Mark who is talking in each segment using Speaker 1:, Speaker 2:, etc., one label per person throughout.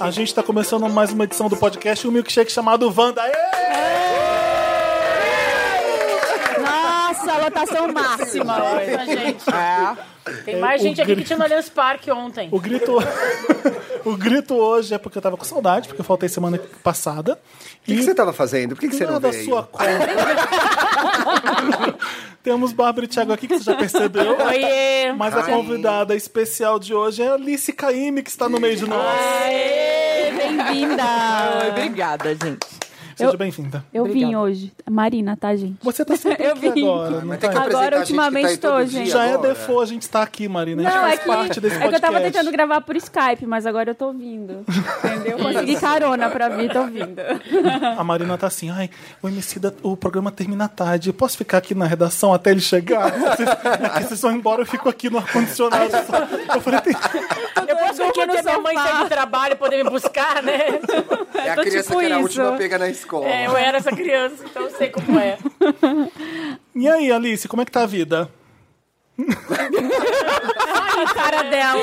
Speaker 1: A gente está começando mais uma edição do podcast, um milkshake chamado Wanda. Aê!
Speaker 2: Nossa, lotação máxima hoje.
Speaker 3: gente.
Speaker 2: É.
Speaker 3: Tem mais
Speaker 1: É, o
Speaker 3: gente aqui que
Speaker 1: grito.
Speaker 3: tinha no Allianz Parque ontem.
Speaker 1: O grito, o grito hoje é porque eu tava com saudade, porque eu faltei semana passada.
Speaker 4: O que, que você tava fazendo? Por que, que você não
Speaker 1: Nada
Speaker 4: veio?
Speaker 1: sua conta. Temos Bárbara e Thiago aqui, que você já percebeu.
Speaker 3: Oiê!
Speaker 1: Mas a
Speaker 4: Ai.
Speaker 1: convidada especial de hoje é a Alice Caime, que está no meio de nós.
Speaker 2: Aê,
Speaker 5: Ai,
Speaker 2: bem-vinda.
Speaker 5: obrigada, gente.
Speaker 1: Seja bem-vinda.
Speaker 6: Eu vim
Speaker 5: Obrigada.
Speaker 6: hoje. Marina, tá, gente?
Speaker 1: Você tá sempre
Speaker 6: Eu
Speaker 1: aqui
Speaker 6: vim.
Speaker 1: agora, não
Speaker 4: Mas tem que
Speaker 1: tá?
Speaker 6: Agora,
Speaker 4: apresentar
Speaker 6: ultimamente,
Speaker 4: a gente que tá aí todo
Speaker 6: tô,
Speaker 4: dia
Speaker 6: gente.
Speaker 1: Já é
Speaker 4: agora.
Speaker 1: default a gente estar aqui, Marina. A gente
Speaker 6: Não, é
Speaker 1: faz
Speaker 6: que,
Speaker 1: parte desse
Speaker 6: é que eu
Speaker 1: podcast.
Speaker 6: tava tentando gravar por Skype, mas agora eu tô vindo. Entendeu? Consegui carona pra mim, tô vindo.
Speaker 1: A Marina tá assim, ai, o MC da, o programa termina tarde. Eu posso ficar aqui na redação até ele chegar? Vocês, aqui vocês vão embora, eu fico aqui no ar-condicionado. só." Eu falei, "Tem-
Speaker 3: Eu posso
Speaker 2: durmo
Speaker 3: porque
Speaker 2: no
Speaker 3: minha mãe
Speaker 2: sofá.
Speaker 3: sai do trabalho e poder me buscar, né?
Speaker 4: É a
Speaker 6: tô
Speaker 4: criança
Speaker 6: tipo
Speaker 4: que era a
Speaker 6: isso.
Speaker 4: última pega na escola.
Speaker 3: É, eu era essa criança, então eu sei como é.
Speaker 1: E aí, Alice, como é que tá a vida?
Speaker 2: Cara dela.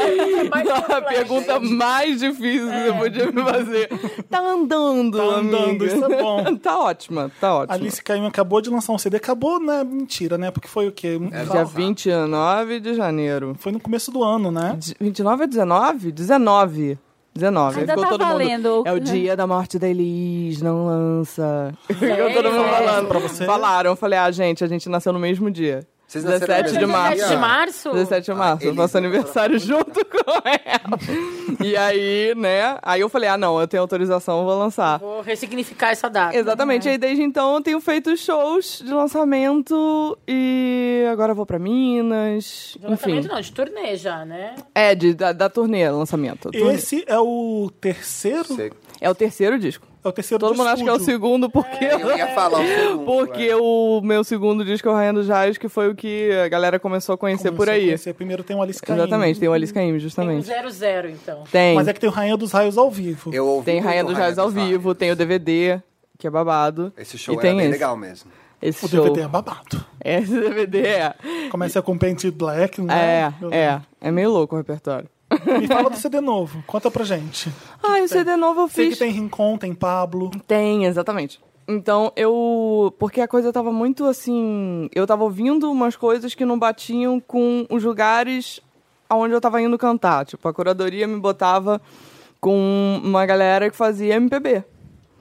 Speaker 3: Mas
Speaker 5: A pergunta mais difícil que você podia me fazer. Tá andando,
Speaker 1: Tá andando,
Speaker 5: amiga.
Speaker 1: isso é bom.
Speaker 5: Tá ótima, tá
Speaker 1: A
Speaker 5: ótima.
Speaker 1: Alice Caim acabou de lançar um CD. Acabou, né? Mentira, né? Porque foi o quê?
Speaker 5: Dia 29 de janeiro.
Speaker 1: Foi no começo do ano, né?
Speaker 5: De- 29 é 19? 19. 19. Aí
Speaker 6: Ainda
Speaker 5: ficou
Speaker 6: tá
Speaker 5: todo
Speaker 6: valendo.
Speaker 5: mundo. É o dia da morte da Elis, não lança. Ficou
Speaker 3: Sério?
Speaker 5: todo mundo falando.
Speaker 1: Pra você?
Speaker 5: Falaram, eu falei, ah, gente, a gente nasceu no mesmo dia.
Speaker 4: Vocês nasceram no
Speaker 5: 17 de
Speaker 4: mesmo
Speaker 5: março.
Speaker 4: dia?
Speaker 3: 17 de março?
Speaker 5: 17
Speaker 1: Ah,
Speaker 5: de março,
Speaker 4: Elis
Speaker 1: é
Speaker 5: nosso
Speaker 4: não
Speaker 5: aniversário junto com ela. e aí, né? Aí eu falei, ah, não, eu tenho autorização, vou lançar.
Speaker 3: Vou ressignificar essa data.
Speaker 5: Exatamente. E aí, desde então, eu tenho feito shows de lançamento e agora eu vou pra Minas.
Speaker 3: De lançamento
Speaker 5: Enfim.
Speaker 3: não, de turnê já, né?
Speaker 5: É, de, da, da turnê, lançamento. Turnê.
Speaker 1: Esse é o terceiro?
Speaker 4: Você-
Speaker 5: É o terceiro disco.
Speaker 1: É o terceiro
Speaker 5: Todo
Speaker 1: do
Speaker 5: mundo acha que é o
Speaker 1: estúdio.
Speaker 5: segundo porque.
Speaker 4: Eu ia falar um o segundo,
Speaker 5: Porque o meu segundo disco é o Rainha do Jazz, que foi o que a galera começou a conhecer
Speaker 1: Começou
Speaker 5: por
Speaker 1: a
Speaker 5: aí.
Speaker 1: conhecer. Primeiro tem o Alice Caim.
Speaker 5: Exatamente, tem o Alice Caim,
Speaker 3: Tem um
Speaker 5: justamente.
Speaker 3: zero zero, então.
Speaker 5: Tem.
Speaker 1: Mas é que tem o Rainha dos Raios ao vivo.
Speaker 4: Eu ouvi um
Speaker 5: Tem
Speaker 4: muito
Speaker 5: Rainha do Jazz ao
Speaker 4: Raios.
Speaker 5: vivo, tem o DVD, que é babado.
Speaker 4: Esse show
Speaker 5: e
Speaker 4: era
Speaker 5: tem
Speaker 4: bem
Speaker 5: esse.
Speaker 4: legal mesmo.
Speaker 5: Esse
Speaker 1: O
Speaker 5: show.
Speaker 1: DVD é babado.
Speaker 5: Esse DVD é.
Speaker 1: Começa com Paint Black, né?
Speaker 5: É,
Speaker 1: Meu
Speaker 5: é. É meio louco o repertório.
Speaker 1: Me fala do CD novo. Conta pra gente.
Speaker 5: Ah, e o CD novo eu
Speaker 1: Sei
Speaker 5: fiz.
Speaker 1: que tem Rincon, tem Pablo.
Speaker 5: Tem, exatamente. Então eu. Porque a coisa tava muito assim. Eu tava ouvindo umas coisas que não batiam com os lugares aonde eu tava indo cantar. Tipo, a curadoria me botava com uma galera que fazia MPB.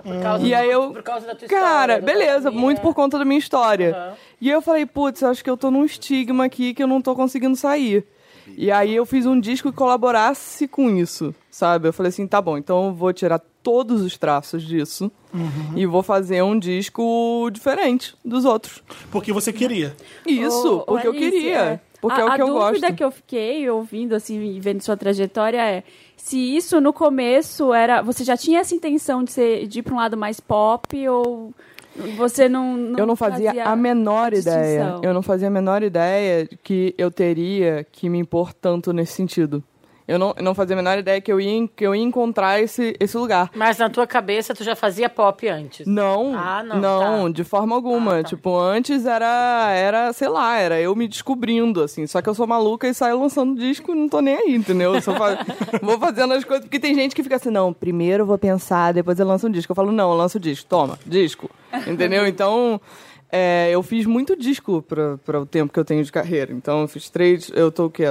Speaker 3: Por causa,
Speaker 5: Hum. E aí eu.
Speaker 3: por causa da tua
Speaker 5: cara,
Speaker 3: história, da tua
Speaker 5: beleza,
Speaker 3: família.
Speaker 5: muito por conta da minha história.
Speaker 3: Aham.
Speaker 5: E aí eu falei, putz, acho que eu tô num estigma aqui que eu não tô conseguindo sair. E aí eu fiz um disco que colaborasse com isso, sabe? Eu falei assim, tá bom, então eu vou tirar todos os traços disso
Speaker 6: Uhum.
Speaker 5: e vou fazer um disco diferente dos outros.
Speaker 1: Porque você queria.
Speaker 5: Isso,
Speaker 6: Ô, ô,
Speaker 5: porque eu
Speaker 6: Alice,
Speaker 5: queria.
Speaker 6: é.
Speaker 5: Porque
Speaker 6: a,
Speaker 5: é o que
Speaker 6: a
Speaker 5: eu gosto.
Speaker 6: dúvida que eu fiquei ouvindo, assim, e vendo sua trajetória é se isso no começo era. Você já tinha essa intenção de, ser, de ir pra um lado mais pop ou você não.
Speaker 5: Eu não fazia a menor ideia.
Speaker 6: distinção.
Speaker 5: Eu não fazia a menor ideia que eu teria que me impor tanto nesse sentido. Eu não, eu não fazia a menor ideia que eu ia, en- que eu ia encontrar esse, esse lugar.
Speaker 3: Mas na tua cabeça tu já fazia pop antes.
Speaker 5: Não,
Speaker 3: Ah, não, tá.
Speaker 5: de forma alguma.
Speaker 3: Ah, tá.
Speaker 5: Tipo, antes era, era, sei lá, era eu me descobrindo, assim. Só que eu sou maluca e saio lançando disco e não tô nem aí, entendeu? Eu só fa- vou fazendo as coisas. Porque tem gente que fica assim, não, primeiro eu vou pensar, depois eu lanço um disco. Eu falo, não, eu lanço o disco, toma, disco. Entendeu? Então, é, eu fiz muito disco pra, pra o tempo que eu tenho de carreira. Então, eu fiz três, eu tô o quê?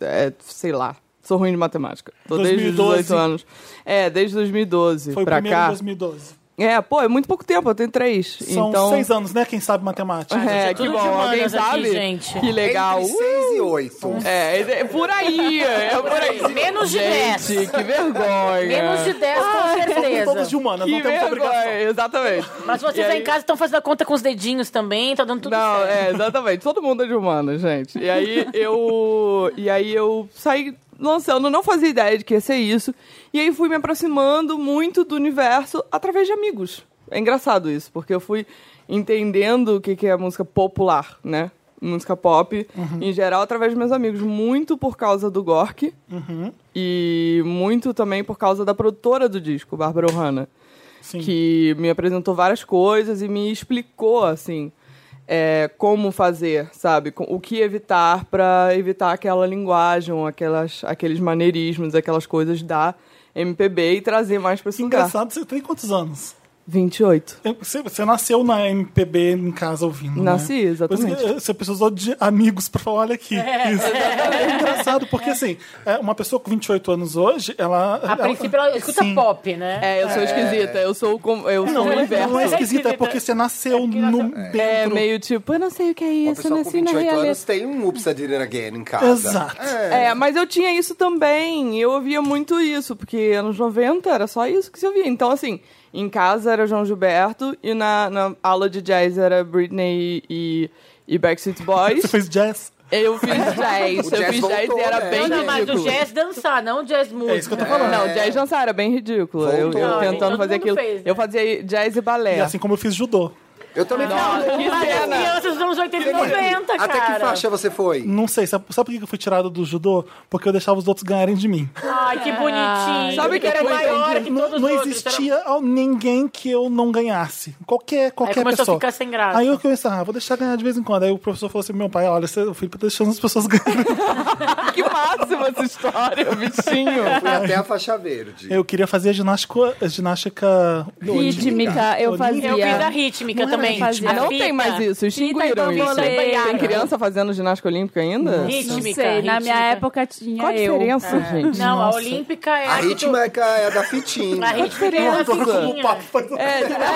Speaker 5: É, sei lá. Sou ruim de matemática. Tô desde os
Speaker 1: 2012.
Speaker 5: 18 anos. É, desde 2012
Speaker 1: Foi o
Speaker 5: pra
Speaker 1: primeiro
Speaker 5: cá.
Speaker 1: em 2012.
Speaker 5: É, pô, é muito pouco tempo, eu tenho três.
Speaker 1: São
Speaker 5: então...
Speaker 1: seis anos, né? Quem sabe matemática.
Speaker 5: É, que
Speaker 3: tudo
Speaker 5: bom,
Speaker 3: de humanas
Speaker 5: alguém
Speaker 3: aqui,
Speaker 5: sabe?
Speaker 3: gente.
Speaker 5: Que legal. Uh!
Speaker 4: Entre 6 e 8.
Speaker 5: É, é por aí, é por aí.
Speaker 3: Menos de
Speaker 5: Gente, é. Ah,
Speaker 3: 10.
Speaker 5: que vergonha.
Speaker 3: Menos de 10, com
Speaker 1: Todos de
Speaker 3: certeza.
Speaker 1: humanas,
Speaker 5: Que
Speaker 1: não temos obrigação.
Speaker 5: vergonha, exatamente.
Speaker 3: Mas vocês
Speaker 5: um- E
Speaker 3: aí
Speaker 5: aí-
Speaker 3: em casa estão fazendo a conta com os dedinhos também, tá dando tudo
Speaker 5: Não,
Speaker 3: certo.
Speaker 5: é, exatamente. Todo mundo é de humano, gente. E aí eu. E aí eu saí lançando, não fazia ideia de que ia ser isso. E aí fui me aproximando muito do universo através de amigos. É engraçado isso, porque eu fui entendendo o que que é música popular, né? Música pop,
Speaker 3: Uhum.
Speaker 5: em geral, através dos meus amigos. Muito por causa do Gork.
Speaker 3: Uhum.
Speaker 5: E muito também por causa da produtora do disco, Bárbara Ohana
Speaker 1: Sim.
Speaker 5: que me apresentou várias coisas e me explicou, assim, é, como fazer, sabe? Com- O que evitar para evitar aquela linguagem, aquelas, aqueles maneirismos, aquelas coisas da MPB e trazer mais pra esse
Speaker 1: Que
Speaker 5: lugar.
Speaker 1: engraçado, você tem quantos anos?
Speaker 5: 28.
Speaker 1: Eu- Você, você nasceu na MPB em casa ouvindo,
Speaker 5: Nasci,
Speaker 1: né?
Speaker 5: exatamente.
Speaker 1: Por isso que, eh, Você precisou de amigos pra falar, olha aqui. Isso. É, engraçado, porque assim, é, uma pessoa com 28 anos hoje, ela...
Speaker 3: A princípio ela escuta
Speaker 1: Sim.
Speaker 3: pop, né?
Speaker 5: É, eu sou esquisita, eu sou o, com- eu sou
Speaker 1: Não,
Speaker 5: o
Speaker 1: é-
Speaker 5: inverso.
Speaker 1: não é esquisita, é porque você nasceu no dentro.
Speaker 5: É meio tipo, eu não sei o que é
Speaker 4: Uma
Speaker 5: isso, eu
Speaker 4: pessoa com
Speaker 5: nasci na
Speaker 4: 28
Speaker 5: realidade.
Speaker 4: anos tem um Oops, I Did It Again em casa.
Speaker 1: Exato.
Speaker 5: É, mas eu tinha isso também. Eu ouvia muito isso, porque anos 90 era só isso que se ouvia. Então, assim, em casa era João Gilberto e na, na aula de jazz era Britney e, e Backstreet Boys.
Speaker 1: Você fez jazz?
Speaker 5: Eu fiz jazz,
Speaker 4: O
Speaker 5: eu
Speaker 4: jazz
Speaker 5: fiz jazz
Speaker 4: voltou,
Speaker 5: e era
Speaker 4: né?
Speaker 5: bem
Speaker 3: Não, não, mas
Speaker 5: ridículo.
Speaker 3: o jazz dançar, não o jazz música.
Speaker 1: É isso que eu tô falando.
Speaker 5: Não, jazz dançar era bem ridículo. Eu,
Speaker 4: Voltou.
Speaker 5: eu
Speaker 4: Não,
Speaker 3: gente,
Speaker 5: tentando
Speaker 3: todo
Speaker 5: fazer
Speaker 3: mundo
Speaker 5: aquilo.
Speaker 3: fez, né?
Speaker 5: Eu fazia i- jazz e balé.
Speaker 3: É.
Speaker 1: E assim como eu fiz judô.
Speaker 4: Eu também
Speaker 3: Não,
Speaker 4: não.
Speaker 5: que
Speaker 3: mas as
Speaker 5: cena.
Speaker 3: crianças dos anos 80 e 90, cara.
Speaker 4: Até que faixa você foi?
Speaker 1: Não sei, sabe, sabe por que eu fui tirado do judô? Porque eu deixava os outros ganharem de mim.
Speaker 3: Ai, que bonitinho.
Speaker 5: Sabe que
Speaker 3: era
Speaker 5: coisa,
Speaker 3: maior
Speaker 5: gente?
Speaker 3: que
Speaker 1: Não,
Speaker 3: todos
Speaker 1: não
Speaker 3: os outros.
Speaker 1: existia ao- ninguém que eu não ganhasse. Qualquer, qualquer
Speaker 3: Aí começou a
Speaker 1: pessoa.
Speaker 3: ficar sem graça. É
Speaker 1: Aí eu comecei, ah, vou deixar ganhar de vez em quando. Aí o professor falou assim: meu pai, olha, você, o Felipe tá deixando as pessoas ganharem.
Speaker 5: Que máxima essa história, bichinho.
Speaker 4: Foi até a faixa verde.
Speaker 1: eu queria fazer ginástica. ginástica
Speaker 2: Rítmica, eu
Speaker 1: Olímpica.
Speaker 2: fazia.
Speaker 3: Eu fiz a rítmica
Speaker 1: Não era
Speaker 3: também.
Speaker 2: rítmica.
Speaker 3: A
Speaker 5: Ah, Não
Speaker 3: fita.
Speaker 5: tem mais
Speaker 3: então
Speaker 5: isso, extinguiram
Speaker 6: Fita e
Speaker 5: isso.
Speaker 6: bambolê.
Speaker 5: Tem criança fazendo ginástica olímpica ainda?
Speaker 6: Não
Speaker 3: Rítmica.
Speaker 6: sei, na
Speaker 3: rítmica.
Speaker 6: minha época tinha
Speaker 5: Qual a
Speaker 6: eu.
Speaker 5: diferença, gente?
Speaker 3: É. Não, a olímpica é
Speaker 4: A
Speaker 3: que tu-
Speaker 4: rítmica é a da
Speaker 3: A
Speaker 4: fitinha.
Speaker 3: rítmica é a
Speaker 5: Nossa,
Speaker 1: O papo
Speaker 3: fitinha.
Speaker 1: faz-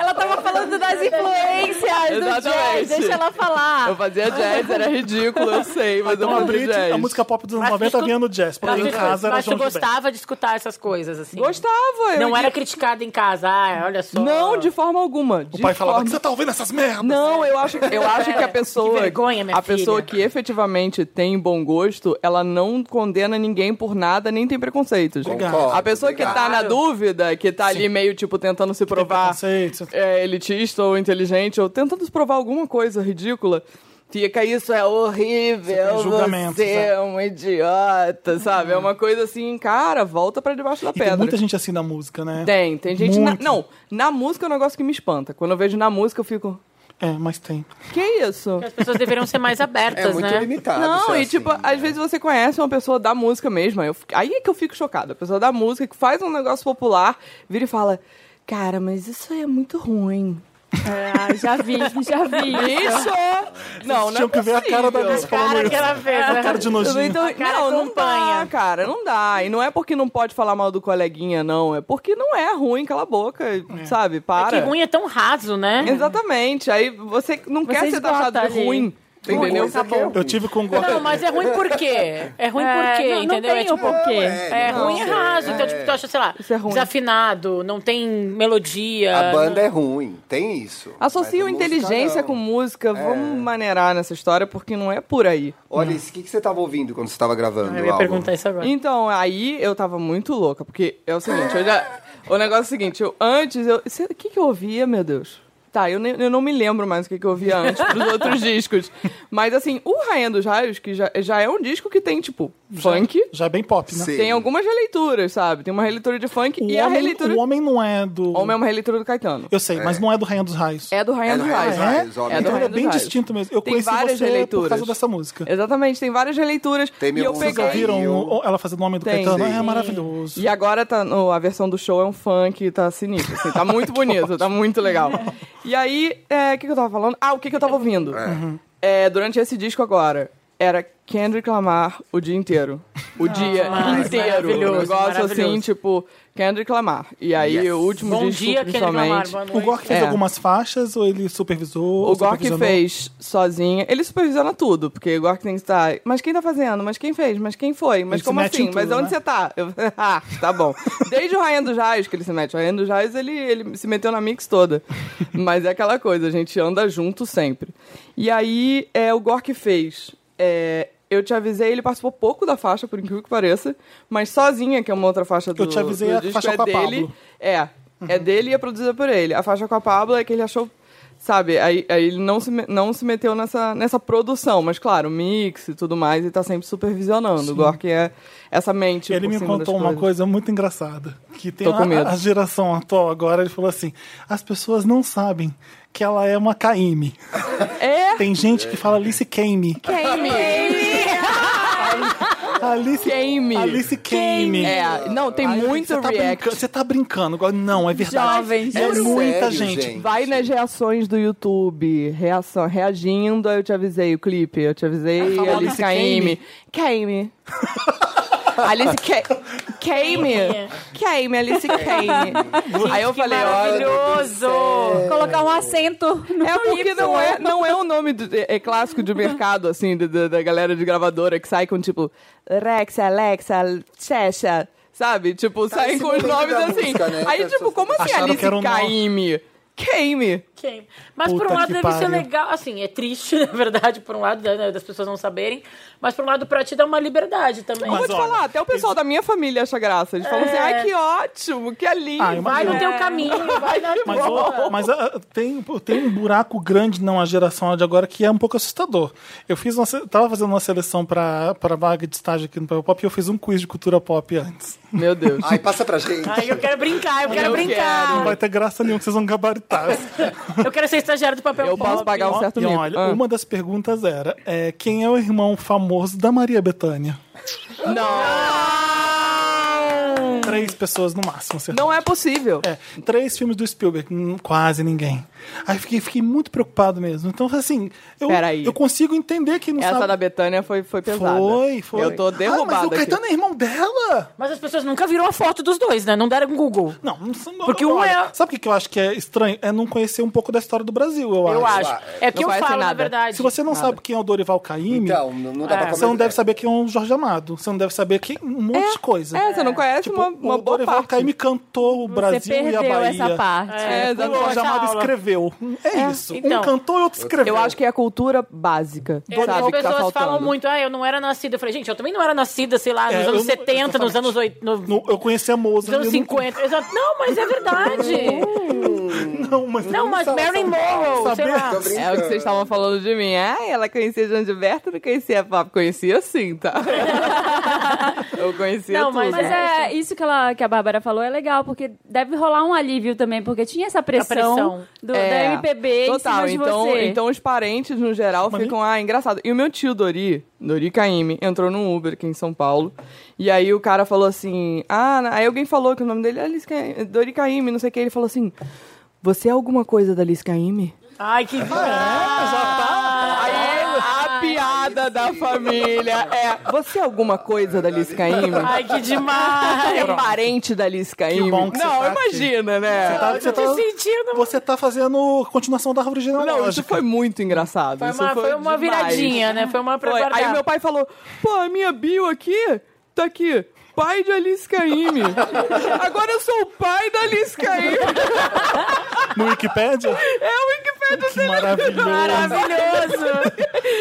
Speaker 6: Ela tava falando das influências do
Speaker 5: Exatamente.
Speaker 6: jazz, deixa ela
Speaker 5: Eu
Speaker 6: falar.
Speaker 5: fazia jazz, era ridículo, eu sei, mas eu
Speaker 1: Então, a,
Speaker 5: fazia
Speaker 1: Brit, a
Speaker 5: jazz.
Speaker 1: música pop dos anos
Speaker 3: Mas
Speaker 1: 90
Speaker 3: tu-
Speaker 1: vinha no jazz, porque
Speaker 3: Mas
Speaker 1: em
Speaker 3: tu-
Speaker 1: casa era
Speaker 3: mas tu
Speaker 1: João Gilberto.
Speaker 3: gostava de escutar essas coisas, assim.
Speaker 5: Gostava, eu
Speaker 3: Não era
Speaker 5: de...
Speaker 3: criticada em casa. Ah, olha só.
Speaker 5: Não, de forma alguma.
Speaker 1: O pai falava,
Speaker 5: forma...
Speaker 1: "Que você tá ouvindo essas merdas?
Speaker 5: Não, eu acho, eu acho que a pessoa.
Speaker 3: Que vergonha, minha
Speaker 5: A pessoa
Speaker 3: filha.
Speaker 5: que efetivamente tem bom gosto, ela não condena ninguém por nada, nem tem preconceitos.
Speaker 4: Concordo,
Speaker 5: a pessoa que tá
Speaker 4: obrigado.
Speaker 5: na dúvida, que tá ali meio, tipo, tentando se provar
Speaker 1: preconceito.
Speaker 5: é, elitista ou inteligente, ou tentando se provar alguma coisa ridícula. Fica, isso é horrível,
Speaker 1: tem julgamentos,
Speaker 5: você
Speaker 1: é.
Speaker 5: é um idiota, sabe? É uma coisa assim, cara, volta pra debaixo da
Speaker 1: E
Speaker 5: pedra.
Speaker 1: tem muita gente assim na música, né?
Speaker 5: Tem, tem gente. na-
Speaker 1: Muito.
Speaker 5: não, na música é um negócio que me espanta. Quando eu vejo na música, eu fico.
Speaker 1: É, mas tem.
Speaker 5: Que isso?
Speaker 3: As pessoas deveriam ser mais abertas,
Speaker 4: É muito
Speaker 3: né?
Speaker 4: limitado.
Speaker 5: Não,
Speaker 4: ser
Speaker 5: e
Speaker 4: assim,
Speaker 5: tipo,
Speaker 4: né?
Speaker 5: às vezes você conhece uma pessoa da música mesmo. aí eu fico- aí é que eu fico chocada. A pessoa da música que faz um negócio popular, vira e fala: Cara, mas isso aí é muito ruim.
Speaker 6: Ah, já vi, já vi.
Speaker 5: Isso! Não, não é
Speaker 1: Tinha que ver a cara da
Speaker 5: possível.
Speaker 1: Alice falando
Speaker 3: Cara,
Speaker 1: isso.
Speaker 3: que ela fez. né?
Speaker 1: Cara de nojinho.
Speaker 5: Então,
Speaker 3: cara
Speaker 5: não, não dá,
Speaker 3: acompanha.
Speaker 5: cara, não dá. E não é porque não pode falar mal do coleguinha, não. É porque não é ruim, cala a boca, sabe?
Speaker 3: É
Speaker 5: Para.
Speaker 3: que ruim é tão raso, né?
Speaker 5: Exatamente. Aí você não quer
Speaker 6: Você
Speaker 5: ser taxado
Speaker 6: esgota
Speaker 5: de
Speaker 6: ali.
Speaker 5: ruim.
Speaker 4: Tem
Speaker 5: entendeu?
Speaker 3: tá
Speaker 4: coisa que é
Speaker 1: Eu
Speaker 4: ruim.
Speaker 1: tive com
Speaker 3: Não, mas é ruim por quê? É ruim por quê,
Speaker 6: É, não, não
Speaker 3: entendeu?
Speaker 6: tem
Speaker 3: é,
Speaker 6: o porquê.
Speaker 3: é ruim e
Speaker 4: é,
Speaker 3: raso. Então, tipo, tu acha, sei lá,
Speaker 5: Isso é ruim.
Speaker 3: desafinado, não tem melodia.
Speaker 4: A banda é ruim, tem isso.
Speaker 5: Associam
Speaker 4: Mas a
Speaker 5: inteligência
Speaker 4: música,
Speaker 5: com
Speaker 4: não.
Speaker 5: música.
Speaker 1: É.
Speaker 5: Vamos maneirar nessa história, porque não é por aí.
Speaker 4: Olha, isso, o que, que você tava ouvindo quando você tava gravando?
Speaker 3: Ah, Eu
Speaker 4: o
Speaker 3: ia
Speaker 4: álbum?
Speaker 3: perguntar isso agora.
Speaker 5: Então, aí eu tava muito louca, porque é o seguinte, eu já... O negócio é o seguinte, eu, antes eu... cê- O que que eu ouvia, meu Deus? Tá, eu, nem- eu não me lembro mais o que que eu ouvia antes pros outros discos. Mas, assim, o Rainha dos Raios, que já, já é um disco que tem, tipo, funk...
Speaker 1: Já é bem pop, né?
Speaker 4: Sim.
Speaker 5: Tem algumas releituras, sabe? Tem uma releitura de funk
Speaker 1: O,
Speaker 5: e a
Speaker 1: homem,
Speaker 5: releitura...
Speaker 1: o homem não é do.
Speaker 5: Homem é uma releitura do Caetano.
Speaker 1: Eu sei, mas não é do Rainha dos Raios.
Speaker 5: É do
Speaker 4: É
Speaker 5: Rainha
Speaker 4: do
Speaker 5: dos
Speaker 4: Rainha
Speaker 5: Raios.
Speaker 4: dos Raios,
Speaker 5: é?
Speaker 4: óbvio.
Speaker 5: É do
Speaker 1: Então
Speaker 5: Rainha
Speaker 1: era
Speaker 5: dos
Speaker 1: bem
Speaker 5: Raios.
Speaker 1: distinto mesmo. Eu
Speaker 5: Tem
Speaker 1: conheci
Speaker 5: várias
Speaker 1: você
Speaker 5: releituras.
Speaker 1: por causa dessa música.
Speaker 5: Exatamente, tem várias releituras.
Speaker 4: Tem
Speaker 5: e
Speaker 4: meu
Speaker 5: eu
Speaker 4: mundo
Speaker 1: Vocês
Speaker 5: peguei.
Speaker 1: ouviram
Speaker 4: eu-
Speaker 1: o- ela fazendo o nome do
Speaker 5: Tem.
Speaker 1: Caetano?
Speaker 4: Sim.
Speaker 1: É maravilhoso.
Speaker 5: E agora tá no- a versão do show é um funk, tá sinistro, assim, tá muito bonito, tá muito legal. E aí, é, o que, que eu tava falando? Ah, o que, que eu tava ouvindo? É, durante esse disco agora, era Kendrick Lamar o dia inteiro. O dia inteiro. Um
Speaker 3: maravilhoso,
Speaker 5: negócio assim,
Speaker 3: maravilhoso.
Speaker 5: tipo, Kendrick Lamar. E aí,
Speaker 4: Yes.
Speaker 5: o último
Speaker 3: Bom
Speaker 5: disco,
Speaker 3: dia, Kendrick Lamar.
Speaker 5: principalmente...
Speaker 3: Boa
Speaker 1: O
Speaker 3: noite.
Speaker 1: Gork fez
Speaker 5: É.
Speaker 1: algumas faixas ou ele supervisou?
Speaker 5: O
Speaker 1: ou
Speaker 5: Gork
Speaker 1: supervisionou?
Speaker 5: fez sozinha. Ele supervisiona tudo, porque o Gork tem que estar. Mas quem tá fazendo? Mas quem fez? Mas quem foi? Mas
Speaker 1: Ele se
Speaker 5: como
Speaker 1: mete em
Speaker 5: assim?
Speaker 1: tudo,
Speaker 5: Mas onde
Speaker 1: né?
Speaker 5: você tá? Eu- ah, tá bom. Desde o Rainha dos Raios que ele se mete. O Rainha dos Raios, ele, ele se meteu na mix toda. Mas é aquela coisa, a gente anda junto sempre. E aí, é, o Gork fez. é, eu te avisei, ele participou pouco da faixa, por incrível que pareça, mas sozinha, que é uma outra faixa do
Speaker 1: Eu te avisei,
Speaker 5: do
Speaker 1: a
Speaker 5: disco,
Speaker 1: faixa
Speaker 5: é
Speaker 1: com a
Speaker 5: dele.
Speaker 1: Pabllo.
Speaker 5: É. É
Speaker 1: Uhum.
Speaker 5: dele e é produzida por ele. A faixa com a Pablo é que ele achou. Sabe, aí, aí ele não se, me- não se meteu nessa, nessa produção, mas claro, mix e tudo mais, e tá sempre supervisionando. O Gork é essa mente.
Speaker 1: ele
Speaker 5: por
Speaker 1: me
Speaker 5: cima assim, das
Speaker 1: contou uma
Speaker 5: coisas.
Speaker 1: coisa muito engraçada. Que tem
Speaker 5: Tô com medo.
Speaker 1: a, a geração atual agora, ele falou assim: as pessoas não sabem que ela é uma KM.
Speaker 5: É,
Speaker 1: Tem gente que fala Alice Kame.
Speaker 5: Kame!
Speaker 1: Ah, Alice
Speaker 5: Kame.
Speaker 1: Alice Kame.
Speaker 5: É, não, tem
Speaker 1: Ai,
Speaker 5: muito
Speaker 1: você tá
Speaker 5: react.
Speaker 1: brincando- Você tá brincando. agora. Não, é verdade.
Speaker 2: Jovens.
Speaker 1: É,
Speaker 4: É
Speaker 1: muita
Speaker 4: sério,
Speaker 1: gente.
Speaker 4: gente.
Speaker 5: Vai nas reações do YouTube, reação, reagindo, aí eu te avisei o clipe, eu te avisei,
Speaker 1: É famosa
Speaker 5: Alice
Speaker 1: Kame.
Speaker 5: Kame. Kame. Alice Ka- Kame. Kame, Alice Kame. Aí eu falei, olha,
Speaker 3: Maravilhoso!
Speaker 2: Colocar um acento no
Speaker 6: um
Speaker 5: É porque
Speaker 2: Y.
Speaker 5: não é, não é o nome do- é, é clássico de mercado, assim, da- da, da galera de gravadora que sai com tipo Rex, Alexa, Checha, sabe? Tipo, saem
Speaker 4: esse
Speaker 5: com os
Speaker 4: nome
Speaker 5: nomes
Speaker 4: da
Speaker 5: assim.
Speaker 4: música, né?
Speaker 5: Aí,
Speaker 4: Essas
Speaker 5: tipo, como assim
Speaker 1: Acharam que
Speaker 5: Alice
Speaker 1: era um nó.
Speaker 5: Caime? Caime.
Speaker 3: Quem? Mas
Speaker 1: Puta
Speaker 3: por um lado
Speaker 1: que
Speaker 3: deve ser
Speaker 1: pariu.
Speaker 3: legal, assim, é triste, na verdade, por um lado, né, das pessoas não saberem, mas por um lado, pra ti dá uma liberdade também.
Speaker 5: Eu
Speaker 1: Mas
Speaker 5: vou te
Speaker 1: olha,
Speaker 5: falar, até o pessoal da minha família acha graça. Eles falam assim, ai, que ótimo, que lindo.
Speaker 1: Ah, imagina.
Speaker 3: vai no
Speaker 1: É.
Speaker 3: teu caminho, vai na
Speaker 1: Mas,
Speaker 3: tua.
Speaker 1: ô, mas, ah, tem, tem um buraco grande não a geração de agora que é um pouco assustador. Eu fiz uma, se- tava fazendo uma seleção para vaga de estágio aqui no Papel Pop e eu fiz um quiz de cultura pop antes.
Speaker 5: Meu Deus.
Speaker 4: Ai, passa pra gente.
Speaker 3: Ai, eu quero brincar, eu quero
Speaker 1: Não
Speaker 5: Eu
Speaker 3: brincar.
Speaker 1: vai ter graça nenhuma que vocês vão gabaritar.
Speaker 3: Eu quero ser estagiário do papel
Speaker 5: Eu
Speaker 3: pop.
Speaker 5: posso pagar um certo
Speaker 1: e
Speaker 5: mico.
Speaker 1: olha,
Speaker 5: Ah.
Speaker 1: uma das perguntas era: é, quem é o irmão famoso da Maria Bethânia?
Speaker 5: Não!
Speaker 1: Três pessoas no máximo, certo?
Speaker 5: Não é possível.
Speaker 1: É, três filmes do Spielberg, hum, quase ninguém. Aí fiquei, fiquei muito preocupado mesmo. Então, assim, eu,
Speaker 5: Peraí.
Speaker 1: eu consigo entender que não
Speaker 5: Essa
Speaker 1: sabe.
Speaker 5: da Betânia foi, foi pesada.
Speaker 1: Foi, foi.
Speaker 5: Eu tô derrubada
Speaker 1: Ah, mas o
Speaker 5: aqui.
Speaker 1: Caetano é irmão dela?
Speaker 3: Mas as pessoas nunca viram a foto dos dois, né? Não deram um Google.
Speaker 1: Não, não sou-
Speaker 3: Porque um
Speaker 1: olha,
Speaker 3: é-
Speaker 1: Sabe o que que eu acho que é estranho? É não conhecer um pouco da história do Brasil, eu,
Speaker 3: Eu acho. É o que
Speaker 5: Não
Speaker 3: eu
Speaker 5: conhece
Speaker 3: falo, na
Speaker 5: nada.
Speaker 3: verdade.
Speaker 1: Se você não sabe quem é o Dorival Caymmi,
Speaker 4: Então, não, não dá pra
Speaker 1: você não
Speaker 4: comentar.
Speaker 1: deve saber quem é o Jorge Amado. Você não deve saber quem, um monte de coisa.
Speaker 5: É, você não conhece
Speaker 1: Tipo,
Speaker 5: uma, uma
Speaker 1: o
Speaker 5: boa
Speaker 1: Dorival
Speaker 5: parte. né?
Speaker 1: Caymmi cantou o
Speaker 6: Você
Speaker 1: Brasil e a
Speaker 6: perdeu
Speaker 1: Bahia.
Speaker 6: essa parte.
Speaker 5: É,
Speaker 1: O Jorge
Speaker 5: exatamente.
Speaker 1: Amado
Speaker 3: aula.
Speaker 1: escreveu. É, isso.
Speaker 3: então.
Speaker 1: um cantou e outro escreveu.
Speaker 5: Eu acho que é a cultura básica,
Speaker 3: É, As
Speaker 5: sabe, que tá
Speaker 3: pessoas
Speaker 5: faltando.
Speaker 3: falam muito, ah, eu não era nascida. Eu falei, gente, eu também não era nascida, sei lá,
Speaker 1: É,
Speaker 3: nos
Speaker 1: eu
Speaker 3: anos
Speaker 1: não-
Speaker 3: 70, nos
Speaker 1: exatamente.
Speaker 3: anos 8, no- nos
Speaker 1: No- eu conheci a
Speaker 5: Então,
Speaker 1: Moza.
Speaker 3: anos
Speaker 5: assim,
Speaker 1: eu
Speaker 3: 50. Exato. Não, mas é verdade.
Speaker 1: Não, não, mas,
Speaker 3: Não, mas Mary Morrow, sei
Speaker 1: Saber-
Speaker 3: lá.
Speaker 4: Tô brincando.
Speaker 5: É o que vocês estavam falando de mim. Ah, ela conhecia Jandiberto, não conhecia Papo. Conhecia sim, tá? Eu conhecia
Speaker 3: Não,
Speaker 5: tudo.
Speaker 3: mas
Speaker 6: Mas é, isso que, ela, que a Bárbara falou é legal, porque deve rolar um alívio também, porque tinha essa pressão,
Speaker 3: pressão.
Speaker 6: Do,
Speaker 5: É,
Speaker 6: da MPB
Speaker 5: Total,
Speaker 6: em cima de
Speaker 5: então,
Speaker 6: você.
Speaker 5: então os parentes, no geral,
Speaker 1: Mas
Speaker 5: ficam, ah, engraçado. E o meu tio Dori, Dori Caymmi, entrou num Uber aqui em São Paulo. E aí o cara falou assim, ah, na- aí alguém falou que o nome dele é Alice Caymmi, Dori Caymmi, não sei o que. Ele falou assim, você é alguma coisa da Alice Caymmi?
Speaker 3: Ai, que Ah,
Speaker 5: Aí é a piada da família é, você é alguma coisa da Alice Caymmi?
Speaker 3: Ai, que demais.
Speaker 5: é parente da Alice Caymmi?
Speaker 1: Que bom que você
Speaker 5: Não,
Speaker 1: tá aqui.
Speaker 5: imagina, né?
Speaker 1: Você tá, você, tá,
Speaker 3: Tô sentindo.
Speaker 1: você tá fazendo continuação da árvore genealógica.
Speaker 5: Não, isso foi muito engraçado.
Speaker 3: Foi
Speaker 5: isso
Speaker 3: uma, foi uma
Speaker 5: demais.
Speaker 3: viradinha, né? Foi uma pra
Speaker 5: Foi.
Speaker 3: guardar.
Speaker 5: Aí meu pai falou: pô, a minha bio aqui tá aqui. Pai de Alice Caymmi. Agora eu sou o pai da Alice Caymmi.
Speaker 1: No Wikipedia?
Speaker 5: É o Wikipedia.
Speaker 1: que maravilhoso.
Speaker 3: Maravilhoso!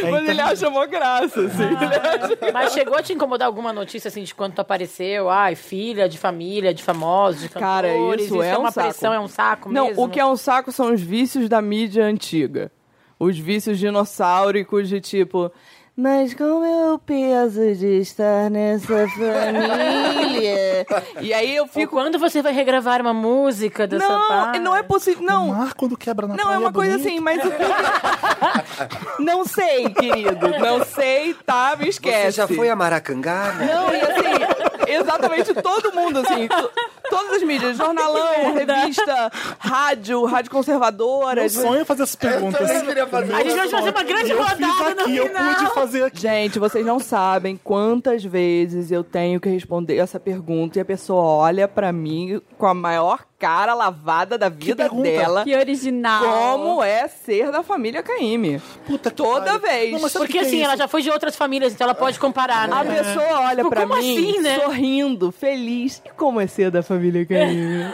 Speaker 1: É,
Speaker 5: Mas ele
Speaker 1: então-
Speaker 5: acha mó graça, assim. Ele acha-
Speaker 3: Mas chegou a te incomodar alguma notícia assim de quando tu apareceu? Ai, filha de família, de famosos, de
Speaker 5: Cara,
Speaker 3: cantores.
Speaker 5: isso é um
Speaker 3: uma
Speaker 5: saco.
Speaker 3: pressão, é um saco
Speaker 5: Não,
Speaker 3: mesmo.
Speaker 5: o que é um saco são os vícios da mídia antiga. Os vícios dinossáuricos de tipo. Mas como é o peso de estar nessa família? e aí eu
Speaker 3: Ou
Speaker 5: fico.
Speaker 3: quando você vai regravar uma música dessa
Speaker 5: Não,
Speaker 3: parte?
Speaker 5: não é possível.
Speaker 1: O
Speaker 5: Não,
Speaker 1: mar quando quebra na
Speaker 5: Não,
Speaker 1: praia
Speaker 5: é uma coisa
Speaker 1: bonito.
Speaker 5: assim, mas o Não sei, querido. Não sei, tá? Me esquece.
Speaker 4: Você já foi a né? Maracangalha?
Speaker 5: Não, e assim, exatamente todo mundo, assim, to- todas as mídias, jornalão, revista, rádio, rádio conservadora.
Speaker 1: Meu
Speaker 5: de-
Speaker 1: sonho é fazer essas perguntas.
Speaker 4: também queria fazer.
Speaker 1: Meu
Speaker 4: A
Speaker 3: gente vai fazer uma grande
Speaker 1: sonho. eu
Speaker 3: rodada
Speaker 1: fiz
Speaker 3: no
Speaker 1: aqui, eu
Speaker 3: final.
Speaker 1: pude fazer aqui.
Speaker 5: Gente, vocês não sabem quantas vezes eu tenho que responder essa pergunta e a pessoa olha pra mim com a maior cara lavada da vida
Speaker 1: pergunta?
Speaker 5: dela.
Speaker 6: Que original.
Speaker 5: Como é ser da família Caymmi?
Speaker 1: Puta que
Speaker 5: Toda
Speaker 1: pariu.
Speaker 5: vez.
Speaker 1: Não, mas sabe o
Speaker 3: Porque
Speaker 1: que que é
Speaker 3: assim,
Speaker 1: isso?
Speaker 3: ela já foi de outras famílias, então ela pode comparar,
Speaker 5: A
Speaker 3: né?
Speaker 5: pessoa olha
Speaker 3: Tipo,
Speaker 5: pra
Speaker 3: como
Speaker 5: mim
Speaker 3: assim, né?
Speaker 5: sorrindo, feliz. E como é ser da família Caymmi?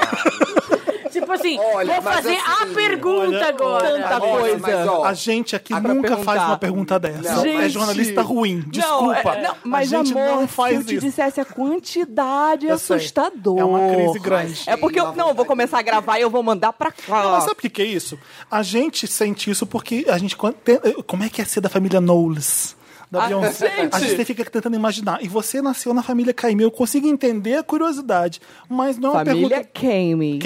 Speaker 5: É.
Speaker 3: Tipo assim,
Speaker 4: Olha,
Speaker 3: vou
Speaker 4: mas
Speaker 3: fazer
Speaker 4: assim,
Speaker 3: a pergunta
Speaker 1: olha,
Speaker 3: agora.
Speaker 5: Tanta
Speaker 4: Olha,
Speaker 5: coisa.
Speaker 4: mas, ó,
Speaker 1: A gente aqui
Speaker 5: Ah, pra
Speaker 1: nunca faz
Speaker 5: perguntar.
Speaker 1: uma pergunta dessa.
Speaker 4: Não,
Speaker 1: É
Speaker 5: Gente.
Speaker 1: jornalista ruim.
Speaker 5: Não,
Speaker 1: Desculpa.
Speaker 5: é- não, mas
Speaker 1: a gente
Speaker 5: amor,
Speaker 1: não faz
Speaker 5: se eu te
Speaker 1: isso.
Speaker 5: dissesse a quantidade, é
Speaker 1: Eu sei.
Speaker 5: assustador.
Speaker 1: É uma crise grande.
Speaker 5: É porque eu não eu vou começar a gravar e eu vou mandar pra cá.
Speaker 1: Mas sabe o que, que é isso? A gente sente isso porque a gente. quan- tem- Como é que é ser da família Knowles? Da
Speaker 5: Ah,
Speaker 1: Beyoncé.
Speaker 5: gente!
Speaker 1: A gente fica tentando imaginar. E você nasceu na família Caymmi. Eu consigo entender a curiosidade. Mas não é uma
Speaker 5: família
Speaker 1: pergunta.
Speaker 5: Caymmi.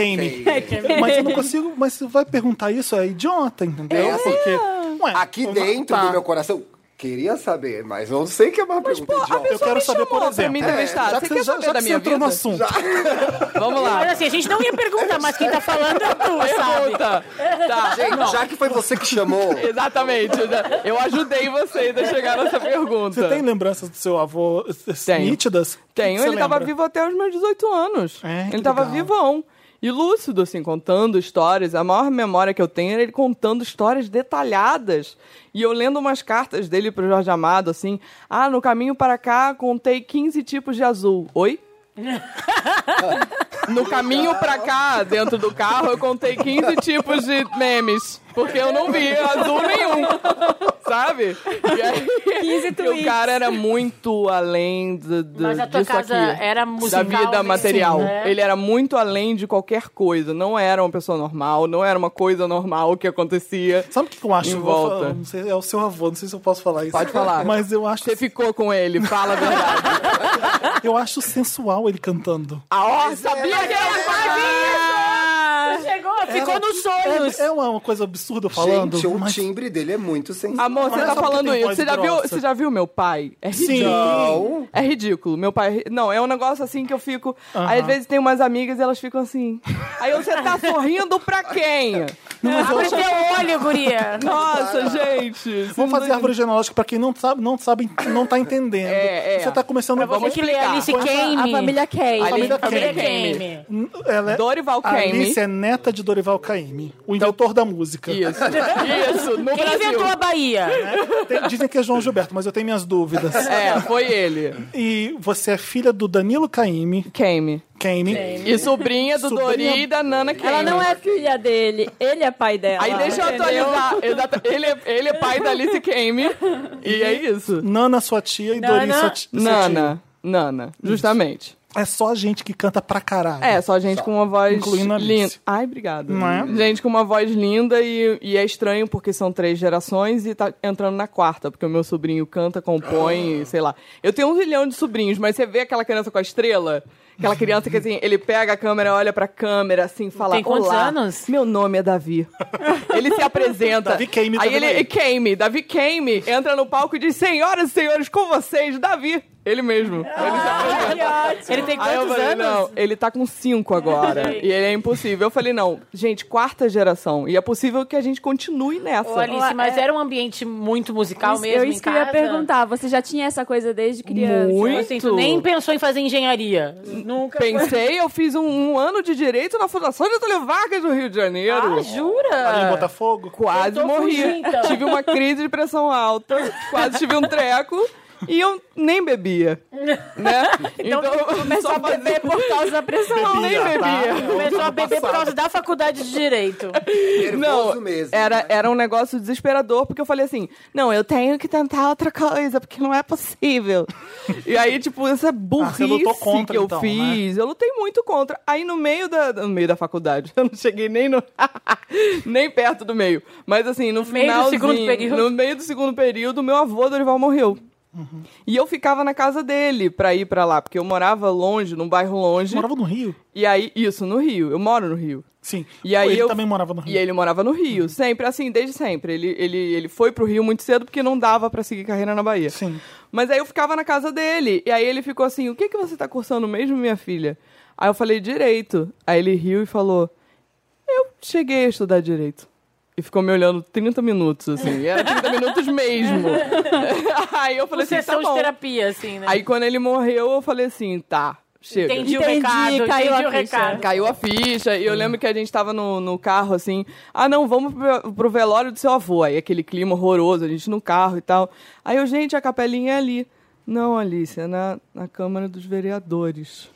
Speaker 5: É,
Speaker 1: Caymmi. Mas eu não consigo. Mas você vai perguntar isso, é idiota, entendeu?
Speaker 4: É, assim,
Speaker 1: Porque. ué,
Speaker 4: Aqui
Speaker 1: eu não-
Speaker 4: dentro
Speaker 1: tá.
Speaker 4: do meu coração, Queria saber, mas não sei que é uma pergunta idiota.
Speaker 1: Eu quero
Speaker 5: Tipo, me
Speaker 1: saber, por
Speaker 5: chamou pra
Speaker 1: exemplo.
Speaker 5: me
Speaker 1: é,
Speaker 5: entrevistar.
Speaker 1: já
Speaker 5: Você
Speaker 1: que
Speaker 5: quer
Speaker 1: já,
Speaker 5: saber
Speaker 1: já
Speaker 5: da
Speaker 1: que você
Speaker 5: minha
Speaker 1: entrou no
Speaker 5: vida?
Speaker 1: assunto.
Speaker 5: Vamos
Speaker 3: Mas
Speaker 5: lá.
Speaker 3: assim, a gente não ia perguntar, mas quem tá falando é tu, sabe?
Speaker 5: Pergunta. Tá.
Speaker 4: Gente,
Speaker 5: não.
Speaker 4: já que foi você que chamou,
Speaker 5: Exatamente. eu já- Eu ajudei vocês a chegar nessa pergunta.
Speaker 1: Você tem lembranças do seu avô eh,
Speaker 5: Tenho.
Speaker 1: nítidas?
Speaker 5: Tenho,
Speaker 1: Você
Speaker 5: ele estava
Speaker 1: lembra?
Speaker 5: vivo até os meus 18 anos.
Speaker 1: É, que
Speaker 5: ele estava
Speaker 1: legal.
Speaker 5: vivão. E lúcido, assim, contando histórias. A maior memória que eu tenho era ele contando histórias detalhadas. E eu lendo umas cartas dele pro Jorge Amado, assim. Ah, no caminho para cá, contei 15 tipos de azul. Oi? No caminho pra cá, dentro do carro, eu contei 15 tipos de memes. Porque eu não vi azul nenhum. Sabe? E aí,
Speaker 6: 15
Speaker 5: e o
Speaker 6: tweets.
Speaker 5: cara era muito além do, do,
Speaker 3: Mas a tua
Speaker 5: disso
Speaker 3: casa
Speaker 5: aqui.
Speaker 3: era musical,
Speaker 5: Da vida
Speaker 3: né?
Speaker 5: material.
Speaker 3: Sim, né?
Speaker 5: Ele era muito além de qualquer coisa. Não era uma pessoa normal, não era uma coisa normal que acontecia.
Speaker 1: Sabe o que que eu acho?
Speaker 5: Em
Speaker 1: Eu vou
Speaker 5: volta.
Speaker 1: falar, não sei, é o seu avô, não sei se eu posso falar isso.
Speaker 5: Pode falar.
Speaker 1: Mas eu acho,
Speaker 5: Você ficou com ele, fala a verdade.
Speaker 1: eu acho sensual ele cantando.
Speaker 5: Ah, ó, sabia que era mais
Speaker 3: Chegou, ficou nos sonhos.
Speaker 1: É, é uma uma coisa absurda eu falando.
Speaker 4: gente, o
Speaker 1: mas-
Speaker 4: timbre dele é muito sensível.
Speaker 5: Amor, você
Speaker 1: Olha
Speaker 5: tá
Speaker 1: só que
Speaker 5: falando
Speaker 1: tem
Speaker 5: isso.
Speaker 1: voz
Speaker 5: Você já, viu,
Speaker 1: grossa.
Speaker 5: você já viu meu pai? É
Speaker 1: Sim.
Speaker 5: ridículo.
Speaker 4: Não.
Speaker 5: É ridículo. Meu pai. Não, é um negócio assim que eu fico. Aí, às vezes tem umas amigas e elas ficam assim. Aí eu, você tá sorrindo pra quem?
Speaker 1: Tá,
Speaker 3: Abre teu olho, guria.
Speaker 5: Nossa, gente.
Speaker 1: Vamos tá. fazer árvore genealógica pra quem não sabe, não sabe, não tá entendendo.
Speaker 5: É, é.
Speaker 1: Você tá começando a
Speaker 3: Você que lê Alice
Speaker 6: A
Speaker 3: Kane.
Speaker 6: família Kane.
Speaker 5: Ali-
Speaker 1: família
Speaker 3: Família
Speaker 1: Kane.
Speaker 3: Kane.
Speaker 1: Ela é-
Speaker 5: Dorival
Speaker 1: a
Speaker 5: Caymmi. Então-
Speaker 1: Alice é neta de Dorival Caymmi, o inventor da música.
Speaker 5: Isso. Isso, no
Speaker 3: Quem
Speaker 5: Brasil.
Speaker 3: inventou a Bahia?
Speaker 1: Tem- dizem que é João Gilberto, mas eu tenho minhas dúvidas.
Speaker 5: É, foi ele.
Speaker 1: E você é filha do Danilo Caymmi,
Speaker 5: Kame.
Speaker 1: Caymmi.
Speaker 5: E sobrinha do
Speaker 1: Sobrinha-
Speaker 5: Dori e da Nana Kame.
Speaker 6: Ela não é filha dele, ele é pai dela.
Speaker 5: Aí deixa eu
Speaker 6: entendeu?
Speaker 5: atualizar. Exata- Ele, é, ele é pai da Alice Kame. E é isso.
Speaker 1: Nana, sua tia, e
Speaker 3: Nana-
Speaker 1: Dori, sua ti- seu tio.
Speaker 5: Nana. Nana. Justamente.
Speaker 1: É só gente que canta pra caralho.
Speaker 5: É, só gente com uma voz
Speaker 1: Incluindo a Alice.
Speaker 5: linda. Ai, obrigada.
Speaker 1: Não é?
Speaker 5: Gente com uma voz linda e, e é estranho porque são três gerações e tá entrando na quarta, porque o meu sobrinho canta,
Speaker 1: Ah.
Speaker 5: compõe, e sei lá. Eu tenho um zilhão de sobrinhos, mas você vê aquela criança com a estrela? Aquela criança que assim, ele pega a câmera, olha pra câmera, assim, fala.
Speaker 3: Tem quantos
Speaker 5: Olá,
Speaker 3: anos?
Speaker 5: Meu nome é Davi. ele se apresenta.
Speaker 1: Davi Keime tá
Speaker 5: Aí
Speaker 1: vindo
Speaker 5: ele
Speaker 1: aí.
Speaker 5: Keime, Davi Keime, entra no palco e diz: Senhoras e senhores, com vocês, Davi. Ele mesmo.
Speaker 1: É.
Speaker 5: Ele se apresenta.
Speaker 3: Ele tem
Speaker 5: Aí eu
Speaker 3: quantos
Speaker 5: falei,
Speaker 3: anos? é,
Speaker 5: não, ele tá com cinco agora. e ele é impossível. Eu falei, não, gente, quarta geração. E é possível que a gente continue nessa.
Speaker 3: Ô, Alice, mas era um ambiente muito musical
Speaker 6: É. Isso,
Speaker 3: mesmo
Speaker 6: eu isso
Speaker 3: em
Speaker 6: que eu ia
Speaker 3: casa?
Speaker 6: perguntar. Você já tinha essa coisa desde criança?
Speaker 5: Muito.
Speaker 3: Assim, tu nem pensou em fazer engenharia. Nunca.
Speaker 5: Pensei, eu fiz um, um ano de direito na Fundação de Antônio Vargas do Rio de Janeiro.
Speaker 3: Ah, jura?
Speaker 1: Ali em Botafogo?
Speaker 5: quase
Speaker 3: Tentou
Speaker 5: morri.
Speaker 3: fugir, então.
Speaker 5: Tive uma crise de pressão alta, quase tive um treco. E eu nem bebia, né? Então, eu só fazia...
Speaker 6: Por causa da pressão.
Speaker 5: Eu nem
Speaker 1: Bebia, tá?
Speaker 5: bebia.
Speaker 3: Começou a beber por causa da faculdade de Direito.
Speaker 4: Nervoso
Speaker 5: Não,
Speaker 4: mesmo. né?
Speaker 5: Era, era um negócio desesperador, porque eu falei assim: não, eu tenho que tentar outra coisa, porque não é possível. e aí, tipo, essa burrice
Speaker 1: Ah, lutou contra,
Speaker 5: que eu
Speaker 1: então,
Speaker 5: fiz, eu lutei muito contra. Aí no meio da, no meio da faculdade, eu não cheguei nem no, nem perto do meio. Mas assim, no
Speaker 3: meio do
Speaker 5: final.
Speaker 3: segundo período.
Speaker 5: No meio do segundo período, meu avô Dorival morreu.
Speaker 1: Uhum.
Speaker 5: E eu ficava na casa dele pra ir pra lá, porque eu morava longe, num bairro longe.
Speaker 1: Você morava no Rio?
Speaker 5: E aí, isso, no Rio. Eu moro no Rio.
Speaker 1: Sim.
Speaker 5: E aí
Speaker 1: ele
Speaker 5: eu-
Speaker 1: também morava no Rio. Uhum.
Speaker 5: E ele morava no Rio, sempre assim, desde sempre. Ele, ele, ele foi pro Rio muito cedo porque não dava pra seguir carreira na Bahia.
Speaker 1: Sim.
Speaker 5: Mas aí eu ficava na casa dele. E aí ele ficou assim: O que, que você tá cursando mesmo, minha filha? Aí eu falei: Direito. Aí ele riu e falou: Eu cheguei a estudar direito. E ficou me olhando 30 minutos, assim. E era 30 minutos mesmo. aí eu
Speaker 3: Por
Speaker 5: falei assim:
Speaker 3: sessão
Speaker 5: tá
Speaker 3: de
Speaker 5: bom.
Speaker 3: terapia, assim, né?
Speaker 5: Aí quando ele morreu, eu falei assim: Tá, chega.
Speaker 3: entendi, o
Speaker 6: Entendi,
Speaker 3: recado,
Speaker 6: caiu
Speaker 3: entendi
Speaker 6: a
Speaker 3: o
Speaker 6: ficha.
Speaker 3: recado.
Speaker 5: é. Caiu a ficha, e eu lembro que a gente tava no, no carro assim. Ah, não, vamos pro, pro velório do seu avô. Aí aquele clima horroroso, a gente no carro e tal. Aí eu, gente, a capelinha é ali. Não, Alice, é na, na Câmara dos Vereadores.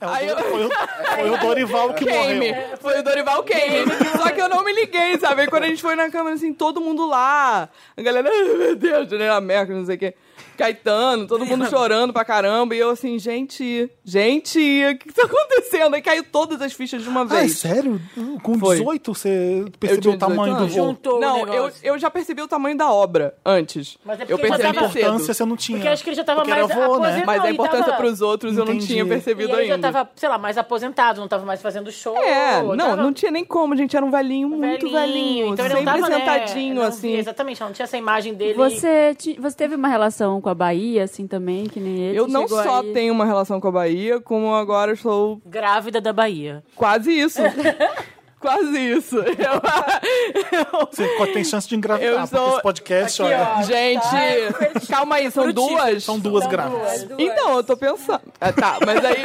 Speaker 5: Aí eu.
Speaker 1: Foi, o, foi o Dorival que
Speaker 5: Kame.
Speaker 1: morreu.
Speaker 5: Foi o Dorival Kame. Só que eu não me liguei, sabe? Aí quando a gente foi na câmera, assim, todo mundo lá. A galera, "Ai, meu Deus, Janela Merkel, não sei o quê. Caetano, todo mundo chorando pra caramba. E eu assim, gente, gente, o que tá acontecendo? Aí caiu todas as fichas de uma
Speaker 1: Ai,
Speaker 5: vez.
Speaker 1: Ah, sério? Com
Speaker 5: Foi.
Speaker 1: 18 você
Speaker 5: Eu tinha
Speaker 1: percebeu o tamanho
Speaker 5: 18
Speaker 1: do
Speaker 5: anos.
Speaker 1: voo?
Speaker 3: Juntou o
Speaker 5: Não, eu,
Speaker 3: negócio.
Speaker 5: eu já percebi o tamanho da obra antes.
Speaker 3: Mas é
Speaker 5: eu
Speaker 3: porque já
Speaker 1: Mas a
Speaker 5: percebi
Speaker 3: tava-
Speaker 5: cedo.
Speaker 1: importância você não tinha.
Speaker 3: Porque acho que ele já tava
Speaker 1: Porque
Speaker 3: mais
Speaker 1: era avô, né?
Speaker 3: aposentado.
Speaker 5: Mas
Speaker 3: Não,
Speaker 5: a
Speaker 3: e
Speaker 5: importância
Speaker 3: tava-
Speaker 5: pros outros eu não tinha
Speaker 3: E
Speaker 5: percebido
Speaker 3: ele já
Speaker 5: ainda.
Speaker 3: tava, sei lá, mais aposentado, não tava mais fazendo show.
Speaker 5: É, não,
Speaker 3: tava
Speaker 5: não tinha nem como, gente. Era um velhinho, muito velhinho.
Speaker 3: então ele
Speaker 5: sempre
Speaker 3: não tava, né,
Speaker 5: sentadinho,
Speaker 3: não
Speaker 5: assim.
Speaker 3: via, exatamente, não tinha essa imagem dele.
Speaker 6: Você, ti- você teve uma relação com a Bahia, assim, também, que nem ele?
Speaker 5: Eu não
Speaker 6: Chegou
Speaker 5: só
Speaker 6: aí-
Speaker 5: tenho uma relação com a Bahia, como agora eu estou
Speaker 3: Grávida da Bahia.
Speaker 5: quase isso. quase isso. Eu,
Speaker 1: Você tem chance de
Speaker 5: Eu
Speaker 1: engravidar,
Speaker 5: sou-
Speaker 1: porque esse podcast, olha,
Speaker 5: eu- gente, calma aí, são duas?
Speaker 1: são duas grávidas.
Speaker 5: Então, eu tô pensando. Ah, tá, mas aí.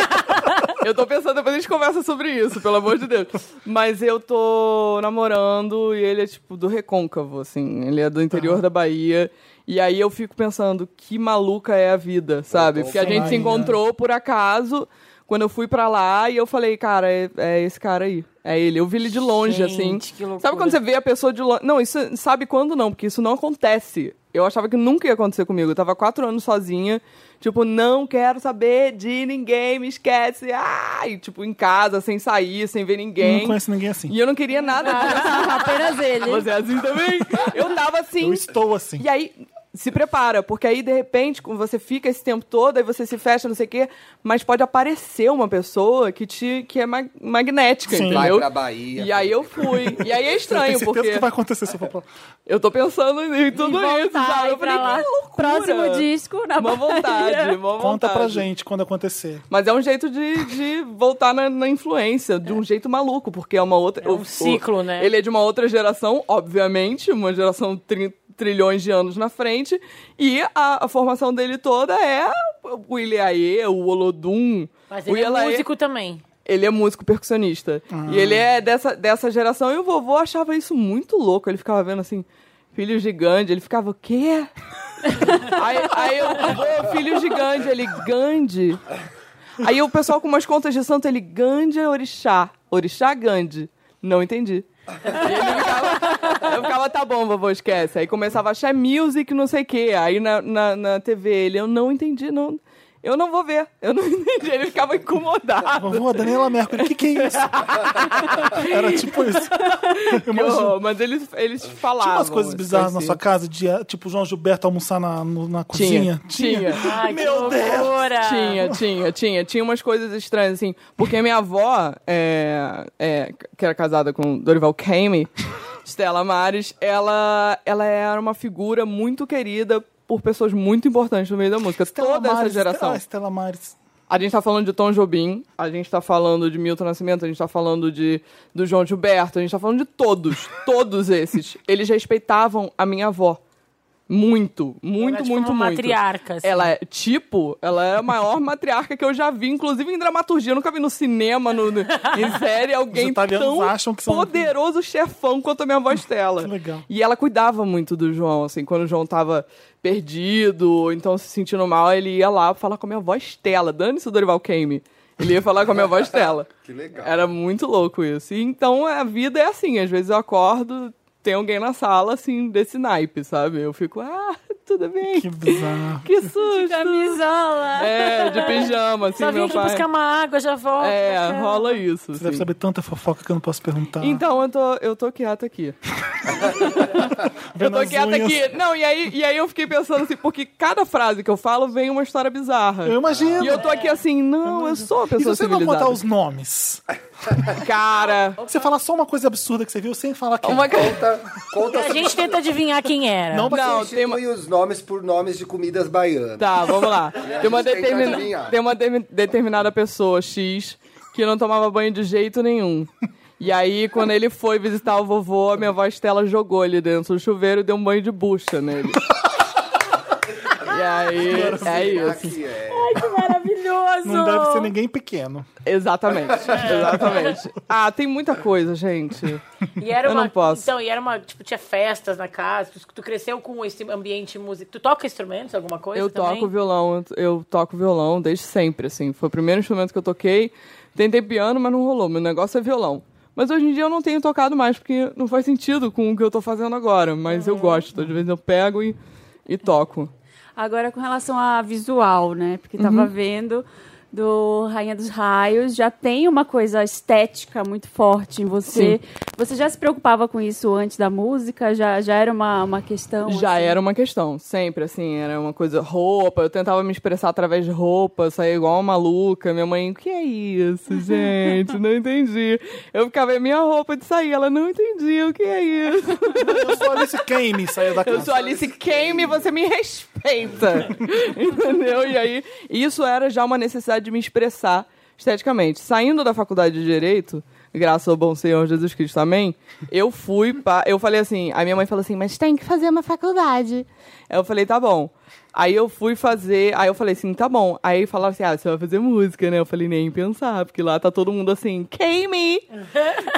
Speaker 5: eu tô pensando, depois a gente conversa sobre isso, pelo amor de Deus. Mas eu tô namorando e ele é tipo do recôncavo, assim. Ele é do interior da Bahia. E aí eu fico pensando, que maluca é a vida, sabe? Porque a gente se
Speaker 1: Bahia.
Speaker 5: encontrou por acaso quando eu fui pra lá e eu falei, cara, é, é esse cara aí. É ele. Eu vi ele de longe,
Speaker 3: Gente,
Speaker 5: assim.
Speaker 3: que loucura.
Speaker 5: Sabe quando você vê a pessoa de longe? Não, isso sabe quando não, porque isso não acontece. Eu achava que nunca ia acontecer comigo. Eu tava quatro anos sozinha. Tipo, não quero saber de ninguém, me esquece. Ai, tipo, em casa, sem sair, sem ver
Speaker 1: Eu Não
Speaker 5: ninguém.
Speaker 1: conheço ninguém assim.
Speaker 5: E eu não queria nada disso.
Speaker 6: Apenas ele.
Speaker 5: Você é assim também? Eu tava assim.
Speaker 1: Eu estou assim.
Speaker 5: E aí, se prepara, porque aí, de repente, com- você fica esse tempo todo, aí você se fecha, não sei o quê, mas pode aparecer uma pessoa que, te, que é mag- magnética,
Speaker 1: Sim.
Speaker 4: Vai
Speaker 5: entendeu?
Speaker 4: pra Bahia.
Speaker 5: E aí eu fui. E aí é
Speaker 1: Tenho
Speaker 5: estranho,
Speaker 1: certeza
Speaker 5: porque
Speaker 1: que vai acontecer se eu for pra lá.
Speaker 5: eu tô pensando em tudo
Speaker 6: E
Speaker 5: isso,
Speaker 6: voltar,
Speaker 5: sabe? Eu
Speaker 6: ir pra
Speaker 5: falei,
Speaker 6: lá.
Speaker 5: que loucura.
Speaker 6: Ah, Próximo disco, na
Speaker 5: Uma vontade,
Speaker 6: Bahia.
Speaker 5: uma vontade.
Speaker 1: Conta pra gente quando acontecer.
Speaker 5: Mas é um jeito de, de voltar na, na influência, de um jeito maluco, porque é uma outra.
Speaker 3: É um ciclo, né?
Speaker 5: Ele é de uma outra geração, obviamente, uma geração tri- trilhões de anos na frente, e a, a formação dele toda é o Ilhaê, o Olodum.
Speaker 3: Mas
Speaker 5: o
Speaker 3: ele é
Speaker 5: Yelaê-
Speaker 3: músico também.
Speaker 5: ele é músico percussionista. E ele é dessa, dessa geração. E o vovô achava isso muito louco. Ele ficava vendo assim, filho gigante. Ele ficava, o quê? aí, aí eu, "Vô, filho gigante. Ele, Gandhi. Aí o pessoal com umas contas de santo, ele, Gandhi é orixá. Orixá, Gandhi. Não entendi. E ele ficava, eu ficava, tá bom, vovô, esquece. Aí começava a achar music, não sei o quê. Aí na, na, na TV ele, eu não entendi, não. Eu não vou ver. Eu não entendi. Ele ficava incomodado.
Speaker 1: Vovô, Daniela Mercury, o que, que é isso? Era tipo isso. Eu
Speaker 5: Que
Speaker 1: imagino.
Speaker 5: horror, mas eles, eles falavam.
Speaker 1: Tinha umas coisas bizarras na
Speaker 5: assim.
Speaker 1: sua casa, de, ah, tipo o João Gilberto almoçar na, no- na
Speaker 5: Tinha,
Speaker 1: cozinha?
Speaker 5: tinha,
Speaker 3: Ai, Meu que loucura!
Speaker 5: tinha, tinha, tinha. Tinha umas coisas estranhas, assim. Porque minha avó, é, é, que era casada com Dorival Kame, Stella Maris, ela, ela era uma figura muito querida por pessoas muito importantes no meio da música.
Speaker 1: Stella
Speaker 5: Toda essa
Speaker 1: Maris,
Speaker 5: geração.
Speaker 1: Ah, Stella Maris.
Speaker 5: A gente tá falando de Tom Jobim, a gente tá falando de Milton Nascimento, a gente tá falando de do João Gilberto, a gente tá falando de todos, todos esses. Eles respeitavam a minha avó. Muito, muito,
Speaker 3: Ela é tipo
Speaker 5: muito,
Speaker 3: uma
Speaker 5: muito.
Speaker 3: matriarca, assim.
Speaker 5: Ela é, tipo, ela é a maior matriarca que eu já vi, inclusive em dramaturgia. Eu nunca vi no cinema, no, no- em série, alguém
Speaker 1: italianos
Speaker 5: tão
Speaker 1: acham que são-
Speaker 5: poderoso chefão quanto a minha avó Estela.
Speaker 1: Que legal.
Speaker 5: E ela cuidava muito do João, assim, quando o João tava perdido, ou então se sentindo mal, ele ia lá falar com a minha avó Estela. Dane-se o Dorival Kame. Ele ia falar com a minha avó Estela.
Speaker 4: Que legal.
Speaker 5: Era muito louco isso. E, então a vida é assim, às vezes eu acordo, tem alguém na sala, assim, desse naipe, sabe? Eu fico, ah, tudo bem.
Speaker 1: Que bizarro.
Speaker 5: Que susto!
Speaker 6: Camisola.
Speaker 5: É, de pijama, assim,
Speaker 3: Só vim
Speaker 5: meu
Speaker 3: aqui
Speaker 5: pai.
Speaker 3: buscar uma né? água, já volto.
Speaker 5: É,
Speaker 3: Cara.
Speaker 5: rola isso.
Speaker 1: Você deve
Speaker 5: assim.
Speaker 1: saber tanta fofoca que eu não posso perguntar.
Speaker 5: Então, eu tô, eu tô quieta aqui. Eu
Speaker 1: Vendo
Speaker 5: tô
Speaker 1: as
Speaker 5: quieta
Speaker 1: unhas.
Speaker 5: aqui. Não, e aí, e aí eu fiquei pensando assim, porque cada frase que eu falo vem uma história bizarra.
Speaker 1: Eu imagino.
Speaker 5: E eu tô aqui assim, não, eu sou uma
Speaker 1: E se
Speaker 5: pessoa
Speaker 1: você não
Speaker 5: civilizada.
Speaker 1: contar os nomes?
Speaker 5: Cara,
Speaker 1: Você fala só uma coisa absurda que você viu sem falar quem.
Speaker 5: uma cara...
Speaker 4: Conta, conta
Speaker 3: A gente tenta adivinhar quem era.
Speaker 1: Não, mas
Speaker 5: Não, tem uma...
Speaker 4: substitui os nomes por nomes de comidas baianas.
Speaker 5: Tá, vamos lá. Tem uma,
Speaker 4: gente tem que
Speaker 5: determina-
Speaker 4: adivinhar.
Speaker 5: tem uma de- determinada pessoa, X, que não tomava banho de jeito nenhum. E aí, quando ele foi visitar o vovô, a minha avó Estela jogou ele dentro do chuveiro e deu um banho de bucha nele. E aí, é isso.
Speaker 4: Aqui é.
Speaker 3: Maravilhoso!
Speaker 1: não deve ser ninguém pequeno.
Speaker 5: Exatamente, exatamente. Ah, tem muita coisa, gente.
Speaker 3: E era
Speaker 5: Eu
Speaker 3: uma,
Speaker 5: não posso.
Speaker 3: Então, e era uma, tipo, tinha festas na casa, tu, tu cresceu com esse ambiente musical. Tu toca instrumentos, alguma coisa
Speaker 5: Eu
Speaker 3: também?
Speaker 5: toco violão, eu toco violão desde sempre, assim. Foi o primeiro instrumento que eu toquei. Tentei piano, mas não rolou. Meu negócio é violão. Mas hoje em dia eu não tenho tocado mais, porque não faz sentido com o que eu tô fazendo agora. Mas eu gosto. Às vezes eu pego e, e toco. Uhum.
Speaker 6: Agora, com relação a visual, né? Porque tava vendo. do Rainha dos Raios já tem uma coisa estética muito forte em você. Você já se preocupava com isso antes da música? Já, já era uma, uma questão?
Speaker 5: Já
Speaker 6: assim?
Speaker 5: era uma questão, sempre, assim, era uma coisa, roupa, eu tentava me expressar através de roupa, sair igual uma maluca, minha mãe, o que é isso, gente, não entendi. Eu ficava, é minha roupa de sair, ela, não entendi, o que é isso?
Speaker 1: Eu sou Alice Kane, saiu da
Speaker 5: Eu
Speaker 1: casa.
Speaker 5: sou Alice Kame, você me respeita, entendeu? E aí, isso era já uma necessidade de me expressar esteticamente. Saindo da faculdade de Direito... Graças ao bom Senhor Jesus Cristo, amém. Eu fui, pa... eu falei assim, a minha mãe falou assim, mas tem que fazer uma faculdade. Aí eu falei, tá bom. Aí eu fui fazer, aí eu falei assim, tá bom. Aí falaram assim, ah, você vai fazer música, né? Eu falei, nem pensar, porque lá tá todo mundo assim, queime!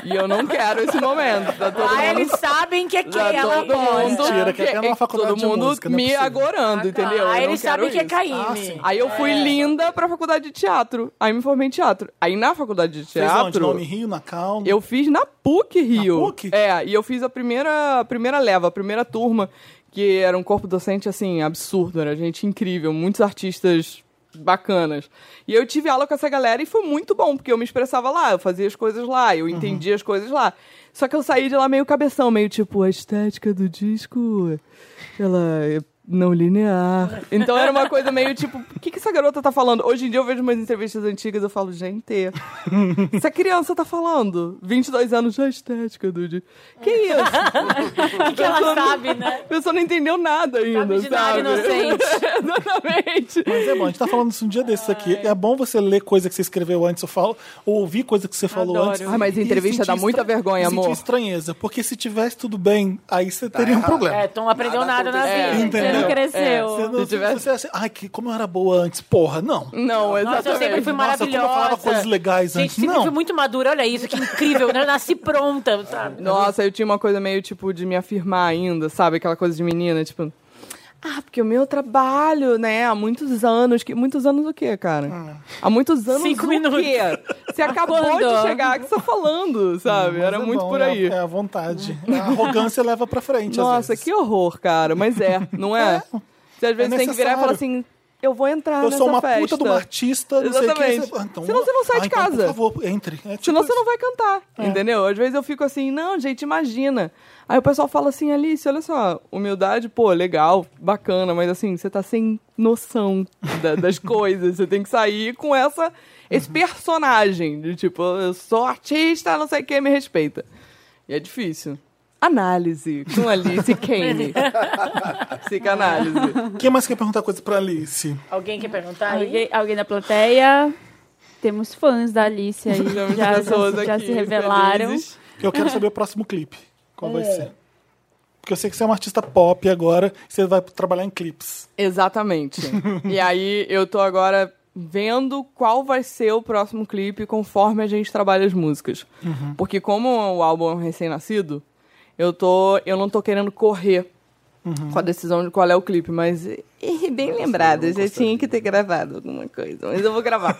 Speaker 5: e eu não quero esse momento. Tá todo
Speaker 3: Lá
Speaker 5: mundo...
Speaker 3: Ah, eles sabem que é quem
Speaker 5: Tá
Speaker 3: ela
Speaker 5: todo
Speaker 3: aposta.
Speaker 5: mundo,
Speaker 1: Mentira, que até numa faculdade
Speaker 5: todo
Speaker 1: de
Speaker 5: mundo
Speaker 1: música, não é
Speaker 5: me
Speaker 1: possível.
Speaker 5: agorando, entendeu? Eu
Speaker 3: Ah, tá. Aí
Speaker 5: não
Speaker 3: eles sabem
Speaker 5: quero
Speaker 3: que é
Speaker 5: isso.
Speaker 3: Caíme.
Speaker 1: Ah, sim.
Speaker 5: Aí eu fui linda pra faculdade de teatro. Aí me formei em teatro. Aí na faculdade de
Speaker 1: Fez onde?
Speaker 5: teatro.
Speaker 1: Nome Rio, na Cal.
Speaker 5: Eu fiz na PUC Rio.
Speaker 1: Na PUC?
Speaker 5: É, e eu fiz a primeira, a primeira leva, a primeira turma, que era um corpo docente, assim, absurdo, era gente incrível, muitos artistas bacanas. E eu tive aula com essa galera e foi muito bom, porque eu me expressava lá, eu fazia as coisas lá,
Speaker 1: Uhum.
Speaker 5: eu entendia as coisas lá. Só que eu saí de lá meio cabeção, meio tipo, a estética do disco, ela é não linear. Então era uma coisa meio tipo, o que, que essa garota tá falando? Hoje em dia eu vejo umas entrevistas antigas e eu falo, gente, essa criança tá falando? 22 anos já é estética, Dude. Que
Speaker 3: É.
Speaker 5: isso? Ah,
Speaker 3: O que que ela sabe, né?
Speaker 5: A pessoa não entendeu nada ainda,
Speaker 3: Sabe de nada inocente.
Speaker 5: Exatamente.
Speaker 1: Mas é bom, a gente tá falando isso um dia desses aqui. É bom você ler coisa que você escreveu antes, eu falo, ou ouvir coisa que você falou
Speaker 3: Adoro.
Speaker 1: antes.
Speaker 5: Ai, Ah, mas
Speaker 1: e
Speaker 5: entrevista
Speaker 1: sentir
Speaker 5: dá muita vergonha,
Speaker 1: e sentir
Speaker 5: amor. Tá
Speaker 1: estranheza, porque se tivesse tudo bem, aí você teria um problema.
Speaker 3: É, tu não aprendeu
Speaker 4: Nada
Speaker 3: nada, na
Speaker 5: aconteceu.
Speaker 3: vida.
Speaker 1: Entendeu?
Speaker 6: Você não
Speaker 1: É.
Speaker 6: cresceu.
Speaker 1: Você não,
Speaker 5: Se tivesse-
Speaker 1: você acha, ai, que, como eu era boa antes, porra, não.
Speaker 5: Não, exatamente.
Speaker 3: Nossa, eu sempre fui
Speaker 1: Nossa, como eu
Speaker 3: maravilhosa.
Speaker 1: falava coisas legais
Speaker 3: Gente,
Speaker 1: antes.
Speaker 3: sempre
Speaker 1: Não.
Speaker 3: fui muito madura, olha isso, que incrível. né? Eu nasci pronta, sabe?
Speaker 5: Nossa, eu tinha uma coisa meio tipo de me afirmar ainda, sabe? Aquela coisa de menina, tipo. Ah, porque o meu trabalho, né, há muitos anos. Que... Muitos anos o quê, cara?
Speaker 1: Hum.
Speaker 5: Há muitos anos
Speaker 3: Cinco
Speaker 5: o
Speaker 3: minutos.
Speaker 5: quê? Você acabou de
Speaker 6: Quando?
Speaker 5: chegar aqui só falando, sabe?
Speaker 1: Mas
Speaker 5: Ah, Era
Speaker 1: é
Speaker 5: muito
Speaker 1: bom,
Speaker 5: por
Speaker 1: é a-
Speaker 5: aí.
Speaker 1: É a vontade. A arrogância leva pra frente. às
Speaker 5: Nossa,
Speaker 1: vezes.
Speaker 5: que horror, cara. Mas é, não é? Você às vezes tem que virar e falar assim, eu vou entrar
Speaker 1: Eu
Speaker 5: nessa
Speaker 1: sou uma
Speaker 5: festa.
Speaker 1: puta de uma artista, não sei o que.
Speaker 5: Exatamente.
Speaker 1: Você... Ah, então,
Speaker 5: Senão você não sai
Speaker 1: ah,
Speaker 5: de
Speaker 1: então,
Speaker 5: casa.
Speaker 1: por favor, entre. É tipo
Speaker 5: Senão você
Speaker 1: isso.
Speaker 5: não vai cantar,
Speaker 1: É.
Speaker 5: entendeu? Às vezes eu fico assim, não, gente, imagina. Aí o pessoal fala assim, Alice, olha só, humildade, pô, legal, bacana, mas assim, você tá sem noção da- das coisas. Você tem que sair com
Speaker 1: Uhum.
Speaker 5: essa, esse personagem de tipo, eu sou artista, não sei quem me respeita. E é difícil. Análise com Alice Kane. Psicanálise.
Speaker 1: Quem mais quer perguntar coisa pra Alice?
Speaker 3: Alguém quer perguntar aí?
Speaker 6: Alguém, alguém da plateia? Temos fãs da Alice aí.
Speaker 5: Temos
Speaker 6: já,
Speaker 5: pessoas
Speaker 6: já, já
Speaker 5: aqui
Speaker 6: se revelaram.
Speaker 5: felizes.
Speaker 1: Eu quero saber o próximo clipe. Qual vai ser? Porque eu sei que você é uma artista pop agora, você vai trabalhar em clipes.
Speaker 5: Exatamente. e aí eu tô agora vendo qual vai ser o próximo clipe conforme a gente trabalha as músicas. Porque como o álbum é um recém-nascido, eu tô eu não tô querendo correr com a decisão de qual é o clipe, mas eh, bem lembrado, eu já tinha que ter gravado alguma coisa, mas eu vou gravar.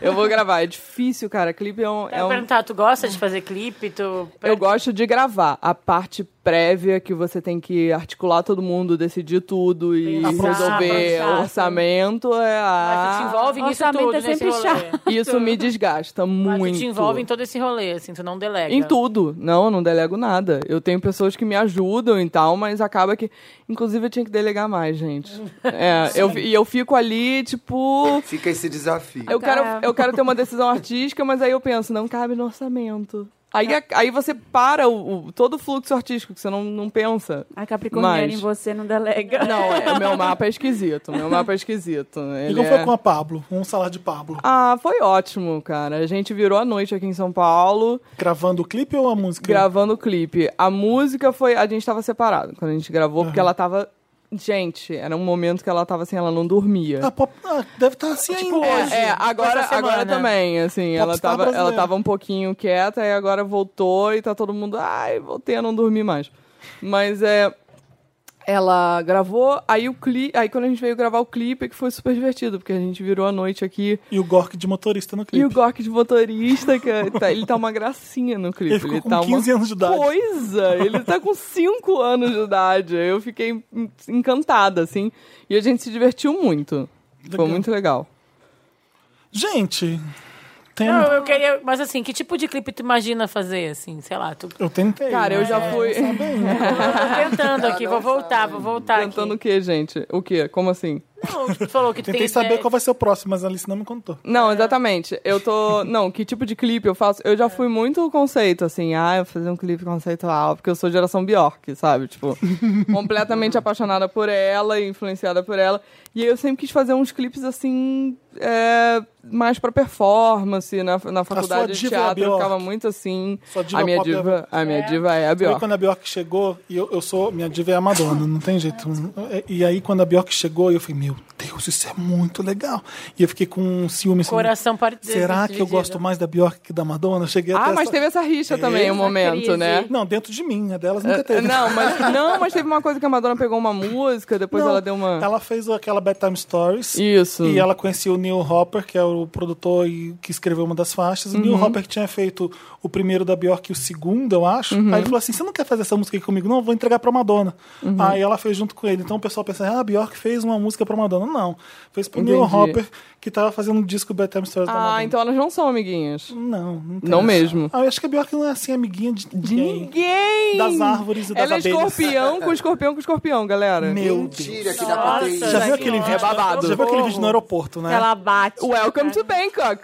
Speaker 5: eu vou gravar. É difícil, cara. Clipe é um, é
Speaker 6: Tá
Speaker 3: Quero
Speaker 5: um
Speaker 3: perguntar, tu gosta de fazer clipe? Tu...
Speaker 5: eu gosto de gravar a parte prévia que você tem que articular todo mundo, decidir tudo e
Speaker 3: Pensar,
Speaker 5: resolver
Speaker 3: pensar.
Speaker 5: o orçamento. É
Speaker 3: Mas
Speaker 5: a...
Speaker 3: tu te envolve nisso
Speaker 6: orçamento
Speaker 3: tudo,
Speaker 6: é
Speaker 3: nesse
Speaker 6: sempre
Speaker 3: rolê.
Speaker 6: chato.
Speaker 5: Isso me desgasta
Speaker 3: Mas
Speaker 5: muito.
Speaker 3: tu te envolve em todo esse rolê, assim, tu não delega.
Speaker 5: Em tudo. Não, eu não delego nada. Eu tenho pessoas que me ajudam e tal, mas acaba que. Inclusive, eu tinha que delegar mais, gente. É, eu, fi- e eu fico ali, tipo.
Speaker 4: Fica esse desafio.
Speaker 5: Eu
Speaker 6: Tá.
Speaker 5: quero, eu quero ter uma decisão artística, mas aí eu penso, não cabe no orçamento. Aí, a- aí você para o, o- todo o fluxo artístico, que você não, não pensa.
Speaker 6: A Capricorniana
Speaker 5: Mas-
Speaker 6: em você não delega.
Speaker 5: Não, é, o meu mapa é esquisito. Meu mapa é esquisito. Ele
Speaker 1: e como foi
Speaker 5: é-
Speaker 1: com a Pablo? Um salário de Pablo.
Speaker 5: Ah, foi ótimo, cara. A gente virou a noite aqui em São Paulo,
Speaker 1: Gravando o clipe ou a música?
Speaker 5: gravando o clipe. A música foi. A gente tava separado quando a gente gravou, porque ela tava. Gente, era um momento que ela tava assim, ela não dormia.
Speaker 1: Ah, pop... ah, deve estar assim ainda.
Speaker 5: É, é, agora,
Speaker 3: essa semana.
Speaker 5: agora também, assim, ela
Speaker 1: Popstar
Speaker 5: tava, ela
Speaker 1: brasileira.
Speaker 5: tava um pouquinho quieta e agora voltou e tá todo mundo, ai, voltei a não dormir mais. Mas é ela gravou, aí o cli, aí quando a gente veio gravar o clipe que foi super divertido, porque a gente virou a noite aqui
Speaker 1: E o Gork de motorista no clipe.
Speaker 5: e o Gork de motorista, que é- tá- ele tá uma gracinha no clipe,
Speaker 1: Ele ficou com
Speaker 5: tá
Speaker 1: 15
Speaker 5: uma
Speaker 1: anos de idade.
Speaker 5: coisa, ele tá com 5 anos de idade. Eu fiquei en- encantada assim, e a gente se divertiu muito. Foi
Speaker 1: Legal.
Speaker 5: muito legal.
Speaker 1: Gente, tem.
Speaker 3: Não, eu queria. Mas assim, que tipo de clipe tu imagina fazer, assim? Sei lá, tu.
Speaker 1: Eu tentei. né?
Speaker 5: Cara, eu
Speaker 1: mas
Speaker 5: já
Speaker 1: não
Speaker 5: fui-
Speaker 1: sabe ainda.
Speaker 3: Tô tentando aqui, vou voltar, vou voltar
Speaker 5: Cantando o
Speaker 3: aqui.
Speaker 5: quê, gente? O quê? Como assim?
Speaker 3: Não, tu falou que tu
Speaker 1: Tentei
Speaker 3: tem
Speaker 1: saber
Speaker 5: é.
Speaker 3: ideia.
Speaker 1: qual vai ser o próximo, mas a Alice não me contou.
Speaker 5: Não, exatamente. Eu tô. Não, que tipo de clipe eu faço?
Speaker 1: É.
Speaker 5: Eu já fui muito conceito, assim. Ah, eu vou fazer um clipe conceitual, porque eu sou geração Bjork, sabe? Tipo, completamente apaixonada por ela e influenciada por ela. E aí eu sempre quis fazer uns clipes, assim, é, mais pra performance. Na, na faculdade de
Speaker 1: diva é a
Speaker 5: teatro eu
Speaker 1: Bjork.
Speaker 5: ficava muito assim.
Speaker 1: Sua diva
Speaker 5: a minha
Speaker 1: pop é a-
Speaker 5: diva, a minha diva é a
Speaker 1: Sabe
Speaker 5: Bjork.
Speaker 1: quando a Bjork chegou, e eu, eu sou. Minha diva é a Madonna, não tem jeito. E aí, quando a Bjork chegou, eu falei, meu Deus, isso é muito legal. E eu fiquei com um ciúme assim.
Speaker 3: Coração partido.
Speaker 1: Será que eu gosto mais da Bjork que da Madonna? Eu Cheguei até
Speaker 5: Ah, mas
Speaker 1: essa-
Speaker 5: teve essa rixa também, um momento,
Speaker 6: crise.
Speaker 5: né?
Speaker 1: Não, dentro de mim, a delas nunca teve.
Speaker 5: Ah, Não, mas, não, mas teve uma coisa que a Madonna pegou uma música, depois
Speaker 1: Não,
Speaker 5: ela deu uma.
Speaker 1: Ela fez aquela Bedtime Stories.
Speaker 5: Isso.
Speaker 1: E ela conhecia o Neil Hopper, que é o produtor e que escreveu uma das faixas. O Neil
Speaker 5: Uhum.
Speaker 1: Hopper tinha feito o primeiro da Bjork e o segundo, eu acho.
Speaker 5: Uhum.
Speaker 1: Aí ele falou assim: você não quer fazer essa música aqui comigo? Não, eu vou entregar pra Madonna.
Speaker 5: Uhum.
Speaker 1: Aí ela fez junto com ele. Então o pessoal pensa, ah, a Bjork fez uma música pra Madonna. Não. Fez pro Neil
Speaker 5: Entendi.
Speaker 1: Hopper, que tava fazendo um disco Bedtime Stories da Madonna.
Speaker 5: Ah, então elas não são amiguinhas.
Speaker 1: Não, não, tem
Speaker 5: Não
Speaker 1: essa.
Speaker 5: mesmo.
Speaker 1: Ah, eu acho que a Bjork não é assim amiguinha de ninguém.
Speaker 5: Ninguém!
Speaker 1: Das árvores e das
Speaker 5: Ela é
Speaker 1: abelhas.
Speaker 5: escorpião com escorpião com escorpião, galera.
Speaker 1: Meu Deus. É
Speaker 4: Mentira, que dá pra ter isso.
Speaker 1: Já viu aquele
Speaker 3: Senhora,
Speaker 1: vídeo?
Speaker 5: babado.
Speaker 1: Já viu aquele vídeo no aeroporto, né?
Speaker 2: Ela bate.
Speaker 5: Welcome to Bangkok.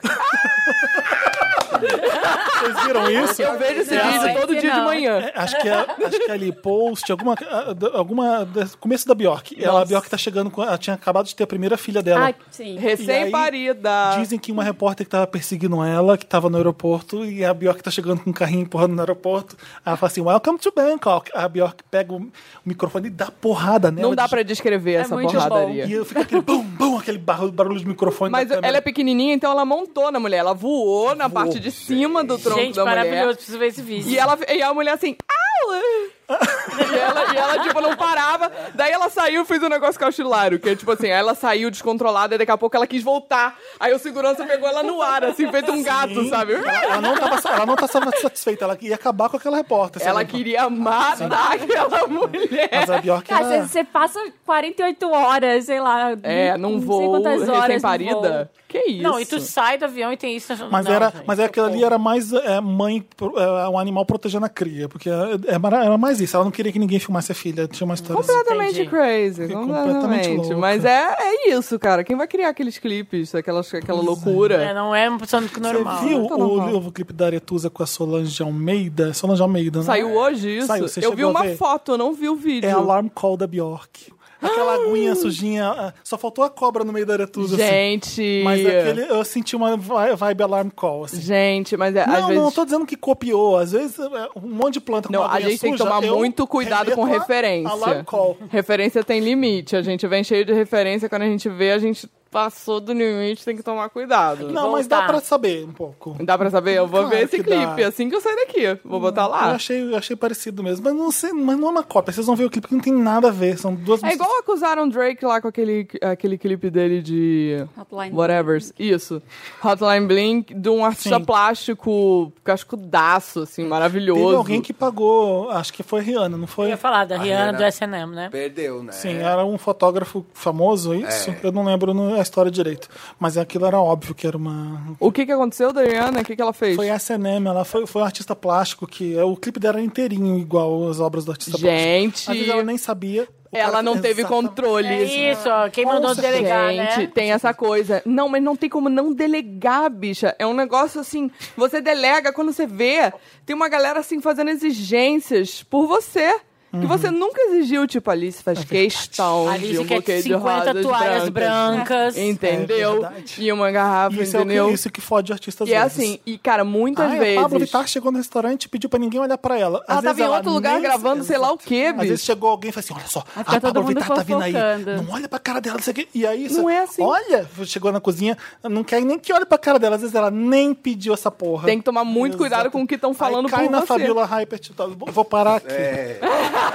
Speaker 1: Vocês viram isso?
Speaker 5: Eu vejo esse
Speaker 2: Não,
Speaker 5: vídeo todo
Speaker 2: esse
Speaker 5: dia de
Speaker 2: não.
Speaker 5: manhã.
Speaker 1: É, Acho que, é, acho que é ali, post, alguma. ah, da- alguma da- começo da Bjork. Ela, a Bjork tá chegando. com- Ela tinha acabado de ter a primeira filha dela.
Speaker 6: Ah, sim.
Speaker 5: Recém-parida.
Speaker 1: Dizem que uma repórter que tava perseguindo ela, que tava no aeroporto, e a Bjork tá chegando com um carrinho empurrando no aeroporto. Ela fala assim: Welcome to Bangkok. A Bjork pega o microfone e dá porrada nela.
Speaker 5: Não dá
Speaker 1: de-
Speaker 5: pra descrever essa
Speaker 6: muito
Speaker 1: É E
Speaker 5: porradaria.
Speaker 1: eu fico aquele bum, bum, aquele barulho, barulho de microfone.
Speaker 5: Mas
Speaker 1: da câmera.
Speaker 5: ela é pequenininha, então ela montou na mulher. Ela voou na parte de cima do tronco
Speaker 3: Gente,
Speaker 5: da mulher.
Speaker 3: maravilhoso, preciso ver esse vídeo.
Speaker 5: E, ela, e a mulher assim, au! e, ela, e ela, tipo, não parava. Daí ela saiu e fez um negócio caustilário, que é tipo assim, ela saiu descontrolada e daqui a pouco ela quis voltar. Aí o segurança pegou ela no ar, assim, feito um gato, sabe?
Speaker 1: Ela não, tava, ela não tá satisfeita, ela ia acabar com aquela repórter.
Speaker 5: Ela
Speaker 1: sabe?
Speaker 5: queria matar aquela mulher.
Speaker 1: Mas a Bjork
Speaker 6: Cara,
Speaker 1: era-
Speaker 6: você, você passa 48 horas, sei lá.
Speaker 5: Ah. É, num voo recém-parida. Que isso?
Speaker 3: Não, e tu sai do avião e tem isso.
Speaker 1: Mas,
Speaker 3: Não,
Speaker 1: era,
Speaker 3: gente,
Speaker 1: mas aquilo ali era mais é, mãe, pro- é, um animal protegendo a cria, porque é, é mara- era mais isso. Ela não queria que ninguém filmasse a filha, tinha uma história assim.
Speaker 5: Completamente
Speaker 3: Entendi.
Speaker 5: crazy,
Speaker 1: Fiquei
Speaker 5: completamente.
Speaker 1: completamente louca.
Speaker 5: Mas é, é isso, cara. Quem vai criar aqueles clipes, aquelas, aquela loucura?
Speaker 3: É, não é um personagem normal.
Speaker 1: Você viu
Speaker 5: Tá
Speaker 1: o
Speaker 5: normal.
Speaker 1: novo clipe da Aretusa com a Solange Almeida? Solange Almeida, né?
Speaker 3: é.
Speaker 5: Saiu hoje isso?
Speaker 1: Saiu, você
Speaker 5: eu vi
Speaker 1: chegou a
Speaker 5: uma
Speaker 1: ver?
Speaker 5: foto, eu não vi o vídeo.
Speaker 1: É Alarm Call da Bjork. Aquela aguinha sujinha, ah, só faltou a cobra no meio da Aretusa, assim.
Speaker 5: Gente.
Speaker 1: Mas aquele, eu senti uma vi- vibe Alarm Call, assim.
Speaker 5: Gente, mas é, às
Speaker 1: Não,
Speaker 5: vezes.
Speaker 1: não, tô dizendo que copiou. Às vezes é, um monte de planta com
Speaker 5: Não,
Speaker 1: uma
Speaker 5: a
Speaker 1: aguinha
Speaker 5: gente tem que
Speaker 1: suja,
Speaker 5: tomar
Speaker 1: eu
Speaker 5: muito cuidado com
Speaker 1: remeto a-
Speaker 5: referência.
Speaker 1: Alarm Call.
Speaker 5: Referência tem limite. A gente vem cheio de referência, quando a gente vê, a gente passou do limite, tem que tomar cuidado.
Speaker 1: Não, mas dá
Speaker 3: Voltar.
Speaker 1: pra saber um pouco.
Speaker 5: Dá pra saber? Eu vou
Speaker 1: Claro
Speaker 5: ver esse
Speaker 1: que dá.
Speaker 5: clipe assim que eu sair daqui. Vou botar
Speaker 1: Eu
Speaker 5: lá.
Speaker 1: achei, eu achei parecido mesmo. Mas não, sei, mas não é uma cópia. Vocês vão ver o clipe que não tem nada a ver. São duas
Speaker 5: É
Speaker 1: músicas-
Speaker 5: igual acusaram o Drake lá com aquele, aquele clipe dele de.
Speaker 6: Hotline.
Speaker 5: Whatever. Isso. Hotline Blink, de um artista
Speaker 1: Sim.
Speaker 5: plástico cascudaço, assim, maravilhoso.
Speaker 1: Teve alguém que pagou, acho que foi a Rihanna, não
Speaker 3: Eu
Speaker 1: foi?
Speaker 3: ia falar da Rihanna
Speaker 4: Rihanna.
Speaker 3: do SNM, né?
Speaker 4: Perdeu, né?
Speaker 5: é.
Speaker 1: Sim, era um fotógrafo famoso, é isso?
Speaker 4: É.
Speaker 1: Eu não lembro no- a história direito. Mas aquilo era óbvio que era uma.
Speaker 5: O que que aconteceu, Dariana? O que que ela fez?
Speaker 1: Foi a SNM, ela foi, foi um artista plástico que. é, O clipe dela era inteirinho, igual as obras do artista
Speaker 5: Gente.
Speaker 1: plástico. Às vezes ela nem sabia. O
Speaker 5: Ela
Speaker 1: cara-
Speaker 5: não teve
Speaker 1: Exatamente.
Speaker 5: controle.
Speaker 3: É isso, ó, quem mandou
Speaker 1: Nossa,
Speaker 3: delegar,
Speaker 5: Gente,
Speaker 3: né?
Speaker 5: tem essa coisa. Não, mas não tem como não delegar, bicha. É um negócio assim, você delega quando você vê. Tem uma galera assim fazendo exigências por você. Que
Speaker 1: Uhum.
Speaker 5: você nunca exigiu, tipo, Alice
Speaker 1: É
Speaker 5: faz questão de
Speaker 3: Alice
Speaker 5: um
Speaker 3: quer
Speaker 5: buquê de
Speaker 3: 50
Speaker 5: rosas
Speaker 3: toalhas
Speaker 5: brancas.
Speaker 3: brancas.
Speaker 5: Entendeu?
Speaker 1: É verdade.
Speaker 5: e uma garrafa,
Speaker 1: Isso é, o que,
Speaker 5: entendeu?
Speaker 1: isso que fode artistas
Speaker 5: e é
Speaker 1: novos.
Speaker 5: assim, e cara, muitas
Speaker 1: Ah, é,
Speaker 5: vezes.
Speaker 1: A Pablo Vittar chegou no restaurante e pediu pra ninguém olhar pra ela. Às
Speaker 5: ela
Speaker 1: vezes
Speaker 5: tava em outro lugar
Speaker 1: nem-
Speaker 5: gravando, sei lá o quê,
Speaker 1: Às vezes
Speaker 5: bicho.
Speaker 1: chegou alguém e falou assim: olha só,
Speaker 6: fica
Speaker 1: a
Speaker 6: todo
Speaker 1: Pablo
Speaker 6: mundo
Speaker 1: Vittar tá vindo aí.
Speaker 6: fofocando.
Speaker 1: Não olha pra cara dela, não sei o quê. E aí
Speaker 5: Não
Speaker 1: você-
Speaker 5: é assim.
Speaker 1: Olha, chegou na cozinha, não quer nem que olhe pra cara dela. Às vezes ela nem pediu essa porra.
Speaker 5: Tem que tomar muito cuidado com o que estão falando
Speaker 1: aí cai
Speaker 5: por
Speaker 1: na
Speaker 5: você. é.
Speaker 7: É,
Speaker 1: Fabiola Hyper, tipo, vou parar aqui.
Speaker 4: É.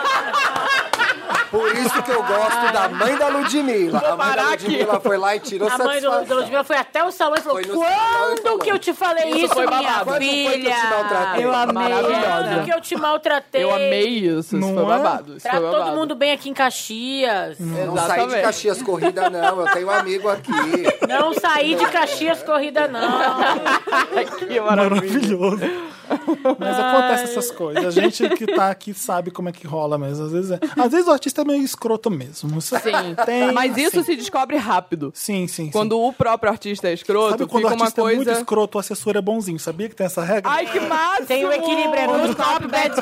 Speaker 4: Por isso que eu gosto da mãe da Ludmilla.
Speaker 5: Vou
Speaker 4: A mãe da
Speaker 5: parar aqui.
Speaker 4: Ludmilla foi lá e tirou
Speaker 3: A mãe do
Speaker 4: satisfação.
Speaker 3: da Ludmilla foi até o salão e falou:
Speaker 4: Foi no salão e
Speaker 3: Quando
Speaker 4: falou.
Speaker 3: que eu te falei
Speaker 5: Isso
Speaker 3: isso,
Speaker 5: foi
Speaker 3: minha
Speaker 4: Quando
Speaker 5: babado.
Speaker 4: foi que eu
Speaker 3: filha?
Speaker 4: te maltratei?
Speaker 6: Eu amei.
Speaker 3: Quando
Speaker 5: Maravilhosa.
Speaker 3: que eu te maltratei?
Speaker 5: Eu amei isso, isso
Speaker 1: Não
Speaker 5: foi
Speaker 1: é?
Speaker 5: babado. Isso
Speaker 3: Trata
Speaker 5: foi
Speaker 3: todo
Speaker 5: babado.
Speaker 3: mundo bem aqui em Caxias.
Speaker 4: Eu não saí de
Speaker 5: Exatamente.
Speaker 4: Caxias Corrida, não. Eu tenho um amigo aqui.
Speaker 3: Não saí de Caxias corrida, não.
Speaker 5: Ai, que maravilha.
Speaker 1: Maravilhoso. Mas acontece essas coisas. A gente que tá aqui sabe como é que rola mesmo. Às vezes, é- às vezes o artista é meio escroto mesmo. Isso
Speaker 5: Sim.
Speaker 1: Tem,
Speaker 5: Mas isso
Speaker 1: sim.
Speaker 5: se descobre rápido.
Speaker 1: Sim, sim, sim.
Speaker 5: Quando o próprio artista é escroto,
Speaker 1: Sabe quando o
Speaker 5: fica uma
Speaker 1: artista é
Speaker 5: coisa.
Speaker 1: muito escroto, o assessor é bonzinho. Sabia que tem essa regra?
Speaker 5: Ai, que máximo!
Speaker 3: Tem o equilíbrio, é
Speaker 5: O
Speaker 3: no top, bad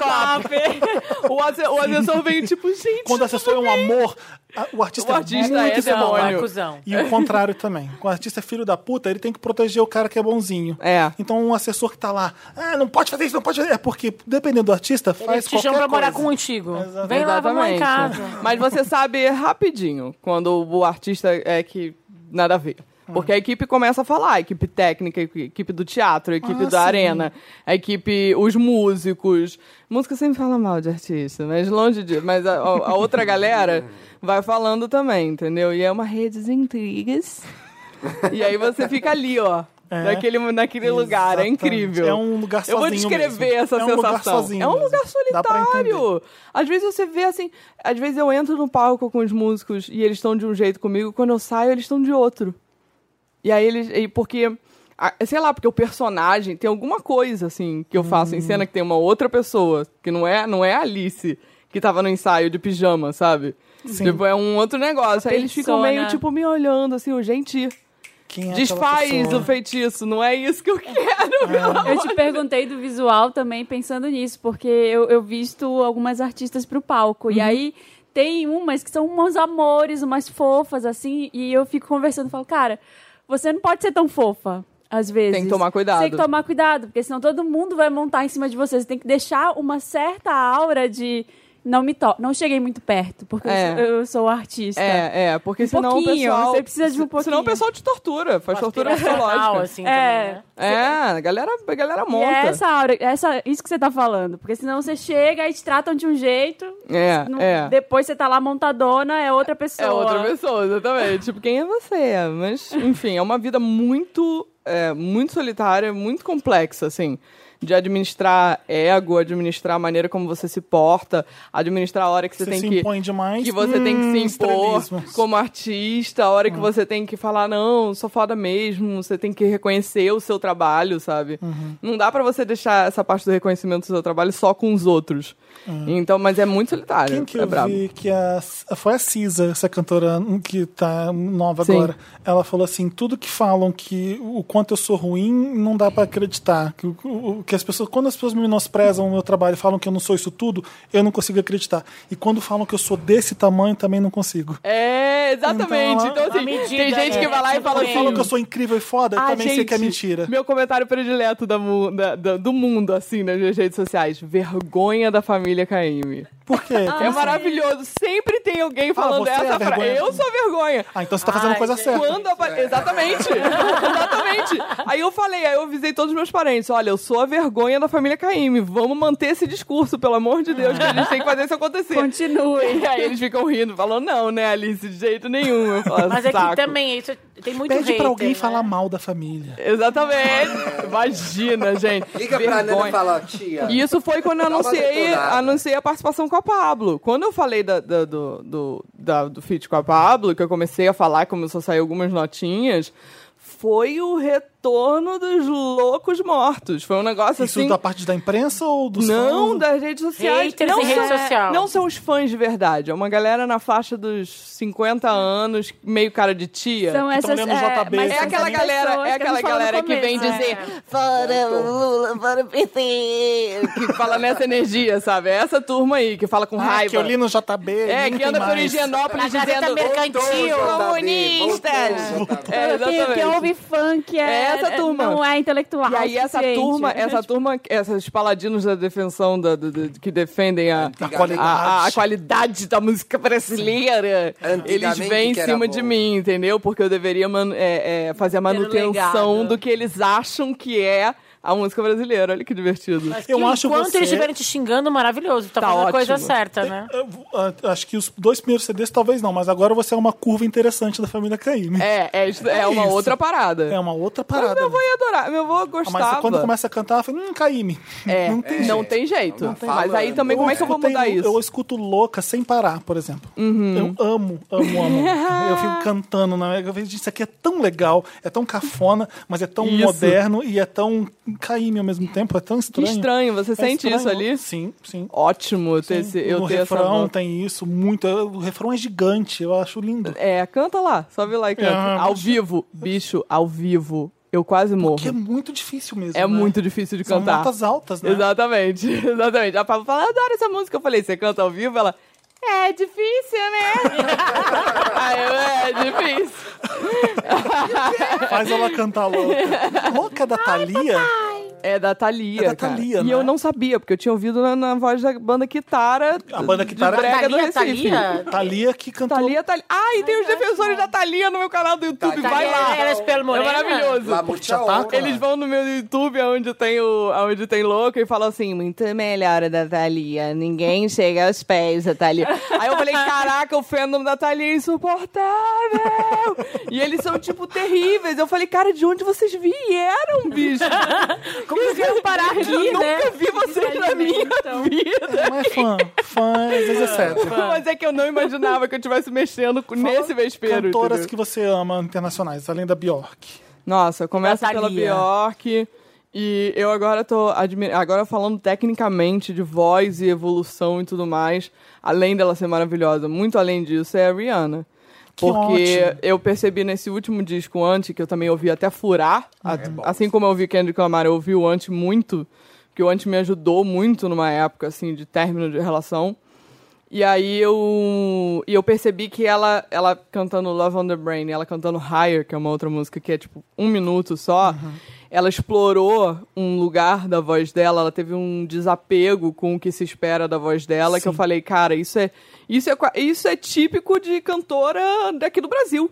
Speaker 5: top. o, asse- o assessor vem tipo, gente.
Speaker 1: Quando o assessor é um amor, a- o artista,
Speaker 5: O artista
Speaker 1: é muito
Speaker 5: é
Speaker 1: sem
Speaker 5: demônio.
Speaker 1: moral.
Speaker 3: é cuzão.
Speaker 1: E o contrário também. Quando o artista é filho da puta, ele tem que proteger o cara que é bonzinho.
Speaker 5: É.
Speaker 1: Então um assessor que tá lá, ah, não pode fazer isso, não pode fazer. É porque, dependendo do artista,
Speaker 3: Ele
Speaker 1: faz
Speaker 3: te chama
Speaker 1: qualquer
Speaker 3: pra morar
Speaker 1: coisa.
Speaker 3: contigo.
Speaker 1: Exatamente.
Speaker 3: Vem lá, vamos lá em casa.
Speaker 5: Mas você sabe rapidinho quando o artista é que nada a ver.
Speaker 3: Ah.
Speaker 5: Porque a equipe começa a falar, a equipe técnica, a equipe do teatro, a equipe
Speaker 1: Ah,
Speaker 5: da
Speaker 1: sim.
Speaker 5: arena, a equipe, os músicos. Música sempre fala mal de artista, mas longe de. Mas a, a- a outra galera vai falando também, entendeu? E é uma rede de intrigas. E aí você fica ali, ó.
Speaker 1: É.
Speaker 5: naquele naquele lugar. É
Speaker 1: Exatamente.
Speaker 5: incrível.
Speaker 1: É um lugar
Speaker 5: Eu vou
Speaker 1: sozinho
Speaker 5: descrever
Speaker 1: mesmo.
Speaker 5: essa
Speaker 1: É um
Speaker 5: sensação.
Speaker 1: lugar sozinho
Speaker 5: é um
Speaker 1: mesmo.
Speaker 5: lugar
Speaker 1: Dá pra entender.
Speaker 5: solitário. Às vezes você vê assim, às vezes eu entro no palco com os músicos e eles estão de um jeito comigo, quando eu saio eles estão de outro. E aí eles, e porque ah, sei lá, porque o personagem tem alguma coisa assim que eu faço em
Speaker 1: Hum.
Speaker 5: cena que tem uma outra pessoa, que não é, não é a Alice que tava no ensaio de pijama, sabe? Tipo, é um outro negócio. Aí eles ficam
Speaker 2: Persona.
Speaker 5: meio tipo me olhando assim, o gente,
Speaker 1: Quem é aquela
Speaker 5: desfaz
Speaker 1: pessoa?
Speaker 5: o feitiço, não é isso que eu quero. meu.
Speaker 6: Eu te perguntei do visual também, pensando nisso, porque eu, eu visto algumas artistas pro palco.
Speaker 5: Uhum.
Speaker 6: E aí tem umas que são uns amores, umas fofas, assim, e eu fico conversando e falo, cara, você não pode ser tão fofa. Às vezes.
Speaker 5: Tem que tomar cuidado.
Speaker 6: Tem que tomar cuidado, porque senão todo mundo vai montar em cima de você. Você tem que deixar uma certa aura de não me to não cheguei muito perto, porque eu
Speaker 5: É.
Speaker 6: sou- eu sou artista.
Speaker 5: É, é, porque
Speaker 6: Um
Speaker 5: senão o
Speaker 6: pouquinho,
Speaker 5: pessoal.
Speaker 6: você precisa de um pouquinho.
Speaker 5: Senão o pessoal te tortura, faz tortura
Speaker 3: Aspiracional,
Speaker 5: psicológica.
Speaker 3: assim,
Speaker 6: É.
Speaker 3: também, né?
Speaker 5: É, a galera, a galera
Speaker 6: E
Speaker 5: monta.
Speaker 6: é essa hora, essa, isso que você tá falando. Porque senão você chega e te tratam de um jeito.
Speaker 5: É,
Speaker 6: não-
Speaker 5: é.
Speaker 6: Depois você tá lá montadona, é outra pessoa.
Speaker 5: É outra pessoa, exatamente. tipo, quem é você? Mas, enfim, é uma vida muito, é, muito solitária, muito complexa, assim. De administrar ego, administrar a maneira como você se porta, administrar a hora que você,
Speaker 1: Você
Speaker 5: tem
Speaker 1: se
Speaker 5: que.
Speaker 1: impõe demais.
Speaker 5: Que você tem que
Speaker 1: Hum, É.
Speaker 5: se impor
Speaker 1: estrelismo.
Speaker 5: como artista, a hora que você tem que falar, não, sou foda mesmo, você tem que reconhecer o seu trabalho, sabe?
Speaker 1: Uhum.
Speaker 5: Não dá pra você deixar essa parte do reconhecimento do seu trabalho só com os outros. Então, mas é muito solitário.
Speaker 1: Quem que
Speaker 5: é
Speaker 1: eu
Speaker 5: brabo.
Speaker 1: vi que a, foi a Cisa, essa cantora hum, que tá nova
Speaker 5: Sim.
Speaker 1: agora. Ela falou assim: tudo que falam que o quanto eu sou ruim, não dá pra acreditar. Que, o- o- que as pessoas, quando as pessoas me menosprezam o meu trabalho e falam que eu não sou isso tudo, eu não consigo acreditar. E quando falam que eu sou desse tamanho, também não consigo.
Speaker 5: É, exatamente.
Speaker 1: Então,
Speaker 5: Então,
Speaker 1: a-
Speaker 5: assim,
Speaker 3: a medida,
Speaker 5: tem gente que
Speaker 3: né?
Speaker 5: vai lá e fala
Speaker 3: Quando
Speaker 1: Quando
Speaker 5: assim.
Speaker 1: falam que eu sou incrível e foda, eu
Speaker 5: "Ah,
Speaker 1: também sei
Speaker 5: gente,
Speaker 1: que é mentira.
Speaker 5: Meu comentário predileto da mu- da- da- do mundo, assim, nas minhas redes sociais. Vergonha da família Caymmi.
Speaker 1: Por quê?
Speaker 5: é maravilhoso. Sempre tem alguém falando
Speaker 1: você é a
Speaker 5: essa frase.
Speaker 1: vergonha.
Speaker 5: Eu sou vergonha.
Speaker 1: Ah, então você tá fazendo a
Speaker 3: Ai,
Speaker 1: coisa
Speaker 3: gente.
Speaker 1: certa.
Speaker 5: Quando apa- Exatamente. Exatamente. Aí eu falei, aí eu avisei todos os meus parentes: olha, eu sou a vergonha da família Caymmi. Vamos manter esse discurso, pelo amor de Deus, que a gente tem que fazer isso acontecer.
Speaker 6: Continue.
Speaker 5: E aí eles ficam rindo, falou, não, né, Alice, de jeito nenhum. Eu falo,
Speaker 3: Mas é
Speaker 5: "Saco."
Speaker 3: que também, isso tem muito
Speaker 1: Pede
Speaker 3: hater,
Speaker 1: pra alguém
Speaker 3: né?
Speaker 1: falar mal da família.
Speaker 5: Exatamente. Imagina, gente.
Speaker 4: Liga pra Nana e fala, tia.
Speaker 5: E isso foi quando eu
Speaker 4: uma
Speaker 5: anunciei,
Speaker 4: detonada.
Speaker 5: anunciei a participação com a Pablo. Quando eu falei da- da- do, do, da- do feat com a Pablo, que eu comecei a falar, começou a sair algumas notinhas, foi o retorno dos loucos mortos. Foi um negócio
Speaker 1: Isso tá
Speaker 5: assim...
Speaker 1: da parte da imprensa ou dos
Speaker 5: Não,
Speaker 1: fãs?
Speaker 5: das redes sociais.
Speaker 3: Haters
Speaker 5: não
Speaker 3: em rede
Speaker 5: são-
Speaker 3: social.
Speaker 5: Não são os fãs de verdade. É uma galera na faixa dos 50 anos, meio cara de tia.
Speaker 1: Então,
Speaker 6: São essas
Speaker 1: lendo JB,
Speaker 6: mas
Speaker 1: É
Speaker 5: É
Speaker 6: são
Speaker 5: aquela
Speaker 6: essas
Speaker 5: galera,
Speaker 6: pessoas
Speaker 5: é
Speaker 6: a gente
Speaker 5: aquela
Speaker 6: falou no
Speaker 5: galera que
Speaker 6: começo,
Speaker 5: vem
Speaker 6: né?
Speaker 5: dizer
Speaker 8: Fora o Lula, fora o PT.
Speaker 5: que fala nessa energia, sabe? É essa turma aí que fala com
Speaker 1: Ah,
Speaker 5: raiva.
Speaker 1: que eu li no JB.
Speaker 5: É,
Speaker 1: nem
Speaker 5: que
Speaker 1: tem
Speaker 5: anda por
Speaker 1: mais.
Speaker 3: Na
Speaker 5: Higienópolis
Speaker 6: tá
Speaker 3: Gazeta
Speaker 4: tá
Speaker 5: dizendo.
Speaker 3: Mercantil.
Speaker 4: comunistas.
Speaker 5: É,
Speaker 6: Que, que ouve funk é,
Speaker 5: É essa turma.
Speaker 6: não é intelectual.
Speaker 5: E aí essa
Speaker 6: suficiente.
Speaker 5: turma, essa turma, esses paladinos da defensão da- do- do- que defendem a,
Speaker 1: A qualidade.
Speaker 5: a- a- a qualidade da música brasileira, eles
Speaker 4: Antigamente
Speaker 5: vêm em
Speaker 4: que era
Speaker 5: cima de
Speaker 4: bom.
Speaker 5: mim, entendeu? Porque eu deveria man- é, é, fazer a
Speaker 3: legado.
Speaker 5: manutenção do que eles acham que é a música brasileira. Olha que divertido.
Speaker 3: Mas
Speaker 1: Eu
Speaker 3: que
Speaker 1: acho
Speaker 3: enquanto
Speaker 1: você-
Speaker 3: eles estiverem te xingando, maravilhoso. Tá,
Speaker 5: Tá
Speaker 3: fazendo a coisa
Speaker 5: ótimo.
Speaker 3: certa, né?
Speaker 1: Eu vou- a- acho que os dois primeiros CDs talvez não, mas agora você é uma curva interessante da família Caymmi.
Speaker 5: É, é, isso- é
Speaker 1: É
Speaker 5: uma
Speaker 1: isso.
Speaker 5: outra parada.
Speaker 1: É uma outra
Speaker 5: Mas
Speaker 1: parada.
Speaker 5: meu avô
Speaker 1: né?
Speaker 5: ia adorar, meu avô
Speaker 1: Ah,
Speaker 5: gostava.
Speaker 1: Mas quando começa a cantar, eu falo, hum, Caymmi.
Speaker 5: É,
Speaker 1: Não tem
Speaker 5: não
Speaker 1: jeito.
Speaker 5: tem jeito.
Speaker 4: Não tem
Speaker 5: Mas aí
Speaker 4: falando.
Speaker 5: também, como é que eu vou
Speaker 1: escutei-
Speaker 5: mudar isso? Uhum.
Speaker 1: Eu escuto louca sem parar, por exemplo. Eu amo, amo, amo. eu fico cantando na Eu vejo, gente, isso aqui é tão legal, é tão cafona, mas é tão
Speaker 5: Isso.
Speaker 1: moderno e é tão caíme ao mesmo tempo, é tão
Speaker 5: Que
Speaker 1: estranho.
Speaker 5: estranho, você
Speaker 1: É
Speaker 5: sente
Speaker 1: estranho.
Speaker 5: isso ali?
Speaker 1: Sim, sim.
Speaker 5: Ótimo ter esse, eu
Speaker 1: no
Speaker 5: ter essa
Speaker 1: refrão
Speaker 5: voz.
Speaker 1: tem isso muito. Eu- O refrão é gigante, eu acho lindo.
Speaker 5: É, canta lá, sobe lá e canta.
Speaker 1: Ah,
Speaker 5: ao
Speaker 1: mas-
Speaker 5: vivo, bicho, ao vivo, eu quase morro.
Speaker 1: Que é muito difícil mesmo.
Speaker 5: É
Speaker 1: né?
Speaker 5: muito difícil de
Speaker 1: São
Speaker 5: cantar.
Speaker 1: notas altas, né?
Speaker 5: Exatamente, exatamente. A Pablo fala, eu adoro essa música. Eu falei, você canta ao vivo? Ela, é difícil, né? Aí eu, é difícil.
Speaker 1: Faz ela cantar louca. Louca da Thalia?
Speaker 5: É da Thalia,
Speaker 1: É da
Speaker 5: cara.
Speaker 1: Thalia,
Speaker 5: e
Speaker 1: né?
Speaker 5: eu não sabia, porque eu tinha ouvido na, na voz da banda Kitara.
Speaker 1: A banda Kitara-
Speaker 5: de brega do
Speaker 3: Thalia,
Speaker 5: Recife.
Speaker 3: Thalia.
Speaker 1: Thalia que cantou.
Speaker 5: Thalia, Thalia. Ah, e tem
Speaker 1: é
Speaker 5: os defensores da Thalia no meu canal do YouTube.
Speaker 4: Thalia.
Speaker 5: Vai lá.
Speaker 3: Ela é Spell
Speaker 5: É
Speaker 3: Morena?
Speaker 5: maravilhoso.
Speaker 4: Lá muito
Speaker 1: te ataca,
Speaker 4: honra.
Speaker 5: Eles vão no meu YouTube, onde tem, o, onde tem louco, e falam assim, muito melhor a da Thalia. Ninguém chega aos pés da Thalia. Aí eu falei, caraca, o fandom da Thalia é insuportável. e eles são, tipo, terríveis. Eu falei, cara, de onde vocês vieram, bicho?
Speaker 3: Como vocês vieram parar aqui,
Speaker 5: Eu
Speaker 3: né?
Speaker 5: nunca vi vocês na é minha vida.
Speaker 1: Não é fã. Fã, às vezes é certo.
Speaker 5: Mas é que eu não imaginava que eu estivesse mexendo com- nesse vespeiro.
Speaker 1: Cantoras
Speaker 5: entendeu?
Speaker 1: que você ama internacionais, além da Bjork.
Speaker 5: Nossa, começa
Speaker 3: Da
Speaker 5: pela
Speaker 3: Thalia.
Speaker 5: Bjork. E eu agora tô admi- agora falando tecnicamente de voz e evolução e tudo mais, além dela ser maravilhosa, muito além disso é a Rihanna.
Speaker 1: Que
Speaker 5: Porque
Speaker 1: ótimo.
Speaker 5: eu percebi nesse último disco antes, que eu também ouvi até furar, a-
Speaker 1: É
Speaker 5: assim como eu ouvi Kendrick Lamar, eu ouvi o antes muito, que o antes me ajudou muito numa época assim de término de relação. E aí eu, e eu percebi que ela, ela cantando Love on the Brain, ela cantando Higher, que é uma outra música que é tipo um minuto só,
Speaker 4: Uhum.
Speaker 5: ela explorou um lugar da voz dela, ela teve um desapego com o que se espera da voz dela, que eu falei, cara, isso é, isso é, qua- isso é típico de cantora daqui do Brasil.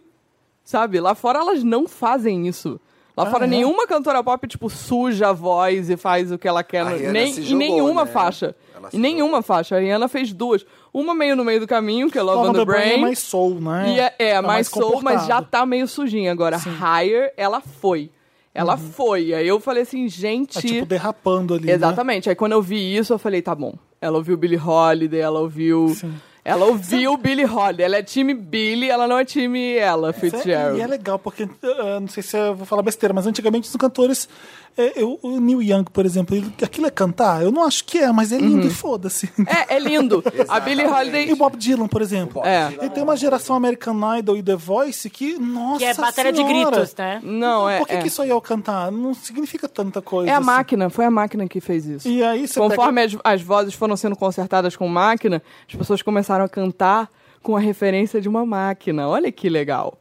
Speaker 5: Sabe? Lá fora elas não fazem isso. Lá fora nenhuma cantora pop, tipo, suja a voz e faz o que ela quer.
Speaker 4: A Rihanna
Speaker 5: Nem,
Speaker 4: se
Speaker 5: em
Speaker 4: jogou,
Speaker 5: nenhuma
Speaker 4: né?
Speaker 5: faixa.
Speaker 4: Ela se
Speaker 5: Em nenhuma faixa. A Rihanna fez duas. Uma meio no meio do caminho, que é Love on the
Speaker 1: Brain é
Speaker 5: Brain.
Speaker 1: mais soul, né?
Speaker 5: E é, é, mais soul, mas já
Speaker 1: comportado.
Speaker 5: tá meio sujinha. Agora, Higher, ela foi. Ela foi. Aí eu falei assim, gente...
Speaker 1: Tá, Uhum. tipo derrapando ali. né?
Speaker 5: Exatamente. Aí quando eu vi isso, eu falei, tá bom. Ela ouviu Billie Holiday, ela ouviu... Ela ouviu Billie Holiday. Ela é time Billie, ela não é time ela, Fitzgerald.
Speaker 1: E é legal, porque eh, não sei se eu vou falar besteira, mas antigamente os cantores. eh, eu, o Neil Young, por exemplo, ele- aquilo é cantar? Eu não acho que é, mas é lindo e foda-se.
Speaker 5: Uhum. É, é lindo. a Billie
Speaker 1: E
Speaker 5: Holiday.
Speaker 1: o Bob Dylan, por exemplo.
Speaker 5: É.
Speaker 1: E tem uma geração American Idol e The Voice que, nossa
Speaker 3: Que é batalha de
Speaker 1: senhora. Então,
Speaker 3: gritos, né?
Speaker 5: Não, é.
Speaker 1: Por que,
Speaker 5: é.
Speaker 1: que isso aí ao cantar? Não significa tanta coisa.
Speaker 5: É a
Speaker 1: assim.
Speaker 5: máquina, foi a máquina que fez isso.
Speaker 1: E aí você tá
Speaker 5: Conforme as, as vozes foram sendo consertadas com máquina, as pessoas começaram a cantar com a referência de uma máquina. Olha que legal.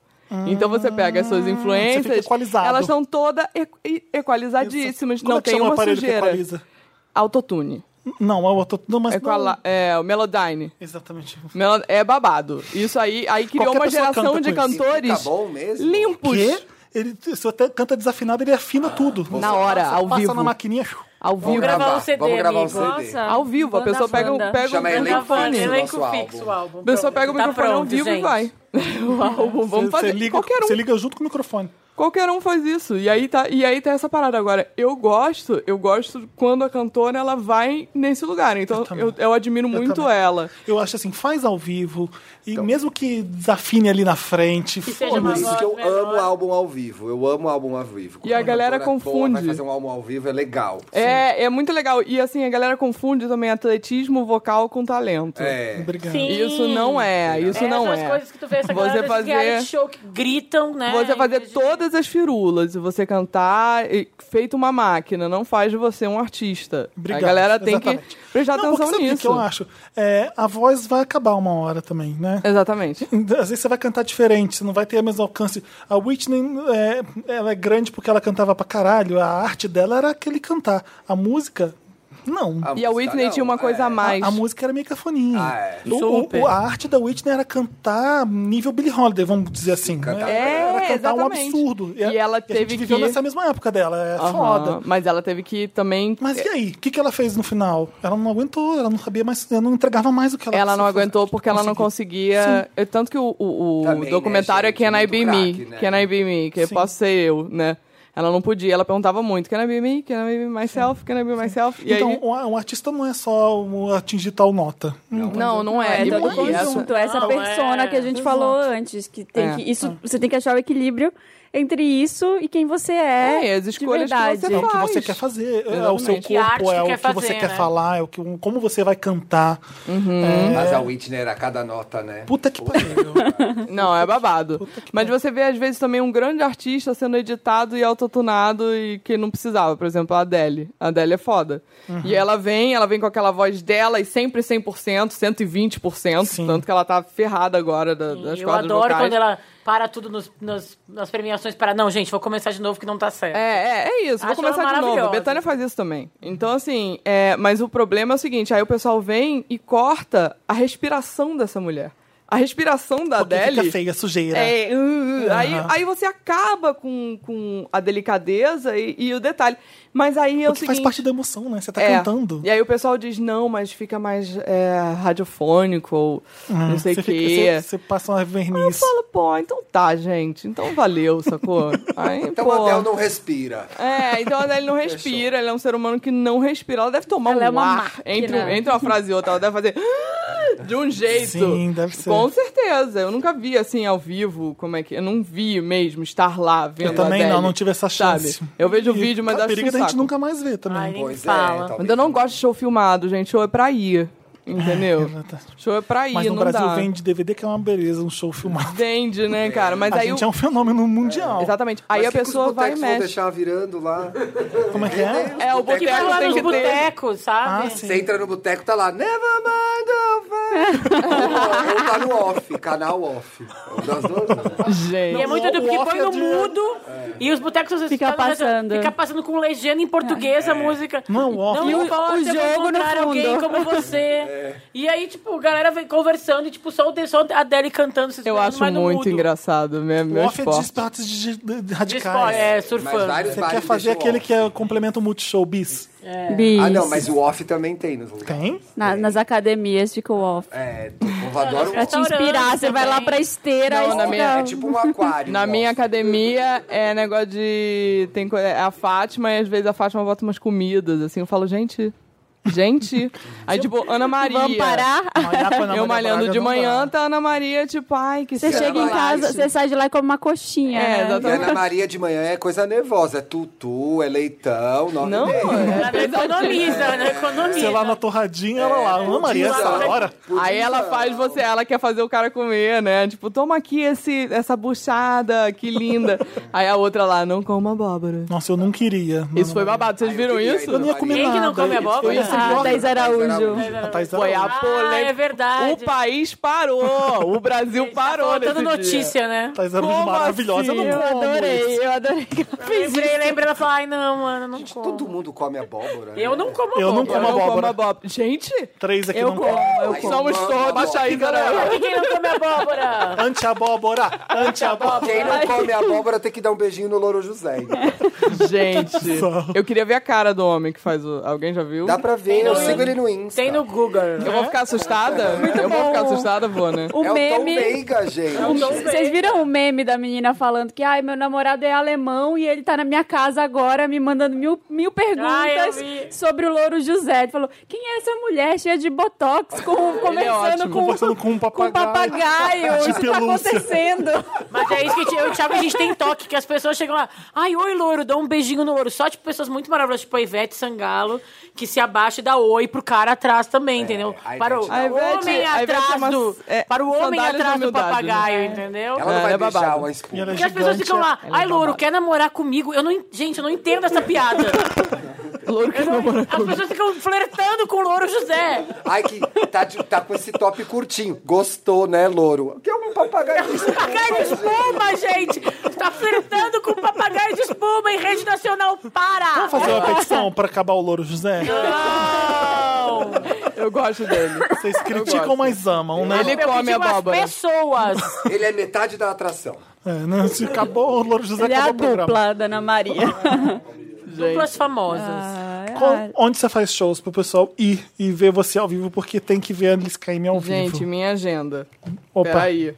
Speaker 5: Então você pega as suas
Speaker 1: Ah, você fica
Speaker 5: influências,
Speaker 1: equalizado.
Speaker 5: elas são todas equalizadíssimas,
Speaker 1: pega... Como
Speaker 5: não
Speaker 1: é que
Speaker 5: tem
Speaker 1: chama o
Speaker 5: uma
Speaker 1: aparelho que
Speaker 5: sujeira.
Speaker 1: equaliza?
Speaker 5: Autotune.
Speaker 1: Não, é o auto... não, mas não...
Speaker 5: Equala- É, o Melodyne.
Speaker 1: Exatamente.
Speaker 5: Melo- É babado. Isso aí, aí criou
Speaker 1: Qualquer
Speaker 5: uma
Speaker 1: pessoa
Speaker 5: geração
Speaker 1: canta
Speaker 5: de
Speaker 1: com isso.
Speaker 5: cantores
Speaker 4: Tá bom mesmo?
Speaker 5: limpos.
Speaker 1: Quê? Ele, se até canta desafinado, ele afina tudo.
Speaker 5: Na hora,
Speaker 1: Ah, passa,
Speaker 5: ao
Speaker 1: passa
Speaker 5: vivo.
Speaker 1: na maquininha.
Speaker 5: Ao
Speaker 3: Vamos
Speaker 5: vivo.
Speaker 4: gravar.
Speaker 3: gravar um CD,
Speaker 4: vamos gravar um
Speaker 3: amigo.
Speaker 4: CD.
Speaker 2: Nossa.
Speaker 5: Ao vivo, a
Speaker 2: banda
Speaker 5: pessoa pega, o-
Speaker 2: Wanda.
Speaker 5: pega o
Speaker 4: Chama elenco
Speaker 5: microfone.
Speaker 4: fixo.
Speaker 3: Elenco
Speaker 4: nosso
Speaker 3: fixo, o
Speaker 4: álbum.
Speaker 3: álbum.
Speaker 5: A pessoa pega o
Speaker 3: Tá
Speaker 5: microfone ao
Speaker 3: pronto,
Speaker 5: vivo e
Speaker 3: gente.
Speaker 5: vai. O álbum, vamos
Speaker 1: Você- você
Speaker 5: fazer.
Speaker 1: liga-
Speaker 5: qualquer, um,
Speaker 1: Você liga junto com o microfone.
Speaker 5: qualquer um faz isso. E aí, tá, e aí tá essa parada. Agora, eu gosto, eu gosto quando a cantora ela vai nesse lugar. Então eu,
Speaker 1: também.
Speaker 5: eu, admiro muito
Speaker 1: também.
Speaker 5: ela.
Speaker 1: Eu acho assim, faz ao vivo. E
Speaker 5: Então.
Speaker 1: mesmo que desafine ali na frente,
Speaker 3: seja É, uma
Speaker 4: Por
Speaker 1: foda-se.
Speaker 4: isso que eu
Speaker 3: Menor.
Speaker 4: amo álbum ao vivo. Eu amo álbum ao vivo.
Speaker 5: E a
Speaker 4: Quando cantora é
Speaker 5: galera
Speaker 4: boa, Vai
Speaker 5: confunde.
Speaker 4: fazer um álbum ao vivo é legal.
Speaker 5: É, é muito legal. E assim, a galera confunde também atletismo vocal com talento.
Speaker 4: É.
Speaker 1: Obrigado.
Speaker 3: Sim.
Speaker 5: Isso não é, isso não
Speaker 3: Essas
Speaker 5: é.
Speaker 3: coisas que tu vê essa
Speaker 5: Você
Speaker 3: galera desse
Speaker 5: fazer-
Speaker 3: reality show que gritam, né?
Speaker 5: Você fazer
Speaker 3: Entendi.
Speaker 5: todas as firulas e você cantar e- feito uma máquina, não faz de você um artista.
Speaker 1: Obrigado.
Speaker 5: A galera tem
Speaker 1: Exatamente.
Speaker 5: que prestar
Speaker 1: Não, porque
Speaker 5: atenção
Speaker 1: sabe o que
Speaker 5: nisso.
Speaker 1: que eu acho? É, a voz vai acabar uma hora também, né?
Speaker 5: Exatamente.
Speaker 1: Às vezes você vai cantar diferente, você não vai ter o mesmo alcance. A Whitney, é, ela é grande porque ela cantava pra caralho, a arte dela era aquele cantar. A música, Não.
Speaker 4: Ah,
Speaker 1: A,
Speaker 5: E a
Speaker 4: música,
Speaker 5: Whitney
Speaker 4: não,
Speaker 5: tinha uma coisa a
Speaker 4: é.
Speaker 5: mais.
Speaker 1: a música era meio cafoninha.
Speaker 4: Ah, é.
Speaker 1: O- o-
Speaker 3: Super.
Speaker 1: a arte da Whitney era cantar nível Billie Holiday, vamos dizer assim.
Speaker 4: Cantar.
Speaker 1: Ela-
Speaker 5: É,
Speaker 1: ela cantar
Speaker 5: exatamente.
Speaker 1: um absurdo.
Speaker 5: E ela
Speaker 1: a
Speaker 5: teve
Speaker 1: gente viveu
Speaker 5: que-
Speaker 1: nessa mesma época dela. É
Speaker 5: Aham,
Speaker 1: foda.
Speaker 5: Mas ela teve que também. eh,
Speaker 1: Mas e aí? O que, que ela fez no final? Ela não aguentou, ela não sabia mais, ela não entregava mais o que ela
Speaker 5: Ela não
Speaker 1: precisava
Speaker 5: aguentou
Speaker 1: fazer.
Speaker 5: porque ela não conseguia. Eu- tanto que o, o- o
Speaker 4: Também, né,
Speaker 5: documentário
Speaker 4: gente?
Speaker 5: é Can I
Speaker 4: Muito
Speaker 5: Be
Speaker 4: craque,
Speaker 5: Me?
Speaker 4: né?
Speaker 5: Can I Be Me? Que eu
Speaker 1: Sim.
Speaker 5: posso ser eu, né? Ela não podia, ela perguntava muito: Can I Be Me? Can I Be Myself? Can I Be Myself? E
Speaker 1: Então,
Speaker 5: aí.
Speaker 1: um, um artista não é só um atingir tal nota. Não.
Speaker 5: Não, não é.
Speaker 6: É
Speaker 5: E-
Speaker 1: tá
Speaker 6: todo
Speaker 5: e
Speaker 6: conjunto,
Speaker 5: essa-
Speaker 6: essa
Speaker 3: Não,
Speaker 6: persona
Speaker 3: é.
Speaker 6: que a gente falou antes, que tem
Speaker 5: É.
Speaker 6: que isso você tem que achar o equilíbrio entre isso e quem você é,
Speaker 5: É, as
Speaker 6: de
Speaker 5: escolhas que
Speaker 6: verdade.
Speaker 5: você
Speaker 1: É o que
Speaker 5: Faz.
Speaker 1: você quer fazer, é o
Speaker 5: Exatamente.
Speaker 1: seu
Speaker 5: Que
Speaker 3: arte
Speaker 1: corpo,
Speaker 3: tu
Speaker 1: é o que
Speaker 3: quer fazer,
Speaker 1: você quer
Speaker 3: né?
Speaker 1: falar, é o que, como você vai cantar.
Speaker 5: Uhum.
Speaker 1: É,
Speaker 4: Mas a Whitney era cada nota, né?
Speaker 1: puta que pariu.
Speaker 5: Não, é babado. Mas você vê, às vezes, também um grande artista sendo editado e autotunado e que não precisava. Por exemplo, a Adele. A Adele é foda.
Speaker 1: Uhum.
Speaker 5: E ela vem, ela vem com aquela voz dela e sempre 100%, 120%.
Speaker 1: Sim.
Speaker 5: Tanto que ela tá ferrada agora da,
Speaker 3: E
Speaker 5: das
Speaker 3: eu
Speaker 5: cordas
Speaker 3: adoro
Speaker 5: vocais.
Speaker 3: quando ela para tudo nos- nas- nas premiações para. Não, gente, vou começar de novo que não tá certo.
Speaker 5: É, é, é isso. Vou
Speaker 3: Acho
Speaker 5: começar
Speaker 3: ela
Speaker 5: de novo. A
Speaker 3: maravilhosa.
Speaker 5: Betânia faz isso também. Então, assim, é, mas o problema é o seguinte: aí o pessoal vem e corta a respiração dessa mulher. A respiração da
Speaker 1: Porque
Speaker 5: Adele.
Speaker 1: fica feia, sujeira.
Speaker 5: É, uh, uh,
Speaker 1: Aham.
Speaker 5: aí, aí você acaba com, com a delicadeza e, e o detalhe. Mas aí é o
Speaker 1: Porque
Speaker 5: seguinte...
Speaker 1: faz parte da emoção, né? Você tá
Speaker 5: é,
Speaker 1: cantando.
Speaker 5: E aí o pessoal diz, não, mas fica mais é, radiofônico ou não sei o
Speaker 1: Uhum. você,
Speaker 5: quê.
Speaker 1: fica- você, você passa uma
Speaker 5: Eu
Speaker 1: verniz.
Speaker 5: falo, pô, então tá, gente. Então valeu, sacou? Aí,
Speaker 4: Então
Speaker 5: pô...
Speaker 4: o Adele não respira.
Speaker 5: É, então a Adele não respira, ela é um ser humano que não respira. Ela deve tomar
Speaker 6: Ela
Speaker 5: um
Speaker 6: é uma
Speaker 5: ar
Speaker 6: máquina.
Speaker 5: entre, entre uma frase e outra, ela deve fazer de um jeito.
Speaker 1: Sim, deve ser.
Speaker 5: Com certeza. Eu nunca vi assim ao vivo, como é que. Eu não vi mesmo estar lá vendo.
Speaker 1: Eu também
Speaker 5: a Adele,
Speaker 1: não, não tive essa chance.
Speaker 5: Sabe? Eu vejo o
Speaker 1: E
Speaker 5: vídeo, mas
Speaker 1: a
Speaker 5: acho
Speaker 1: perigo
Speaker 5: um
Speaker 1: da gente
Speaker 5: saco.
Speaker 1: nunca mais ver também.
Speaker 3: Ai, nem
Speaker 4: Pois é,
Speaker 3: fala.
Speaker 4: talvez.
Speaker 5: Mas eu não gosto de show filmado, gente. Show é pra ir. Entendeu?
Speaker 1: verdade.
Speaker 5: show é pra ir,
Speaker 1: Mas no
Speaker 5: não
Speaker 1: Brasil
Speaker 5: dá.
Speaker 1: vende DVD, que é uma beleza, um show filmado.
Speaker 5: Vende, né, cara? Mas
Speaker 1: a
Speaker 5: aí.
Speaker 1: gente
Speaker 5: o-
Speaker 1: é um fenômeno mundial.
Speaker 5: Exatamente. Aí
Speaker 4: Mas
Speaker 5: a
Speaker 4: que que
Speaker 5: pessoa
Speaker 4: os
Speaker 5: vai e
Speaker 4: botecos vão
Speaker 5: mexe.
Speaker 4: deixar virando lá.
Speaker 1: Como é que é?
Speaker 5: É, o
Speaker 3: Que vai
Speaker 5: boteco
Speaker 3: lá
Speaker 5: tem
Speaker 3: nos
Speaker 5: que ter.
Speaker 3: botecos, sabe?
Speaker 1: Ah, sim.
Speaker 4: Você entra no boteco, tá lá, never mind over. Ou tá no off, canal off. É uma das duas, né?
Speaker 5: Gente.
Speaker 3: E é muito doido, porque
Speaker 1: off
Speaker 3: põe
Speaker 1: é
Speaker 3: no
Speaker 1: de- É.
Speaker 3: mudo e os botecos às vezes,
Speaker 6: Fica
Speaker 3: tá no restaurante,
Speaker 6: passando.
Speaker 3: Fica passando com legenda em português a música.
Speaker 1: É. Não, o off.
Speaker 3: Não
Speaker 1: E
Speaker 6: o-
Speaker 3: importa
Speaker 6: o
Speaker 3: eu vou
Speaker 6: jogo no
Speaker 3: encontrar
Speaker 6: fundo.
Speaker 3: alguém como você. E aí, tipo, a galera vem conversando e, tipo, só, o- só a Adele cantando. se
Speaker 5: Eu
Speaker 3: esperando,
Speaker 5: acho
Speaker 3: mas no
Speaker 5: muito
Speaker 3: mudo.
Speaker 5: engraçado. Meu,
Speaker 1: O
Speaker 5: meu
Speaker 1: off é de
Speaker 5: esporte.
Speaker 1: esportes de- de- de
Speaker 3: De
Speaker 1: radicais.
Speaker 3: esporte, é,
Speaker 4: Mas
Speaker 3: surfando.
Speaker 4: vários
Speaker 1: Você
Speaker 4: bares
Speaker 1: quer fazer
Speaker 4: deixam
Speaker 1: aquele
Speaker 4: off.
Speaker 1: que é, complementa o multishow bis?
Speaker 6: Bis.
Speaker 4: Ah, não, mas o off também tem nos lugares.
Speaker 1: Tem?
Speaker 6: Na- nas academias ficou off.
Speaker 4: É, o povo adora o
Speaker 6: Pra
Speaker 4: off.
Speaker 6: te inspirar, você vai lá pra esteira então,
Speaker 5: Não,
Speaker 6: e
Speaker 5: na
Speaker 6: fica-
Speaker 5: minha-
Speaker 4: É tipo um aquário.
Speaker 5: Na
Speaker 4: o
Speaker 5: minha
Speaker 4: off.
Speaker 5: academia é negócio de. Tem co- é a Fátima e às vezes a Fátima bota umas comidas, assim. Eu falo, gente. Gente. Aí, tipo, Ana Maria.
Speaker 6: Vamos parar?
Speaker 1: Malhar com a Ana Maria
Speaker 5: Eu malhando
Speaker 1: Braga
Speaker 5: de
Speaker 1: não dá.
Speaker 5: manhã, tá a Ana Maria, tipo, ai, que
Speaker 6: Você
Speaker 5: saco.
Speaker 6: chega em
Speaker 4: Ela
Speaker 6: casa,
Speaker 4: vai-
Speaker 6: você sai de lá e come uma coxinha.
Speaker 5: É,
Speaker 6: né?
Speaker 5: exatamente.
Speaker 4: E Ana Maria de manhã é coisa nervosa. É tutu, é leitão, nove
Speaker 5: Não,
Speaker 4: e meia.
Speaker 5: é.
Speaker 3: Ela não economiza, ela não economiza.
Speaker 1: Sei lá, na torradinha, ela lá. Ana Maria,
Speaker 4: pudim,
Speaker 1: essa
Speaker 4: não.
Speaker 1: hora.
Speaker 5: Aí ela
Speaker 4: não.
Speaker 5: faz você, ela quer fazer o cara comer, né? Tipo, toma aqui esse, essa buchada, que linda. Aí a outra lá, não coma abóbora.
Speaker 1: Nossa, eu não queria.
Speaker 5: Isso foi babado, vocês
Speaker 4: eu
Speaker 5: viram
Speaker 4: queria
Speaker 5: isso?
Speaker 4: ainda.
Speaker 1: Eu não ia comer
Speaker 3: Quem que
Speaker 1: nada.
Speaker 3: não come abóbora?
Speaker 1: Isso foi
Speaker 6: Ah,
Speaker 1: pior.
Speaker 6: Thaís Araújo.
Speaker 1: Tá A um. Thaís
Speaker 5: Foi a
Speaker 1: Araújo.
Speaker 5: polêmica.
Speaker 3: é verdade.
Speaker 5: O país parou. O Brasil parou
Speaker 3: Tá faltando
Speaker 5: nesse
Speaker 3: notícia, né?
Speaker 1: Thaís Araújo
Speaker 5: Como
Speaker 1: maravilhosa. Eu
Speaker 5: assim?
Speaker 1: não
Speaker 6: Eu
Speaker 1: como isso.
Speaker 6: adorei, eu adorei que ela
Speaker 3: Eu
Speaker 6: fez
Speaker 3: Lembrei,
Speaker 6: isso.
Speaker 3: lembrei, ela falou, ai, não, mano, não como.
Speaker 4: Todo mundo come abóbora. né?
Speaker 3: Eu não como
Speaker 1: Eu não como
Speaker 5: dia.
Speaker 3: abóbora.
Speaker 5: Eu não
Speaker 1: abóbora.
Speaker 5: como abóbora. Gente,
Speaker 1: Três aqui
Speaker 5: eu
Speaker 1: não
Speaker 5: como. Eu
Speaker 4: Ai,
Speaker 5: como. Somos
Speaker 4: mano,
Speaker 5: todos
Speaker 4: abóbora.
Speaker 5: Thaís
Speaker 3: Por
Speaker 5: Araújo.
Speaker 3: que quem não come abóbora?
Speaker 1: Anti-abóbora! Anti-abóbora!
Speaker 4: Quem não come abóbora tem que dar um beijinho no Louro José.
Speaker 5: Gente, eu queria ver a cara do homem que faz o... Alguém já viu?
Speaker 4: Dá pra ver,
Speaker 5: um
Speaker 4: eu sigo ele no Insta.
Speaker 3: Tem no Google.
Speaker 5: Eu vou ficar assustada? eu vou ficar assustada, vou, né?
Speaker 6: O
Speaker 4: É o Tom
Speaker 6: meme.
Speaker 4: Veiga, gente.
Speaker 6: Vocês viram o meme da menina falando que ai, meu namorado é alemão e ele tá na minha casa agora me mandando mil, mil perguntas
Speaker 3: Ai, eu vi.
Speaker 6: sobre o Louro José. Ele falou: quem é essa mulher cheia de botox com, conversando,
Speaker 5: ótimo.
Speaker 6: com,
Speaker 1: Conversando com um
Speaker 6: com um papagaio?
Speaker 1: De
Speaker 6: Isso tá
Speaker 1: pelúcia.
Speaker 6: acontecendo.
Speaker 3: Mas é isso que eu e o Thiago, a gente tem toque, que as pessoas chegam lá, ai, oi, louro, dá um beijinho no louro. Só, tipo, pessoas muito maravilhosas, tipo a Ivete Sangalo, que se abaixa e dá oi pro cara atrás também, entendeu?
Speaker 4: É, a Ivete
Speaker 3: Para o
Speaker 4: dá
Speaker 5: oi. A Ivete-
Speaker 3: homem
Speaker 5: a Ivete é
Speaker 3: atrás
Speaker 5: uma-
Speaker 3: do...
Speaker 5: é,
Speaker 3: Para o homem
Speaker 5: sandália de
Speaker 3: atrás do
Speaker 5: humildade,
Speaker 3: papagaio, entendeu?
Speaker 4: Ela não
Speaker 5: É,
Speaker 4: vai
Speaker 5: é
Speaker 4: beijar
Speaker 5: babado.
Speaker 4: uma
Speaker 1: E ela
Speaker 4: espuma.
Speaker 1: é
Speaker 3: Porque as pessoas
Speaker 1: gigante,
Speaker 3: ficam lá,
Speaker 5: ela é
Speaker 3: ai, louro,
Speaker 5: babada."
Speaker 3: quer namorar comigo? Eu não, en- gente, eu não entendo essa piada.
Speaker 5: Louro que não mora
Speaker 3: As pessoas ficam flertando com o louro José.
Speaker 4: Ai, que tá, de- tá com esse top curtinho. Gostou, né, Louro? Que é um papagaio.
Speaker 3: Papagaio de espuma, gente! Tá flertando com o papagaio de espuma. programa em rede nacional para!
Speaker 1: Vamos fazer uma petição pra acabar o Louro José?
Speaker 3: Não!
Speaker 5: Eu gosto dele.
Speaker 1: Vocês criticam, mas amam, né?
Speaker 5: Ele
Speaker 3: Eu
Speaker 5: come
Speaker 3: pedi umas
Speaker 5: abóbora.
Speaker 3: pessoas.
Speaker 4: Ele é metade da atração.
Speaker 1: É, não, se acabou o Louro José,
Speaker 6: Ele é
Speaker 1: acabou
Speaker 6: a
Speaker 1: o programa.
Speaker 6: dupla da Ana Maria.
Speaker 3: Duplas
Speaker 6: Ah.
Speaker 3: famosas.
Speaker 1: Qual- onde você faz shows pro pessoal ir e ver você ao vivo? Porque tem que ver a Alice Caymmi ao
Speaker 5: Gente,
Speaker 1: vivo.
Speaker 5: minha agenda.
Speaker 1: Opa.
Speaker 5: Peraí.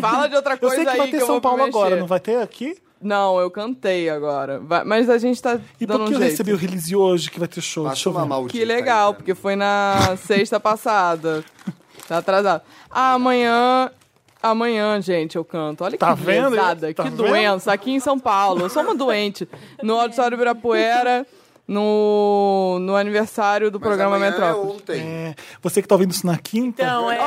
Speaker 5: Fala de outra
Speaker 1: Eu
Speaker 5: coisa
Speaker 1: sei que
Speaker 5: aí
Speaker 1: vai ter
Speaker 5: eu
Speaker 1: São
Speaker 5: vou
Speaker 1: Paulo
Speaker 5: me
Speaker 1: agora,
Speaker 5: mexer.
Speaker 1: não vai ter aqui?
Speaker 5: Não, eu cantei agora. Vai- Mas a gente tá
Speaker 1: E
Speaker 5: dando
Speaker 1: por
Speaker 5: um
Speaker 1: que eu
Speaker 5: jeito.
Speaker 1: recebi o release hoje que vai ter show? Deixa
Speaker 4: Acho
Speaker 1: eu ver.
Speaker 4: uma maldita.
Speaker 5: Que legal,
Speaker 4: aí, né?
Speaker 5: porque foi na sexta passada. Tá atrasado. Amanhã. Amanhã, gente, eu canto. Olha
Speaker 1: Tá
Speaker 5: que
Speaker 1: vendo?
Speaker 5: doençada,
Speaker 1: Tá
Speaker 5: que
Speaker 1: vendo?
Speaker 5: doença. Aqui em São Paulo. Eu sou uma doente. No Auditório Ibirapuera, no, no aniversário do
Speaker 4: Mas
Speaker 5: programa
Speaker 4: amanhã é
Speaker 5: Metrópole.
Speaker 4: ontem.
Speaker 1: É, você que tá ouvindo isso na quinta,
Speaker 3: Então, é.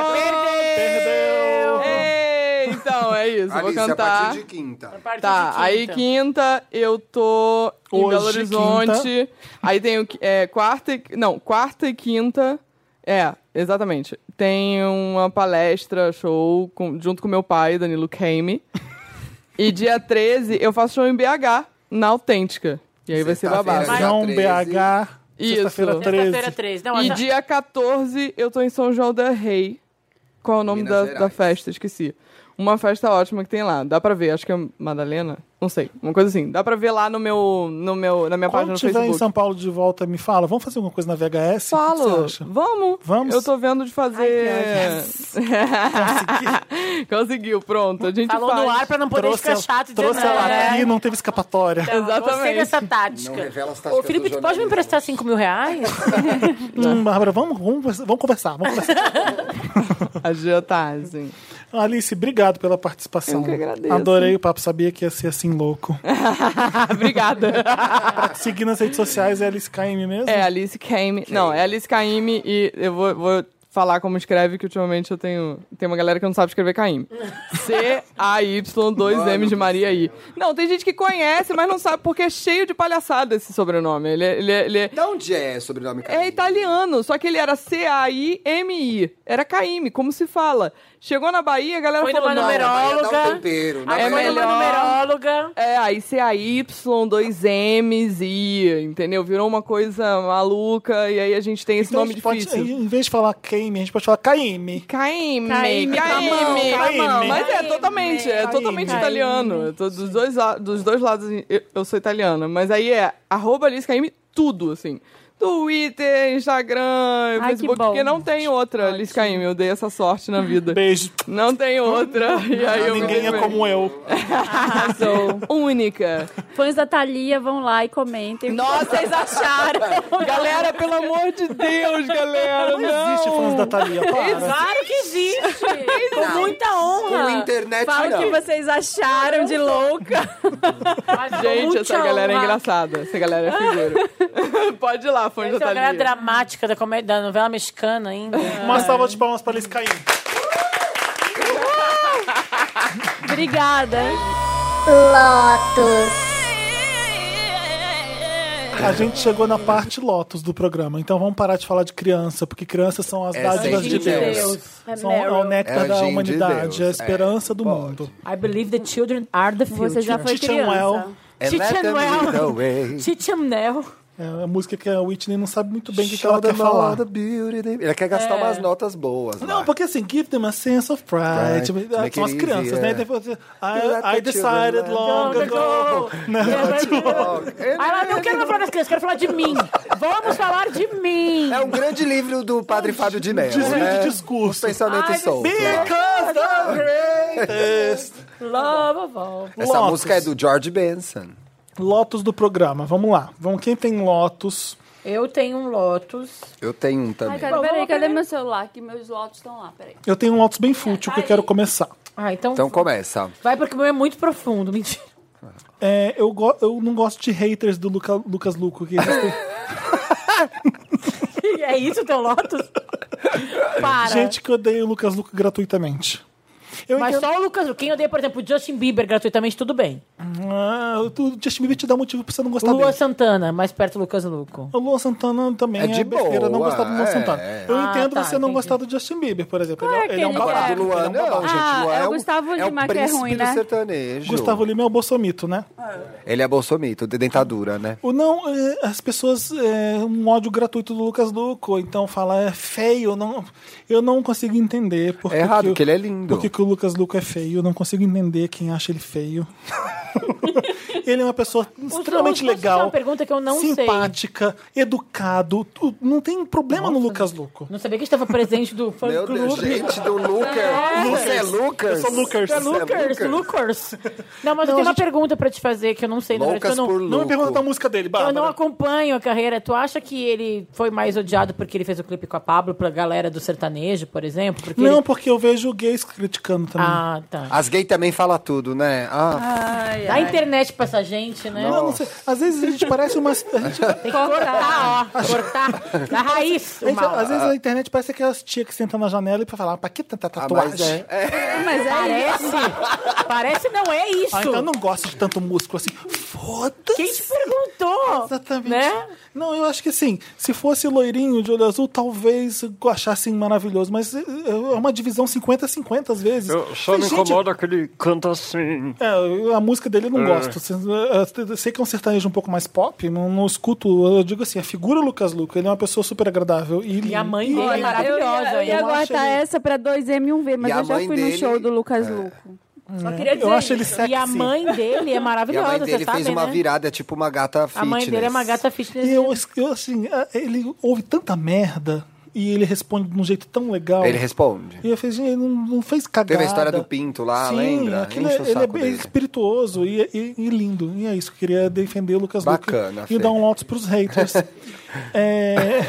Speaker 1: perdeu!
Speaker 5: Ei, então, é isso. eu vou
Speaker 4: Alice, a
Speaker 5: cantar.
Speaker 4: partir de quinta.
Speaker 3: partir
Speaker 5: Tá,
Speaker 3: de
Speaker 5: aí quinta eu tô em
Speaker 1: Hoje,
Speaker 5: Belo Horizonte. Aí tem o qui- é, quarta e. Não, quarta e quinta. É, exatamente. Tem uma palestra, show, com- junto com meu pai, Danilo Keime. e dia 13 eu faço show em BH, na Autêntica. E aí vai ser
Speaker 4: Sexta-feira,
Speaker 5: babado.
Speaker 4: Mas-
Speaker 1: João
Speaker 4: Dia 13.
Speaker 1: BH,
Speaker 5: Isso.
Speaker 1: sexta-feira
Speaker 3: Sexta-feira
Speaker 1: 13.
Speaker 3: 13. Não,
Speaker 5: E
Speaker 3: essa-
Speaker 5: dia 14 eu tô em São João da Rei. Qual é o nome
Speaker 4: Minas
Speaker 5: da,
Speaker 4: Gerais.
Speaker 5: da festa? Esqueci. Uma festa ótima que tem lá. Dá pra ver, acho que é Madalena? Não sei. Uma coisa assim. Dá pra ver lá no meu, no meu, na minha
Speaker 1: Quando
Speaker 5: página no
Speaker 1: tiver em
Speaker 5: Facebook.
Speaker 1: São Paulo de volta, me fala. Vamos fazer alguma coisa na VHS? O que você
Speaker 5: Falo.
Speaker 1: acha?
Speaker 5: Vamos.
Speaker 1: Vamos?
Speaker 5: Eu tô vendo de fazer. Conseguiu, pronto. A gente
Speaker 3: Falou
Speaker 5: faz.
Speaker 3: no ar pra não poder
Speaker 1: Trouxe,
Speaker 3: ficar
Speaker 1: ela,
Speaker 3: chato e dizer
Speaker 1: trouxe
Speaker 3: não.
Speaker 1: ela
Speaker 3: É.
Speaker 5: né?
Speaker 1: aqui, não teve escapatória.
Speaker 3: Então, Gostei
Speaker 5: Exatamente.
Speaker 3: dessa
Speaker 4: Não
Speaker 3: tática.
Speaker 4: revela as táticas
Speaker 3: Ô, Felipe,
Speaker 4: do
Speaker 3: tu pode me
Speaker 4: jornalismo.
Speaker 3: emprestar 5 mil reais?
Speaker 5: tá.
Speaker 1: Hum, Bárbara, vamos, vamos, conversar, vamos conversar. Vamos conversar.
Speaker 5: Agiotagem.
Speaker 1: Alice, obrigado pela participação.
Speaker 5: Eu que agradeço.
Speaker 1: Adorei o papo, sabia que ia ser assim louco.
Speaker 5: Obrigada.
Speaker 1: Seguir nas redes sociais é Alice KM mesmo?
Speaker 5: É, Alice Caime. Não, é Alice Caime e eu vou, vou falar como escreve, que ultimamente eu tenho. Tem uma galera que não sabe escrever Caime. C-A-Y-2-M de Maria I. Não, tem gente que conhece, mas não sabe porque é cheio de palhaçada esse sobrenome. Ele é. Ele é, ele é-
Speaker 4: Da onde é sobrenome Caymmi?
Speaker 5: é italiano, só que ele era C-A-I-M-I. Era Caime, como se fala. Chegou na Bahia, a galera
Speaker 3: Foi
Speaker 5: falou.
Speaker 3: numa
Speaker 5: Não,
Speaker 4: Não,
Speaker 3: numeróloga.
Speaker 4: vai dar um tempero. né?
Speaker 3: Aí
Speaker 5: É
Speaker 3: foi
Speaker 5: melhor.
Speaker 3: numa numeróloga.
Speaker 5: É, aí CAY, dois M's e, entendeu? Virou uma coisa maluca e aí a gente tem esse
Speaker 1: Então a
Speaker 5: nome
Speaker 1: gente pode-
Speaker 5: difícil.
Speaker 1: em vez de falar KM, a gente pode falar KM.
Speaker 5: Caime,
Speaker 6: Caime,
Speaker 5: Caime.
Speaker 1: Caymmi.
Speaker 5: Mas é totalmente, é
Speaker 1: Caymmi.
Speaker 5: totalmente
Speaker 1: Caymmi.
Speaker 5: italiano. Eu tô dos, dois, la- dos dois lados eu, eu sou italiana. Mas aí é arroba Alice Caime, tudo, assim. Twitter, Instagram,
Speaker 6: que
Speaker 5: Facebook,
Speaker 6: bom.
Speaker 5: porque não tem outra Alice Caime. Eu dei essa sorte na vida.
Speaker 1: Beijo.
Speaker 5: Não tem outra. E aí eu me
Speaker 1: Ninguém é
Speaker 5: dei
Speaker 1: como eu.
Speaker 6: Arrasou.
Speaker 5: bem. Única.
Speaker 6: Fãs da Thalia vão lá e comentem.
Speaker 5: Nossa,
Speaker 6: vocês acharam?
Speaker 5: Galera, pelo amor de Deus, galera. Não,
Speaker 1: Não existe fãs da Thalia, para.
Speaker 3: Claro que existe! Com muita
Speaker 4: Com
Speaker 3: honra!
Speaker 4: internet
Speaker 6: é. Fala o
Speaker 4: não.
Speaker 6: que vocês acharam de louca.
Speaker 3: Mas com
Speaker 5: Gente,
Speaker 3: muita
Speaker 5: essa galera é
Speaker 3: honra.
Speaker 5: engraçada. Essa galera é figura. Pode ir lá, fã de
Speaker 3: Essa é uma galera
Speaker 5: Thalia.
Speaker 3: dramática da, comédia, da novela mexicana ainda.
Speaker 1: Uma salva de palmas para Alice KM.
Speaker 6: Obrigada.
Speaker 8: Lotus.
Speaker 1: A gente chegou na parte Lotus do programa, então vamos parar de falar de criança, porque crianças são as
Speaker 4: Essa
Speaker 1: dádivas
Speaker 4: é
Speaker 1: de
Speaker 4: de
Speaker 1: Deus.
Speaker 4: Deus.
Speaker 6: É
Speaker 1: São é o
Speaker 6: Meryl.
Speaker 1: néctar
Speaker 4: É
Speaker 1: da
Speaker 4: gente de
Speaker 1: humanidade, é a
Speaker 4: Deus.
Speaker 1: esperança
Speaker 4: É,
Speaker 1: do
Speaker 4: pode.
Speaker 1: mundo.
Speaker 3: I believe the children are the future.
Speaker 6: Você já foi
Speaker 1: Teach 'em
Speaker 6: criança.
Speaker 1: well.
Speaker 4: And let them lead the É way.
Speaker 3: Chichamnel.
Speaker 1: É a música que a Whitney não sabe muito bem o que, que
Speaker 4: Show
Speaker 1: ela quer
Speaker 4: them all
Speaker 1: falar.
Speaker 4: the beauty they- Ele quer gastar umas notas boas.
Speaker 1: Não,
Speaker 4: lá.
Speaker 1: porque assim, give them a sense of pride.
Speaker 4: Pride,
Speaker 1: Ah,
Speaker 4: make
Speaker 1: São
Speaker 4: it
Speaker 1: as crianças,
Speaker 4: easy,
Speaker 1: né?
Speaker 4: é.
Speaker 1: Depois,
Speaker 4: Let
Speaker 1: I,
Speaker 4: the
Speaker 1: I decided
Speaker 4: children
Speaker 1: long
Speaker 3: learn.
Speaker 1: ago.
Speaker 4: Ó, é-
Speaker 3: Aí ela, não quero falar das crianças, quero falar de mim. Vamos falar de mim.
Speaker 4: É um grande livro do padre Fábio de Mello.
Speaker 1: Desvio
Speaker 4: né?
Speaker 1: de discurso.
Speaker 4: Os pensamentos soltos. né?
Speaker 1: Because the greatest.
Speaker 3: Love of all.
Speaker 4: Essa
Speaker 1: Lotus.
Speaker 4: música é do George Benson.
Speaker 1: Lotus do programa, vamos lá. Vamos, quem tem Lotus?
Speaker 3: Eu tenho um Lotus.
Speaker 4: Eu tenho um também.
Speaker 6: Cadê, peraí, cadê meu celular? Que meus lotos estão lá, peraí.
Speaker 1: Eu tenho um Lotus bem fútil que eu quero começar.
Speaker 3: Ah, então,
Speaker 4: então começa.
Speaker 3: vai porque o meu é muito profundo. Mentira.
Speaker 1: É, eu, go- eu não gosto de haters do Luca- Lucas Luco. Que existem.
Speaker 3: É isso o teu Lotus? Para.
Speaker 1: gente que odeia o Lucas Luco gratuitamente. Eu
Speaker 3: Mas
Speaker 1: entendo-
Speaker 3: só o Lucas, quem odeia, por exemplo, o Justin Bieber gratuitamente, tudo bem.
Speaker 1: Ah, o Justin Bieber te dá motivo pra você não gostar
Speaker 3: Lua
Speaker 1: dele.
Speaker 3: Santana, mais perto do Lucas Luco.
Speaker 1: O Luan Santana também
Speaker 7: É
Speaker 1: é,
Speaker 7: de
Speaker 1: besteira não
Speaker 7: boa,
Speaker 1: gostar do Luan
Speaker 7: é,
Speaker 1: Santana.
Speaker 7: é.
Speaker 1: Eu
Speaker 3: Ah,
Speaker 1: entendo
Speaker 3: tá,
Speaker 1: você não
Speaker 3: entendi.
Speaker 1: gostar do Justin Bieber, por exemplo.
Speaker 6: Claro
Speaker 1: ele,
Speaker 6: que
Speaker 1: é, ele é um
Speaker 6: ele
Speaker 1: babado.
Speaker 6: quer.
Speaker 7: do Luan,
Speaker 1: ele é um
Speaker 7: não,
Speaker 1: babado.
Speaker 7: gente.
Speaker 6: Ah,
Speaker 7: Luan
Speaker 6: é
Speaker 7: é
Speaker 6: o
Speaker 7: o-
Speaker 6: Gustavo
Speaker 7: é o
Speaker 6: Lima que é
Speaker 7: príncipe
Speaker 6: ruim,
Speaker 7: do
Speaker 6: né?
Speaker 7: sertanejo.
Speaker 1: Gustavo Lima é o bolsomito, né?
Speaker 7: Ele é bolsomito, de dentadura, né?
Speaker 1: O não, é, as pessoas, é, um ódio gratuito do Lucas Luco, então fala, é feio, não, eu não consigo entender. Por
Speaker 7: É
Speaker 1: que
Speaker 7: errado,
Speaker 1: que o-
Speaker 7: porque ele é lindo.
Speaker 1: Por que que o Lucas Luco é feio, eu não consigo entender quem acha ele feio. ele é uma pessoa extremamente
Speaker 3: posso fazer
Speaker 1: legal,
Speaker 3: uma pergunta que eu não sei?
Speaker 1: simpática, educado, tu- não tem problema no Lucas Luco.
Speaker 3: Não sabia que estava presente do fã
Speaker 7: Meu
Speaker 3: clube.
Speaker 7: Deus, gente, do Lucas. Você é Lucas?
Speaker 1: Eu sou Lucas.
Speaker 7: Você é
Speaker 3: Lucas, Lucas. Não, mas eu tenho uma pergunta pra te fazer que eu não sei. na verdade,
Speaker 7: Lucas
Speaker 3: eu não,
Speaker 7: por né?
Speaker 1: Não me
Speaker 7: Luco.
Speaker 1: pergunta da música dele,
Speaker 3: Eu
Speaker 1: Bárbara.
Speaker 3: não acompanho a carreira. Tu acha que ele foi mais odiado porque ele fez o clipe com a Pablo pra galera do sertanejo, por exemplo? Porque
Speaker 1: Não,
Speaker 3: ele-
Speaker 1: porque eu vejo gays criticando também.
Speaker 3: Ah, tá.
Speaker 7: As gays também falam tudo, né? Ah,
Speaker 3: Dá internet pra essa gente, né?
Speaker 1: Não, não sei. Às vezes a gente parece uma. a gente-
Speaker 3: Tem que cortar, ó. Cortar na raiz
Speaker 1: a
Speaker 3: o
Speaker 1: gente-
Speaker 3: mal.
Speaker 1: Então, às vezes a internet parece aquelas tias que sentam na janela e falam, "Ah, pra que tanta
Speaker 7: ah,
Speaker 1: tatuagem?
Speaker 7: mas é. é.
Speaker 6: Mas é isso.
Speaker 3: Parece. Parece não é isso.
Speaker 1: Ah, então eu não gosto de tanto músculo assim. Foda-se.
Speaker 3: Quem te perguntou?
Speaker 1: Exatamente.
Speaker 3: Né?
Speaker 1: Não, eu acho que assim, se fosse loirinho de olho azul, talvez eu achassem maravilhoso, mas é é uma divisão 50-50 às vezes.
Speaker 9: Eu só
Speaker 1: Tem
Speaker 9: me
Speaker 1: gente-
Speaker 9: incomoda que ele canta assim.
Speaker 1: É, eu- a música dele eu
Speaker 9: É.
Speaker 1: não gosto. Se- eh, eh, Sei que é um sertanejo um pouco mais pop, não, não escuto. Eu digo assim, a figura Lucas Luco, ele é uma pessoa super agradável. E,
Speaker 3: E a mãe dele é
Speaker 6: Olha, Eu
Speaker 3: maravilhosa.
Speaker 6: ia, eu ia
Speaker 1: Eu acho
Speaker 6: guardar
Speaker 1: ele-
Speaker 6: essa pra 2M e 1V, mas
Speaker 7: E a
Speaker 6: eu já
Speaker 7: mãe
Speaker 6: fui no
Speaker 7: dele- é.
Speaker 6: show do Lucas Luco. Só queria
Speaker 1: Eu acho ele sexy.
Speaker 3: E a mãe dele é
Speaker 7: E a
Speaker 3: maravilhosa,
Speaker 7: mãe
Speaker 3: você
Speaker 7: dele
Speaker 3: sabe,
Speaker 7: fez uma
Speaker 3: né?
Speaker 7: virada, é tipo uma gata fitness.
Speaker 3: A mãe dele é uma gata fitness.
Speaker 1: E eu, eu, assim, eh, ele ouve tanta merda e ele responde de um jeito tão legal.
Speaker 7: Ele responde.
Speaker 1: E eu fiz, ele não, não fez cagada.
Speaker 7: Teve a história do pinto lá,
Speaker 1: Sim,
Speaker 7: lembra?
Speaker 1: aquilo é-
Speaker 7: Enche o
Speaker 1: ele é
Speaker 7: saco
Speaker 1: bem
Speaker 7: dele.
Speaker 1: espirituoso e, e- e lindo. E é isso, eu queria defender o Lucas
Speaker 7: Bacana,
Speaker 1: Luco e
Speaker 7: Fê.
Speaker 1: dar um lotus pros haters. é,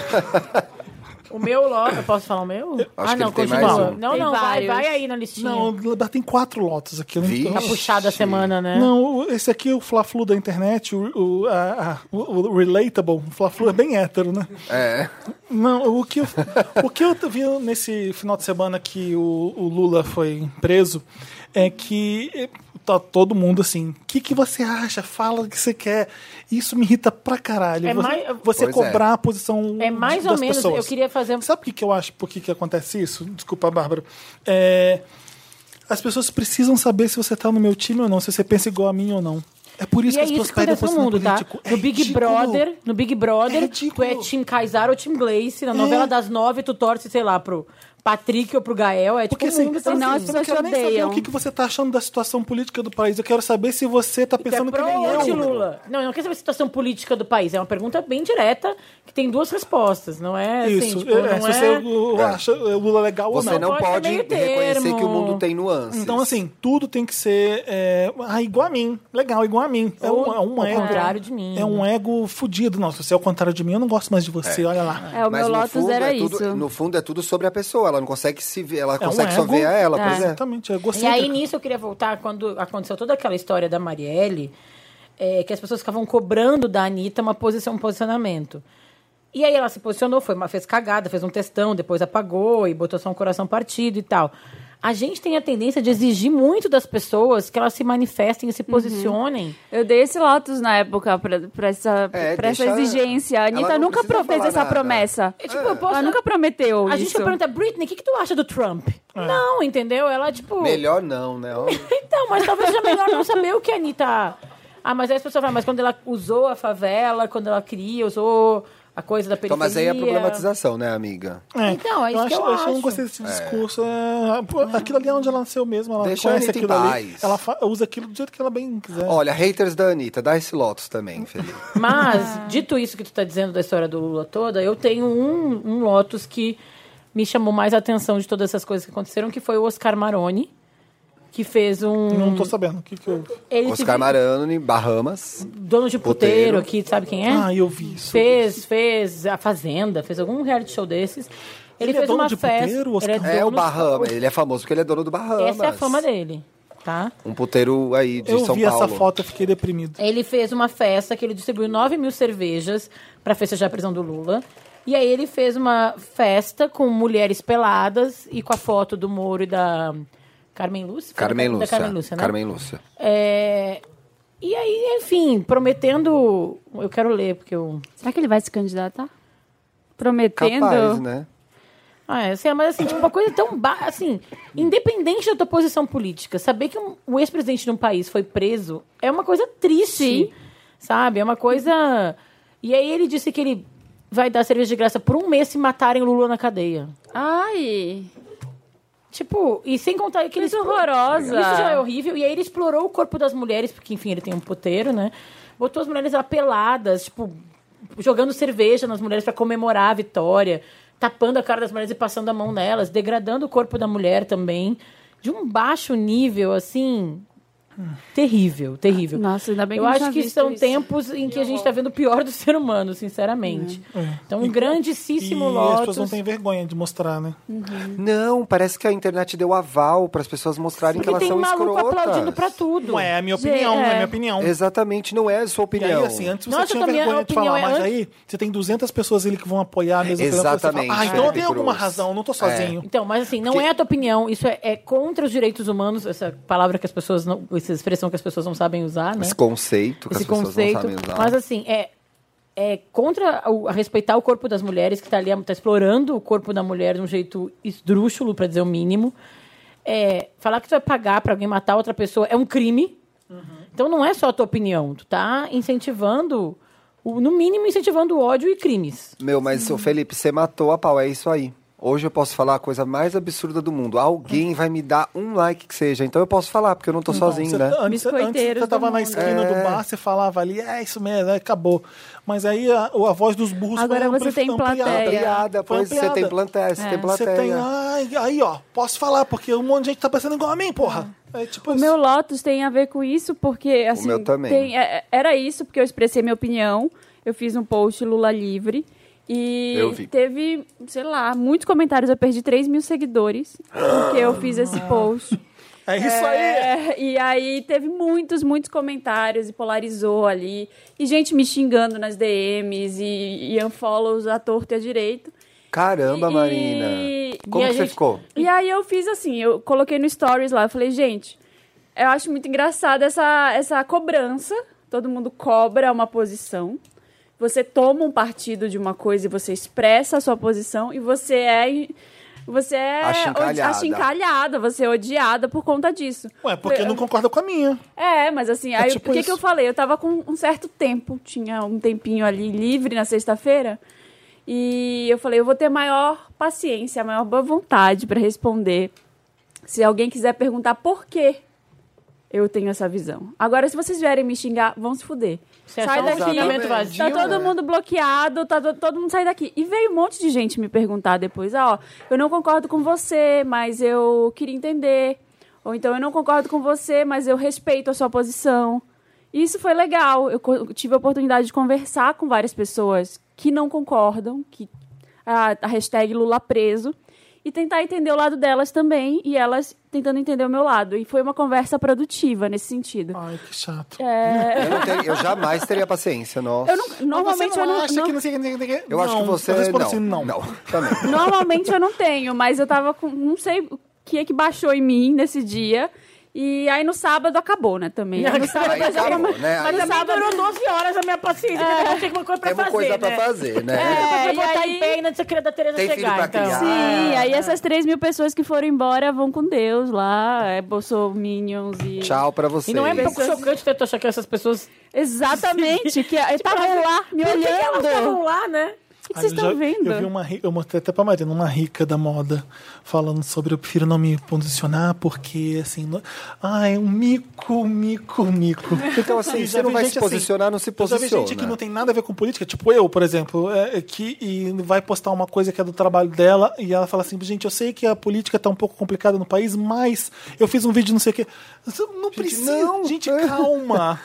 Speaker 3: O meu logo. Eu posso falar o meu? ah,
Speaker 7: que
Speaker 3: não,
Speaker 7: ele tem
Speaker 3: continua.
Speaker 7: mais um.
Speaker 3: Não,
Speaker 6: Tem
Speaker 3: não, vai,
Speaker 6: vários.
Speaker 3: vai aí na listinha.
Speaker 1: não, tem quatro lotos aqui. eu não-
Speaker 7: Vixe.
Speaker 3: Tá puxada a semana, né?
Speaker 1: Não, o- esse aqui é o Fla-Flu da internet, o, o, a- a- o- o Relatable. O Fla-Flu é bem hétero, né?
Speaker 7: É.
Speaker 1: Não, o que eu, o que eu vi nesse final de semana que o, o Lula foi preso é que eh, tá todo mundo assim, o que, que você acha? Fala o que você quer. Isso me irrita pra caralho.
Speaker 3: É
Speaker 1: você
Speaker 3: mais-
Speaker 1: você
Speaker 7: Pois é.
Speaker 1: cobrar a posição
Speaker 3: É mais
Speaker 1: das
Speaker 3: ou menos,
Speaker 1: pessoas.
Speaker 3: eu queria fazer- um
Speaker 1: Sabe por que, que eu acho, por que, que acontece isso? Desculpa, Bárbara. É, as pessoas precisam saber se você tá no meu time ou não, se você pensa igual a mim ou não. É por isso
Speaker 3: e é
Speaker 1: que as pessoas
Speaker 3: isso que
Speaker 1: pedem
Speaker 3: acontece no
Speaker 1: posição
Speaker 3: mundo, tá?
Speaker 1: político. É
Speaker 3: No Big
Speaker 1: ridículo.
Speaker 3: Brother, no Big Brother,
Speaker 1: É
Speaker 3: tu
Speaker 1: ridículo. É.
Speaker 3: é Tim Kaysar ou Tim Glace. Na novela das nove, tu torce, sei lá, pro Patrick ou pro Gael. É
Speaker 1: Porque
Speaker 3: tipo,
Speaker 1: assim,
Speaker 3: um-
Speaker 6: senão as
Speaker 1: assim, eu
Speaker 6: pessoas
Speaker 1: não quero
Speaker 6: te
Speaker 1: nem saber
Speaker 6: odeiam.
Speaker 1: o que, que você tá achando da situação política do país. Eu quero saber se você tá
Speaker 3: Tu é
Speaker 1: pensando que
Speaker 3: pro
Speaker 1: nem
Speaker 3: ou anti
Speaker 1: eu.
Speaker 3: Lula? Não, eu não quero saber a situação política do país. É uma pergunta bem direta, que tem duas respostas, não é assim,
Speaker 1: Isso,
Speaker 3: tipo,
Speaker 1: é,
Speaker 3: não
Speaker 1: se você
Speaker 3: é...
Speaker 1: uh, acha o Lula legal
Speaker 7: Você
Speaker 1: ou
Speaker 7: não,
Speaker 3: pode ser
Speaker 7: pode,
Speaker 3: meio
Speaker 7: reconhecer
Speaker 3: termo.
Speaker 7: que o mundo tem nuances.
Speaker 1: Então, assim, tudo tem que ser é, ah, igual a mim, legal, igual a mim. É
Speaker 3: Ou
Speaker 1: um, é um
Speaker 3: ao
Speaker 1: ego.
Speaker 3: contrário de mim.
Speaker 1: É um ego fudido. Não, se você é o contrário de mim, eu não gosto mais de você, olha lá.
Speaker 6: É, o
Speaker 7: Mas
Speaker 6: meu
Speaker 7: no
Speaker 6: Lotus
Speaker 7: fundo
Speaker 6: era
Speaker 7: é tudo-
Speaker 6: isso.
Speaker 7: No fundo é tudo sobre a pessoa. Ela não consegue se ver, ela
Speaker 1: É um
Speaker 7: consegue só
Speaker 1: ego.
Speaker 7: ver a ela, por exemplo.
Speaker 1: Exatamente, é
Speaker 3: E aí,
Speaker 1: egocêntrico.
Speaker 3: nisso, eu queria voltar quando aconteceu toda aquela história da Marielle, é, que as pessoas ficavam cobrando da Anitta uma posição, um posicionamento. E aí ela se posicionou, foi uma, fez cagada, fez um textão, depois apagou e botou só um coração partido e tal. A gente tem a tendência de exigir muito das pessoas que elas se manifestem e se posicionem.
Speaker 6: Eu dei esse Lotus na época pra, pra essa,
Speaker 7: É,
Speaker 6: pra essa
Speaker 7: deixa-
Speaker 6: exigência. A
Speaker 7: ela
Speaker 6: Anitta
Speaker 7: não
Speaker 6: nunca
Speaker 7: precisa
Speaker 6: pro- fez
Speaker 7: falar
Speaker 6: essa
Speaker 7: nada.
Speaker 6: promessa.
Speaker 3: É, tipo, eu posso-
Speaker 6: Ela nunca prometeu
Speaker 3: A
Speaker 6: isso.
Speaker 3: gente pergunta, Britney, o que, que tu acha do Trump? Não, entendeu? Ela, tipo...
Speaker 7: Melhor não, né? Ó,
Speaker 3: Então, mas talvez seja melhor não saber o que a Anitta. Ah, mas aí as pessoas falam, mas quando ela usou a favela, quando ela cria, usou a coisa da periferia.
Speaker 7: Então, mas aí é problematização, né, amiga?
Speaker 1: É.
Speaker 3: Então, é isso que eu
Speaker 1: Eu não
Speaker 3: acho.
Speaker 1: gostei desse discurso. é, pô, Aquilo ali é onde ela nasceu mesmo. Ela
Speaker 7: Deixa
Speaker 1: conhece
Speaker 7: a Anitta em
Speaker 1: aquilo ali.
Speaker 7: paz.
Speaker 1: Ela fa- usa aquilo do jeito que ela bem quiser.
Speaker 7: Olha, haters da Anitta, dá esse Lotus também, Felipe.
Speaker 1: Ah.
Speaker 3: Mas, dito isso que tu tá dizendo da história do Lula toda, eu tenho um, um Lotus que me chamou mais a atenção de todas essas coisas que aconteceram, que foi o Oscar Maroni, que fez um.
Speaker 1: Não tô sabendo. O que que eu...
Speaker 3: Ele se-
Speaker 7: Oscar Marani, Bahamas.
Speaker 3: dono de
Speaker 7: Puteiro.
Speaker 3: puteiro aqui, sabe quem é?
Speaker 1: Ah, eu vi isso.
Speaker 3: Fez, fez A Fazenda, fez algum reality show desses. Ele,
Speaker 1: Ele é
Speaker 3: fez
Speaker 1: dono
Speaker 3: uma
Speaker 1: de
Speaker 3: festa.
Speaker 1: puteiro, Oscar?
Speaker 3: ele
Speaker 7: É o
Speaker 3: dono-
Speaker 7: Bahamas, ele é famoso porque ele é dono do Bahamas.
Speaker 3: Essa é a fama dele, tá?
Speaker 7: Um puteiro aí de
Speaker 1: Eu
Speaker 7: São
Speaker 1: vi
Speaker 7: Paulo.
Speaker 1: essa foto, eu fiquei deprimido.
Speaker 3: Ele fez uma festa que ele distribuiu 9 mil cervejas pra festejar a prisão do Lula. E aí ele fez uma festa com mulheres peladas e com a foto do Moro e da Carmen Lúcia. Foi
Speaker 7: Carmen
Speaker 3: da- da
Speaker 7: Lúcia.
Speaker 3: Carmen Lúcia, né?
Speaker 7: Carmen Lúcia.
Speaker 3: É, E aí, enfim, prometendo. Eu quero ler, porque eu.
Speaker 6: Será que ele vai se candidatar? Prometendo.
Speaker 7: Capaz, né?
Speaker 3: Ah, é, sei, mas assim, tipo, uma coisa tão. Ba... Assim, independente da tua posição política, saber que um, o ex-presidente de um país foi preso é uma coisa triste,
Speaker 6: Sim.
Speaker 3: sabe? É uma coisa. E aí ele disse que ele vai dar cerveja de graça por um mês se matarem Lula na cadeia.
Speaker 6: Ai,
Speaker 3: Tipo, e sem contar que ele.
Speaker 6: coisa
Speaker 3: explo-
Speaker 6: horrorosa.
Speaker 3: Isso já é horrível. E aí ele explorou o corpo das mulheres, porque, enfim, ele tem um puteiro, né? Botou as mulheres lá peladas, tipo, jogando cerveja nas mulheres pra comemorar a vitória, tapando a cara das mulheres e passando a mão nelas, degradando o corpo da mulher também. De um baixo nível, assim. Terrível, terrível.
Speaker 6: Nossa, ainda bem que
Speaker 3: Eu
Speaker 6: eu não
Speaker 3: acho
Speaker 6: tinha
Speaker 3: que
Speaker 6: visto
Speaker 3: são
Speaker 6: isso.
Speaker 3: tempos em que a gente tá vendo o pior do ser humano, sinceramente. Então, um
Speaker 1: É. E
Speaker 3: grandíssimo
Speaker 1: as pessoas não
Speaker 3: Lotus.
Speaker 1: têm vergonha de mostrar, né?
Speaker 7: Não, parece que a internet deu aval para as pessoas mostrarem que
Speaker 3: Porque
Speaker 7: elas
Speaker 3: tem um
Speaker 7: são
Speaker 3: maluco
Speaker 7: escrotas.
Speaker 3: aplaudindo pra tudo.
Speaker 1: Não é a minha opinião,
Speaker 6: Gente,
Speaker 1: não é
Speaker 6: é.
Speaker 1: a minha opinião.
Speaker 7: Exatamente, não é a sua
Speaker 1: E aí,
Speaker 7: opinião.
Speaker 1: assim, antes você
Speaker 3: Nossa,
Speaker 1: tinha
Speaker 3: eu também- a
Speaker 1: vergonha de
Speaker 3: opinião
Speaker 1: falar,
Speaker 3: é
Speaker 1: mas
Speaker 3: antes-
Speaker 1: aí você tem 200 pessoas ali que vão apoiar a mesma coisa.
Speaker 7: Exatamente,
Speaker 1: Você fala, Ah, então eu
Speaker 7: Felipe
Speaker 1: tenho alguma
Speaker 7: Cruz. É.
Speaker 1: razão, não tô sozinho.
Speaker 3: Então, mas assim, não é a tua opinião, isso é, é contra os direitos humanos, essa palavra que as pessoas não. essa expressão que as pessoas não sabem usar, né?
Speaker 7: Esse conceito que
Speaker 3: Esse
Speaker 7: as pessoas
Speaker 3: conceito.
Speaker 7: não sabem usar.
Speaker 3: Mas assim, é. É contra o- a respeitar o corpo das mulheres, que tá ali, tá explorando o corpo da mulher de um jeito esdrúxulo, pra dizer o mínimo. É, falar que tu vai pagar pra alguém matar outra pessoa é um crime.
Speaker 1: Uhum.
Speaker 3: Então não é só a tua opinião. Tu tá incentivando, o- no mínimo, incentivando o ódio e crimes.
Speaker 7: Meu, mas, seu Felipe, você matou a pau, é isso aí. Hoje eu posso falar a coisa mais absurda do mundo. Alguém vai me dar um like que seja, então eu posso falar, porque eu não tô sozinho,
Speaker 1: Então, Você-
Speaker 7: né?
Speaker 1: tá,
Speaker 7: É.
Speaker 1: antes, antes
Speaker 6: Biscoiteiros
Speaker 1: você tava
Speaker 6: do
Speaker 1: na
Speaker 6: mundo.
Speaker 1: esquina do bar, você falava ali, é isso mesmo, é, acabou. Mas aí a, a voz dos burros foi
Speaker 6: Agora você
Speaker 1: ampli-
Speaker 6: tem
Speaker 1: ampliada.
Speaker 6: plateia.
Speaker 7: Tá
Speaker 6: É.
Speaker 7: Piada,
Speaker 1: Foi
Speaker 7: pois você
Speaker 1: ampliada.
Speaker 7: tem plateia,
Speaker 3: É.
Speaker 7: você tem
Speaker 1: Você
Speaker 7: plateia.
Speaker 1: tem, ai, aí ó, posso falar, porque um monte de gente tá pensando igual a mim, porra. É tipo
Speaker 6: O
Speaker 1: isso.
Speaker 6: meu Lotus tem a ver com isso, porque assim.
Speaker 7: meu também.
Speaker 6: tem- é- é- era isso, porque eu expressei minha opinião. Eu fiz um post Lula livre. E
Speaker 7: Eu vi.
Speaker 6: teve, sei lá, muitos comentários. Eu perdi 3 mil seguidores porque eu fiz esse post.
Speaker 1: É isso aí.
Speaker 6: É, e aí teve muitos, muitos comentários e polarizou ali. E gente me xingando nas DMs e, e unfollows à torta e à direita.
Speaker 7: Caramba,
Speaker 6: E-
Speaker 7: Marina. Como
Speaker 3: e a
Speaker 7: que você
Speaker 3: gente-
Speaker 7: ficou?
Speaker 6: E aí eu fiz assim, eu coloquei no stories lá, eu falei, gente, eu acho muito engraçada essa, essa cobrança. Todo mundo cobra uma posição. Você toma um partido de uma coisa e você expressa a sua posição e você é. Você é odi-
Speaker 7: Achincalhada.
Speaker 6: achincalhada, você é odiada por conta disso.
Speaker 1: Ué, porque não concorda com a minha.
Speaker 6: É, mas assim, aí
Speaker 1: tipo
Speaker 6: o que,
Speaker 1: isso.
Speaker 6: que eu falei? Eu tava com um certo tempo, tinha um tempinho ali livre na sexta-feira. E eu falei, eu vou ter maior paciência, maior boa vontade pra responder. Se alguém quiser perguntar por quê eu tenho essa visão. Agora, se vocês vierem me xingar, vão se fuder.
Speaker 3: Você achou um xingamento vazio,
Speaker 6: Tá todo
Speaker 7: né?
Speaker 6: mundo bloqueado, tá to- todo mundo sai daqui. E veio um monte de gente me perguntar depois, ah, ó, eu não concordo com você, mas eu queria entender. Ou então eu não concordo com você, mas eu respeito a sua posição. E Isso foi legal. Eu co- tive a oportunidade de conversar com várias pessoas que não concordam, que a, a hashtag Lula preso, e tentar entender o lado delas também, e elas tentando entender o meu lado. E foi uma conversa produtiva nesse sentido.
Speaker 1: Ai, que chato.
Speaker 6: É.
Speaker 7: Eu, não teria- eu jamais teria paciência, nossa.
Speaker 6: Eu não- normalmente
Speaker 1: você não
Speaker 6: eu não-
Speaker 1: acha
Speaker 6: não-
Speaker 1: que não sei o que- não sei o que-
Speaker 7: Eu acho que
Speaker 1: não.
Speaker 7: você.
Speaker 1: Eu respondo
Speaker 7: não.
Speaker 1: assim, não.
Speaker 7: também.
Speaker 6: Normalmente eu não tenho, mas eu tava com. Não sei o que é que baixou em mim nesse dia. E aí no sábado acabou, né, também. Aí no sábado
Speaker 7: Aí
Speaker 6: eu já-
Speaker 7: acabou, né?
Speaker 6: Mas
Speaker 7: Aí
Speaker 6: no sábado.
Speaker 3: Durou 12 horas a minha paciência, porque eu tinha uma coisa pra
Speaker 7: Tem uma
Speaker 3: fazer,
Speaker 7: coisa
Speaker 3: né?
Speaker 7: pra fazer, né?
Speaker 6: É,
Speaker 3: Pra
Speaker 6: e
Speaker 3: botar em
Speaker 6: aí,
Speaker 3: pé É. e não sei o que da Tereza
Speaker 7: Tem filho
Speaker 3: chegar,
Speaker 7: pra
Speaker 3: então.
Speaker 7: criar.
Speaker 6: sim, aí essas 3 mil pessoas que foram embora vão com Deus lá, é Bolsominions e.
Speaker 7: Tchau pra vocês.
Speaker 3: E não é um pouco chocante ter tu achar que essas pessoas
Speaker 6: Exatamente, que
Speaker 7: Tipo,
Speaker 6: estavam lá me
Speaker 3: Por que que elas
Speaker 6: olhando.
Speaker 3: estavam lá, né?
Speaker 6: O que que
Speaker 1: Aí Ah,
Speaker 6: vocês
Speaker 1: eu
Speaker 6: estão
Speaker 1: já-
Speaker 6: vendo?
Speaker 1: Eu vi uma ri- eu mostrei até pra Marina, uma rica da moda, falando sobre eu prefiro não me posicionar porque, assim, não... ai, um mico, mico, um mico.
Speaker 7: Então, assim,
Speaker 1: E
Speaker 7: você
Speaker 1: já
Speaker 7: não
Speaker 1: vi
Speaker 7: vai
Speaker 1: gente
Speaker 7: se posicionar, não se
Speaker 1: eu já vi gente
Speaker 7: posiciona.
Speaker 1: que não tem nada a ver com política, tipo eu, por exemplo, é, é, que e vai postar uma coisa que é do trabalho dela e ela fala assim, gente, eu sei que a política tá um pouco complicada no país, mas eu fiz um vídeo não sei o quê. Não precisa,
Speaker 7: não.
Speaker 1: gente, calma.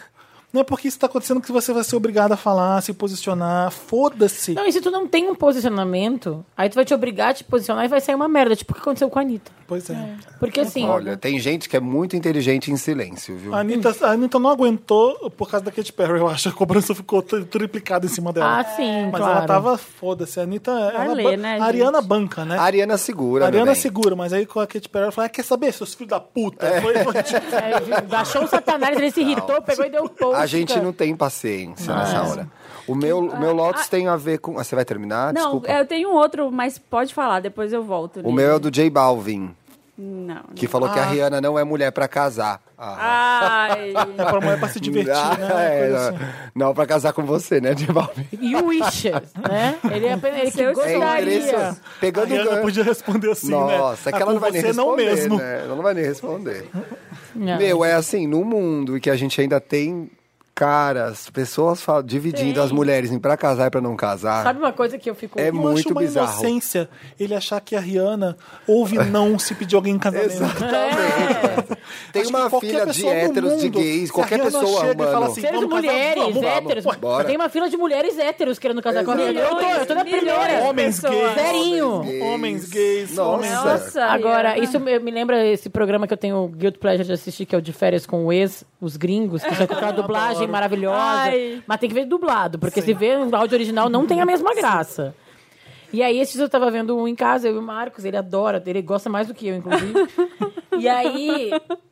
Speaker 1: Não é porque isso está acontecendo que você vai ser obrigado a falar, se posicionar. Foda-se.
Speaker 3: Não, e se tu não tem um posicionamento, aí tu vai te obrigar a te posicionar e vai sair uma merda, tipo o que aconteceu com a Anitta.
Speaker 1: Pois é.
Speaker 3: Porque assim,
Speaker 7: Olha, tem gente que é muito inteligente em silêncio, viu?
Speaker 1: A Anitta, a Anitta não aguentou por causa da Katy Perry, eu acho. A cobrança ficou tri- triplicada em cima dela.
Speaker 3: Ah, sim,
Speaker 1: Mas
Speaker 3: claro.
Speaker 1: ela tava foda-se. A Anitta. ela
Speaker 6: ler,
Speaker 1: ban-
Speaker 6: né,
Speaker 1: a Ariana
Speaker 6: gente?
Speaker 1: banca, né?
Speaker 7: A Ariana segura,
Speaker 1: A Ariana
Speaker 7: meu bem.
Speaker 1: segura, mas aí com a Katy Perry ela fala: ah, quer saber, seus filhos da puta? Foi, foi tipo,
Speaker 3: é, achou o satanás, ele se irritou, pegou e deu post.
Speaker 7: A gente não tem paciência nessa hora. O meu, o meu Lotus tem a ver com. Ah, Você vai terminar?
Speaker 6: Não,
Speaker 1: é
Speaker 7: Desculpa.
Speaker 6: eu tenho um outro, mas pode falar, depois eu volto.
Speaker 7: O meu é o do J Balvin,
Speaker 6: Não.
Speaker 7: que falou
Speaker 1: Ah.
Speaker 7: que a Rihanna não é mulher pra casar. Ah.
Speaker 6: Ai.
Speaker 1: é pra mulher pra se divertir,
Speaker 7: Ah,
Speaker 1: né?
Speaker 7: é,
Speaker 1: Coisa
Speaker 7: não,
Speaker 1: assim.
Speaker 7: não pra casar com você, né, J Balvin?
Speaker 3: E o Wishes, né? Ele é apenas ele que
Speaker 6: Seu
Speaker 7: É
Speaker 3: gostaria.
Speaker 7: interessante.
Speaker 1: A
Speaker 7: Pegando
Speaker 1: Ariana
Speaker 7: gancho.
Speaker 1: podia responder assim, né?
Speaker 7: Nossa, é
Speaker 1: Ah,
Speaker 7: que
Speaker 1: com
Speaker 7: ela não vai
Speaker 1: você
Speaker 7: nem responder.
Speaker 1: não mesmo.
Speaker 7: né? Ela não vai nem responder.
Speaker 3: Não.
Speaker 7: Meu, é assim, no mundo em que a gente ainda tem caras, pessoas fa- dividindo as mulheres em pra casar e pra não casar.
Speaker 3: Sabe uma coisa que eu fico.
Speaker 7: É
Speaker 1: Eu
Speaker 7: muito
Speaker 1: acho uma
Speaker 7: bizarro.
Speaker 1: inocência ele achar que a Rihanna ouve não se pedir alguém em casamento.
Speaker 7: Exatamente. Tem
Speaker 1: É. Acho
Speaker 7: uma
Speaker 1: que qualquer
Speaker 7: filha de
Speaker 1: pessoa no
Speaker 7: héteros, de
Speaker 1: mundo,
Speaker 7: gays,
Speaker 1: se a
Speaker 7: qualquer
Speaker 1: Rihanna
Speaker 7: pessoa,
Speaker 1: chega e fala
Speaker 7: mano.
Speaker 1: assim,
Speaker 3: Seres
Speaker 1: Vamos casar?
Speaker 3: mulheres,
Speaker 1: Vamos, vamos,
Speaker 3: héteros.
Speaker 7: bora.
Speaker 3: Tem uma fila de mulheres héteros querendo casar com a Rihanna. Eu tô, eu tô na
Speaker 6: Milhões,
Speaker 3: primeira.
Speaker 1: Homens
Speaker 6: pessoas.
Speaker 1: gays.
Speaker 3: Zerinho.
Speaker 7: Homens
Speaker 1: Homens gays. homens-
Speaker 7: Nossa.
Speaker 6: Nossa.
Speaker 1: tá-
Speaker 3: Agora,
Speaker 6: Ariana.
Speaker 3: isso me me lembra esse programa que eu tenho o Guild Pleasure de assistir, que é o de férias com o ex, os gringos, que só com aquela dublagem maravilhosa.
Speaker 6: Ai.
Speaker 3: Mas tem que ver dublado, porque se vê no áudio original não tem a mesma graça. E aí, esses eu tava vendo um em casa, eu e o Marcos, ele adora, ele gosta mais do que eu, inclusive. e aí.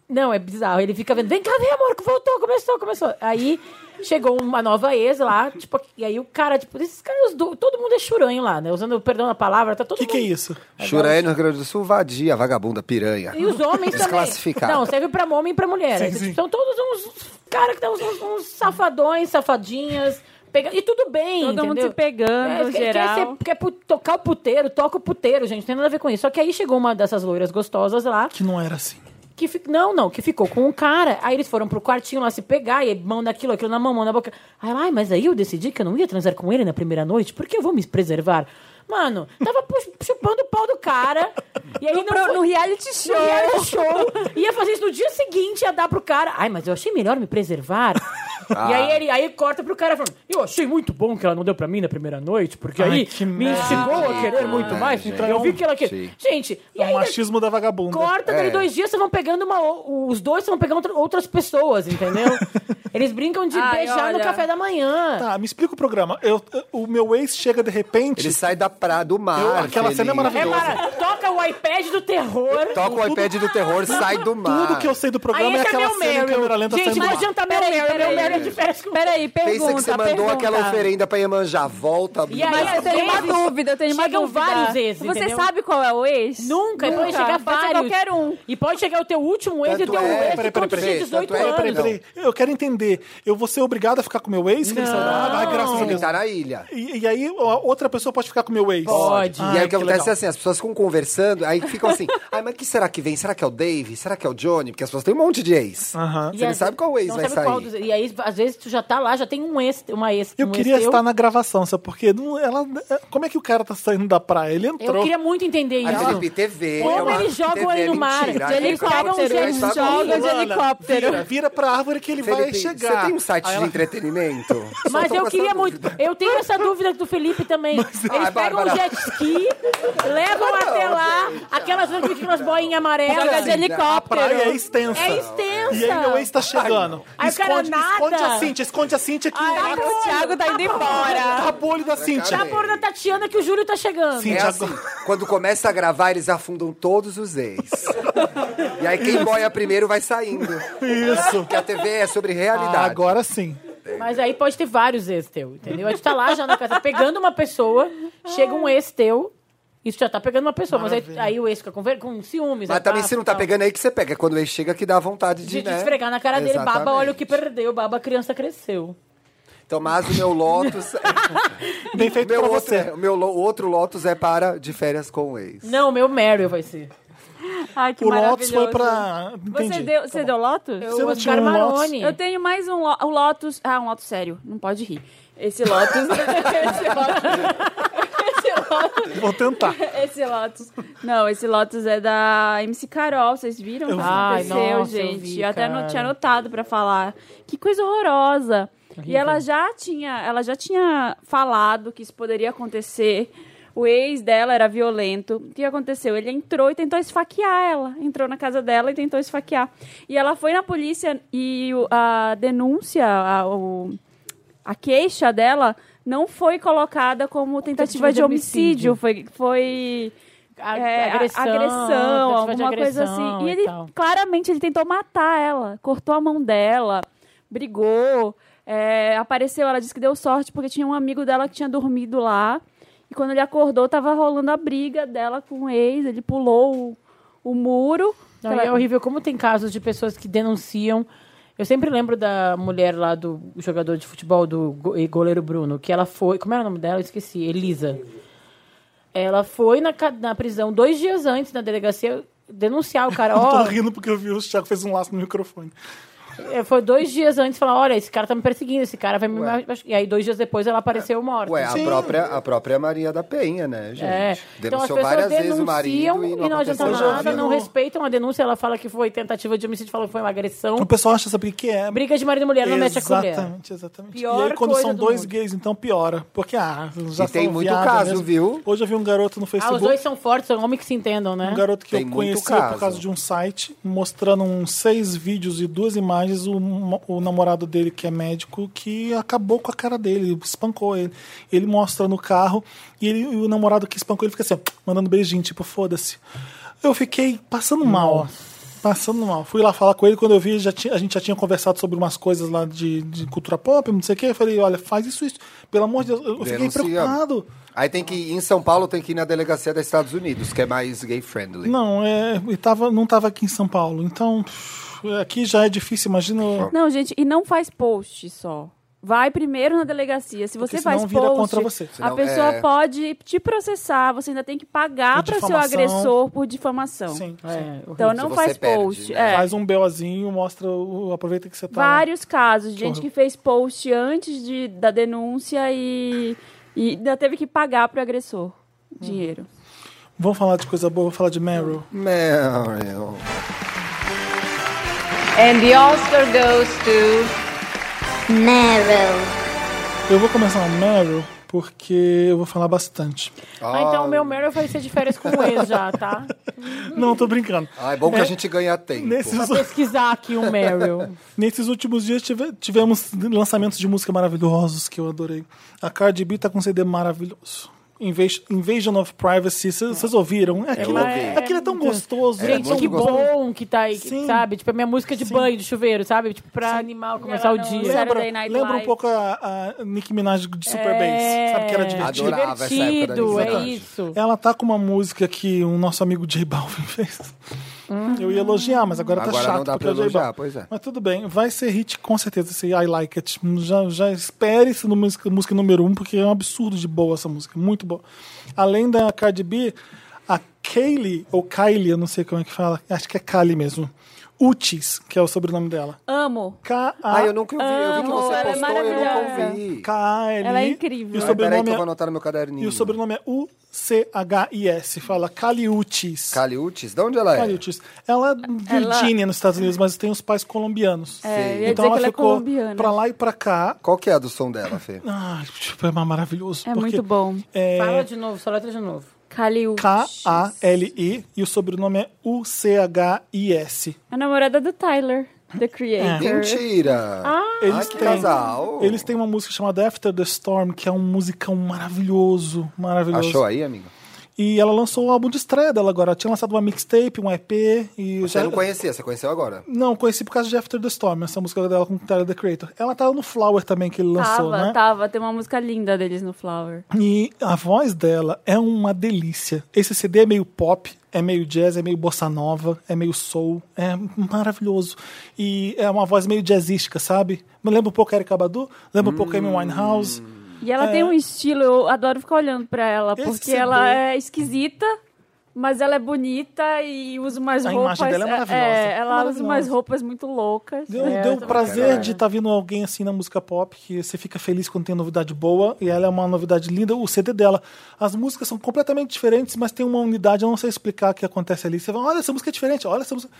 Speaker 3: Não, é bizarro. Ele fica vendo, vem cá, vem, amor, que voltou, começou, começou. Aí chegou uma nova ex lá, tipo, e aí o cara, tipo, esses caras, do- todo mundo é churanho lá, né? Usando, perdão a palavra, tá todo
Speaker 1: O que,
Speaker 3: mundo.
Speaker 1: que é isso?
Speaker 7: Churaí no Rio Grande do Sul, vadia, vagabunda, piranha.
Speaker 3: E os homens também.
Speaker 7: Desclassificado.
Speaker 3: Não, serve pra homem e pra mulher.
Speaker 1: Sim,
Speaker 3: Eles
Speaker 1: sim.
Speaker 3: São todos uns caras que dão uns, uns- uns safadões, safadinhas. pega- E tudo bem,
Speaker 6: Todo mundo
Speaker 3: entendeu?
Speaker 6: se pegando,
Speaker 3: É, quer-
Speaker 6: geral.
Speaker 3: Quer, ser- quer pu- tocar o puteiro, toca o puteiro, gente. Não tem nada a ver com isso. Só que aí chegou uma dessas loiras gostosas lá,
Speaker 1: Que não era assim.
Speaker 3: que fi- não, não, que ficou com o cara. Aí eles foram pro quartinho lá se pegar, e mão naquilo, aquilo na mão, mão na boca. Aí ela, ai, mas aí eu decidi que eu não ia transar com ele na primeira noite, porque eu vou me preservar. Mano, tava pu- chupando o pau do cara. E aí não
Speaker 6: Pro-
Speaker 3: foi-
Speaker 6: no reality show.
Speaker 3: no reality show. Ia fazer isso no dia seguinte, ia dar pro cara. Ai, mas eu achei melhor me preservar.
Speaker 1: Ah.
Speaker 3: E aí ele aí corta pro cara falando: Eu achei muito bom que ela não deu pra mim na primeira noite, porque
Speaker 1: Ai,
Speaker 3: aí
Speaker 1: que
Speaker 3: me
Speaker 1: merda.
Speaker 3: instigou a querer muito
Speaker 7: Ai,
Speaker 3: mais. então
Speaker 7: gente.
Speaker 3: Eu vi que ela queria.
Speaker 7: Sim.
Speaker 3: Gente, e
Speaker 1: É o
Speaker 3: ainda
Speaker 1: machismo da vagabunda.
Speaker 3: corta, daí
Speaker 7: É.
Speaker 3: dois dias vocês vão pegando uma. o- Os dois vão pegando outra- outras pessoas, entendeu? Eles brincam de
Speaker 6: Ai,
Speaker 3: beijar no
Speaker 6: olha.
Speaker 3: café da manhã.
Speaker 1: Tá, me explica o programa. Eu, o meu ex chega de repente.
Speaker 7: Ele sai da praia, do mar.
Speaker 1: Eu- aquela
Speaker 7: feliz.
Speaker 1: cena é
Speaker 3: É,
Speaker 1: maravilhosa.
Speaker 3: mara, toca o iPad do terror.
Speaker 7: Toca Tá, o iPad do terror, sai do mar.
Speaker 1: Tudo que eu sei do programa
Speaker 3: Aí
Speaker 1: é
Speaker 3: entra
Speaker 1: aquela
Speaker 3: meu
Speaker 1: cena em câmera
Speaker 3: Meryl.
Speaker 1: lenta
Speaker 3: Gente,
Speaker 1: saindo
Speaker 3: não
Speaker 1: do mar.
Speaker 3: adianta meu
Speaker 6: Peraí,
Speaker 3: Meryl. Meu
Speaker 6: peraí.
Speaker 3: Meryl é de férias com
Speaker 6: Peraí, pergunta,
Speaker 7: Pensa que você mandou
Speaker 6: pergunta.
Speaker 7: aquela oferenda pra Iemanjá, volta.
Speaker 3: E aí,
Speaker 1: então?
Speaker 6: Mas eu tenho uma
Speaker 3: Vezes.
Speaker 6: dúvida, eu tenho uma
Speaker 3: Chegam
Speaker 6: dúvida.
Speaker 3: vários vezes,
Speaker 6: Você
Speaker 3: entendeu?
Speaker 6: sabe qual é o ex?
Speaker 3: Nunca, e pode chegar
Speaker 6: Pode ser
Speaker 3: vários.
Speaker 6: qualquer um.
Speaker 3: E pode chegar o teu último ex e o
Speaker 7: Tanto
Speaker 3: teu
Speaker 7: é-
Speaker 3: ex
Speaker 7: peraí,
Speaker 3: quando
Speaker 7: peraí,
Speaker 3: tinha
Speaker 7: peraí,
Speaker 3: 18
Speaker 7: tanto é-
Speaker 1: Peraí, peraí,
Speaker 3: anos.
Speaker 1: peraí. Eu quero entender. Eu vou ser obrigado a ficar com meu ex? Que ele saiu da água? Ai, graças a
Speaker 7: Ele
Speaker 1: Deus.
Speaker 7: tá na ilha.
Speaker 1: E, e aí, a outra pessoa pode ficar com meu ex?
Speaker 3: Pode.
Speaker 1: Ai,
Speaker 7: e aí o
Speaker 1: que
Speaker 7: que acontece é
Speaker 1: legal.
Speaker 7: assim, as pessoas ficam conversando, aí ficam assim, ai, mas que será que vem? Será que é o Dave? Será que é o Johnny? Porque as pessoas têm um monte de ex.
Speaker 1: Aham.
Speaker 7: Você
Speaker 3: E
Speaker 7: não
Speaker 3: às
Speaker 7: sabe
Speaker 3: vezes-
Speaker 7: qual ex
Speaker 3: não
Speaker 7: vai
Speaker 3: sabe qual
Speaker 7: sair.
Speaker 3: dos- E aí, às vezes, tu já tá lá, já tem um ex, uma ex.
Speaker 1: Eu
Speaker 3: um
Speaker 1: queria
Speaker 3: ex teu.
Speaker 1: estar na gravação, sabe? Porque não, ela, como é que o cara tá saindo da praia? Ele entrou.
Speaker 3: Eu queria muito entender
Speaker 7: A
Speaker 3: isso.
Speaker 7: Felipe TV.
Speaker 3: Como
Speaker 7: é uma
Speaker 3: eles jogam
Speaker 7: TV,
Speaker 3: ele no mar?
Speaker 7: mentira.
Speaker 3: De
Speaker 7: Ele
Speaker 3: helicóptero,
Speaker 7: sabe onde
Speaker 3: eles um
Speaker 7: vai
Speaker 6: jogam
Speaker 7: sair.
Speaker 6: de
Speaker 1: Fulana,
Speaker 6: helicóptero.
Speaker 1: Vira, vira pra árvore que ele vai
Speaker 7: Felipe,
Speaker 1: chegar.
Speaker 7: Você tem um site
Speaker 1: Aí
Speaker 7: de
Speaker 1: ela-
Speaker 7: entretenimento? Só
Speaker 3: Mas
Speaker 7: tô
Speaker 3: eu
Speaker 7: com
Speaker 3: queria
Speaker 7: essa
Speaker 3: muito.
Speaker 7: dúvida.
Speaker 3: Eu tenho essa dúvida do Felipe também. Eles
Speaker 7: Ai,
Speaker 3: pegam
Speaker 7: Bárbara.
Speaker 3: um jet ski, levam até lá, aquelas, aquelas boinhas amarelas.
Speaker 6: Joga
Speaker 7: assim,
Speaker 6: de
Speaker 1: A praia é
Speaker 6: helicóptero.
Speaker 1: extensa.
Speaker 3: É extensa.
Speaker 1: E aí meu ex tá chegando.
Speaker 3: Ai, não. Aí o cara
Speaker 1: esconde,
Speaker 3: nada.
Speaker 1: esconde a Cintia, esconde a Cintia que
Speaker 6: Ai, o Thiago tá indo embora.
Speaker 1: tapa o olho da Cintia.
Speaker 3: Tá por na Tatiana que o Júlio tá chegando.
Speaker 1: Sim.
Speaker 7: É assim, quando começa a gravar, eles afundam todos os ex. e aí quem boia primeiro vai saindo.
Speaker 1: Isso.
Speaker 7: Porque a TV é sobre realidade.
Speaker 1: Ah, agora sim.
Speaker 3: Mas aí pode ter vários ex teu, entendeu? A gente tá lá já na casa pegando uma pessoa, chega um ex teu, isso já tá pegando uma pessoa, mas aí, aí o ex fica com, ver- com ciúmes.
Speaker 7: Mas
Speaker 3: abafo
Speaker 7: também se não tá
Speaker 3: e tal.
Speaker 7: pegando aí que você pega. É Quando ele chega que dá vontade de,
Speaker 3: De, de
Speaker 7: né?
Speaker 3: esfregar na cara dele, baba,
Speaker 7: Exatamente.
Speaker 3: olha o que perdeu, baba, a criança cresceu.
Speaker 7: Então, mas o meu Lotus...
Speaker 1: Bem feito
Speaker 7: meu
Speaker 1: pra
Speaker 7: outro, é,
Speaker 1: você.
Speaker 7: o meu lo- o outro Lotus é para de férias com o ex.
Speaker 3: Não, meu Meryl vai ser.
Speaker 6: Ai, que
Speaker 1: O Lotus foi
Speaker 6: maravilhoso.
Speaker 1: pra... Entendi. Tá
Speaker 6: Você deu, você deu Lotus?
Speaker 3: Eu, é
Speaker 1: Você não tinha
Speaker 3: Oscar
Speaker 1: um
Speaker 3: Maroni.
Speaker 6: Eu tenho mais um, lo- um Lotus. Ah, um Lotus sério. Não pode rir. Esse Lotus. esse Lotus. esse
Speaker 1: Vou tentar.
Speaker 6: Esse Lotus. Não, esse Lotus é da MC Carol, vocês viram? o que
Speaker 1: vi.
Speaker 3: Ai,
Speaker 6: aconteceu,
Speaker 3: nossa, eu
Speaker 6: gente.
Speaker 3: vi,
Speaker 6: até não
Speaker 3: cara.
Speaker 6: tinha anotado pra falar. Que coisa horrorosa. E ela já tinha, ela já tinha falado que isso poderia acontecer. O ex dela era violento. O que aconteceu? Ele entrou e tentou esfaquear ela. Entrou na casa dela e tentou esfaquear. E ela foi na polícia e o- a denúncia, a- o, a queixa dela não foi colocada como tentativa de,
Speaker 3: de
Speaker 6: homicídio,
Speaker 3: homicídio.
Speaker 6: foi, foi
Speaker 3: A-
Speaker 6: é, a-
Speaker 3: agressão,
Speaker 6: agressão,
Speaker 3: tentativa de
Speaker 6: alguma coisa
Speaker 3: agressão
Speaker 6: assim. E
Speaker 3: e
Speaker 6: ele,
Speaker 3: tal.
Speaker 6: claramente, ele tentou matar ela, cortou a mão dela, brigou, é, apareceu, ela disse que deu sorte porque tinha um amigo dela que tinha dormido lá, e quando ele acordou, tava rolando a briga dela com o ex, ele pulou o, o muro.
Speaker 3: Não,
Speaker 6: Ela-
Speaker 3: e é horrível como tem casos de pessoas que denunciam. Eu sempre lembro da mulher lá do jogador de futebol do go- e goleiro Bruno, que ela foi. Como era o nome dela? Eu esqueci. Elisa. Ela foi na, ca- na prisão dois dias antes na delegacia denunciar o cara.
Speaker 1: Eu tô
Speaker 3: Ó,
Speaker 1: rindo porque eu vi o Thiago fez um laço no microfone.
Speaker 3: é, foi dois dias antes falar: olha, esse cara tá me perseguindo, esse cara vai me. machu- E aí, dois dias depois, ela apareceu morta.
Speaker 7: Ué, a própria, a própria Maria da Penha, né, gente?
Speaker 3: É. Então as
Speaker 7: Denunciou
Speaker 3: pessoas
Speaker 7: várias
Speaker 3: denunciam
Speaker 7: vezes o marido
Speaker 3: e
Speaker 7: e
Speaker 3: não,
Speaker 7: não,
Speaker 3: adianta
Speaker 7: aconteceu né?
Speaker 1: já
Speaker 3: nada,
Speaker 1: vi
Speaker 3: não
Speaker 1: no-
Speaker 3: respeitam a denúncia. Ela fala que foi tentativa de homicídio, fala que foi uma agressão.
Speaker 1: O pessoal acha saber o que é.
Speaker 3: Briga de marido e mulher, não mexe a colher.
Speaker 1: Exatamente, exatamente.
Speaker 3: Pior
Speaker 1: e aí, quando
Speaker 3: coisa
Speaker 1: são
Speaker 3: do
Speaker 1: dois
Speaker 3: mundo.
Speaker 1: gays, então piora. Porque, ah, já
Speaker 7: E tem
Speaker 1: são
Speaker 7: muito
Speaker 1: viado
Speaker 7: caso,
Speaker 1: mesmo.
Speaker 7: viu?
Speaker 1: Hoje eu vi um garoto no
Speaker 3: Ah,
Speaker 1: Facebook.
Speaker 3: os dois são fortes, são homens que se entendam, né?
Speaker 1: Um garoto que
Speaker 7: Tem
Speaker 1: eu
Speaker 7: muito
Speaker 1: conheci
Speaker 7: caso.
Speaker 1: por causa de um site mostrando uns seis vídeos e duas imagens. O, mo- o namorado dele, que é médico, que acabou com a cara dele, espancou ele. Ele mostra no carro e, ele, e o namorado que espancou ele fica assim, ó, mandando beijinho, tipo, foda-se. Eu fiquei passando mal, ó. Passando mal. Fui lá falar com ele, quando eu vi, já tinha- a gente já tinha conversado sobre umas coisas lá de, de cultura pop, não sei o quê. Eu falei, olha, faz isso, isso. Pelo amor de Deus, eu fiquei
Speaker 7: Denuncia.
Speaker 1: preocupado.
Speaker 7: Aí tem que ir em São Paulo, tem que ir na delegacia dos Estados Unidos, que é mais gay friendly.
Speaker 1: Não, é, e tava, não estava aqui em São Paulo. Então, pff, aqui já é difícil, imagina.
Speaker 6: Não, gente, e não faz post só. Vai primeiro na delegacia. Se
Speaker 1: Porque
Speaker 6: você
Speaker 1: senão
Speaker 6: faz
Speaker 1: vira
Speaker 6: post,
Speaker 1: contra você.
Speaker 6: a
Speaker 7: Senão,
Speaker 6: pessoa
Speaker 7: é.
Speaker 6: pode te processar. Você ainda tem que pagar
Speaker 1: Por
Speaker 6: para seu
Speaker 1: difamação.
Speaker 6: agressor por difamação.
Speaker 1: Sim, sim.
Speaker 3: É, horrível.
Speaker 6: Então não
Speaker 7: você
Speaker 6: faz
Speaker 7: perde,
Speaker 6: post.
Speaker 7: né?
Speaker 6: é.
Speaker 1: Faz um belozinho, mostra, o, aproveita que você tá.
Speaker 6: Vários casos de gente
Speaker 1: horror.
Speaker 6: que fez post antes de, da denúncia e, e ainda teve que pagar pro agressor dinheiro.
Speaker 1: Vamos falar de coisa boa, vamos falar de Meryl.
Speaker 7: Meryl.
Speaker 2: And the Oscar goes to...
Speaker 8: Meryl.
Speaker 1: Eu vou começar o Meryl porque eu vou falar bastante.
Speaker 3: Ah, então o meu Meryl vai ser de férias com o ex já, tá?
Speaker 1: Não, tô brincando.
Speaker 7: Ah, é bom que a gente ganha tempo.
Speaker 1: Nesses,
Speaker 3: Pesquisar aqui o Meryl.
Speaker 1: nesses últimos dias tive- tivemos lançamentos de música maravilhosos que eu adorei. A Cardi B tá com um CD maravilhoso. Invas- Invasion of Privacy, vocês vocês ouviram? É Aquilo,
Speaker 7: ouvi.
Speaker 1: é, aquilo é tão gostoso.
Speaker 7: É
Speaker 3: Gente,
Speaker 7: muito
Speaker 3: que
Speaker 7: gostoso.
Speaker 3: bom que tá aí, que-
Speaker 1: Sim.
Speaker 3: sabe? Tipo, é minha música de banho, de chuveiro, sabe? Tipo, pra animal começar o
Speaker 6: no
Speaker 3: dia.
Speaker 6: Saturday
Speaker 1: Lembra,
Speaker 6: Night
Speaker 1: lembra um
Speaker 6: Live. É.
Speaker 1: pouco a, a Nicki Minaj de Super Bass. Sabe que era divertido?
Speaker 7: Adorava. essa época da
Speaker 3: Divertido, é
Speaker 7: Nicki Minaj.
Speaker 3: isso.
Speaker 1: Ela tá com uma música que o nosso amigo J Balvin fez.
Speaker 6: Uhum.
Speaker 1: Eu ia elogiar, mas agora, tá
Speaker 7: Agora
Speaker 1: chato
Speaker 7: não dá
Speaker 1: porque
Speaker 7: pra
Speaker 1: é o J
Speaker 7: elogiar,
Speaker 1: Balvin.
Speaker 7: pois é.
Speaker 1: Mas tudo bem, vai ser hit com certeza esse I Like It. Já, já espere esse número- música, número um, porque é um absurdo de boa essa música, muito boa. Além da Cardi B, a Kaylee, ou Kylie, eu não sei como é que fala, acho que é Kylie mesmo. Utis, que é o sobrenome dela.
Speaker 6: Amo.
Speaker 1: K -A
Speaker 7: Ah, eu nunca ouvi. Eu vi que
Speaker 6: Amo,
Speaker 7: você
Speaker 6: ela é
Speaker 7: postou, eu
Speaker 6: maravilhosa.
Speaker 7: nunca ouvi.
Speaker 1: Kylie.
Speaker 6: Ela é incrível.
Speaker 1: E o
Speaker 7: Ai, Peraí
Speaker 1: sobrenome
Speaker 7: que eu vou
Speaker 1: é,
Speaker 7: anotar no meu caderninho.
Speaker 1: e o sobrenome é U-C-H-I-S. Fala Caliutes.
Speaker 7: Caliutes? De onde ela é?
Speaker 1: Caliutes. Ela é Virgínia nos Estados Unidos, mas tem os pais colombianos.
Speaker 6: É, eu ia dizer
Speaker 1: então
Speaker 6: que
Speaker 1: ela
Speaker 6: ela é
Speaker 1: ficou
Speaker 6: colombiana.
Speaker 1: pra lá e pra cá.
Speaker 7: Qual que é a do som dela, Fê?
Speaker 1: Ai, tipo, é maravilhoso.
Speaker 6: É
Speaker 1: porque
Speaker 6: muito bom.
Speaker 3: Fala de novo, só letra de novo.
Speaker 6: Kalil.
Speaker 1: K-A-L-I e o sobrenome é U-C-H-I-S.
Speaker 6: A namorada do Tyler, The
Speaker 1: É.
Speaker 6: Creator.
Speaker 7: Mentira!
Speaker 1: Ah, Eles
Speaker 7: que
Speaker 1: têm-
Speaker 7: casal.
Speaker 1: Eles têm uma música chamada After the Storm, que é um musicão maravilhoso, maravilhoso.
Speaker 7: Achou aí, amigo?
Speaker 1: E ela lançou o álbum de estreia dela agora. Ela tinha lançado uma mixtape, um EP e
Speaker 7: Você não conhecia, você conheceu agora.
Speaker 1: Não, conheci por causa de After the Storm, essa música dela com o Tyler The Creator. Ela tava no Flower também que ele lançou,
Speaker 6: Tava,
Speaker 1: né?
Speaker 6: tava. Tem uma música linda deles no Flower.
Speaker 1: E a voz dela é uma delícia. Esse CD é meio pop, é meio jazz, é meio bossa nova, é meio soul, é maravilhoso. E é uma voz meio jazzística, sabe? Me lembra um pouco Erika Badu, lembra um pouco Amy
Speaker 7: Hum.
Speaker 1: Winehouse.
Speaker 6: E ela tem um estilo, eu adoro ficar olhando pra ela,
Speaker 1: É. Esse
Speaker 6: porque
Speaker 1: CD.
Speaker 6: ela é esquisita, Mas ela é bonita e usa umas
Speaker 1: A
Speaker 6: roupas.
Speaker 1: imagem dela é maravilhosa.
Speaker 6: ela
Speaker 1: Maravilhosa.
Speaker 6: usa umas roupas muito loucas.
Speaker 1: Deu,
Speaker 6: É,
Speaker 1: deu
Speaker 6: eu
Speaker 1: o
Speaker 6: tô-
Speaker 1: prazer de estar vindo alguém assim na música pop, que você fica feliz quando tem novidade boa, e ela é uma novidade linda, o CD dela. As músicas são completamente diferentes, mas tem uma unidade, eu não sei explicar o que acontece ali. Você fala, olha, essa música é diferente, olha essa música.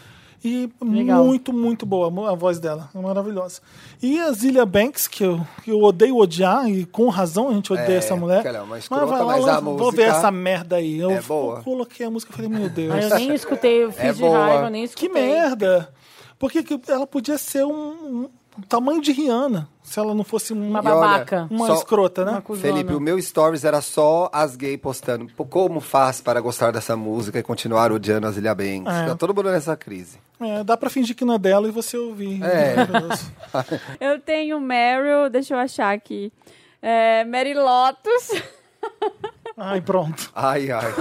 Speaker 1: E
Speaker 3: Legal.
Speaker 1: muito, muito boa a mu- a voz dela, é maravilhosa. E a Zilia Banks, que eu, que eu odeio odiar, e com razão a gente odeia
Speaker 7: É,
Speaker 1: essa mulher.
Speaker 7: que ela é uma escrota,
Speaker 1: vai lá,
Speaker 7: mas a
Speaker 1: vou
Speaker 7: música
Speaker 1: ver essa merda aí. Eu
Speaker 7: é boa.
Speaker 1: coloquei a música e falei, meu Deus.
Speaker 3: Aí eu nem escutei, eu fiz
Speaker 7: É
Speaker 3: de
Speaker 7: boa.
Speaker 3: raiva, eu nem
Speaker 1: É. Que
Speaker 3: escutei.
Speaker 1: merda! Porque que ela podia ser um, um tamanho de Rihanna, se ela não fosse um-
Speaker 3: Uma
Speaker 1: uma,
Speaker 7: E olha,
Speaker 3: babaca.
Speaker 7: só-
Speaker 1: escrota, né?
Speaker 3: Uma
Speaker 7: Felipe,
Speaker 3: cuzona.
Speaker 7: o meu stories era só as gays postando. Pô, como faz para gostar dessa música e continuar odiando as Ilha Banks?
Speaker 1: É.
Speaker 7: Tá todo mundo nessa crise.
Speaker 1: É, dá pra fingir que não é dela e você ouvir.
Speaker 7: É.
Speaker 1: Maravilhoso.
Speaker 6: Eu tenho Meryl, deixa eu achar aqui. É, Mary Lotus.
Speaker 1: Ai, pronto.
Speaker 7: Ai, ai.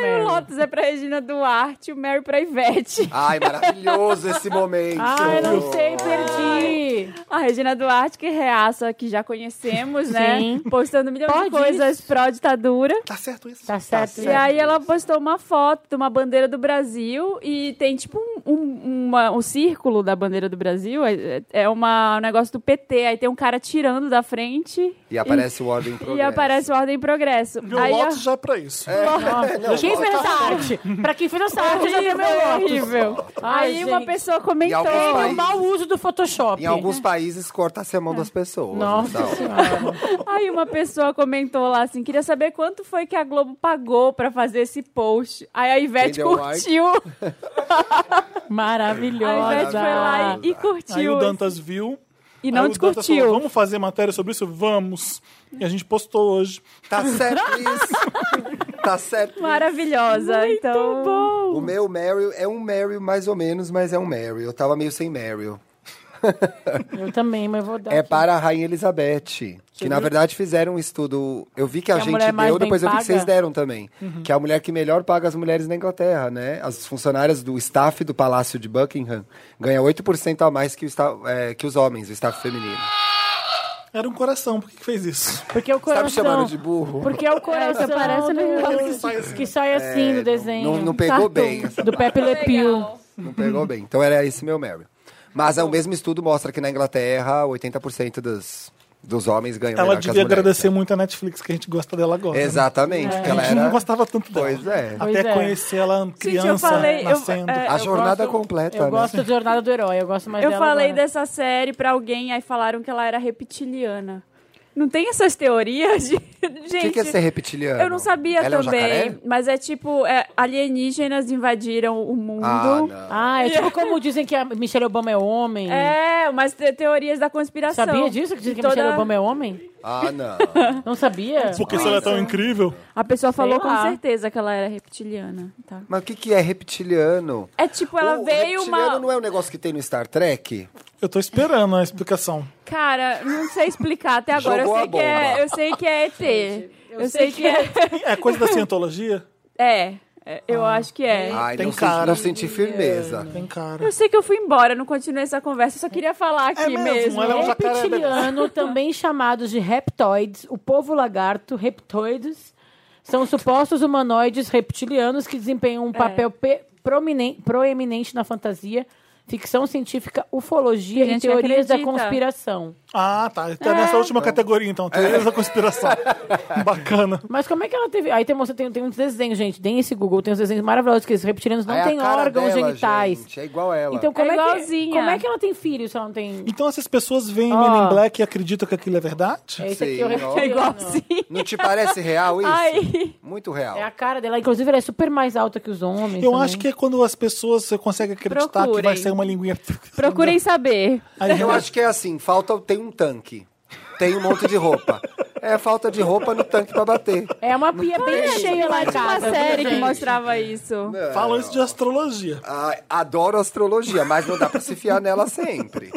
Speaker 6: Mary Lotus é pra Regina Duarte, o Mary pra Ivete.
Speaker 7: Ai, maravilhoso esse momento.
Speaker 3: Ai, não sei, perdi.
Speaker 6: A Regina Duarte, que reaça, que já conhecemos, né?
Speaker 3: Sim.
Speaker 6: Postando milhões
Speaker 3: Pode
Speaker 6: de coisas pró-ditadura.
Speaker 1: Tá certo isso?
Speaker 3: Tá certo.
Speaker 6: E aí ela postou uma foto de uma bandeira do Brasil e tem tipo um, um, uma- um círculo da bandeira do Brasil. É, é uma, um negócio do PT. Aí tem um cara tirando da frente.
Speaker 7: E aparece o Ordem em
Speaker 6: E,
Speaker 7: Progresso.
Speaker 6: e aparece o Ordem e Progresso.
Speaker 1: Meu
Speaker 6: aí
Speaker 1: Lotus já é pra isso.
Speaker 3: Quem fez essa arte? pra quem fez essa arte, já deu meu
Speaker 6: Horrível,
Speaker 3: voto.
Speaker 6: horrível.
Speaker 3: Ai,
Speaker 6: aí uma
Speaker 3: gente.
Speaker 6: pessoa
Speaker 7: Em
Speaker 6: comentou.
Speaker 7: alguns
Speaker 3: É o
Speaker 7: países-
Speaker 3: mau uso do Photoshop.
Speaker 7: Em alguns países corta-se a mão das pessoas. né?
Speaker 3: né? É. Nossa
Speaker 7: Tá.
Speaker 6: Aí uma pessoa comentou lá assim: queria saber quanto foi que a Globo pagou pra fazer esse post. Aí a
Speaker 3: é
Speaker 6: Ivete
Speaker 7: Quem deu like?
Speaker 6: curtiu. A Ivete foi
Speaker 3: Maravilhosa.
Speaker 6: lá e, e
Speaker 1: Aí o
Speaker 6: curtiu.
Speaker 1: Dantas viu.
Speaker 6: E não
Speaker 1: aí o Dantas
Speaker 6: discutiu.
Speaker 1: falou, Vamos fazer matéria sobre isso? Vamos. E a gente postou hoje.
Speaker 7: Tá certo isso. tá certo.
Speaker 6: Maravilhosa. então,
Speaker 7: O meu Meryl é um Meryl mais ou menos, mas é um Meryl. Eu tava meio sem Meryl.
Speaker 3: Eu também, mas vou dar.
Speaker 7: É
Speaker 3: aqui.
Speaker 7: para a Rainha Elizabeth. Que na verdade fizeram um estudo. Eu vi que a
Speaker 3: Que a
Speaker 7: gente
Speaker 3: mulher mais
Speaker 7: deu,
Speaker 3: bem
Speaker 7: depois eu vi que vocês
Speaker 3: paga? Uhum.
Speaker 7: deram também. Que é a mulher que melhor paga as mulheres na Inglaterra, né? As funcionárias do staff do Palácio de Buckingham ganham 8% a mais que, o sta- é, que os homens, o staff feminino.
Speaker 1: Era um coração, por que, que fez isso?
Speaker 3: Porque é o
Speaker 7: Tá
Speaker 3: coração.
Speaker 7: me chamando de burro?
Speaker 3: Porque é o coração
Speaker 6: Essa parece
Speaker 3: do... que sai assim do desenho.
Speaker 7: É, Não, não
Speaker 6: Cartoon.
Speaker 7: pegou bem essa
Speaker 3: Do Pepe Le Pew.
Speaker 7: Não pegou bem. Então era esse meu Mary. Mas é, o mesmo estudo mostra que na Inglaterra 80% dos, dos homens ganham
Speaker 1: Ela
Speaker 7: melhor que as
Speaker 1: devia
Speaker 7: mulheres,
Speaker 1: agradecer
Speaker 7: né?
Speaker 1: muito a Netflix, que a gente gosta dela agora. né?
Speaker 7: Exatamente, porque
Speaker 1: A
Speaker 7: É. ela
Speaker 3: É.
Speaker 1: gente não
Speaker 7: era
Speaker 1: gostava tanto dela.
Speaker 7: Pois é.
Speaker 1: Até
Speaker 3: Pois é.
Speaker 1: conhecer ela criança
Speaker 6: Gente, eu falei. eu-
Speaker 1: nascendo.
Speaker 6: é,
Speaker 7: a
Speaker 6: eu
Speaker 7: jornada
Speaker 6: gosto-
Speaker 7: completa,
Speaker 3: Eu
Speaker 7: né?
Speaker 3: gosto de Jornada do Herói, eu gosto mais
Speaker 6: Eu
Speaker 3: dela
Speaker 6: falei
Speaker 3: agora.
Speaker 6: dessa série pra alguém, aí falaram que ela era reptiliana. Não tem essas teorias de.
Speaker 7: O
Speaker 6: Gente,
Speaker 7: que, que é ser reptiliano?
Speaker 6: eu não sabia
Speaker 7: Ela É um
Speaker 6: também.
Speaker 7: jacaré?
Speaker 6: mas é tipo, é, alienígenas invadiram o mundo.
Speaker 7: Ah, não.
Speaker 3: Ah, é tipo como dizem que a Michelle Obama é homem.
Speaker 6: É, umas te- teorias da conspiração.
Speaker 3: Sabia disso? Que dizem que
Speaker 6: E toda-
Speaker 3: a Michelle Obama é homem?
Speaker 7: Ah, não.
Speaker 3: Não sabia?
Speaker 1: Porque se ela é tão incrível.
Speaker 6: A pessoa falou com
Speaker 3: lá.
Speaker 6: certeza que ela era reptiliana. tá?
Speaker 7: Mas o que, que é reptiliano?
Speaker 6: É tipo, ela
Speaker 7: o
Speaker 6: veio
Speaker 7: reptiliano
Speaker 6: uma.
Speaker 7: não é um negócio que tem no Star Trek?
Speaker 1: Eu tô esperando a explicação.
Speaker 6: Cara, não sei explicar até agora. Eu
Speaker 7: Jogou
Speaker 6: sei,
Speaker 7: a
Speaker 6: que é,
Speaker 7: bomba.
Speaker 6: eu sei que é ET. eu, sei, que é.
Speaker 1: É coisa da cientologia?
Speaker 6: É, é, eu
Speaker 3: Ah.
Speaker 6: acho que é.
Speaker 7: Ai,
Speaker 1: Tem
Speaker 7: não, senti-
Speaker 1: cara.
Speaker 7: não senti firmeza.
Speaker 1: Tem cara.
Speaker 6: Eu sei que eu fui embora, não continuei essa conversa, eu só queria falar aqui
Speaker 1: É mesmo,
Speaker 6: mesmo.
Speaker 1: ela é um
Speaker 7: né?
Speaker 1: jacaré.
Speaker 3: Reptiliano, também chamados de reptoides, o povo lagarto, reptoides, são supostos humanoides reptilianos que desempenham
Speaker 6: É.
Speaker 3: um papel pe- prominen- proeminente na fantasia, ficção científica, ufologia
Speaker 6: Que a
Speaker 3: e
Speaker 6: gente
Speaker 3: teorias da
Speaker 6: acredita.
Speaker 3: conspiração.
Speaker 1: Ah, tá. Tá nessa última categoria, então.
Speaker 7: É.
Speaker 1: Teorias da conspiração. Bacana.
Speaker 3: Mas como é que ela teve. Aí tem, moça, tem, tem uns desenhos, gente. Tem esse Google, tem uns desenhos maravilhosos, que os reptilianos não
Speaker 7: Ai, a
Speaker 3: têm
Speaker 7: cara
Speaker 3: órgãos
Speaker 7: dela,
Speaker 3: genitais.
Speaker 7: gente, é igual ela.
Speaker 3: Então, como
Speaker 6: É
Speaker 3: é, que,
Speaker 6: igualzinha.
Speaker 3: como é que ela tem filho se ela não tem.
Speaker 1: Então essas pessoas veem
Speaker 3: Ó.
Speaker 1: Men in Black e acreditam que aquilo é verdade?
Speaker 3: É isso aqui,
Speaker 7: Sim,
Speaker 3: o
Speaker 7: ó.
Speaker 3: reptiliano.
Speaker 6: É igualzinho.
Speaker 7: um Não te parece real isso?
Speaker 6: Ai.
Speaker 7: Muito real.
Speaker 3: É a cara dela. Inclusive, ela é super mais alta que os homens.
Speaker 1: Eu
Speaker 3: também.
Speaker 1: acho que é quando as pessoas você consegue acreditar que vai
Speaker 6: Procurem.
Speaker 1: sair uma linguinha.
Speaker 6: Procurem saber.
Speaker 1: Aí
Speaker 7: Eu acho que é assim, falta tem um tanque. Tem um monte de roupa. É falta de roupa no tanque pra bater.
Speaker 3: É uma pia bem cheia lá em
Speaker 6: Tinha uma
Speaker 3: casa.
Speaker 6: série que mostrava isso.
Speaker 1: falam isso de astrologia.
Speaker 7: Ah, adoro astrologia, mas não dá pra se fiar nela sempre.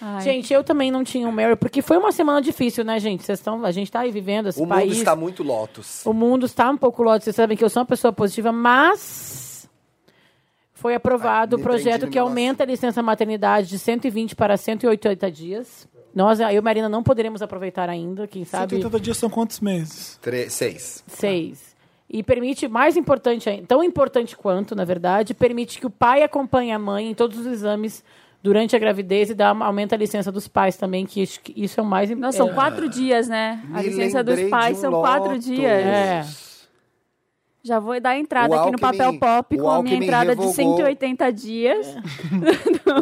Speaker 6: Ai.
Speaker 3: Gente, eu também não tinha um Mary, porque foi uma semana difícil, né, gente? Vocês estão, a gente tá aí vivendo esse
Speaker 7: O
Speaker 3: país.
Speaker 7: mundo está muito lotus.
Speaker 3: O mundo está um pouco lote. Vocês sabem que eu sou uma pessoa positiva, mas foi aprovado
Speaker 7: Ah,
Speaker 3: o
Speaker 7: me
Speaker 3: projeto
Speaker 7: prendi
Speaker 3: que
Speaker 7: no
Speaker 3: aumenta a licença maternidade de 120 para 180 dias. Nós, eu e Marina, não poderemos aproveitar ainda, quem sabe
Speaker 1: 180 dias são quantos meses?
Speaker 7: Tre- seis.
Speaker 3: seis. E permite, mais importante, ainda- tão importante quanto, na verdade, permite que o pai acompanhe a mãe em todos os exames durante a gravidez e dá, aumenta a licença dos pais também, que isso, que isso é o mais im-
Speaker 6: Nossa, são
Speaker 3: é,
Speaker 6: quatro dias, né? A
Speaker 7: Me
Speaker 6: licença dos
Speaker 7: lembrei
Speaker 6: pais
Speaker 7: de um
Speaker 6: são quatro
Speaker 7: Lotus.
Speaker 6: dias.
Speaker 3: É.
Speaker 6: Já vou dar a entrada
Speaker 7: O
Speaker 6: aqui no
Speaker 7: Alckmin-
Speaker 6: papel pop
Speaker 7: o
Speaker 6: com a minha
Speaker 7: Alckmin
Speaker 6: entrada de
Speaker 7: revogou- É.
Speaker 6: 180 dias.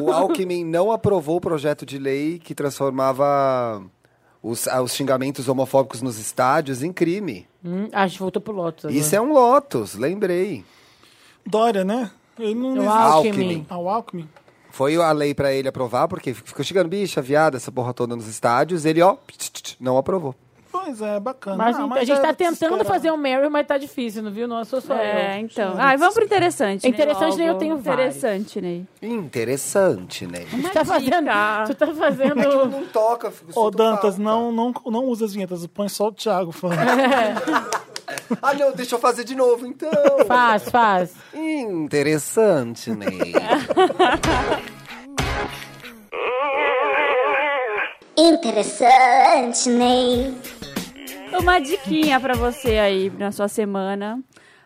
Speaker 7: O Alckmin não aprovou o projeto de lei que transformava os, ah, os xingamentos homofóbicos nos estádios em crime.
Speaker 3: Hum, ah, a gente voltou pro Lotus. Agora.
Speaker 7: Isso é um Lotus, lembrei.
Speaker 1: Dória, né? Ele não
Speaker 3: o
Speaker 1: existe.
Speaker 3: Alckmin.
Speaker 7: Alckmin.
Speaker 1: Ah, o Alckmin.
Speaker 7: Foi a lei pra ele aprovar, porque ficou chegando bicha, viada, essa porra toda nos estádios. Ele, ó, não aprovou.
Speaker 1: Pois é, bacana.
Speaker 3: Mas,
Speaker 1: Ah,
Speaker 3: a gente-
Speaker 1: mas
Speaker 3: a gente
Speaker 1: é
Speaker 3: tá tentando
Speaker 1: desesperado.
Speaker 3: fazer um Mary, mas tá difícil, não viu? Não sou só
Speaker 6: É,
Speaker 3: eu.
Speaker 6: então. Ah, vamos pro interessante. Ney,
Speaker 3: Interessante, Ney, eu
Speaker 6: logo.
Speaker 3: tenho vários.
Speaker 6: Interessante, né? Ney.
Speaker 7: Interessante, né?
Speaker 3: Tu tá fazendo. Tu tá
Speaker 6: É
Speaker 3: fazendo.
Speaker 7: Não toca, fico
Speaker 1: Ô,
Speaker 7: sinto
Speaker 1: Dantas,
Speaker 7: falta.
Speaker 1: não, não, não usa as vinhetas, põe só o Thiago falando.
Speaker 7: Ah, não, deixa eu fazer de novo, então.
Speaker 3: faz, faz.
Speaker 7: Interessante, né?
Speaker 10: Interessante,
Speaker 8: né?
Speaker 10: Ney.
Speaker 6: Uma diquinha pra você aí na sua semana.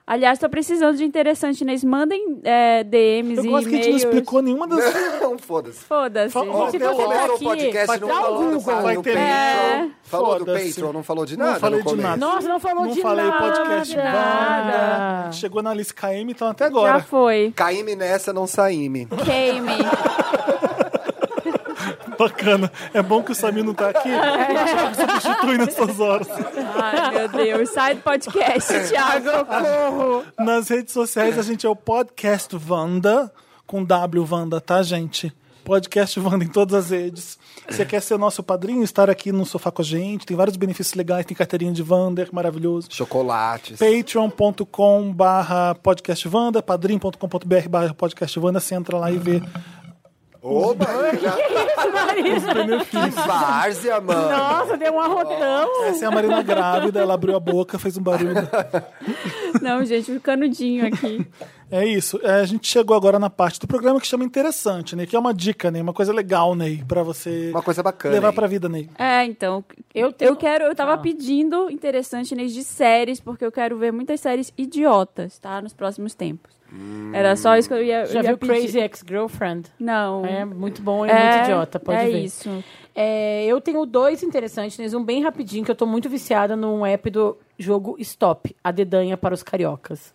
Speaker 6: Aliás, tô precisando de interessante, Ney. Mandem é, DMs
Speaker 1: Eu
Speaker 6: e
Speaker 1: gosto que a gente não
Speaker 6: e-mails.
Speaker 1: explicou nenhuma das.
Speaker 7: Não, foda-se.
Speaker 6: Foda-se.
Speaker 1: Ó,
Speaker 3: Se
Speaker 1: meu,
Speaker 3: você tá
Speaker 7: começou o
Speaker 3: aqui-
Speaker 7: podcast,
Speaker 1: Dá
Speaker 7: não
Speaker 1: o
Speaker 7: falou do
Speaker 1: Google, vai
Speaker 7: do
Speaker 1: ter.
Speaker 7: Patreon. Falou do
Speaker 1: Foda-se.
Speaker 7: Patreon, não falou de
Speaker 1: Não
Speaker 7: nada
Speaker 1: falei
Speaker 7: no
Speaker 1: de
Speaker 7: começo.
Speaker 1: nada.
Speaker 3: É. Nossa, não falou
Speaker 1: Não
Speaker 3: de
Speaker 1: falei
Speaker 3: nada.
Speaker 1: podcast
Speaker 3: nada.
Speaker 1: Chegou na Alice KM, então até
Speaker 6: Já
Speaker 1: agora.
Speaker 6: foi.
Speaker 7: Caíme nessa, não saíme.
Speaker 6: Queime.
Speaker 1: Bacana. É bom que o Samir não tá aqui.
Speaker 3: É.
Speaker 1: O Thiago substitui nessas horas.
Speaker 6: Ai, meu Deus. Sai do podcast, Thiago. Corro.
Speaker 1: Nas redes sociais a gente é o Podcast Vanda, com W Vanda, tá, gente? Podcast Vanda em todas as redes. Você quer ser nosso padrinho, estar aqui no sofá com a gente? Tem vários benefícios legais, tem carteirinha de Vander, maravilhoso.
Speaker 7: Chocolates.
Speaker 1: patreon.com barra podcastvanda, padrim.com.br barra podcastvanda, você entra lá e vê.
Speaker 7: Oba! Que várzea, mano.
Speaker 3: Nossa, deu um arrotão.
Speaker 1: Essa é a Marina grávida, ela abriu a boca, fez um barulho.
Speaker 6: Não, gente, o canudinho aqui.
Speaker 1: É isso. É, a gente chegou agora na parte do programa que chama Interessante, né? Que é uma dica, né? Uma coisa legal, Ney, pra você
Speaker 7: Uma coisa bacana,
Speaker 1: levar
Speaker 7: Ney.
Speaker 1: pra vida, Ney.
Speaker 6: É, então. Eu, eu quero. Eu
Speaker 3: Ah.
Speaker 6: tava pedindo interessante Inês, de séries, porque eu quero ver muitas séries idiotas, tá? Nos próximos tempos. Era só isso que eu ia.
Speaker 3: Já
Speaker 6: eu ia
Speaker 3: viu
Speaker 6: pedir.
Speaker 3: Crazy Ex-Girlfriend?
Speaker 6: Não.
Speaker 3: É muito bom e
Speaker 6: É,
Speaker 3: muito idiota, pode
Speaker 6: é
Speaker 3: ver.
Speaker 6: isso.
Speaker 3: É, eu tenho dois interessantes, né? um bem rapidinho, que eu tô muito viciada num app do jogo Stop, a dedanha para os cariocas.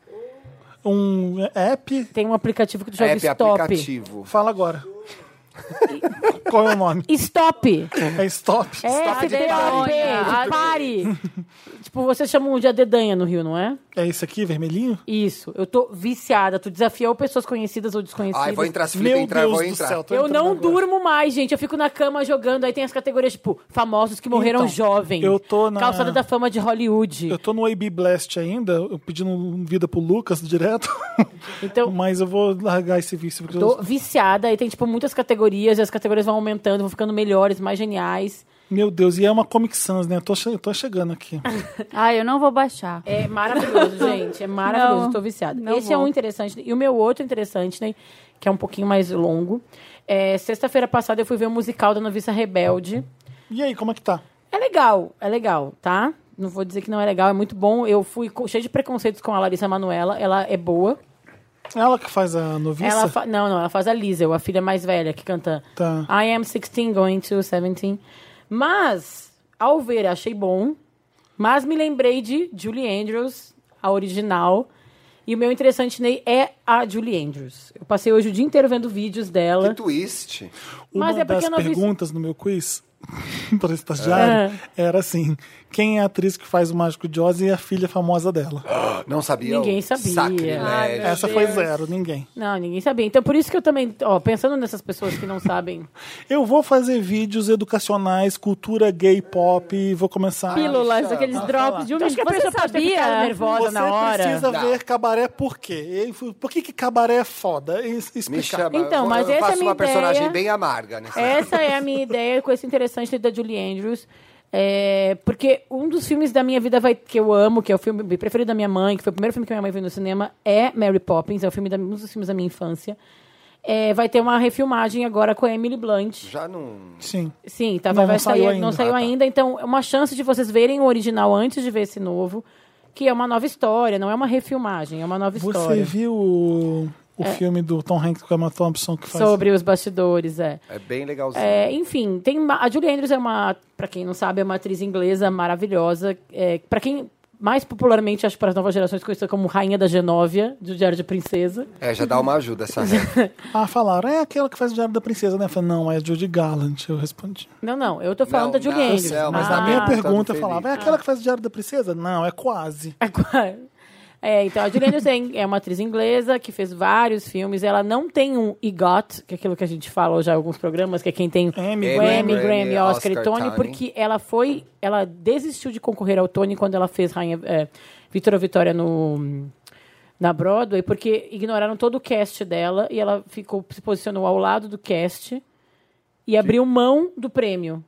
Speaker 1: Um app,
Speaker 3: Tem um aplicativo que tu joga
Speaker 7: App
Speaker 3: Stop.
Speaker 7: aplicativo.
Speaker 1: fala agora. Qual é o nome?
Speaker 3: Stop!
Speaker 1: É Stop?
Speaker 3: É,
Speaker 7: Stop de
Speaker 3: S-T-O-P, de pare! tipo, vocês chamam de a dedanha no Rio, não é?
Speaker 1: É isso aqui, vermelhinho?
Speaker 3: Isso. Eu tô viciada. Tu desafiou pessoas conhecidas ou desconhecidas.
Speaker 7: Ai, vou entrar, se Felipe
Speaker 1: Meu
Speaker 7: entrar, eu
Speaker 1: Deus
Speaker 7: vou
Speaker 1: do
Speaker 7: entrar.
Speaker 1: céu. tô
Speaker 3: Eu
Speaker 1: entrando
Speaker 3: não
Speaker 1: agora.
Speaker 3: durmo mais, gente. Eu fico na cama jogando. Aí tem as categorias, tipo, famosos que morreram
Speaker 1: Então,
Speaker 3: jovem.
Speaker 1: eu tô na-
Speaker 3: Calçada da fama de Hollywood.
Speaker 1: Eu tô no AB Blast ainda, eu pedindo vida pro Lucas direto.
Speaker 3: Então,
Speaker 1: Mas eu vou largar esse vício. Porque
Speaker 3: tô
Speaker 1: eu-
Speaker 3: viciada. Aí tem, tipo, muitas categorias. E as categorias vão aumentando, vão ficando melhores, mais geniais.
Speaker 1: Meu Deus, e é uma Comic Sans, né? Eu tô, che- eu tô chegando aqui.
Speaker 6: Ah, eu não vou baixar.
Speaker 3: É maravilhoso, gente. É maravilhoso.
Speaker 6: Não,
Speaker 3: tô viciada.
Speaker 6: não
Speaker 3: Esse é
Speaker 6: vou.
Speaker 3: um interessante. E o meu outro interessante, né? Que é um pouquinho mais longo. É, Sexta-feira passada eu fui ver o musical da Noviça Rebelde.
Speaker 1: E aí, como é que tá?
Speaker 3: É legal, é legal, tá? Não vou dizer que não é legal, é muito bom. Eu fui co- cheia de preconceitos com a Larissa Manuela, ela é boa.
Speaker 1: É Ela que faz a noviça?
Speaker 3: Ela fa- Não, não, ela faz a Lisa, a filha mais velha que canta
Speaker 1: Tá.
Speaker 3: I am 16 going to 17. Mas, ao ver, achei bom. Mas me lembrei de Julie Andrews, a original. E o meu interessante, Ney, é a Julie Andrews. Eu passei hoje o dia inteiro vendo vídeos
Speaker 7: Que
Speaker 3: dela.
Speaker 7: twist.
Speaker 1: Uma
Speaker 3: Mas é porque
Speaker 1: das
Speaker 3: a noviça-
Speaker 1: perguntas no meu quiz para estagiário
Speaker 3: Ah.
Speaker 1: era assim: quem é a atriz que faz o Mágico de Oz e a filha famosa dela?
Speaker 7: Não sabia. né?
Speaker 3: Ninguém
Speaker 7: eu.
Speaker 3: sabia. Ah,
Speaker 7: Sacrilégio.
Speaker 1: Essa foi zero, ninguém.
Speaker 3: Não, ninguém sabia. Então, por isso que eu também, ó, pensando nessas pessoas que não sabem
Speaker 1: Eu vou fazer vídeos educacionais, cultura gay pop, e vou começar.
Speaker 6: Pílulas, aqueles drops de um
Speaker 3: Então, Acho que a
Speaker 6: minuto. Você
Speaker 3: pessoa pode ter ficado
Speaker 6: sabia?
Speaker 3: nervosa
Speaker 1: Você
Speaker 3: na hora.
Speaker 1: precisa
Speaker 7: Não.
Speaker 1: ver cabaré por quê? E Por que, que cabaré é foda? E Explicar.
Speaker 7: Me chama.
Speaker 3: Então,
Speaker 7: eu,
Speaker 3: mas
Speaker 7: eu
Speaker 3: essa é a
Speaker 7: faço
Speaker 3: minha
Speaker 7: uma personagem
Speaker 3: ideia.
Speaker 7: bem amarga. Nessa
Speaker 3: Essa é a minha ideia com esse interessante da Julie Andrews. É, porque um dos filmes da minha vida vai- que eu amo, que é o filme preferido da minha mãe, que foi o primeiro filme que minha mãe viu no cinema, é Mary Poppins, é o filme da, um dos filmes da minha infância. É, vai ter uma refilmagem agora com a Emily Blunt.
Speaker 7: Já não...
Speaker 1: Sim.
Speaker 3: Sim, tá,
Speaker 1: Não,
Speaker 3: vai,
Speaker 1: não
Speaker 3: vai sair,
Speaker 1: saiu ainda. Ah,
Speaker 3: não saiu ainda, então é uma chance de vocês verem o original antes de ver esse novo, que é uma nova história, não é uma refilmagem, é uma nova
Speaker 1: Você
Speaker 3: história. É.
Speaker 1: viu o, o filme do Tom Hanks com a Emma Thompson que faz?
Speaker 3: Sobre os bastidores, é.
Speaker 7: É bem legalzinho.
Speaker 3: É, enfim, tem ma- a Julie Andrews é uma, pra quem não sabe, é uma atriz inglesa maravilhosa. É, para quem mais popularmente acho para as novas gerações conhecida como Rainha da Genóvia, do Diário de Princesa.
Speaker 7: É, já dá uma ajuda essa regra.
Speaker 1: Ah, falaram, é aquela que faz o Diário da Princesa, né? Eu falei, não, é a Judy Garland, eu respondi.
Speaker 3: Não, não, eu tô falando
Speaker 7: Não,
Speaker 3: da Julie
Speaker 7: não,
Speaker 3: Andrews.
Speaker 7: Selma,
Speaker 1: Mas
Speaker 7: Ah,
Speaker 1: na minha
Speaker 7: tá
Speaker 1: pergunta eu
Speaker 7: feliz.
Speaker 1: falava, é aquela que faz o Diário da Princesa? Não, é quase.
Speaker 3: Agora- É, então a Juliana Zen é uma atriz inglesa que fez vários filmes. Ela não tem um EGOT, que é aquilo que a gente fala já em alguns programas, que é quem tem
Speaker 1: Emmy,
Speaker 3: Grammy,
Speaker 7: Grammy,
Speaker 3: Grammy,
Speaker 7: Grammy,
Speaker 3: Oscar, e
Speaker 7: Oscar,
Speaker 3: Tony,
Speaker 7: Tony.
Speaker 3: porque ela foi, ela desistiu de concorrer ao Tony quando ela fez Rainha é, Vitória Vitória no na Broadway, porque ignoraram todo o cast dela e ela ficou se posicionou ao lado do cast e abriu mão do prêmio.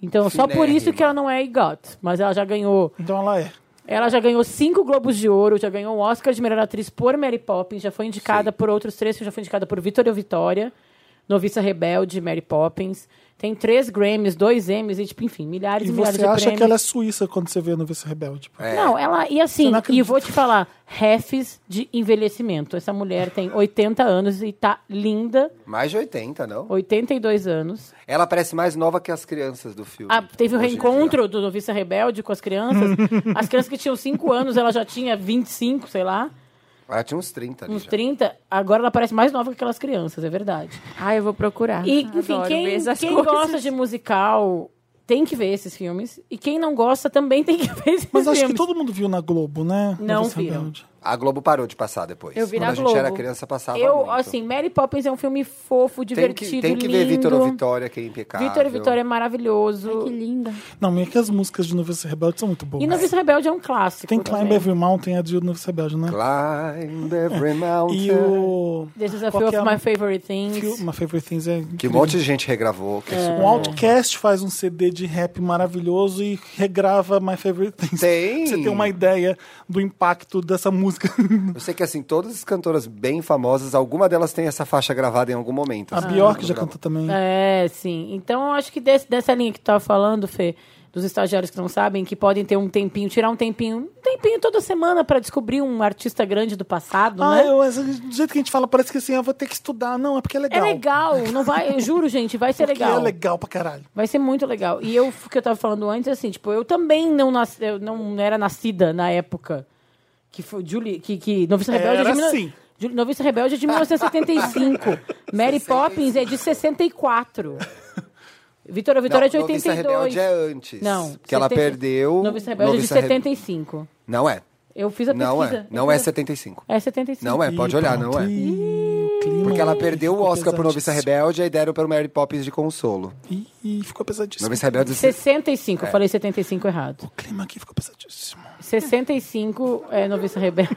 Speaker 3: Então, só por isso que ela não é EGOT, mas ela já ganhou
Speaker 1: Então ela é.
Speaker 3: ela já ganhou cinco Globos de Ouro, já ganhou o Oscar de melhor atriz por Mary Poppins, já foi indicada por outros três, filmes, já foi indicada por Vitória Vitória, Noviça Rebelde, Mary Poppins. Tem três Grammys, dois Emmys, e, tipo, enfim, milhares e,
Speaker 1: E
Speaker 3: milhares
Speaker 1: você
Speaker 3: de
Speaker 1: acha
Speaker 3: prêmios.
Speaker 1: que ela é suíça quando você vê no Vice Rebelde?
Speaker 7: É.
Speaker 3: Não, ela. E assim,
Speaker 1: Você não
Speaker 3: e
Speaker 1: acredita.
Speaker 3: vou te falar, refs de envelhecimento. Essa mulher tem 80 anos e tá linda,
Speaker 7: Mais de 80, não?
Speaker 3: 82 anos.
Speaker 7: Ela parece mais nova que as crianças do filme.
Speaker 3: Ah, teve o
Speaker 7: Hoje em dia.
Speaker 3: reencontro do Noviça Rebelde com as crianças. As crianças que tinham 5 anos, ela já tinha 25, sei lá.
Speaker 7: Ela tinha uns 30 ali
Speaker 3: Uns
Speaker 7: já.
Speaker 3: 30, agora ela parece mais nova que aquelas crianças, é verdade.
Speaker 6: Ah, eu vou procurar.
Speaker 3: E, enfim,
Speaker 6: Adoro ver
Speaker 3: quem,
Speaker 6: essas
Speaker 3: quem
Speaker 6: coisas.
Speaker 3: gosta de musical tem que ver esses filmes. E quem não gosta também tem que ver esses
Speaker 1: Mas acho
Speaker 3: filmes.
Speaker 1: que todo mundo viu na Globo, né? No
Speaker 3: Não
Speaker 1: Vice
Speaker 3: viram.
Speaker 1: Rebelde.
Speaker 7: A Globo parou de passar depois.
Speaker 6: Eu vi
Speaker 7: Quando
Speaker 6: na
Speaker 7: a gente
Speaker 6: Globo.
Speaker 7: era criança, passava
Speaker 3: Eu,
Speaker 7: muito.
Speaker 3: assim, Mary Poppins é um filme fofo,
Speaker 7: tem
Speaker 3: divertido,
Speaker 7: que, tem que ver
Speaker 3: lindo.
Speaker 7: Vitor ou Vitória, que é impecável.
Speaker 3: Vitor e Vitória é
Speaker 6: Ai,
Speaker 3: maravilhoso.
Speaker 6: que linda.
Speaker 1: Não, meio que as músicas de No Vice Rebelde são muito boas.
Speaker 3: e Novice Rebelde é um clássico.
Speaker 1: Tem Climb
Speaker 3: também.
Speaker 1: Every Mountain, a de No Vice Rebelde,
Speaker 3: é
Speaker 1: né?
Speaker 7: Climb every mountain.
Speaker 1: E o...
Speaker 3: This is a few
Speaker 1: Qual
Speaker 3: of
Speaker 1: que é a-
Speaker 3: my favorite things.
Speaker 1: Fil- My Favorite Things é...
Speaker 7: Que um
Speaker 1: incrível.
Speaker 7: monte de gente regravou. Que é super-
Speaker 1: O Outcast faz um CD de rap maravilhoso e regrava My Favorite Things.
Speaker 7: Tem.
Speaker 1: Pra Você tem uma ideia do impacto dessa música.
Speaker 7: Eu sei que, assim, todas as cantoras bem famosas, alguma delas tem essa faixa gravada em algum momento.
Speaker 1: A
Speaker 7: assim,
Speaker 1: Bjork já
Speaker 7: gravou.
Speaker 1: canta também.
Speaker 3: Ah. É, sim. Então, eu acho que desse- dessa linha que tu tava falando, Fê, dos estagiários que não sabem, que podem ter um tempinho, tirar um tempinho, um tempinho toda semana pra descobrir um artista grande do passado,
Speaker 1: Ah,
Speaker 3: né?
Speaker 1: eu, mas do jeito que a gente fala, parece que assim, eu vou ter que estudar. Não, é porque é
Speaker 3: É
Speaker 1: legal.
Speaker 3: legal, não vai, eu juro, gente, vai ser
Speaker 1: Porque
Speaker 3: legal.
Speaker 1: é legal pra caralho.
Speaker 3: Vai ser muito legal. E eu, o que eu tava falando antes, assim, tipo, eu também não, nasci, eu não era nascida na época que foi Julie, que, que Noviça Rebelde
Speaker 1: Era
Speaker 3: é de mil-
Speaker 1: sim.
Speaker 3: Ju- Noviça Rebelde é de 1975. Mary Poppins é de 64. Vitória Vitória é de
Speaker 7: Não, Noviça
Speaker 3: 82.
Speaker 7: Rebelde é antes.
Speaker 3: Não.
Speaker 7: Que ela
Speaker 3: 70
Speaker 7: perdeu-
Speaker 3: Noviça Rebelde
Speaker 7: Noviça
Speaker 3: é de
Speaker 7: Rebe-
Speaker 3: 75.
Speaker 7: Não é.
Speaker 3: Eu fiz a pesquisa.
Speaker 7: Não é.
Speaker 3: eu
Speaker 7: Não
Speaker 3: fiz
Speaker 7: é
Speaker 3: a-
Speaker 7: 75.
Speaker 3: É 75.
Speaker 7: Não é, pode
Speaker 1: Ih,
Speaker 7: olhar,
Speaker 1: pronto.
Speaker 7: não é.
Speaker 1: Ih, o clima.
Speaker 7: Porque ela perdeu o
Speaker 1: Ficou
Speaker 7: Oscar pro Noviça
Speaker 1: pesadíssimo.
Speaker 7: Rebelde e deram pro Mary Poppins de consolo.
Speaker 1: Ih, ficou pesadíssimo.
Speaker 7: Noviça Rebelde...
Speaker 3: 65,
Speaker 7: É.
Speaker 3: eu falei 75 errado.
Speaker 1: O clima aqui ficou pesadíssimo.
Speaker 3: 65 é Noviça Rebelde.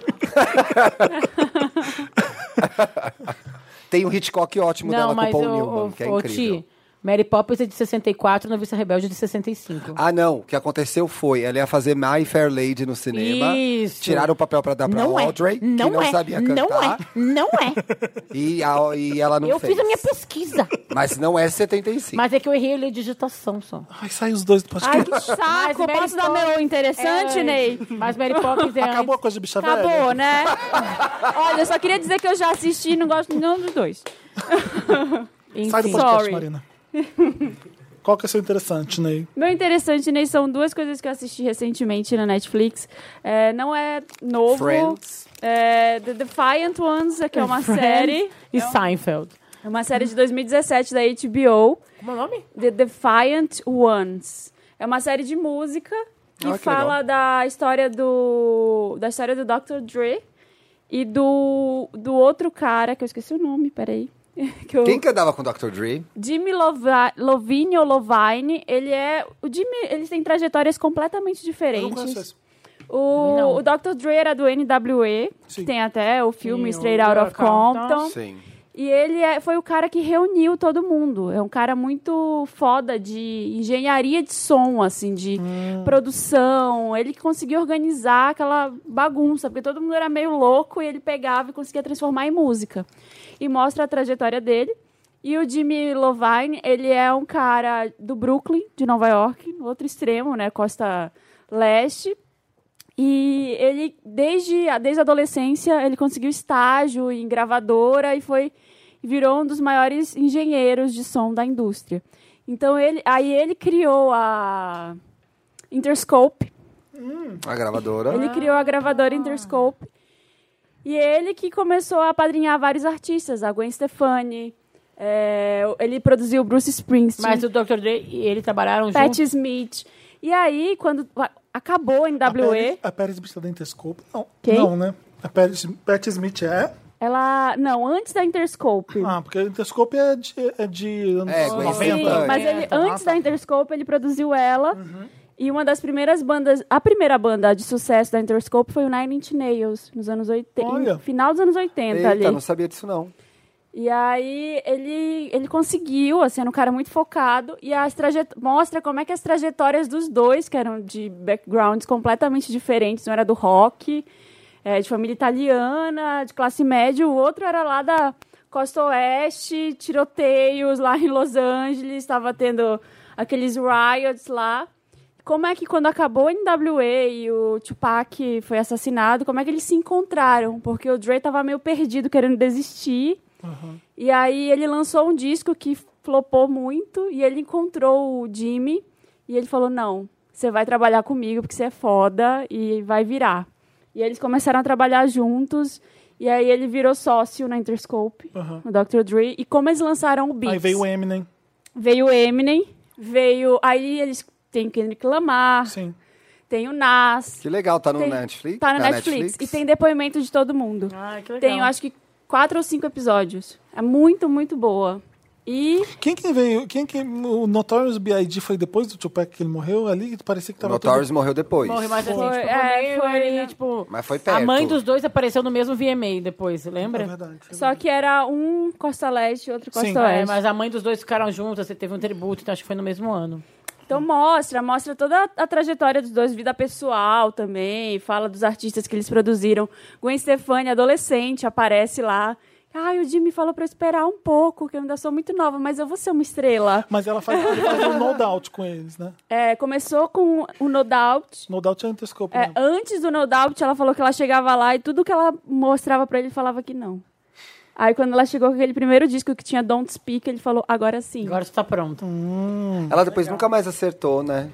Speaker 7: Tem um Hitchcock ótimo dela com o Paul
Speaker 3: o-
Speaker 7: Newman,
Speaker 3: o-
Speaker 7: que é
Speaker 3: o
Speaker 7: incrível.
Speaker 3: Ti, Mary Poppins é de 64, Noviça Rebelde é de 65.
Speaker 7: Ah, não. O que aconteceu foi, ela ia fazer My Fair Lady no cinema.
Speaker 3: Isso.
Speaker 7: Tiraram o papel pra dar pra
Speaker 3: não
Speaker 7: Audrey,
Speaker 3: é,
Speaker 7: que
Speaker 3: não,
Speaker 7: não,
Speaker 3: é,
Speaker 7: sabia
Speaker 3: não
Speaker 7: cantar.
Speaker 3: é, não é.
Speaker 7: E, a- e ela não
Speaker 3: Eu
Speaker 7: fez.
Speaker 3: fiz a minha pesquisa,
Speaker 7: Mas não é 75.
Speaker 3: mas é que eu errei ali a digitação só.
Speaker 1: Ai, sai os dois do
Speaker 6: Ai,
Speaker 1: podcast.
Speaker 6: que saco.
Speaker 3: Mary
Speaker 6: Posso dar
Speaker 3: Poppins
Speaker 6: meu interessante,
Speaker 3: é
Speaker 6: Ney?
Speaker 3: Mas Mary Poppins é
Speaker 1: Acabou a
Speaker 3: antes.
Speaker 1: coisa de bicha velha.
Speaker 6: Acabou, né? Olha, eu só queria dizer que eu já assisti e não gosto de nenhum dos dois.
Speaker 1: Sai do
Speaker 3: Enfim,
Speaker 1: podcast,
Speaker 6: Sorry.
Speaker 1: Marina. Qual que é o seu interessante, Ney?
Speaker 6: Meu interessante, Ney, são duas coisas que eu assisti recentemente na Netflix. É, não é novo.
Speaker 7: Friends.
Speaker 6: É, The Defiant Ones, que é uma série.
Speaker 3: e Seinfeld.
Speaker 6: É uma série de 2017 da HBO.
Speaker 3: Como é o nome?
Speaker 6: The Defiant Ones. É uma série de música que
Speaker 7: Ah, que
Speaker 6: fala da história do da história do Dr. Dre e do do outro cara que eu esqueci o nome, peraí. Que eu-
Speaker 7: Quem que andava com o Dr. Dre?
Speaker 6: Jimmy Lova- Lovine ou Lovine, ele é o Jimmy, eles têm trajetórias completamente
Speaker 1: Eu não conheço
Speaker 6: diferentes.
Speaker 1: esse.
Speaker 6: O,
Speaker 3: Não.
Speaker 6: o Dr. Dre era do NWA, que
Speaker 1: Sim.
Speaker 6: tem até o filme
Speaker 3: Sim,
Speaker 6: Straight
Speaker 3: o
Speaker 6: Out of
Speaker 3: Compton.
Speaker 6: Compton.
Speaker 7: Sim.
Speaker 6: E ele é- foi o cara que reuniu todo mundo. É um cara muito foda de engenharia de som, assim, de produção. Ele que conseguiu organizar aquela bagunça, porque todo mundo era meio louco e ele pegava e conseguia transformar em música. E mostra a trajetória dele. E o Jimmy Lovine, ele é um cara do Brooklyn, de Nova York, no outro extremo, né? Costa Leste E ele, desde, a- desde a adolescência, ele conseguiu estágio em gravadora e foi virou um dos maiores engenheiros de som da indústria. Então, ele, aí ele criou a Interscope.
Speaker 7: A gravadora.
Speaker 3: Ah.
Speaker 6: Ele criou a gravadora Interscope. E ele que começou a padrinhar vários artistas, a Gwen Stefani. é, ele produziu Bruce Springsteen.
Speaker 3: Mas o Dr. Dre e ele trabalharam juntos.
Speaker 6: Patti Smith. E aí, quando a- acabou a NWE,
Speaker 1: A Pérez Smith da Interscope? Não.
Speaker 6: Quem?
Speaker 1: Não, né? A Pérez, Pat Smith é?
Speaker 6: ela. Não, antes da Interscope.
Speaker 1: Ah, porque a Interscope é de, é de anos
Speaker 7: É, Gwen
Speaker 6: Sim,
Speaker 1: 90.
Speaker 6: mas
Speaker 7: é.
Speaker 6: ele, antes da Uhum. Interscope, ele produziu ela. E uma das primeiras bandas. A primeira banda de sucesso da Interscope foi o Nine Inch Nails, nos anos 80.
Speaker 1: Olha.
Speaker 6: Final dos anos 80
Speaker 7: Eita,
Speaker 6: ali.
Speaker 7: não sabia disso não.
Speaker 6: E aí ele, ele conseguiu, assim, era um cara muito focado, e as traje- mostra como é que as trajetórias dos dois, que eram de backgrounds completamente diferentes, um era do rock, eh, de família italiana, de classe média, o outro era lá da costa oeste, tiroteios lá em Los Angeles, estava tendo aqueles riots lá. Como é que quando acabou a NWA e o Tupac foi assassinado, como é que eles se encontraram? Porque o Dre tava meio perdido, querendo desistir. E aí ele lançou um disco que flopou muito e ele encontrou o Jimmy e ele falou: "Não, você vai trabalhar comigo porque você é foda e vai virar". E eles começaram a trabalhar juntos e aí ele virou sócio na Interscope, no Dr. Dre, e como eles lançaram o Beats.
Speaker 1: Aí veio o Eminem.
Speaker 6: Veio o Eminem, veio. Aí eles têm que reclamar,
Speaker 1: Sim.
Speaker 6: tem o Nas,
Speaker 7: Que legal, tá no
Speaker 6: Tem-
Speaker 7: Netflix?
Speaker 6: tá na
Speaker 7: Na
Speaker 6: Netflix, E tem depoimento de todo mundo.
Speaker 3: Ah, que legal.
Speaker 6: tem, eu acho que quatro ou cinco episódios. É muito, muito boa. E
Speaker 1: Quem que veio? Quem que. O Notorious B.I.G. foi depois do Tupac que ele morreu ali? Parecia que
Speaker 7: O
Speaker 1: tava.
Speaker 7: Notorious morreu depois.
Speaker 3: Morre, mas assim,
Speaker 6: Foi,
Speaker 3: tipo,
Speaker 6: é,
Speaker 3: também
Speaker 6: foi-
Speaker 3: ele, tipo...
Speaker 7: Mas foi perto.
Speaker 3: A mãe dos dois apareceu no mesmo VMA depois,
Speaker 1: Tudo... É
Speaker 3: lembra?
Speaker 1: verdade.
Speaker 6: só que era um Costa Leste e outro Costa
Speaker 1: Sim.
Speaker 3: É,
Speaker 6: Oeste.
Speaker 3: mas a mãe dos dois ficaram juntas, você teve um tributo, então acho que foi no mesmo ano.
Speaker 6: Então mostra, mostra toda a trajetória dos dois, vida pessoal também, fala dos artistas que eles produziram. Gwen Stefani, adolescente, aparece lá. Ai, o Jimmy falou pra eu esperar um pouco, que eu ainda sou muito nova, mas eu vou ser uma estrela.
Speaker 1: Mas ela faz, ele faz um No Doubt com eles, né?
Speaker 6: É, começou com o No Doubt.
Speaker 1: No Doubt é Interscope.
Speaker 6: É,
Speaker 1: né?
Speaker 6: antes do No Doubt, ela falou que ela chegava lá e tudo que ela mostrava pra ele, ele falava que não. Aí quando ela chegou com aquele primeiro disco que tinha Don't Speak, ele falou, agora sim.
Speaker 3: Agora você tá pronto.
Speaker 7: Ela depois nunca mais acertou, né?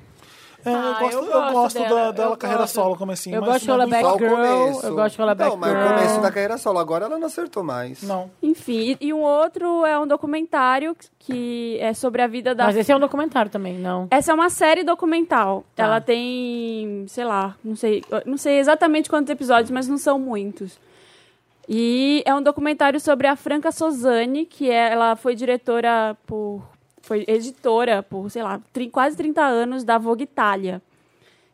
Speaker 1: É, eu
Speaker 3: Ah,
Speaker 1: gosto,
Speaker 3: eu
Speaker 1: eu
Speaker 3: gosto
Speaker 1: gosto
Speaker 3: dela,
Speaker 1: da, dela
Speaker 3: eu
Speaker 1: carreira
Speaker 3: gosto.
Speaker 1: solo, como assim.
Speaker 3: Eu
Speaker 1: mas
Speaker 3: gosto
Speaker 1: não é
Speaker 3: dela
Speaker 1: bem-
Speaker 7: Só o
Speaker 3: Girl,
Speaker 7: começo.
Speaker 3: eu gosto de falar
Speaker 7: Não, mas o
Speaker 3: Batgirl.
Speaker 7: começo da carreira solo. Agora ela não acertou mais.
Speaker 1: Não.
Speaker 6: Enfim, e, e um outro é um documentário que é sobre a vida da.
Speaker 3: Mas esse é um documentário também, não.
Speaker 6: Essa é uma série documental.
Speaker 3: Tá.
Speaker 6: Ela tem, sei lá, não sei, não sei exatamente quantos episódios, mas não são muitos. E é um documentário sobre a Franca Sozani, que é- ela foi diretora por foi editora por, sei lá, tri- quase 30 anos da Vogue Itália.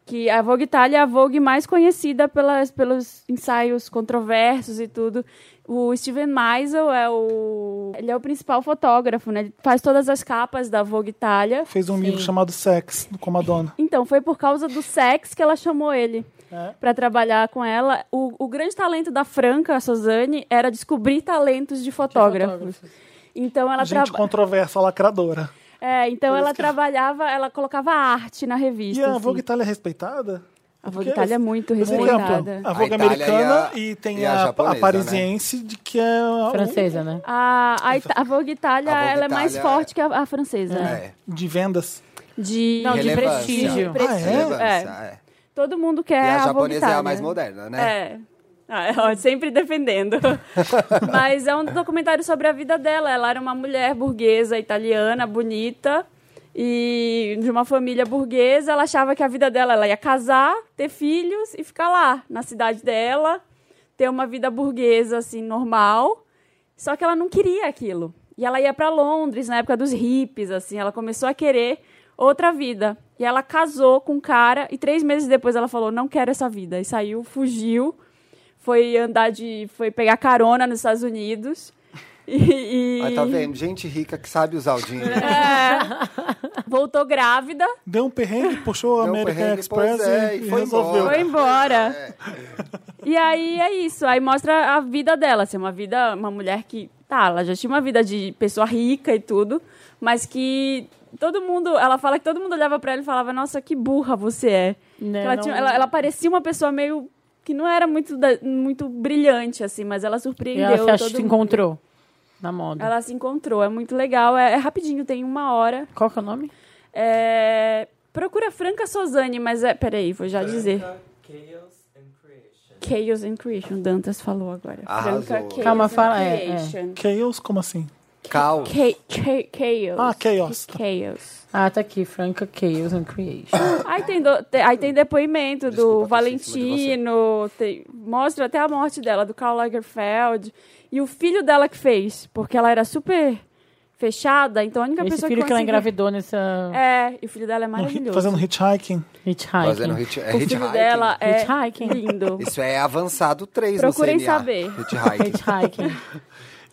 Speaker 6: Que a Vogue Itália é a Vogue mais conhecida pelas, pelos ensaios controversos e tudo. O Steven Meisel é o ele é o principal fotógrafo, né? Ele faz todas as capas da Vogue Itália.
Speaker 1: Fez um livro chamado Sex, com a Madonna.
Speaker 6: Então, foi por causa do sexo que ela chamou ele
Speaker 1: É.
Speaker 6: pra trabalhar com ela. O, o grande talento da Franca, a Suzane, era descobrir talentos de fotógrafos. Então ela,
Speaker 1: Gente
Speaker 6: traba-
Speaker 1: controversa, lacradora.
Speaker 6: é, então
Speaker 1: Por
Speaker 6: ela
Speaker 1: isso que-
Speaker 6: trabalhava, ela colocava arte na revista.
Speaker 1: E a
Speaker 6: assim.
Speaker 1: Vogue Itália é respeitada?
Speaker 6: A Vogue
Speaker 1: Porque
Speaker 6: Itália é muito
Speaker 1: eu sei que é ampla.
Speaker 6: respeitada.
Speaker 1: A Vogue
Speaker 7: A Itália
Speaker 1: americana
Speaker 7: e a-
Speaker 1: e, tem
Speaker 7: e a
Speaker 1: a, a,
Speaker 7: japonesa, né?
Speaker 1: parisiense, de que é... a-
Speaker 3: Francesa, né?
Speaker 6: A, a, Ita- a Vogue Itália,
Speaker 7: A Vogue
Speaker 6: ela é mais
Speaker 7: Itália
Speaker 6: forte que a, a francesa.
Speaker 7: É.
Speaker 1: de vendas.
Speaker 6: De,
Speaker 3: Não, de
Speaker 7: Relevância.
Speaker 3: prestígio.
Speaker 1: Ah, é?
Speaker 7: Relevância, é.
Speaker 6: todo mundo quer
Speaker 7: E a
Speaker 6: a Vogue
Speaker 7: japonesa é
Speaker 6: Itália.
Speaker 7: a mais moderna, né?
Speaker 6: É. Ah, é, ó, sempre defendendo. Mas é um documentário sobre a vida dela. Ela era uma mulher burguesa, italiana, bonita. E de uma família burguesa, ela achava que a vida dela ela ia casar, ter filhos e ficar lá, na cidade dela, ter uma vida burguesa assim normal. Só que ela não queria aquilo. E ela ia para Londres na época dos hippies, assim, ela começou a querer outra vida. E ela casou com um cara e três meses depois ela falou: "Não quero essa vida". E saiu, fugiu, foi andar de, foi pegar carona nos Estados Unidos. E, e-
Speaker 7: Mas tá vendo? Gente rica que sabe usar o dinheiro.
Speaker 6: É. voltou grávida,
Speaker 1: Deu um perrengue, puxou a
Speaker 7: Deu um
Speaker 1: American
Speaker 7: perrengue,
Speaker 1: Express
Speaker 7: pois é,
Speaker 1: e,
Speaker 7: e
Speaker 1: e
Speaker 7: foi
Speaker 1: resolveu.
Speaker 7: embora.
Speaker 6: foi embora. E aí é isso, aí mostra a vida dela, assim, uma vida, uma mulher que, tá, ela já tinha uma vida de pessoa rica e tudo, mas que todo mundo. Ela fala que todo mundo olhava pra ela e falava, nossa, que burra você é.
Speaker 3: Né,
Speaker 6: ela,
Speaker 3: não-
Speaker 6: tinha- ela- ela parecia uma pessoa meio. que não era muito, da- muito brilhante, assim, mas ela
Speaker 3: E
Speaker 6: surpreendeu.
Speaker 3: ela se, acha-
Speaker 6: todo
Speaker 3: se
Speaker 6: mundo.
Speaker 3: encontrou na moda.
Speaker 6: Ela se encontrou, é muito legal. É, é rapidinho, tem uma hora.
Speaker 3: Qual que é o nome?
Speaker 6: É, Procura Franca Sozane, mas é. Peraí, vou já dizer. Chaos and Creation, Dantas falou agora.
Speaker 7: Arrasou.
Speaker 6: Franca Chaos
Speaker 3: Calma,
Speaker 6: and
Speaker 3: fala- é, é.
Speaker 6: Creation.
Speaker 1: Chaos, como assim?
Speaker 7: Cal.
Speaker 6: Ca- cha- Chaos.
Speaker 1: Ah, Chaos.
Speaker 6: Chaos.
Speaker 3: Ah, tá aqui. Franca Chaos and Creation.
Speaker 6: Aí tem, do- te- aí tem depoimento
Speaker 7: Desculpa,
Speaker 6: do
Speaker 7: tossir em cima
Speaker 6: Valentino, tem- mostra até a morte dela, do Karl Lagerfeld. E o filho dela que fez, porque ela era super fechada, então a única
Speaker 3: Esse
Speaker 6: pessoa
Speaker 3: filho que, ela
Speaker 6: conseguiu-
Speaker 3: engravidou nessa
Speaker 6: É, e o filho dela é
Speaker 1: No hit-
Speaker 6: maravilhoso.
Speaker 3: um
Speaker 1: Fazendo hitchhiking.
Speaker 3: hitchhiking.
Speaker 7: Fazendo hit, é
Speaker 6: o
Speaker 7: hitchhiking.
Speaker 6: filho dela é
Speaker 3: Hitchhiking.
Speaker 6: lindo.
Speaker 7: Isso é avançado 3
Speaker 6: Procurem
Speaker 7: no CNA.
Speaker 6: saber.
Speaker 7: Hitchhiking.
Speaker 3: Hitchhiking.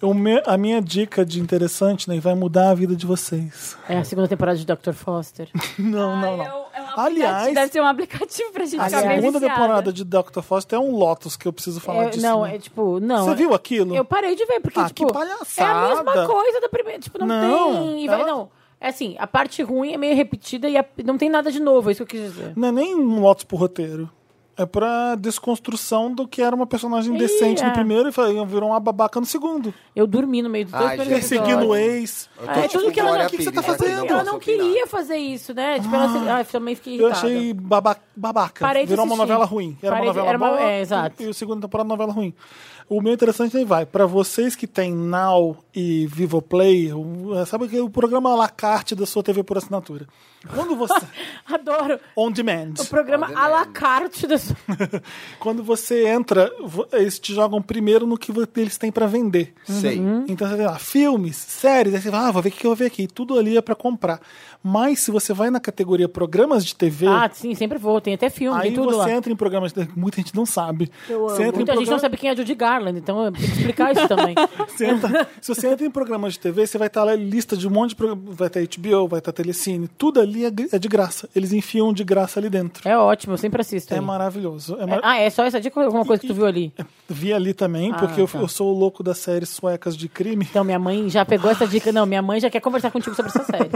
Speaker 1: Eu me- a minha dica de interessante, né? Vai mudar a vida de vocês.
Speaker 3: É a segunda temporada de Dr. Foster.
Speaker 1: Não, não, não.
Speaker 6: É um- é um aplicativo,
Speaker 1: Aliás,
Speaker 6: deve ser um aplicativo pra gente
Speaker 1: A
Speaker 6: ficar bem
Speaker 1: segunda
Speaker 6: viciada.
Speaker 1: temporada de Dr. Foster é um Lotus que eu preciso falar
Speaker 3: É,
Speaker 1: disso.
Speaker 3: não,
Speaker 1: né?
Speaker 3: é tipo, não.
Speaker 1: Você
Speaker 3: é-
Speaker 1: viu aquilo?
Speaker 3: Eu parei de ver, porque,
Speaker 1: Ah,
Speaker 3: tipo,
Speaker 1: que
Speaker 3: é a
Speaker 1: palhaçada.
Speaker 3: mesma coisa da primeira. Tipo, não,
Speaker 1: Não,
Speaker 3: tem. e vai-
Speaker 1: ela-
Speaker 3: Não, é assim, a parte ruim é meio repetida e a- não tem nada de novo, é isso que eu quis dizer.
Speaker 1: Não é nem um Lotus pro roteiro. É pra desconstrução do que era uma personagem decente
Speaker 3: é.
Speaker 1: no primeiro e foi- virou uma babaca no segundo.
Speaker 3: Eu dormi no meio dos dois
Speaker 7: Ai,
Speaker 3: primeiros
Speaker 7: gente,
Speaker 1: Perseguindo o
Speaker 3: episódios.
Speaker 1: ex.
Speaker 7: Eu
Speaker 3: É, tudo que ela-
Speaker 7: Glória
Speaker 1: o que que você
Speaker 7: Pires
Speaker 1: tá
Speaker 7: aqui,
Speaker 1: fazendo? Ah,
Speaker 3: Ela
Speaker 7: posso
Speaker 3: não
Speaker 7: opinar.
Speaker 3: queria fazer isso, né? Tipo, ela se... Ai, também fiquei
Speaker 1: Eu
Speaker 3: irritada.
Speaker 1: achei baba- babaca.
Speaker 3: Parei de
Speaker 1: Virou uma
Speaker 3: assistir.
Speaker 1: novela ruim. Era
Speaker 3: Parei
Speaker 1: uma
Speaker 3: de-
Speaker 1: novela
Speaker 3: era uma-
Speaker 1: boa
Speaker 3: é, exato.
Speaker 1: e o segundo temporada novela ruim. O meu interessante é aí vai. Pra vocês que tem Now e Vivoplay, o- é, sabe que o programa à la carte da sua TV por assinatura. Quando você...
Speaker 3: Adoro.
Speaker 1: on demand.
Speaker 3: O programa à la carte da sua...
Speaker 1: Quando você entra, vo- eles te jogam primeiro no que vo- eles têm pra vender.
Speaker 7: Sei.
Speaker 3: Hum?
Speaker 1: Então você vê lá, filmes, séries, aí você fala, ah, vou ver o que eu vou ver aqui. Tudo ali é pra comprar. Mas se você vai na categoria programas de TV,
Speaker 3: Ah, sim, sempre vou. Tem até filme,
Speaker 1: aí
Speaker 3: tem tudo
Speaker 1: você
Speaker 3: lá.
Speaker 1: entra em programas de TV. Muita gente não sabe. Você entra em
Speaker 3: Muita gente não
Speaker 1: programa-
Speaker 3: sabe quem é Judy Garland, então eu tenho que explicar isso também.
Speaker 1: você entra- se você entra em programas de TV, você vai estar lá lista de um monte de programas. Vai estar HBO, vai estar Telecine. Tudo ali é gr- é de graça. Eles enfiam de graça ali dentro.
Speaker 3: É ótimo, eu sempre assisto.
Speaker 1: É,
Speaker 3: aí.
Speaker 1: maravilhoso. É mar-
Speaker 3: Ah, é só essa dica ou alguma coisa que tu viu ali?
Speaker 1: Vi ali também, porque eu,
Speaker 3: tá.
Speaker 1: eu sou o louco das séries suecas de crime.
Speaker 3: Então, minha mãe já pegou essa dica. Não, minha mãe já quer conversar contigo sobre essa série.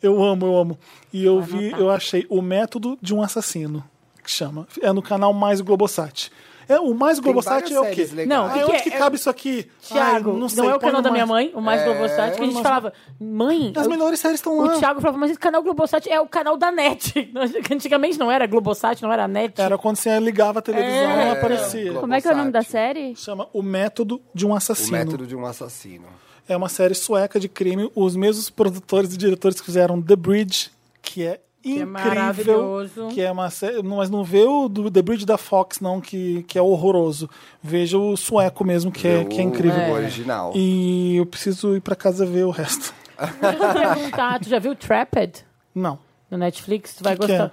Speaker 1: Eu amo, eu amo. E eu vi, eu achei o método de um assassino, que chama. É no canal Mais Globosat. É, o Mais
Speaker 7: Tem
Speaker 1: Globosat
Speaker 7: várias
Speaker 1: é o quê?
Speaker 7: séries legais.
Speaker 3: Não,
Speaker 1: Ah,
Speaker 3: que
Speaker 1: onde
Speaker 3: é?
Speaker 1: que
Speaker 3: É-
Speaker 1: cabe isso aqui?
Speaker 3: Tiago,
Speaker 1: Ai,
Speaker 3: não,
Speaker 1: sei,
Speaker 3: é o
Speaker 1: põe
Speaker 3: canal
Speaker 1: no
Speaker 3: da minha
Speaker 1: mais.
Speaker 3: mãe, o mais Globosat, que a gente falava, mãe.
Speaker 1: As
Speaker 3: eu-
Speaker 1: melhores séries estão lá.
Speaker 3: O Thiago falava, mas esse canal Globosat é o canal da net. Antigamente não era Globosat, não era net.
Speaker 1: Era quando você ligava a televisão,
Speaker 7: É.
Speaker 1: ela aparecia.
Speaker 7: Globo.
Speaker 6: Como é que é o nome da
Speaker 7: Sat.
Speaker 6: série?
Speaker 1: Chama O Método de um
Speaker 7: O
Speaker 1: Assassino.
Speaker 7: método de um assassino.
Speaker 1: É uma série sueca de crime. Os mesmos produtores e diretores que fizeram The Bridge, que é
Speaker 3: é
Speaker 1: incrível.
Speaker 3: maravilhoso.
Speaker 1: que é uma série. não- Mas não vê o do The Bridge da Fox, não, que, que é horroroso. Veja o sueco mesmo, que, é,
Speaker 7: Vê
Speaker 1: que é
Speaker 7: o-
Speaker 1: incrível.
Speaker 7: O original.
Speaker 1: E eu preciso ir pra casa ver o resto.
Speaker 3: Deixa eu te perguntar, tu um já viu Trapped
Speaker 1: Não.
Speaker 3: no Netflix? Tu vai
Speaker 1: Que que
Speaker 3: gostar.
Speaker 1: é?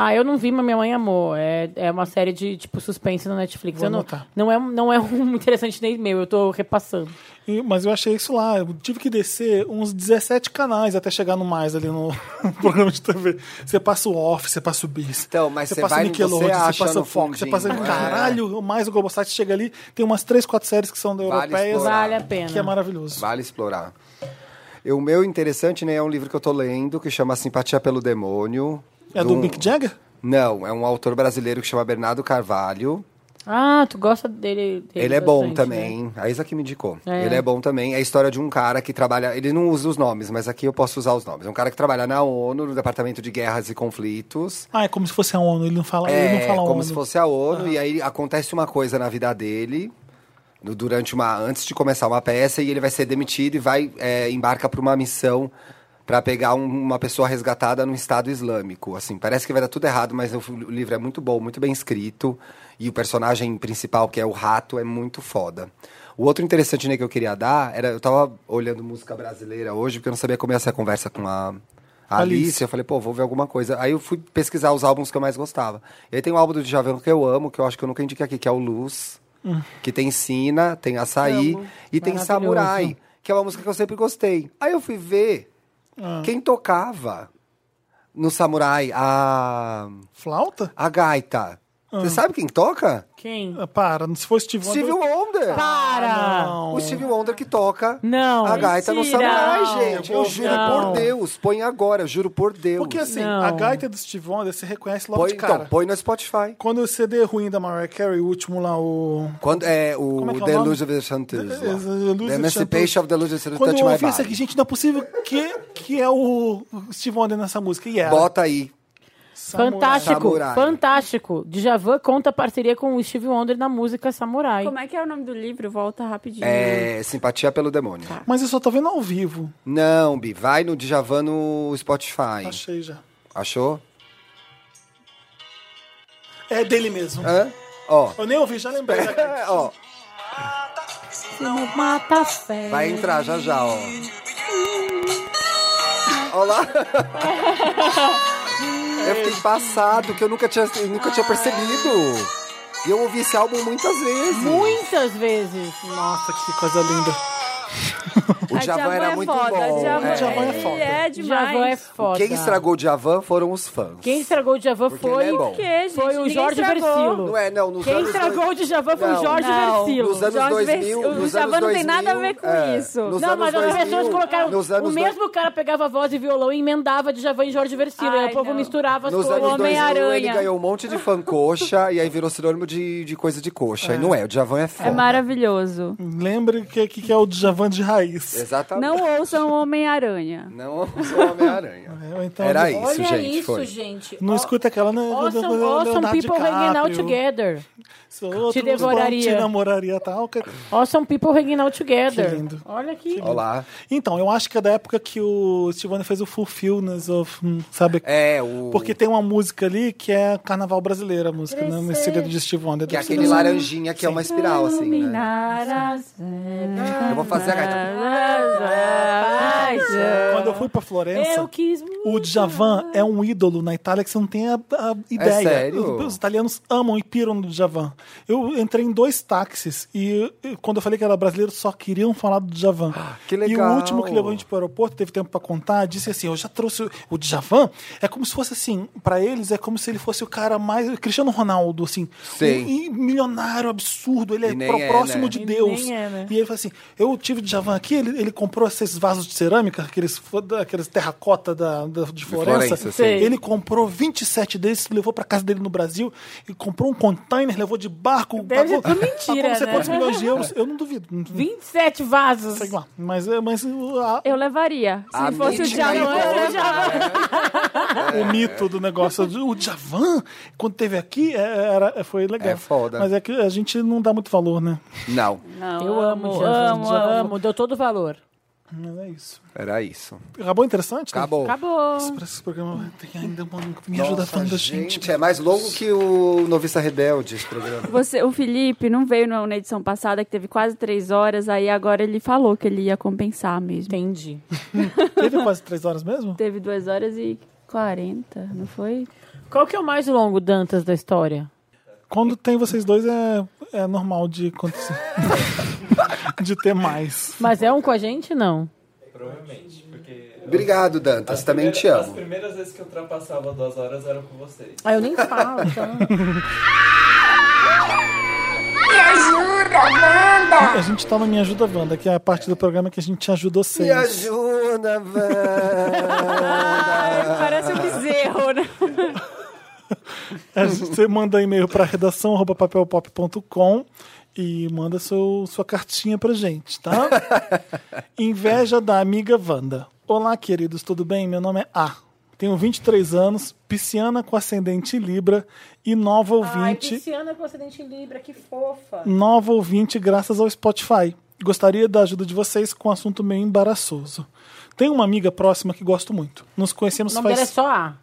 Speaker 3: Ah, eu não vi, mas minha mãe amou. É, é uma série de, tipo, suspense no Netflix.
Speaker 1: Vou
Speaker 3: Eu não,
Speaker 1: anotar.
Speaker 3: não, é, um- não é um interessante nem meu, eu tô repassando.
Speaker 1: E- mas eu achei isso lá. Eu tive que descer uns 17 canais até chegar no mais ali no programa de TV. Você passa o Off, você passa o Bis.
Speaker 7: Então, mas você
Speaker 1: passa
Speaker 7: vai-
Speaker 1: o Nickelodeon,
Speaker 7: você acha
Speaker 1: você passa
Speaker 7: no
Speaker 1: o Fox, você passa.
Speaker 7: fundinho, é.
Speaker 1: Caralho, o mais o Globosat chega ali. Tem umas 3, 4 séries que são da
Speaker 7: Vale
Speaker 1: europeias.
Speaker 7: explorar.
Speaker 3: Vale a pena.
Speaker 1: Que é maravilhoso.
Speaker 7: Vale explorar. E o meu interessante, né, é um livro que eu tô lendo que chama Simpatia pelo Demônio.
Speaker 1: É
Speaker 7: de
Speaker 1: do
Speaker 7: um-
Speaker 1: Mick Jagger?
Speaker 7: Não, é um autor brasileiro que chama Bernardo Carvalho.
Speaker 3: Ah, tu gosta dele. dele
Speaker 7: Ele é bom
Speaker 3: bastante, né?
Speaker 7: também. A Isa que me indicou.
Speaker 3: É.
Speaker 7: Ele é bom também. É a história de um cara que trabalha. Ele não usa os nomes, mas aqui eu posso usar os nomes. É um cara que trabalha na ONU, no Departamento de Guerras e Conflitos.
Speaker 1: Ah, é como se fosse a ONU. Ele não fala, ele
Speaker 7: É,
Speaker 1: não fala
Speaker 7: como
Speaker 1: ONU.
Speaker 7: se fosse a ONU, e aí acontece uma coisa na vida dele, no- durante uma. antes de começar uma peça, e ele vai ser demitido e vai, é, embarca para uma missão para pegar um- uma pessoa resgatada no Estado Islâmico. Assim, parece que vai dar tudo errado, mas o, f- o livro é muito bom, muito bem escrito, e o personagem principal, que é o rato, é muito foda. O outro interessante né, que eu queria dar era. Eu tava olhando música brasileira hoje, porque eu não sabia como ia ser a conversa com a. a
Speaker 1: Alice.
Speaker 7: Alice, eu falei, pô, vou ver alguma coisa. Aí eu fui pesquisar os álbuns que eu mais gostava. E aí tem um álbum do Djavan que eu amo, que eu acho que eu nunca indiquei aqui, que é o Luz. Que tem Sina, tem Açaí e tem
Speaker 3: Maravilhoso.
Speaker 7: Samurai, que é uma música que eu sempre gostei. Aí eu fui ver quem tocava no Samurai, a,
Speaker 1: Flauta?
Speaker 7: a gaita. Você sabe quem toca?
Speaker 3: Quem?
Speaker 1: Ah, Para, se fosse Steve Wonder...
Speaker 7: Steve Wonder.
Speaker 3: Tá. Para!
Speaker 1: Ah, Não.
Speaker 7: O Steve Wonder que toca
Speaker 3: Não,
Speaker 7: a Ah, gaita no
Speaker 6: mentira.
Speaker 7: samurai,
Speaker 3: Não,
Speaker 7: gente. Eu juro
Speaker 3: não.
Speaker 7: por Deus. Põe agora, eu juro por Deus.
Speaker 1: Porque assim,
Speaker 3: Não.
Speaker 1: a gaita do Steve Wonder você reconhece logo
Speaker 7: põe,
Speaker 1: de cara.
Speaker 7: então, põe no Spotify.
Speaker 1: Quando o CD ruim da Mariah Carey, o último lá, o...
Speaker 7: Quando é o
Speaker 1: Como é que é o
Speaker 7: Deluge
Speaker 1: nome?
Speaker 7: of the Chanteuse.
Speaker 1: É, é, é,
Speaker 7: lá.
Speaker 1: Deluge of
Speaker 7: The Emancipation
Speaker 1: Chanteuse.
Speaker 7: of Deluge of the Chanteuse.
Speaker 1: Quando
Speaker 7: Touch
Speaker 1: eu
Speaker 7: My
Speaker 1: ouvi isso
Speaker 7: Body.
Speaker 1: aqui, gente, não é possível que, que é o Steve Wonder nessa música. E era.
Speaker 7: Bota aí.
Speaker 1: Samurai.
Speaker 3: Fantástico,
Speaker 7: Samurai.
Speaker 3: fantástico. Djavan conta parceria com o Steve Wonder na música Samurai.
Speaker 6: Como é que é o nome do livro? Volta rapidinho.
Speaker 7: É, Simpatia pelo Demônio.
Speaker 1: Mas eu só tô vendo ao vivo.
Speaker 7: Não, Bi, vai no Djavan no Spotify.
Speaker 1: Achei já.
Speaker 7: Achou?
Speaker 1: É dele mesmo.
Speaker 7: Hã? Ó,
Speaker 1: Eu nem ouvi, já lembrei. da gaita.
Speaker 7: ó,
Speaker 6: É
Speaker 3: Não mata a fé.
Speaker 7: vai entrar já já, ó. Olá! eu fiquei passado, que eu nunca tinha, eu nunca tinha percebido. E eu ouvi esse álbum muitas vezes.
Speaker 3: Muitas vezes.
Speaker 1: Nossa, que coisa linda.
Speaker 7: O Djavan era muito
Speaker 6: é foda.
Speaker 7: bom.
Speaker 6: Djavan,
Speaker 7: é.
Speaker 1: Djavan é
Speaker 6: ele
Speaker 1: foda.
Speaker 6: é demais.
Speaker 3: Djavan é foda.
Speaker 7: Quem estragou o Djavan foram os fãs.
Speaker 3: Quem estragou o Djavan
Speaker 7: Porque ele
Speaker 3: foi,
Speaker 7: é bom.
Speaker 6: Por quê, gente?
Speaker 3: foi o
Speaker 6: Ninguém
Speaker 3: Jorge
Speaker 6: estragou.
Speaker 3: Versilo.
Speaker 7: Não é, não. Nos
Speaker 3: Quem
Speaker 7: anos
Speaker 3: estragou o Djavan foi o
Speaker 7: Não.
Speaker 3: Jorge
Speaker 6: Não.
Speaker 3: Versilo.
Speaker 7: Nos anos
Speaker 6: Jorge
Speaker 7: 2000,
Speaker 6: Vers- o
Speaker 7: nos
Speaker 6: Djavan
Speaker 7: anos
Speaker 6: não tem
Speaker 7: 2000,
Speaker 6: nada a ver com
Speaker 7: é,
Speaker 6: isso.
Speaker 7: Nos
Speaker 3: Não,
Speaker 7: anos
Speaker 3: mas as
Speaker 7: 2000,
Speaker 3: pessoas colocaram.
Speaker 7: nos anos
Speaker 3: o mesmo cara pegava voz e violão e emendava Djavan e Jorge Versilo. E aí
Speaker 6: Ai,
Speaker 3: o povo
Speaker 6: não.
Speaker 3: misturava as
Speaker 7: Nos
Speaker 3: coisas.
Speaker 7: anos 2000 ele
Speaker 6: Homem-Aranha.
Speaker 7: ganhou um monte de fã coxa e aí virou sinônimo de, de coisa de coxa. E não é, o Djavan é foda.
Speaker 6: É maravilhoso.
Speaker 1: Lembre que, que, que é o Djavan de raiz.
Speaker 7: Exatamente.
Speaker 6: Não ouçam o Homem-Aranha.
Speaker 7: Não sou Homem-Aranha.
Speaker 1: É, então, não-
Speaker 7: Era isso,
Speaker 3: Olha
Speaker 7: gente.
Speaker 3: isso,
Speaker 7: foi.
Speaker 3: gente.
Speaker 1: Não
Speaker 3: Ó,
Speaker 1: escuta aquela, né? do-
Speaker 3: Awesome,
Speaker 1: do- do
Speaker 3: awesome
Speaker 1: Leonardo
Speaker 3: people hanging out
Speaker 1: DiCaprio.
Speaker 3: together.
Speaker 1: Se outro
Speaker 3: Te
Speaker 1: nos banco
Speaker 3: devoraria.
Speaker 1: Te namoraria tal. que-
Speaker 3: Awesome people hanging out together.
Speaker 1: Que lindo.
Speaker 3: Olha aqui.
Speaker 7: Olá.
Speaker 1: Então, eu acho que é da época que o Steve Wonder fez o Fulfillness of. hum, Sabe?
Speaker 7: É, o.
Speaker 1: Porque tem uma música ali que é Carnaval Brasileiro, a música, né? Nesse CD de Steve Wonder.
Speaker 7: Que é
Speaker 1: Deve ser
Speaker 7: aquele
Speaker 1: dessa-
Speaker 7: laranjinha que é uma espiral, assim. Né? Eu vou fazer a gaita.
Speaker 1: Quando eu fui pra Florença,
Speaker 3: Eu quis.
Speaker 1: o Djavan é um ídolo na Itália que você não tem a, a ideia.
Speaker 7: É sério?
Speaker 1: Os, os italianos amam e piram no Djavan. Eu entrei em dois táxis e, e quando eu falei que era brasileiro, só queriam falar do Djavan.
Speaker 7: Ah, que
Speaker 1: E
Speaker 7: legal.
Speaker 1: o último que levou a gente pro aeroporto, teve tempo pra contar, disse assim, eu já trouxe o- o Djavan. É como se fosse assim, pra eles é como se ele fosse o cara mais... o Cristiano Ronaldo, assim.
Speaker 7: Sim.
Speaker 1: Um- e milionário, absurdo. Ele é,
Speaker 7: E nem
Speaker 1: pro-
Speaker 7: é,
Speaker 1: próximo
Speaker 7: né?
Speaker 1: de
Speaker 3: E
Speaker 1: Deus.
Speaker 3: nem é, né?
Speaker 1: E ele falou assim: eu tive o Djavan aqui, ele, ele comprou esses vasos de cerâmica, aqueles, foda- aqueles terracota da, da- de Florença.
Speaker 7: Florença,
Speaker 3: sim.
Speaker 1: Ele comprou 27 desses, levou pra casa dele no Brasil, e comprou um container, levou de barco.
Speaker 3: Deve
Speaker 1: pagou,
Speaker 3: ser mentira,
Speaker 1: pagou não sei
Speaker 3: né?
Speaker 1: quantos milhões de euros. Eu não duvido. Não
Speaker 3: 27 vasos.
Speaker 1: sei lá. Mas, é- mas o- a-
Speaker 6: Eu levaria. Se
Speaker 7: A
Speaker 6: fosse o
Speaker 7: mítica
Speaker 6: Djavan,
Speaker 7: envolve-
Speaker 6: eu já...
Speaker 1: o mito do negócio. O Djavan, quando teve aqui, é- era, foi legal.
Speaker 7: É foda.
Speaker 1: Mas é que a gente não dá muito valor, né?
Speaker 7: Não,
Speaker 6: Não,
Speaker 3: Eu amo,
Speaker 6: amo,
Speaker 3: Djavan,
Speaker 6: amo,
Speaker 3: Djavan.
Speaker 6: amo.
Speaker 3: amo. Deu todo o valor.
Speaker 1: Mas é isso.
Speaker 7: era isso.
Speaker 1: Acabou interessante? né?
Speaker 7: Acabou.
Speaker 6: Acabou.
Speaker 1: Parece que esse programa tem ainda uma... me
Speaker 7: Nossa,
Speaker 1: ajuda falando da gente.
Speaker 7: gente. É mais longo que o Novista Rebelde, esse programa.
Speaker 6: Você, o Felipe não veio na na edição passada, que teve quase três horas, aí agora ele falou que ele ia compensar mesmo.
Speaker 3: Entendi.
Speaker 1: Teve quase três horas mesmo?
Speaker 6: Teve duas horas e quarenta, não foi?
Speaker 3: Qual que é o mais longo, Dantas, da história?
Speaker 1: Quando tem vocês dois é, é normal de acontecer. de ter mais.
Speaker 3: Mas é um com a gente? Não.
Speaker 10: Provavelmente, porque.
Speaker 7: Obrigado, Dantas. Também te
Speaker 10: Primeira- As
Speaker 7: amo.
Speaker 10: primeiras vezes que eu ultrapassava duas horas eram com vocês.
Speaker 3: Ah, eu nem falo, então.
Speaker 1: A gente tá no Me Ajuda Wanda, que é a parte do programa que a gente ajuda
Speaker 7: Me
Speaker 1: vocês.
Speaker 7: ajuda, Wanda.
Speaker 6: Parece um bezerro, né?
Speaker 1: A gente- É, Você manda e-mail pra redação arroba papelpop.com e manda seu, sua cartinha pra gente, tá? Inveja da amiga Wanda. Olá, queridos, tudo bem? Meu nome é A. Tenho 23 anos, pisciana com ascendente em Libra e nova ouvinte.
Speaker 3: com acidente em Libra, que fofa.
Speaker 1: nova ouvinte graças ao Spotify. Gostaria da ajuda de vocês com um assunto meio embaraçoso. Tem uma amiga próxima que gosto muito. Nos
Speaker 3: O
Speaker 1: conhecemos
Speaker 3: nome dela é
Speaker 1: faz.
Speaker 3: só A.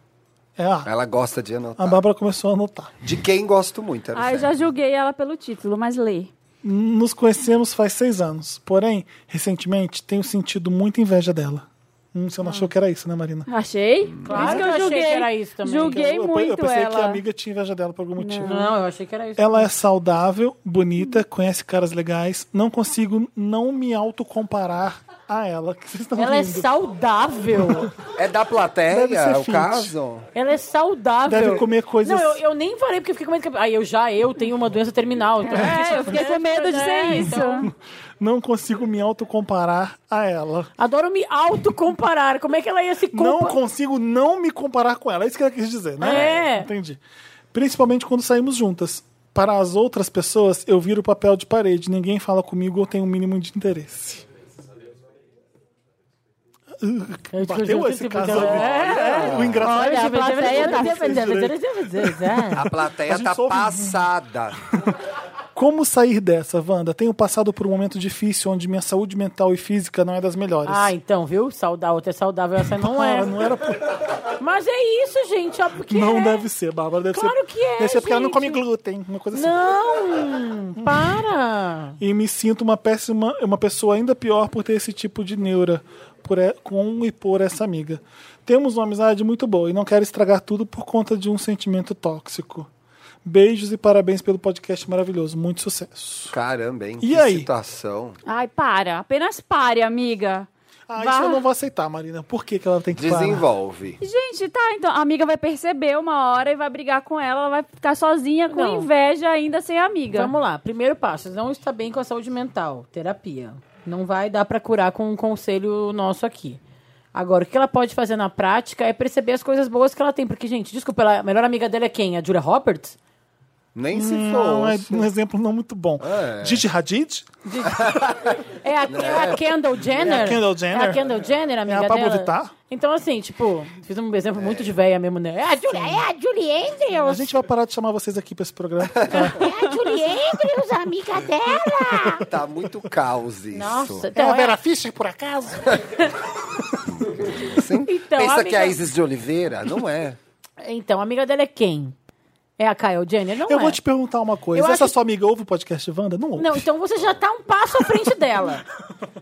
Speaker 1: É, a,
Speaker 7: Ela gosta de
Speaker 1: a
Speaker 7: anotar.
Speaker 1: Bárbara começou a anotar.
Speaker 7: De quem gosto muito, era
Speaker 6: Ah, eu
Speaker 7: certo.
Speaker 6: já julguei ela pelo título, mas lê.
Speaker 1: Nos conhecemos faz seis anos. Porém, recentemente tenho sentido muita inveja dela. Hum, você não achou que era isso, né, Marina?
Speaker 6: Achei?
Speaker 3: Claro
Speaker 6: Por isso
Speaker 3: que eu achei que era isso também.
Speaker 6: Julguei
Speaker 1: eu, eu
Speaker 6: muito
Speaker 1: pensei
Speaker 6: ela.
Speaker 1: que a amiga tinha inveja dela por algum motivo.
Speaker 3: Não, eu achei que era isso.
Speaker 1: Ela é
Speaker 3: Hum.
Speaker 1: saudável, bonita, conhece caras legais. Não consigo não me autocomparar a ela que vocês estão
Speaker 3: Ela é
Speaker 1: rindo.
Speaker 3: saudável.
Speaker 7: É da plateia
Speaker 1: Deve ser
Speaker 7: é o
Speaker 1: fit.
Speaker 7: caso?
Speaker 3: Ela é saudável.
Speaker 1: Deve comer coisas-
Speaker 3: Não, eu, eu nem falei porque eu fiquei com medo. que- Aí eu já, eu tenho uma doença terminal. Então...
Speaker 6: É, eu fiquei com medo de ser
Speaker 3: É,
Speaker 6: isso.
Speaker 3: então-
Speaker 1: Não consigo me autocomparar a ela.
Speaker 3: Adoro me autocomparar. Como é que ela ia se
Speaker 1: Não
Speaker 3: comparar?
Speaker 1: consigo não me comparar com ela. É isso que ela quis dizer, né?
Speaker 3: É.
Speaker 1: Entendi. Principalmente quando saímos juntas. Para as outras pessoas, eu viro papel de parede. Ninguém fala comigo ou tem o mínimo de interesse. Bateu esse caso. O engraçado
Speaker 3: Olha,
Speaker 1: é
Speaker 3: a
Speaker 1: que
Speaker 3: plateia tá...
Speaker 7: A plateia
Speaker 1: gente
Speaker 7: tá
Speaker 1: só ouve-
Speaker 7: passada.
Speaker 3: Ah.
Speaker 1: Como sair dessa, Wanda? Tenho passado por um momento difícil onde minha saúde mental e física não é das melhores.
Speaker 3: Ah, então, viu? Saudar outra é saudável, essa não é.
Speaker 1: Ah, não era por-
Speaker 3: Mas é isso, gente. ó, porque
Speaker 1: Não
Speaker 3: é.
Speaker 1: deve ser, Bárbara. Deve
Speaker 3: Claro
Speaker 1: ser...
Speaker 3: que é,
Speaker 1: Deve ser porque ela não
Speaker 3: gente.
Speaker 1: come glúten, uma coisa assim.
Speaker 3: Não! Para!
Speaker 1: E me sinto uma péssima, uma pessoa ainda pior por ter esse tipo de neura por e- com e por essa amiga. Temos uma amizade muito boa e não quero estragar tudo por conta de um sentimento tóxico. Beijos e parabéns pelo podcast maravilhoso. Muito sucesso.
Speaker 7: Caramba, hein?
Speaker 1: E
Speaker 7: que
Speaker 1: aí?
Speaker 7: situação.
Speaker 6: Ai, para. Apenas pare, amiga.
Speaker 1: Ah,
Speaker 6: Vá.
Speaker 1: isso eu não vou aceitar, Marina. Por que, que ela tem que parar?
Speaker 7: Desenvolve.
Speaker 6: Gente, tá, então a amiga vai perceber uma hora e vai brigar com ela, ela vai ficar sozinha com
Speaker 3: Não.
Speaker 6: inveja ainda sem amiga.
Speaker 3: Vamos lá. Primeiro passo, não está bem com a saúde mental. Terapia. Não vai dar para curar com um conselho nosso aqui. Agora, o que ela pode fazer na prática é perceber as coisas boas que ela tem. Porque, gente, desculpa, ela- a melhor amiga dela é quem? A Julia Roberts?
Speaker 7: Nem se
Speaker 1: Não, é
Speaker 7: fosse.
Speaker 1: um exemplo não muito bom.
Speaker 7: É.
Speaker 1: Gigi Hadid?
Speaker 3: É a, é a Kendall Jenner?
Speaker 1: Né? É a Kendall Jenner.
Speaker 3: É a Kendall Jenner, amiga
Speaker 1: a Pablo
Speaker 3: dela.
Speaker 1: Vittar?
Speaker 3: Então, assim, tipo, fiz um exemplo muito de véia mesmo, né? É a Julia, é a Julie
Speaker 1: A
Speaker 3: Andrews!
Speaker 1: gente vai parar de chamar vocês aqui pra esse programa. tá?
Speaker 8: É a Julie Andrews, amiga dela.
Speaker 7: Tá muito caos isso.
Speaker 3: Nossa,
Speaker 1: É
Speaker 3: então,
Speaker 1: a
Speaker 3: é,
Speaker 1: Vera Fischer, por acaso?
Speaker 7: Assim,
Speaker 3: Então,
Speaker 7: Pensa
Speaker 3: amiga-
Speaker 7: que é a Isis de Oliveira? Não é.
Speaker 3: então, a amiga dela é quem? É a Kyle Jenner? Não
Speaker 1: eu
Speaker 3: é.
Speaker 1: vou te perguntar uma coisa.
Speaker 3: Eu
Speaker 1: Essa
Speaker 3: acho-
Speaker 1: sua amiga ouve o podcast Wanda? Não ouve.
Speaker 3: Não, então você já tá um passo à frente dela.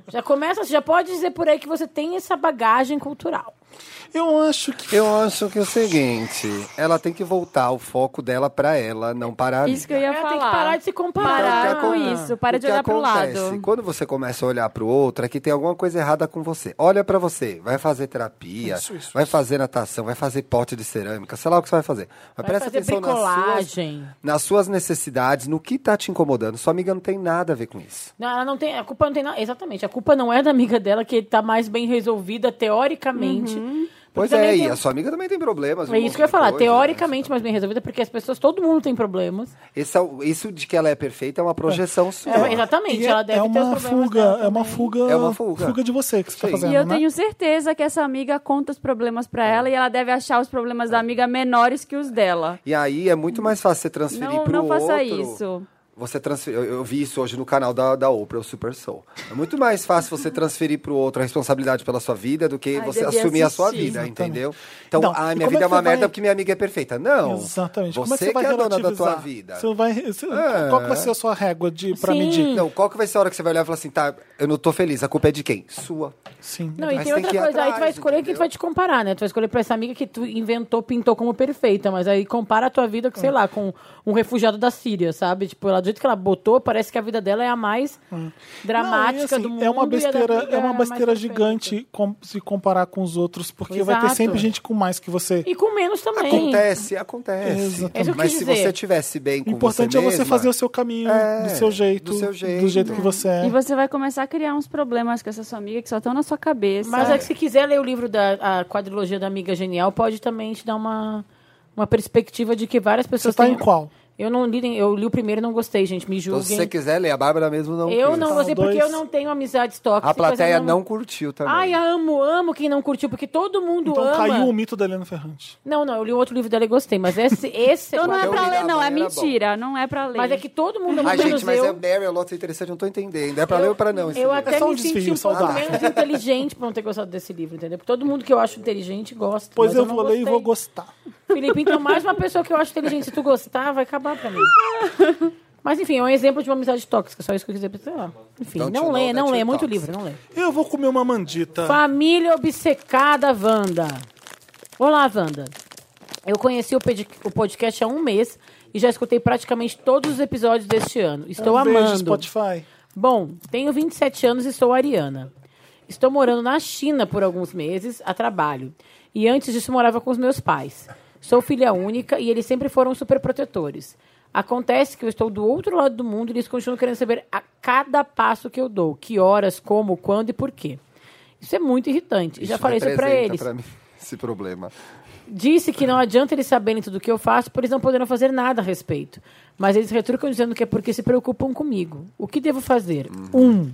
Speaker 3: Já começa, você já pode dizer por aí que você tem essa bagagem cultural.
Speaker 1: Eu acho que
Speaker 7: Eu acho que é o seguinte, ela tem que voltar o foco dela pra ela, não para a amiga.
Speaker 6: Isso que eu ia
Speaker 3: Ela
Speaker 6: falar.
Speaker 3: tem que parar de se comparar.
Speaker 6: Parar
Speaker 7: Então,
Speaker 6: com
Speaker 7: o que
Speaker 6: isso, para
Speaker 7: O
Speaker 6: de
Speaker 7: que
Speaker 6: olhar pro
Speaker 7: acontece?
Speaker 6: lado.
Speaker 7: Quando você começa a olhar pro outro, é que tem alguma coisa errada com você. Olha pra você, vai fazer terapia, vai fazer natação, vai fazer pote de cerâmica, sei lá o que você vai fazer. Mas
Speaker 3: Vai
Speaker 7: presta
Speaker 3: fazer
Speaker 7: atenção nas suas,
Speaker 3: bricolagem.
Speaker 7: nas suas necessidades, no que tá te incomodando. Sua amiga não tem nada a ver com isso.
Speaker 3: Não, ela não tem, a culpa não tem nada. Exatamente, a culpa não é da amiga dela que tá mais bem resolvida teoricamente. Porque
Speaker 7: Pois
Speaker 3: também
Speaker 7: é,
Speaker 3: tem-
Speaker 7: e a sua amiga também tem problemas. um
Speaker 3: é isso
Speaker 7: monte
Speaker 3: que eu ia
Speaker 7: de
Speaker 3: falar,
Speaker 7: coisa,
Speaker 3: teoricamente mais bem resolvida, porque as pessoas, todo mundo tem problemas.
Speaker 7: né? Esse é o- isso de que ela é perfeita é uma projeção sua.
Speaker 3: É, exatamente,
Speaker 1: E é-
Speaker 3: ela deve
Speaker 1: é
Speaker 3: ter os
Speaker 1: uma
Speaker 3: problemas
Speaker 1: fuga,
Speaker 3: dela
Speaker 1: é uma
Speaker 3: também.
Speaker 1: fuga,
Speaker 7: É uma fuga.
Speaker 1: de você que você está
Speaker 7: Sim.
Speaker 1: fazendo,
Speaker 6: E eu
Speaker 1: né?
Speaker 6: tenho certeza que essa amiga conta os problemas pra ela e ela deve achar os problemas da amiga menores que os dela.
Speaker 7: E aí é muito mais fácil você transferir
Speaker 6: Não,
Speaker 7: pro
Speaker 6: não
Speaker 7: outro.
Speaker 6: faça isso.
Speaker 7: Você transferir, eu, eu vi isso hoje no canal da, da Oprah, o Super Soul. É muito mais fácil você transferir pro outro a responsabilidade pela sua vida do que
Speaker 6: Ai,
Speaker 7: você
Speaker 6: devia
Speaker 7: assumir a sua
Speaker 6: assistir.
Speaker 7: vida, entendeu? Então,
Speaker 1: Não,
Speaker 7: ah,
Speaker 1: e como é
Speaker 7: minha vida é
Speaker 1: que
Speaker 7: uma
Speaker 1: você vai-
Speaker 7: merda porque minha amiga é perfeita.
Speaker 3: um
Speaker 7: Não.
Speaker 1: Exatamente.
Speaker 7: Você,
Speaker 1: Como é que você
Speaker 7: que
Speaker 1: vai
Speaker 7: é a dona da tua
Speaker 1: relativizar?
Speaker 7: vida.
Speaker 1: Você vai, você-
Speaker 7: É.
Speaker 1: Qual que vai ser a sua régua de, pra
Speaker 3: Sim.
Speaker 1: medir?
Speaker 7: Não, qual que vai ser a hora que você vai olhar e falar assim, tá, eu não tô feliz, a culpa é de quem? Sua.
Speaker 1: Sim.
Speaker 3: Não, e
Speaker 7: Mas
Speaker 3: tem
Speaker 7: tem
Speaker 3: outra
Speaker 7: que ir
Speaker 3: coisa, aí tu vai
Speaker 7: atrás,
Speaker 3: escolher quem tu vai te comparar, né? Tu vai escolher pra essa amiga que tu inventou, pintou como perfeita, mas aí compara a tua vida, com, sei lá, com um refugiado da Síria, sabe? Tipo, ela, do jeito que ela botou, parece que a vida dela é a mais
Speaker 1: Não, Hum.
Speaker 3: dramática
Speaker 1: e,
Speaker 3: do
Speaker 1: assim,
Speaker 3: mundo.
Speaker 1: É uma
Speaker 3: e a da
Speaker 1: besteira,
Speaker 3: amiga
Speaker 1: é uma
Speaker 3: a mais
Speaker 1: besteira
Speaker 3: perfeita.
Speaker 1: gigante com- se comparar com os outros, porque vai ter
Speaker 3: Exato.
Speaker 1: sempre gente com mais que você.
Speaker 3: E com menos também.
Speaker 7: Acontece, acontece.
Speaker 6: É
Speaker 1: Exatamente.
Speaker 3: Isso eu
Speaker 7: Mas
Speaker 3: quis
Speaker 7: se
Speaker 3: dizer.
Speaker 7: você tivesse bem
Speaker 1: O
Speaker 7: com
Speaker 1: importante
Speaker 7: você
Speaker 1: é você
Speaker 7: mesma,
Speaker 1: fazer o seu caminho,
Speaker 7: É,
Speaker 1: do seu jeito,
Speaker 7: do seu
Speaker 1: do
Speaker 7: jeito.
Speaker 1: jeito que você é.
Speaker 6: E você vai começar a criar uns problemas com essa sua amiga que só estão na sua cabeça.
Speaker 3: Mas é que se quiser ler o livro da a quadrilogia da Amiga Genial, pode também te dar uma, uma perspectiva de que várias
Speaker 1: Você
Speaker 3: pessoas
Speaker 1: está em
Speaker 3: têm-
Speaker 1: qual?
Speaker 3: Eu não li, eu li o primeiro e não gostei, gente. Me
Speaker 7: Então,
Speaker 3: julguem.
Speaker 7: se você quiser ler, a Bárbara mesmo não
Speaker 3: Eu
Speaker 7: quis.
Speaker 3: não gostei porque
Speaker 1: Tá, dois.
Speaker 3: eu não tenho amizades tóxicas.
Speaker 7: A plateia
Speaker 3: eu
Speaker 7: não curtiu também.
Speaker 3: Ai, amo, amo quem não curtiu, porque todo mundo
Speaker 1: Então
Speaker 3: ama.
Speaker 1: caiu o mito da Helena Ferrante.
Speaker 3: Não, não, eu li o outro livro dela e gostei, mas esse... esse
Speaker 6: Então não é
Speaker 7: Eu
Speaker 6: pra
Speaker 7: li
Speaker 6: ler,
Speaker 7: na
Speaker 6: não, é
Speaker 7: manhã, era
Speaker 6: mentira, não é pra ler.
Speaker 3: Mas é que todo mundo ama
Speaker 7: Ai,
Speaker 3: menos
Speaker 7: gente, mas
Speaker 3: eu.
Speaker 7: é Mary, é lote interessante, eu não tô entendendo. É pra ler ou pra não? esse
Speaker 3: Eu
Speaker 7: livro?
Speaker 1: É
Speaker 3: até
Speaker 1: só um
Speaker 3: me senti
Speaker 1: desvio
Speaker 3: um pouco
Speaker 1: saudável.
Speaker 3: menos inteligente por não ter gostado desse livro, entendeu? Porque todo mundo que eu acho inteligente gosta.
Speaker 1: Pois
Speaker 3: mas
Speaker 1: eu,
Speaker 3: não
Speaker 1: vou ler e
Speaker 3: gostei.
Speaker 1: vou gostar.
Speaker 3: Felipe, então mais uma pessoa que eu acho inteligente. Se tu gostar, vai acabar pra mim. Mas enfim, é um exemplo de uma amizade tóxica, só isso que eu quiser sei lá. Enfim,
Speaker 1: Então,
Speaker 7: Don't
Speaker 3: não
Speaker 7: you
Speaker 3: lê,
Speaker 7: know
Speaker 3: não
Speaker 7: that
Speaker 3: lê, é
Speaker 7: you're
Speaker 3: muito
Speaker 7: toxic?
Speaker 3: livro, não lê.
Speaker 1: Eu vou comer uma mandita.
Speaker 3: Família Obcecada Wanda. Olá, Wanda. Eu conheci o, pedi- o podcast há um mês e já escutei praticamente todos os episódios deste ano. Estou
Speaker 1: um beijo,
Speaker 3: amando.
Speaker 1: Spotify.
Speaker 3: Bom, tenho 27 anos e sou ariana. Estou morando na China por alguns meses, a trabalho. E antes disso morava com os meus pais. Sou filha única e eles sempre foram super protetores. Acontece que eu estou do outro lado do mundo e eles continuam querendo saber a cada passo que eu dou, que horas, como, quando e por quê. Isso é muito irritante. E já falei isso para
Speaker 7: representa
Speaker 3: eles.
Speaker 7: pra mim esse problema.
Speaker 3: Disse que não adianta eles saberem tudo o que eu faço, pois não poderão fazer nada a respeito. Mas eles retrucam dizendo que é porque se preocupam comigo. O que devo fazer?
Speaker 7: Uhum.
Speaker 3: Um,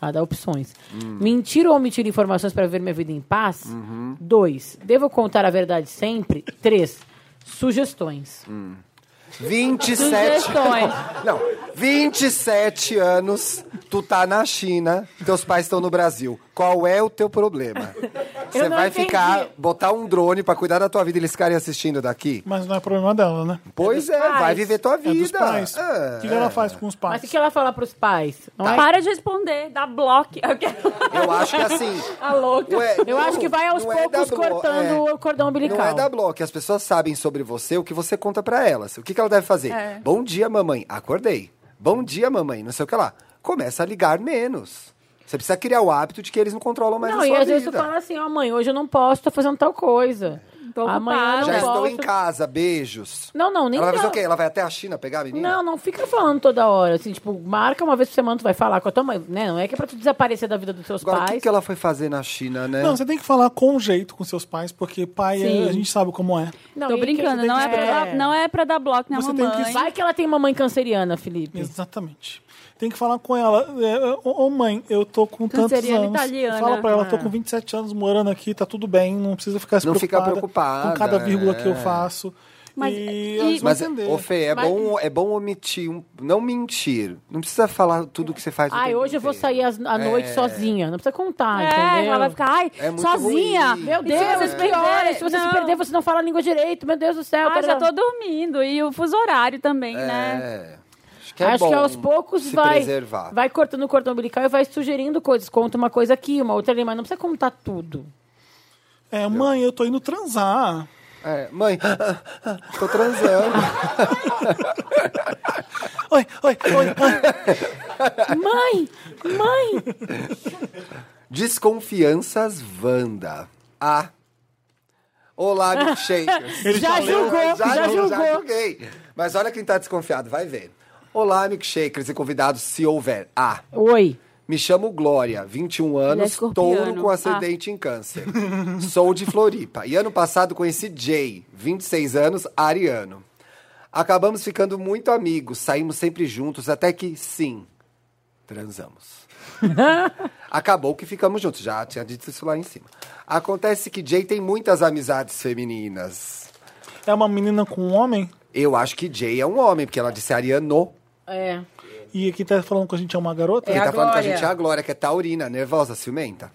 Speaker 3: ah, dá opções. Mentir ou omitir informações para ver minha vida em paz?
Speaker 7: Uhum.
Speaker 3: Dois, devo contar a verdade sempre? Três, sugestões.
Speaker 7: Uhum. 27.
Speaker 6: Sugestões.
Speaker 7: Não, 27 anos, tu tá na China, teus pais estão no Brasil. Qual é o teu problema? Você
Speaker 3: não
Speaker 7: vai
Speaker 3: entendi.
Speaker 7: ficar, botar um drone pra cuidar da tua vida e eles ficarem assistindo daqui?
Speaker 1: Mas não é problema dela, né?
Speaker 7: Pois é,
Speaker 3: pais.
Speaker 7: vai viver tua
Speaker 1: É dos
Speaker 7: vida.
Speaker 1: pais. O que
Speaker 7: É.
Speaker 1: ela faz com os pais?
Speaker 3: Mas o que ela fala para os pais? Não é?
Speaker 6: Tá. Para de responder, dá bloco. Eu quero-
Speaker 7: Eu acho que assim.
Speaker 6: A louca.
Speaker 7: Ué,
Speaker 3: Tá Eu acho que vai aos
Speaker 7: não é
Speaker 3: poucos
Speaker 7: da blo-
Speaker 3: cortando
Speaker 7: é.
Speaker 3: o cordão umbilical.
Speaker 7: Não é da bloco. As pessoas sabem sobre você o que você conta pra elas. O que, que ela deve fazer?
Speaker 6: É.
Speaker 7: Bom dia, mamãe. Acordei. Bom dia, mamãe. Não sei o que lá. Começa a ligar menos. Você precisa criar o hábito de que eles não controlam mais
Speaker 3: Não,
Speaker 7: a
Speaker 3: e
Speaker 7: sua
Speaker 3: às
Speaker 7: vida.
Speaker 3: vezes tu fala assim, ó mãe, hoje eu não posso, tô fazendo tal coisa.
Speaker 6: Tô
Speaker 3: Amanhã eu
Speaker 6: ocupada.
Speaker 7: Já
Speaker 3: não
Speaker 7: estou
Speaker 3: posso.
Speaker 7: em casa. Beijos.
Speaker 3: Não, não, nem
Speaker 7: ela vai fazer
Speaker 3: pra-
Speaker 7: o quê? Ela vai até a China pegar a menina?
Speaker 3: Não, não fica falando toda hora. Assim, tipo, marca uma vez por semana, tu vai falar com a tua mãe, né? Não é que é pra tu desaparecer da vida dos seus
Speaker 7: Agora, o que,
Speaker 3: pais.
Speaker 7: que ela foi fazer na China, né?
Speaker 1: Não, você tem que falar com jeito com seus pais, porque pai, é-
Speaker 3: Sim.
Speaker 1: a gente sabe como é.
Speaker 3: Não,
Speaker 6: Tô
Speaker 3: e que
Speaker 6: brincando,
Speaker 3: você
Speaker 6: não
Speaker 3: tem
Speaker 6: é,
Speaker 3: que
Speaker 6: pra
Speaker 3: esperar.
Speaker 6: dar, não é pra dar bloco na
Speaker 1: Você tem que-
Speaker 6: mamãe.
Speaker 3: Vai que ela tem uma mãe canceriana, Felipe.
Speaker 1: Exatamente. Tem que falar com ela. é, é, Ô ô, mãe, eu tô com tantos
Speaker 6: Canceriana
Speaker 1: anos.
Speaker 6: italiana.
Speaker 1: Fala pra ela, tô
Speaker 3: Ah.
Speaker 1: com 27 anos morando aqui, tá tudo bem, não precisa ficar se
Speaker 7: Não fica
Speaker 1: preocupada,
Speaker 7: preocupada,
Speaker 1: com cada vírgula
Speaker 7: é.
Speaker 1: que eu faço.
Speaker 6: Mas-
Speaker 1: e,
Speaker 6: e-
Speaker 1: elas vão
Speaker 7: Mas,
Speaker 1: entender.
Speaker 7: ô Fê, é,
Speaker 3: Mas-
Speaker 7: bom, é bom omitir, um- não mentir. Não precisa falar tudo que você faz. o
Speaker 3: Ai,
Speaker 7: tempo
Speaker 3: hoje eu vou
Speaker 7: inteiro.
Speaker 3: sair às- à noite sozinha. Não precisa contar,
Speaker 6: É,
Speaker 3: entendeu?
Speaker 6: ela vai ficar, ai,
Speaker 7: É muito
Speaker 6: sozinha.
Speaker 7: ruim.
Speaker 3: Meu Deus,
Speaker 6: e se você se perder?
Speaker 3: piora. Se você se
Speaker 6: Não.
Speaker 3: perder, você não fala a língua direito. Meu Deus do céu.
Speaker 6: Ah,
Speaker 3: tarará.
Speaker 6: já tô dormindo. E o fuso horário também, né?
Speaker 7: É. Acho que é
Speaker 3: Acho
Speaker 7: bom
Speaker 3: que aos poucos
Speaker 7: se
Speaker 3: vai,
Speaker 7: preservar.
Speaker 3: vai cortando o cordão umbilical e vai sugerindo coisas. Conta uma coisa aqui, uma outra ali, mas não precisa contar tudo.
Speaker 1: É, mãe, eu tô indo transar.
Speaker 7: É, mãe, tô transando.
Speaker 1: Oi, oi, oi, oi.
Speaker 3: Mãe! Mãe!
Speaker 7: Desconfianças Wanda. A. Olá, milkshakers.
Speaker 1: Ele
Speaker 3: Já
Speaker 1: leu,
Speaker 3: julgou, já, julgou.
Speaker 7: Já julguei. Mas olha quem tá desconfiado, vai ver. Olá, milkshakers e convidados, se houver. A.
Speaker 3: Oi.
Speaker 7: Me chamo Glória, 21 anos,
Speaker 6: escorpiano.
Speaker 7: touro com ascendente em câncer. Sou de Floripa. E ano passado conheci Jay, 26 anos, ariano. Acabamos ficando muito amigos, saímos sempre juntos, até que, sim, transamos. Acabou que ficamos juntos, já tinha dito isso lá em cima. Acontece que Jay tem muitas amizades femininas.
Speaker 1: É uma menina com um homem,
Speaker 7: Eu acho que Jay é um homem, porque ela disse ariano.
Speaker 3: É.
Speaker 1: e aqui tá falando que a gente é uma garota.
Speaker 7: Quem
Speaker 3: a
Speaker 7: tá falando com a
Speaker 3: Glória.
Speaker 7: gente é a Glória, que é taurina, nervosa, ciumenta.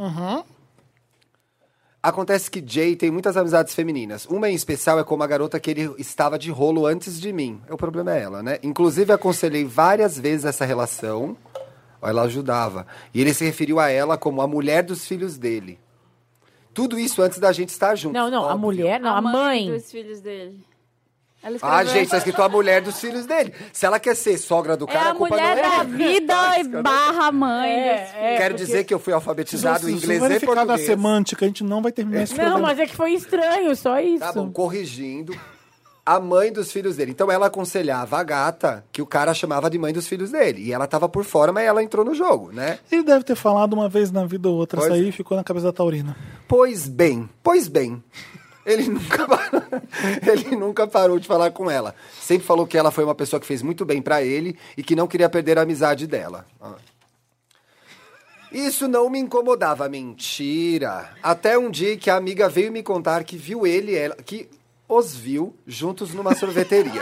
Speaker 7: Acontece que Jay tem muitas amizades femininas. Uma em especial é como a garota que ele estava de rolo antes de mim. O problema é ela, né? Inclusive, aconselhei várias vezes essa relação. Ó, Ela ajudava. E ele se referiu a ela como a mulher dos filhos dele. Tudo isso antes da gente estar junto.
Speaker 3: Não, não, a
Speaker 6: É,
Speaker 3: mulher, não, a mãe.
Speaker 6: dos filhos dele. Ela escreveu.
Speaker 7: Ah, gente, tá escrito a mulher dos filhos dele. Se ela quer ser sogra do
Speaker 6: É
Speaker 7: cara,
Speaker 6: a
Speaker 7: a culpa
Speaker 6: mulher
Speaker 7: não é
Speaker 6: da
Speaker 7: dele.
Speaker 6: vida e barra mãe.
Speaker 3: É,
Speaker 6: dos filhos.
Speaker 7: Quero
Speaker 3: porque-
Speaker 7: dizer que eu fui alfabetizado
Speaker 1: Vocês
Speaker 7: em
Speaker 1: vão
Speaker 7: inglês e
Speaker 1: verificar na
Speaker 7: português.
Speaker 1: semântica, a gente não vai terminar esse
Speaker 3: Não,
Speaker 1: programa.
Speaker 3: mas é que foi estranho, só isso.
Speaker 7: Tá bom, corrigindo. A mãe dos filhos dele. Então ela aconselhava a gata que o cara chamava de mãe dos filhos dele. E ela tava por fora, mas ela entrou no jogo, né?
Speaker 1: Ele deve ter falado uma vez na vida ou outra,
Speaker 7: Pois é.
Speaker 1: isso aí ficou na cabeça da Taurina.
Speaker 7: Pois bem, pois bem. Ele nunca, parou, ele nunca parou de falar com ela. Sempre falou que ela foi uma pessoa que fez muito bem pra ele e que não queria perder a amizade dela. Ah. Isso não me incomodava, mentira. Até um dia que a amiga veio me contar que viu ele e ela, que os viu juntos numa sorveteria.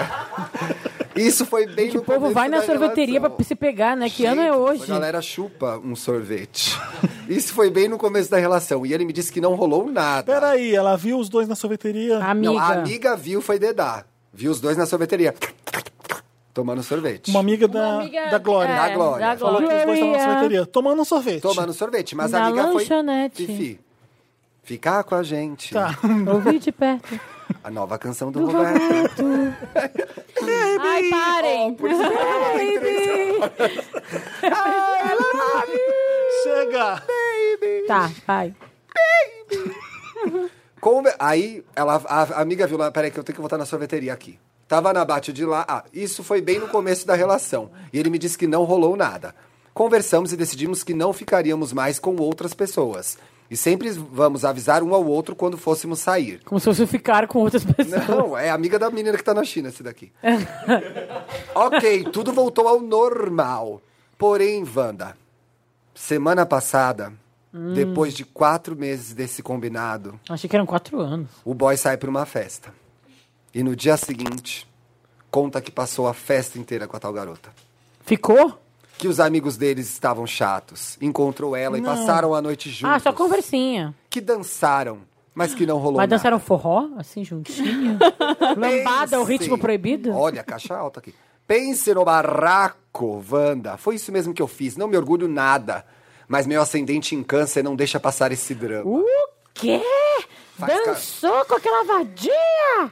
Speaker 7: Isso foi bem
Speaker 3: Que
Speaker 7: no
Speaker 3: o povo
Speaker 7: começo
Speaker 3: vai na
Speaker 7: da
Speaker 3: sorveteria
Speaker 7: relação.
Speaker 3: pra se pegar, né? Que ano é
Speaker 7: Gente,
Speaker 3: hoje?
Speaker 7: A galera chupa um sorvete. Isso foi bem no começo da relação. E ele me disse que não rolou nada.
Speaker 1: Peraí, ela viu os dois na sorveteria?
Speaker 3: Amiga.
Speaker 7: Não, a amiga viu, foi dedar. Viu os dois na sorveteria. Tomando sorvete.
Speaker 1: Uma amiga da,
Speaker 6: amiga-
Speaker 1: da Glória.
Speaker 7: Da Glória.
Speaker 6: Da
Speaker 1: Falou
Speaker 6: Glória.
Speaker 1: que os dois estavam na
Speaker 3: Glória.
Speaker 1: sorveteria, tomando um sorvete.
Speaker 7: Tomando sorvete. Mas
Speaker 3: Na
Speaker 7: a amiga
Speaker 3: lanchonete.
Speaker 7: foi... Fifi. Ficar com a gente.
Speaker 1: Tá.
Speaker 3: Ouvi de perto.
Speaker 7: A nova canção do Roberto.
Speaker 6: Ai, parem.
Speaker 1: Chega!
Speaker 7: Baby.
Speaker 3: Tá, vai.
Speaker 7: Conver- Aí ela, a amiga viu lá, peraí que eu tenho que voltar na sorveteria aqui. Tava na bate de lá. Ah, isso foi bem no começo da relação. E ele me disse que não rolou nada. Conversamos e decidimos que não ficaríamos mais com outras pessoas. E sempre vamos avisar um ao outro quando fôssemos sair.
Speaker 3: Como se fosse ficar com outras pessoas.
Speaker 7: Não, é amiga da menina que tá na China, esse daqui. ok, tudo voltou ao normal. Porém, Wanda, semana passada, depois de quatro meses desse combinado,
Speaker 3: Achei que eram quatro anos.
Speaker 7: o boy sai pra uma festa. E no dia seguinte, conta que passou a festa inteira com a tal garota.
Speaker 3: Ficou?
Speaker 7: Que os amigos deles estavam chatos. Encontrou ela e passaram a noite juntos.
Speaker 3: Ah, só conversinha.
Speaker 7: Que dançaram, mas que não rolou
Speaker 3: Mas
Speaker 7: nada.
Speaker 3: dançaram forró, assim, juntinho? Lambada, o
Speaker 7: Pense.
Speaker 3: ritmo proibido?
Speaker 7: Olha, caixa alta aqui. Pense no barraco, Wanda. Foi isso mesmo que eu fiz. Não me orgulho nada. Mas meu ascendente em câncer não deixa passar esse drama.
Speaker 3: O quê?
Speaker 7: Faz cara.
Speaker 3: Dançou com aquela vadia?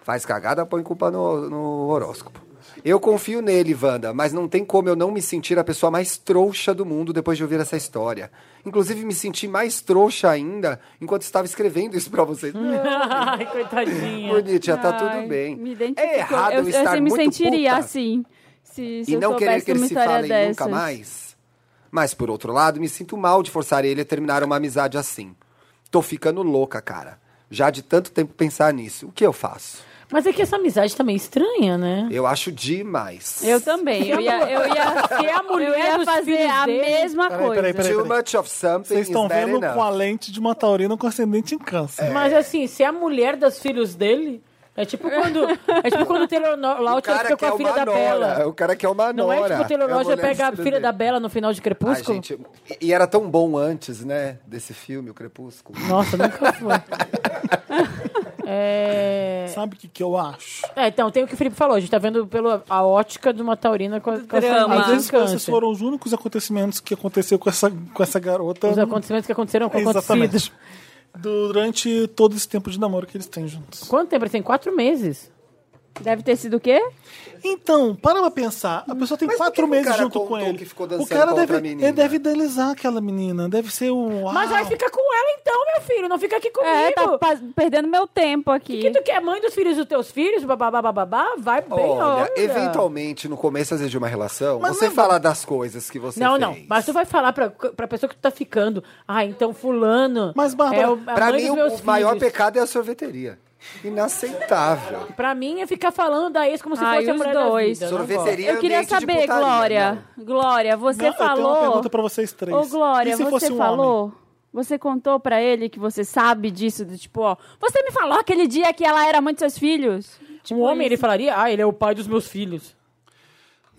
Speaker 7: Faz cagada, põe culpa no, no horóscopo. Eu confio nele, Wanda, mas não tem como eu não me sentir a pessoa mais trouxa do mundo depois de ouvir essa história. Inclusive, me senti mais trouxa ainda enquanto estava escrevendo isso pra vocês.
Speaker 3: Ai, coitadinha.
Speaker 7: Bonitinha, tá
Speaker 6: Hum. Ai,
Speaker 7: tudo bem.
Speaker 6: Me identifico.
Speaker 7: é errado eu,
Speaker 6: eu,
Speaker 7: estar
Speaker 6: eu me
Speaker 7: muito
Speaker 6: sentiria
Speaker 7: puta
Speaker 6: assim. Se, se
Speaker 7: e
Speaker 6: eu
Speaker 7: não querer
Speaker 6: soubesse
Speaker 7: que
Speaker 6: de uma
Speaker 7: eles se
Speaker 6: história
Speaker 7: falem
Speaker 6: dessas.
Speaker 7: nunca mais. Mas, por outro lado, me sinto mal de forçar ele a terminar uma amizade assim. Tô ficando louca, cara. Já de tanto tempo pensar nisso. O que eu faço?
Speaker 3: Mas é que essa amizade também é estranha, né?
Speaker 7: Eu acho demais.
Speaker 6: Eu também. Eu ia, eu ia,
Speaker 3: Se a mulher
Speaker 6: eu ia
Speaker 3: dos
Speaker 6: fazer
Speaker 3: filhos
Speaker 6: a
Speaker 3: dele-
Speaker 6: mesma
Speaker 7: um
Speaker 1: Peraí,
Speaker 6: coisa.
Speaker 1: peraí, peraí.
Speaker 7: Too much of something
Speaker 1: Vocês estão
Speaker 7: is bad
Speaker 1: vendo
Speaker 7: enough.
Speaker 1: com a lente de uma taurina com ascendente em câncer.
Speaker 3: Mas assim, se é a mulher dos filhos dele. É tipo quando. É tipo quando o Taylor Nor-
Speaker 7: O
Speaker 3: Lautner
Speaker 7: cara
Speaker 3: ficou
Speaker 7: que
Speaker 3: com
Speaker 7: é
Speaker 3: a filha
Speaker 7: uma
Speaker 3: da
Speaker 7: nora.
Speaker 3: Bela.
Speaker 7: O cara que é uma
Speaker 3: Não é
Speaker 7: nora.
Speaker 3: tipo o Taylor
Speaker 7: a
Speaker 3: Lautner
Speaker 7: mulher
Speaker 3: pega a
Speaker 7: dos
Speaker 3: filha da
Speaker 7: filhos
Speaker 3: Bela no final de
Speaker 7: dele. Ai,
Speaker 3: Crepúsculo.
Speaker 7: gente, e era tão bom antes, né? Desse filme, o Crepúsculo.
Speaker 3: Nossa, nunca foi. é...
Speaker 1: Sabe o que, que eu acho?
Speaker 3: é, então, tem o que o Felipe falou. A gente tá vendo pela a ótica de uma taurina com a, com a
Speaker 6: drama.
Speaker 1: Às vezes
Speaker 3: ascendente em
Speaker 1: esses
Speaker 3: um câncer.
Speaker 1: foram os únicos acontecimentos que aconteceu com essa, com essa garota.
Speaker 3: Os acontecimentos que aconteceram com acontecidos.
Speaker 1: Exatamente. Durante todo esse tempo de namoro que eles têm juntos.
Speaker 3: Quanto tempo? Ele tem quatro meses.
Speaker 6: Deve ter sido o quê?
Speaker 1: Então, para pra pensar. A pessoa tem
Speaker 7: Mas por que
Speaker 1: quatro
Speaker 7: que o
Speaker 1: meses
Speaker 7: cara
Speaker 1: junto com
Speaker 7: contou
Speaker 1: ele.
Speaker 7: que ficou
Speaker 1: o
Speaker 7: dançando
Speaker 1: cara
Speaker 7: com outra
Speaker 1: deve,
Speaker 7: menina?
Speaker 1: ele deve idealizar aquela menina. Deve ser um. Uau.
Speaker 3: Mas vai ficar com ela então, meu filho. Não fica aqui comigo.
Speaker 6: É, tá pas- perdendo meu tempo aqui.
Speaker 3: Que tu quer mãe dos filhos dos teus filhos? Babá, babá, vai bem,
Speaker 7: Olha,
Speaker 3: olha.
Speaker 7: eventualmente, no começo, às vezes, de uma relação,
Speaker 1: Mas
Speaker 7: você
Speaker 1: não-
Speaker 7: fala das coisas que você
Speaker 3: Não,
Speaker 7: fez.
Speaker 3: não. Mas tu vai falar pra, pra pessoa que tu tá ficando. Ah, então fulano.
Speaker 1: Mas, Bárbara,
Speaker 3: é o, a
Speaker 7: Pra
Speaker 3: mãe
Speaker 7: mim,
Speaker 3: dos
Speaker 7: o
Speaker 3: meus
Speaker 7: maior
Speaker 3: filhos.
Speaker 7: pecado é a sorveteria. Inaceitável.
Speaker 3: Pra mim é ficar falando da ex como se
Speaker 6: Ai,
Speaker 3: fosse a
Speaker 6: os
Speaker 3: mulher
Speaker 6: dois.
Speaker 3: da vida. não gosto.
Speaker 7: Sorveteria
Speaker 6: Eu queria
Speaker 7: ambiente de
Speaker 6: saber,
Speaker 7: putaria,
Speaker 6: Glória.
Speaker 7: não.
Speaker 6: Glória, você
Speaker 1: Não, né, Eu tenho uma
Speaker 6: falou.
Speaker 1: pergunta pra vocês três.
Speaker 6: Ô, Glória,
Speaker 1: E se
Speaker 6: você
Speaker 1: fosse um
Speaker 6: falou.
Speaker 1: homem?
Speaker 6: Você contou pra ele que você sabe disso, do tipo, ó. Você me falou aquele dia que ela era mãe de seus filhos?
Speaker 1: Tipo,
Speaker 3: Um homem, ele falaria, ah, ele é o pai dos meus filhos.
Speaker 6: Se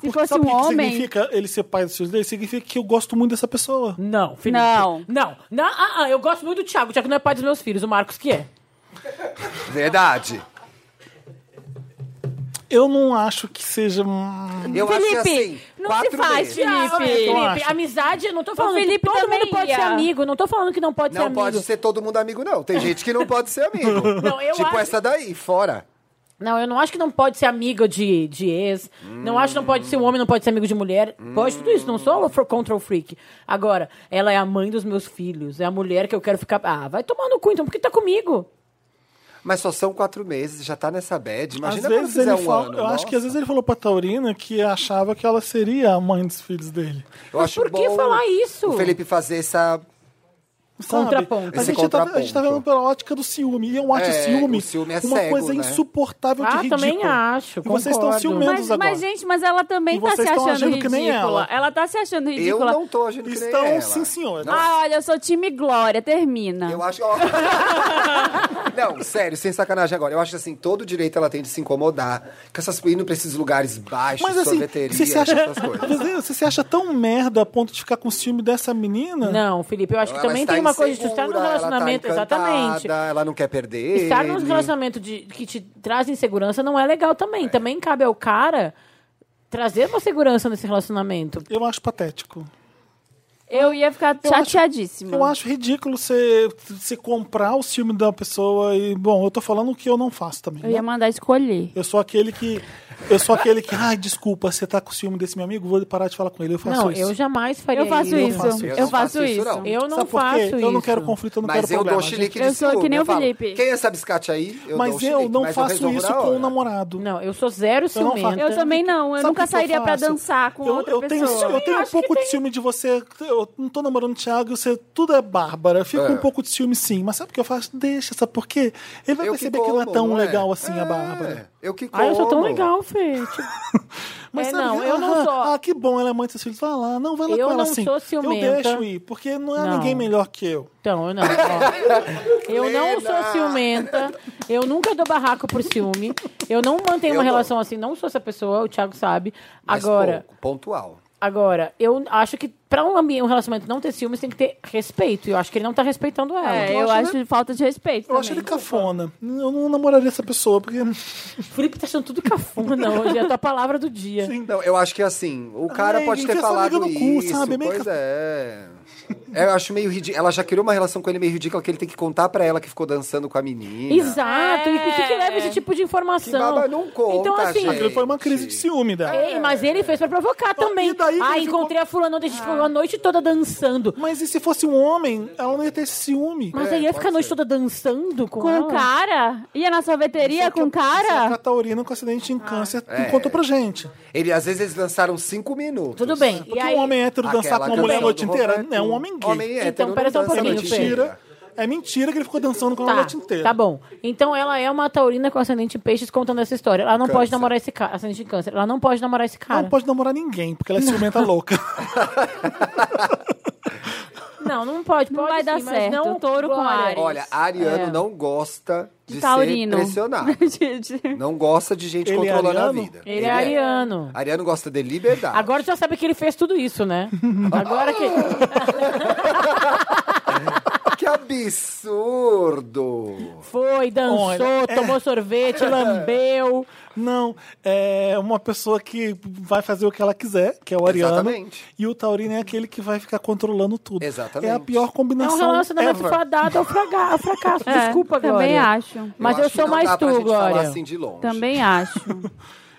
Speaker 1: Porque
Speaker 6: fosse
Speaker 1: sabe o
Speaker 6: um
Speaker 1: que que
Speaker 6: homem.
Speaker 1: significa ele ser pai dos filhos dele? Significa que eu gosto muito dessa pessoa.
Speaker 3: Não, Felipe.
Speaker 6: Não.
Speaker 3: Não. Não, ah, ah, eu gosto muito do Thiago. O Thiago não é pai dos meus filhos, o Marcos que é.
Speaker 7: Verdade.
Speaker 1: Eu não acho que seja. hum,
Speaker 7: Eu acho que assim,
Speaker 6: Felipe, não se
Speaker 7: quatro
Speaker 6: faz,
Speaker 7: meses.
Speaker 6: Felipe.
Speaker 3: Ah,
Speaker 1: eu
Speaker 3: Felipe,
Speaker 1: acho.
Speaker 3: amizade, eu não tô falando
Speaker 6: Felipe
Speaker 3: que todo
Speaker 6: também
Speaker 3: mundo pode
Speaker 6: ia.
Speaker 3: ser amigo. Não tô falando que não pode ser
Speaker 7: Não
Speaker 3: amigo.
Speaker 7: pode ser todo mundo amigo, não. Tem gente que não pode ser amigo.
Speaker 3: Não, eu
Speaker 7: tipo
Speaker 3: acho-
Speaker 7: essa daí, fora.
Speaker 3: Não, eu não acho que não pode ser amiga de, de ex. Não acho que não pode ser um homem, não pode ser amigo de mulher. Pode tudo isso, não sou a for- control freak. Agora, ela é a mãe dos meus filhos, é a mulher que eu quero ficar. Ah, vai tomar no cu então, porque tá comigo.
Speaker 7: Mas só são quatro meses, já tá nessa bad.
Speaker 1: Às
Speaker 7: Imagina quando
Speaker 1: vezes
Speaker 7: fizer
Speaker 1: ele
Speaker 7: um
Speaker 1: fala,
Speaker 7: ano.
Speaker 1: eu acho que às
Speaker 7: Nossa.
Speaker 1: vezes ele falou pra Taurina que achava que ela seria a mãe dos filhos dele.
Speaker 7: Eu acho
Speaker 3: por que
Speaker 7: bom
Speaker 3: falar isso?
Speaker 7: O Felipe fazer essa...
Speaker 1: Sabe?
Speaker 3: Contraponto.
Speaker 1: A
Speaker 7: Esse
Speaker 1: gente, tá, a gente tá
Speaker 7: contraponto.
Speaker 1: vendo pela ótica do ciúme. E eu acho
Speaker 7: É,
Speaker 1: ciúme,
Speaker 7: o ciúme é
Speaker 1: uma
Speaker 7: cego,
Speaker 1: coisa
Speaker 7: né?
Speaker 1: insuportável de
Speaker 3: Ah,
Speaker 1: ridícula.
Speaker 3: também acho,
Speaker 1: E vocês estão
Speaker 3: concordo.
Speaker 1: ciumentos
Speaker 6: Mas,
Speaker 1: agora.
Speaker 6: mas, gente, mas ela também
Speaker 1: E
Speaker 6: tá se
Speaker 1: vocês tão
Speaker 6: achando
Speaker 1: agindo que
Speaker 6: ridícula.
Speaker 1: nem
Speaker 6: ela.
Speaker 1: ela.
Speaker 6: tá se achando
Speaker 7: Eu
Speaker 6: ridícula.
Speaker 7: não tô agindo que nem
Speaker 1: Estão,
Speaker 7: ela.
Speaker 1: sim, senhor.
Speaker 7: Não,
Speaker 6: Ah, olha, eu sou time Glória, termina.
Speaker 7: Eu acho. ó. não, sério, sem sacanagem agora. Eu acho assim, todo direito ela tem de se incomodar. Com essas indo pra esses lugares baixos,
Speaker 1: Mas assim,
Speaker 7: sorveteria,
Speaker 1: você se, acha, assim,
Speaker 7: essas coisas.
Speaker 1: você se acha tão merda a ponto de ficar com o ciúme dessa menina?
Speaker 3: Não, Felipe, eu acho que
Speaker 7: Ela
Speaker 3: também
Speaker 7: está
Speaker 3: tem uma coisa de tu
Speaker 7: insegura,
Speaker 3: estar num
Speaker 7: ela tá
Speaker 3: relacionamento.
Speaker 7: encantada,
Speaker 3: exatamente.
Speaker 7: Ela não quer perder.
Speaker 3: Estar num
Speaker 7: ele.
Speaker 3: relacionamento de, que te traz insegurança não é legal também. Também cabe ao cara trazer uma segurança nesse relacionamento.
Speaker 1: Eu acho patético.
Speaker 6: Eu ia ficar
Speaker 1: Eu acho-
Speaker 6: chateadíssima.
Speaker 1: Eu acho ridículo você, você comprar o filme da pessoa e, bom, eu tô falando o que eu não faço também.
Speaker 6: Eu
Speaker 1: né?
Speaker 6: ia mandar escolher.
Speaker 1: Eu sou aquele que. Eu sou aquele que. Ai, desculpa, você tá com ciúme desse meu amigo? Vou parar de falar com ele. Eu faço
Speaker 3: Não,
Speaker 1: isso.
Speaker 3: eu jamais faria
Speaker 6: Eu faço
Speaker 3: isso.
Speaker 6: isso.
Speaker 1: faço
Speaker 6: Eu
Speaker 7: isso.
Speaker 6: não faço isso.
Speaker 7: não.
Speaker 3: Eu não
Speaker 1: Sabe por
Speaker 3: faço
Speaker 1: quê?
Speaker 3: isso.
Speaker 1: Eu não quero conflito, eu não
Speaker 7: Mas
Speaker 1: quero
Speaker 7: eu dou
Speaker 1: problema.
Speaker 7: o chilique de
Speaker 6: Eu sou
Speaker 7: ciúme,
Speaker 6: que nem
Speaker 7: eu
Speaker 6: o
Speaker 7: falo,
Speaker 6: Felipe.
Speaker 7: Quem é essa biscate aí? Eu dou
Speaker 1: Mas
Speaker 7: o
Speaker 1: eu
Speaker 7: chilique,
Speaker 1: não
Speaker 7: mas eu
Speaker 1: faço
Speaker 7: resolvo na
Speaker 1: isso com o
Speaker 7: hora.
Speaker 1: namorado.
Speaker 3: Não, eu sou zero
Speaker 1: Eu não faço.
Speaker 3: ciumenta.
Speaker 6: Eu também não. Eu
Speaker 1: Sabe o
Speaker 6: nunca
Speaker 1: que que eu
Speaker 6: sairia pra
Speaker 1: faço?
Speaker 6: dançar com
Speaker 1: eu,
Speaker 6: outra
Speaker 1: eu tenho,
Speaker 6: pessoa.
Speaker 1: Eu tenho um pouco de ciúme de você. Eu não tô namorando o Thiago, você tudo é Bárbara. Eu fico com um pouco de ciúme, sim. Mas sabe o que eu faço? Deixa, sabe por quê? Ele vai
Speaker 7: Eu que
Speaker 1: perceber que não é
Speaker 7: como,
Speaker 1: tão
Speaker 7: não é?
Speaker 1: legal assim a
Speaker 7: É,
Speaker 1: Bárbara.
Speaker 7: Eu que como.
Speaker 3: Ai, Ah, eu sou tão legal, Fê. Tipo,
Speaker 1: Mas
Speaker 3: É,
Speaker 1: sabe,
Speaker 3: não,
Speaker 1: que-
Speaker 3: eu não
Speaker 1: ah,
Speaker 3: sou-
Speaker 1: Ah, que bom, ela é mãe dos seus filhos. Vai lá, não, vai lá
Speaker 3: Eu
Speaker 1: com ela
Speaker 3: não
Speaker 1: assim.
Speaker 3: sou
Speaker 1: Eu
Speaker 3: ciumenta.
Speaker 1: deixo ir, porque não é
Speaker 3: Não.
Speaker 1: ninguém melhor que eu.
Speaker 3: Então, eu não. ó. Eu não sou ciumenta. Eu nunca dou barraco por ciúme. Eu não mantenho
Speaker 7: Eu
Speaker 3: uma
Speaker 7: dou.
Speaker 3: relação assim. Não sou essa pessoa, o Thiago sabe.
Speaker 7: Mas
Speaker 3: Agora,
Speaker 7: pouco, pontual.
Speaker 3: agora, eu acho que pra um, ambi- um relacionamento não ter ciúmes, tem que ter respeito. E eu acho que ele não tá respeitando ela.
Speaker 6: É, eu acho falta de respeito.
Speaker 1: Eu acho ele
Speaker 6: também.
Speaker 1: cafona. Eu não namoraria essa pessoa, porque.
Speaker 3: O Felipe tá achando tudo cafona hoje. É a tua palavra do dia.
Speaker 7: Não, eu acho que assim, o cara
Speaker 1: É. Ai,
Speaker 7: pode
Speaker 1: enfia
Speaker 7: ter
Speaker 1: sua
Speaker 7: falado
Speaker 1: liga no cu,
Speaker 7: isso,
Speaker 1: sabe? Meio
Speaker 7: pois
Speaker 1: que-
Speaker 7: é. É, Eu acho meio ridículo. Ela já criou uma relação com ele meio ridícula que ele tem que contar pra ela que ficou dançando com a menina.
Speaker 3: Exato. E o que, que
Speaker 6: É.
Speaker 3: leva esse tipo de informação?
Speaker 7: Que baba não conta,
Speaker 3: então, assim,
Speaker 7: gente.
Speaker 1: Ele foi uma crise de ciúme dela.
Speaker 3: Ei, mas ele fez pra provocar também.
Speaker 1: e daí que
Speaker 3: ah,
Speaker 1: ele ficou-
Speaker 3: encontrei a
Speaker 6: Ah.
Speaker 3: fulana, ontem, a gente ficou a noite toda dançando.
Speaker 1: Mas e se fosse um homem, ela não ia ter esse ciúme.
Speaker 3: Mas aí ia ficar a noite toda dançando com,
Speaker 6: Com
Speaker 3: ela?
Speaker 6: o cara? Ia na
Speaker 1: é
Speaker 6: sorveteria com o
Speaker 1: A
Speaker 6: cara?
Speaker 1: Catarina com acidente em câncer
Speaker 7: É.
Speaker 1: contou pra gente.
Speaker 7: Ele, às vezes eles dançaram cinco minutos.
Speaker 3: Tudo bem.
Speaker 1: Porque
Speaker 3: e aí,
Speaker 1: um homem hétero
Speaker 7: Aquela
Speaker 1: dançar com uma
Speaker 7: canção
Speaker 1: mulher a
Speaker 7: do
Speaker 1: noite inteira
Speaker 7: Roberto-
Speaker 1: é um homem gay.
Speaker 7: Homem hétero
Speaker 3: Então,
Speaker 7: não
Speaker 3: pera só um
Speaker 7: dança
Speaker 1: é
Speaker 7: a
Speaker 3: pouquinho,
Speaker 7: noite
Speaker 3: Fê.
Speaker 1: mentira. É mentira que ele ficou dançando com ela a noite inteira.
Speaker 3: tá bom. Então ela é uma taurina com ascendente em peixes contando essa história. Ela não pode
Speaker 7: Câncer.
Speaker 3: namorar esse cara. Ascendente em câncer. Ela não pode namorar esse cara.
Speaker 1: Não pode namorar ninguém, porque ela é ciumenta louca.
Speaker 3: Não, não pode.
Speaker 6: Não
Speaker 3: pode
Speaker 6: vai dar
Speaker 3: sim, mas
Speaker 6: certo.
Speaker 3: Não
Speaker 6: Touro com
Speaker 3: Glória.
Speaker 6: Áries.
Speaker 7: Olha, Ariano
Speaker 3: É.
Speaker 7: não gosta de,
Speaker 6: De
Speaker 7: ser
Speaker 6: taurino.
Speaker 7: pressionado.
Speaker 6: Gente,
Speaker 7: Não gosta de gente
Speaker 1: Ele é
Speaker 7: controlando a
Speaker 1: ariano?
Speaker 7: vida.
Speaker 3: Ele, é ariano.
Speaker 7: Ariano gosta de liberdade.
Speaker 3: Agora tu já sabe que ele fez tudo isso, né? Agora que.
Speaker 7: Que absurdo!
Speaker 3: Foi, dançou,
Speaker 1: Olha,
Speaker 3: tomou sorvete, lambeu.
Speaker 1: Não, é uma pessoa que vai fazer o que ela quiser, que é o Ariano.
Speaker 7: Exatamente.
Speaker 1: E o Taurino é aquele que vai ficar controlando tudo.
Speaker 7: Exatamente.
Speaker 1: É a pior
Speaker 3: É um
Speaker 1: combinação.
Speaker 3: relacionamento
Speaker 1: ever.
Speaker 3: fadado ao, fraga- ao fracasso.
Speaker 6: É,
Speaker 3: Desculpa, Glória.
Speaker 6: Também acho.
Speaker 3: Mas eu,
Speaker 7: acho que
Speaker 3: sou
Speaker 7: não dá
Speaker 3: mais
Speaker 7: pra
Speaker 3: tu,
Speaker 7: gente
Speaker 3: Glória.
Speaker 7: Falar assim de longe.
Speaker 6: Também acho.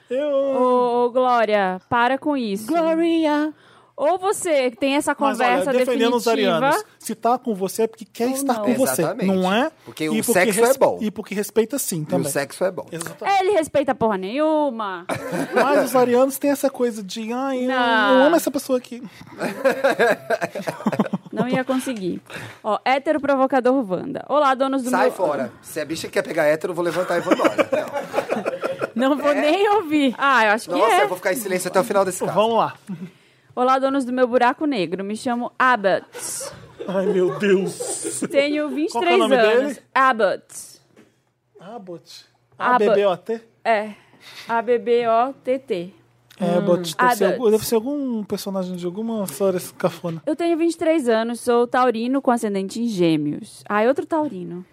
Speaker 1: Eu-
Speaker 6: ô, ô, Glória, para com isso.
Speaker 3: Gloria.
Speaker 6: Ou você tem essa
Speaker 1: Mas olha,
Speaker 6: conversa
Speaker 1: defendendo os
Speaker 6: definitiva.
Speaker 1: arianos, se tá com você é porque quer
Speaker 6: Ou
Speaker 1: estar
Speaker 6: não.
Speaker 1: com você,
Speaker 7: Exatamente.
Speaker 1: não é?
Speaker 7: Porque o sexo é bom.
Speaker 1: E porque respeita sim
Speaker 7: E o
Speaker 1: também.
Speaker 7: sexo é bom.
Speaker 1: Exatamente.
Speaker 6: Ele respeita porra nenhuma.
Speaker 1: Mas os arianos têm essa coisa de, ai, eu,
Speaker 6: Não.
Speaker 1: eu amo essa pessoa aqui.
Speaker 6: Não ia conseguir. Ó, hétero provocador Wanda. Olá, donos do
Speaker 7: Sai
Speaker 6: meu...
Speaker 7: fora. Se a bicha quer pegar hétero, eu vou levantar e vou embora.
Speaker 3: Não vou
Speaker 1: É.
Speaker 3: nem ouvir.
Speaker 6: Ah, eu acho
Speaker 7: Não.
Speaker 6: que
Speaker 7: Nossa,
Speaker 6: é.
Speaker 7: eu vou ficar em silêncio até o final desse caso.
Speaker 1: Vamos lá.
Speaker 6: Olá, donos do meu buraco negro. Me chamo Abbott.
Speaker 1: Ai, meu Deus.
Speaker 6: Tenho
Speaker 1: Qual que é o
Speaker 6: 23
Speaker 1: nome
Speaker 6: anos.
Speaker 1: dele?
Speaker 6: Abbott.
Speaker 1: Abbott.
Speaker 6: Abbott.
Speaker 1: ABBOT?
Speaker 6: É. A-B-B-O-T-T.
Speaker 1: Abbott. Deve ser,
Speaker 6: Hum. Abbott.
Speaker 1: algum, deve ser algum personagem de alguma história cafona.
Speaker 6: Eu tenho 23 anos, sou taurino com ascendente em gêmeos. Ah, é outro taurino.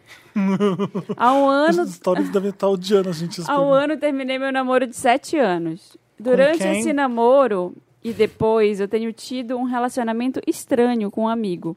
Speaker 6: Há um ano,
Speaker 1: As histórias devem estar odiando a gente. esse
Speaker 6: há um
Speaker 1: programa.
Speaker 6: ano terminei meu namoro de 7 anos. Durante
Speaker 1: quem?
Speaker 6: esse namoro e depois, eu tenho tido um relacionamento estranho com um amigo.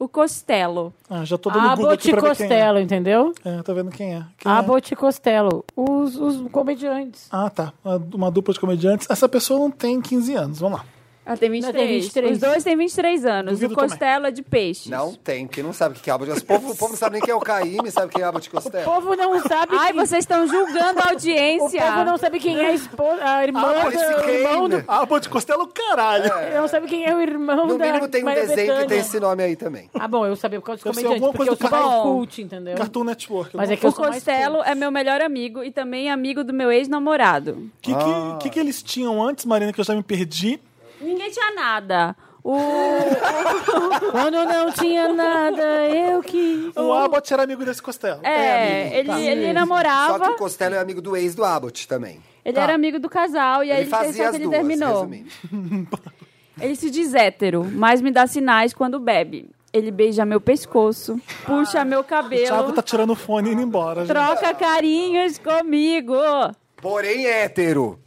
Speaker 6: O Costello.
Speaker 1: Ah, já tô dando Google aqui
Speaker 3: Abbott
Speaker 1: pra ver quem é.
Speaker 3: Costello, entendeu?
Speaker 1: É, tá vendo quem é. Quem é?
Speaker 3: Abbott e Costello. Os, os comediantes.
Speaker 1: Ah, tá. Uma- Uma dupla de comediantes. Essa pessoa não tem 15 anos. Vamos lá.
Speaker 6: Ela tem
Speaker 3: Ela
Speaker 6: 23.
Speaker 3: tem 23.
Speaker 6: Os dois têm 23 anos.
Speaker 1: Duvido
Speaker 6: o Costello é de peixes.
Speaker 7: Não tem, porque não sabe o que é Abbott. O povo, o povo não sabe nem quem é o Caíme, sabe quem é Abbott
Speaker 3: O
Speaker 7: Costello.
Speaker 3: povo não sabe
Speaker 6: Ai,
Speaker 3: quem...
Speaker 6: vocês estão julgando a
Speaker 3: O
Speaker 6: audiência.
Speaker 3: povo não sabe quem é a esposa, a irmã,
Speaker 7: Ah, esse
Speaker 3: do, o irmão
Speaker 7: Kane.
Speaker 3: do...
Speaker 1: Abbott Costello, caralho.
Speaker 3: Não sabe quem é o irmão
Speaker 7: No
Speaker 3: da
Speaker 7: mínimo tem um
Speaker 3: Maria
Speaker 7: desenho que
Speaker 3: Bethânia.
Speaker 7: tem esse nome aí também.
Speaker 3: Ah, bom, eu sabia por causa dos
Speaker 1: Deve ser
Speaker 3: comediantes,
Speaker 1: alguma
Speaker 3: porque eu
Speaker 1: coisa
Speaker 3: sou
Speaker 1: do
Speaker 3: mais
Speaker 1: Cartoon.
Speaker 3: cult, entendeu?
Speaker 1: Cartoon Network.
Speaker 3: Mas é que eu
Speaker 6: O
Speaker 3: sou mais
Speaker 6: Costello
Speaker 3: cult.
Speaker 6: é meu melhor amigo e também amigo do meu ex-namorado.
Speaker 1: O que, que, que que eles tinham antes, Marina, que eu já me perdi?
Speaker 6: Ninguém tinha nada. O...
Speaker 3: Quando não tinha nada, eu que...
Speaker 1: O Abbott era amigo desse Costello.
Speaker 6: É, ele, ele
Speaker 7: Só que
Speaker 6: namorava,
Speaker 7: o Costello é amigo do ex do Abbott também.
Speaker 6: ele era amigo do casal e aí
Speaker 7: Ele
Speaker 6: ele, fez-
Speaker 7: fazia
Speaker 6: só
Speaker 7: as
Speaker 6: que ele
Speaker 7: duas,
Speaker 6: terminou.
Speaker 7: resumindo.
Speaker 6: Ele se diz hétero, mas me dá sinais quando bebe. Ele beija meu pescoço, puxa meu
Speaker 1: O Thiago
Speaker 6: cabelo,
Speaker 1: tá tirando o fone e indo embora. gente.
Speaker 6: troca carinhos comigo.
Speaker 7: Porém, é hétero.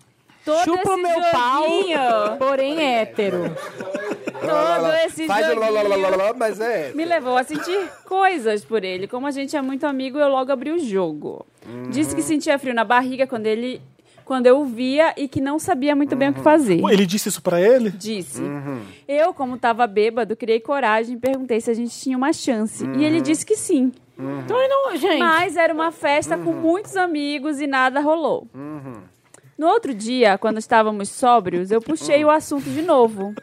Speaker 6: Todo
Speaker 3: Chupa o
Speaker 6: esse
Speaker 3: meu
Speaker 6: joguinho.
Speaker 3: pau, porém hétero.
Speaker 6: todo Então, esse
Speaker 7: Faz o lá, lá, lá, lá,
Speaker 6: joguinho.
Speaker 7: lá, mas é.
Speaker 6: Me levou a sentir coisas por ele. Como a gente é muito amigo, eu logo abri o jogo. Disse que sentia frio na barriga quando ele quando eu o via e que não sabia muito bem o que fazer.
Speaker 1: Pô, Ele disse isso pra ele?
Speaker 6: Disse. Eu, como tava bêbado, criei coragem e perguntei se a gente tinha uma chance. E ele disse que sim.
Speaker 3: Então, e não, gente.
Speaker 6: Mas era uma festa com muitos amigos e nada rolou. No outro dia, quando estávamos sóbrios, eu puxei o assunto de novo.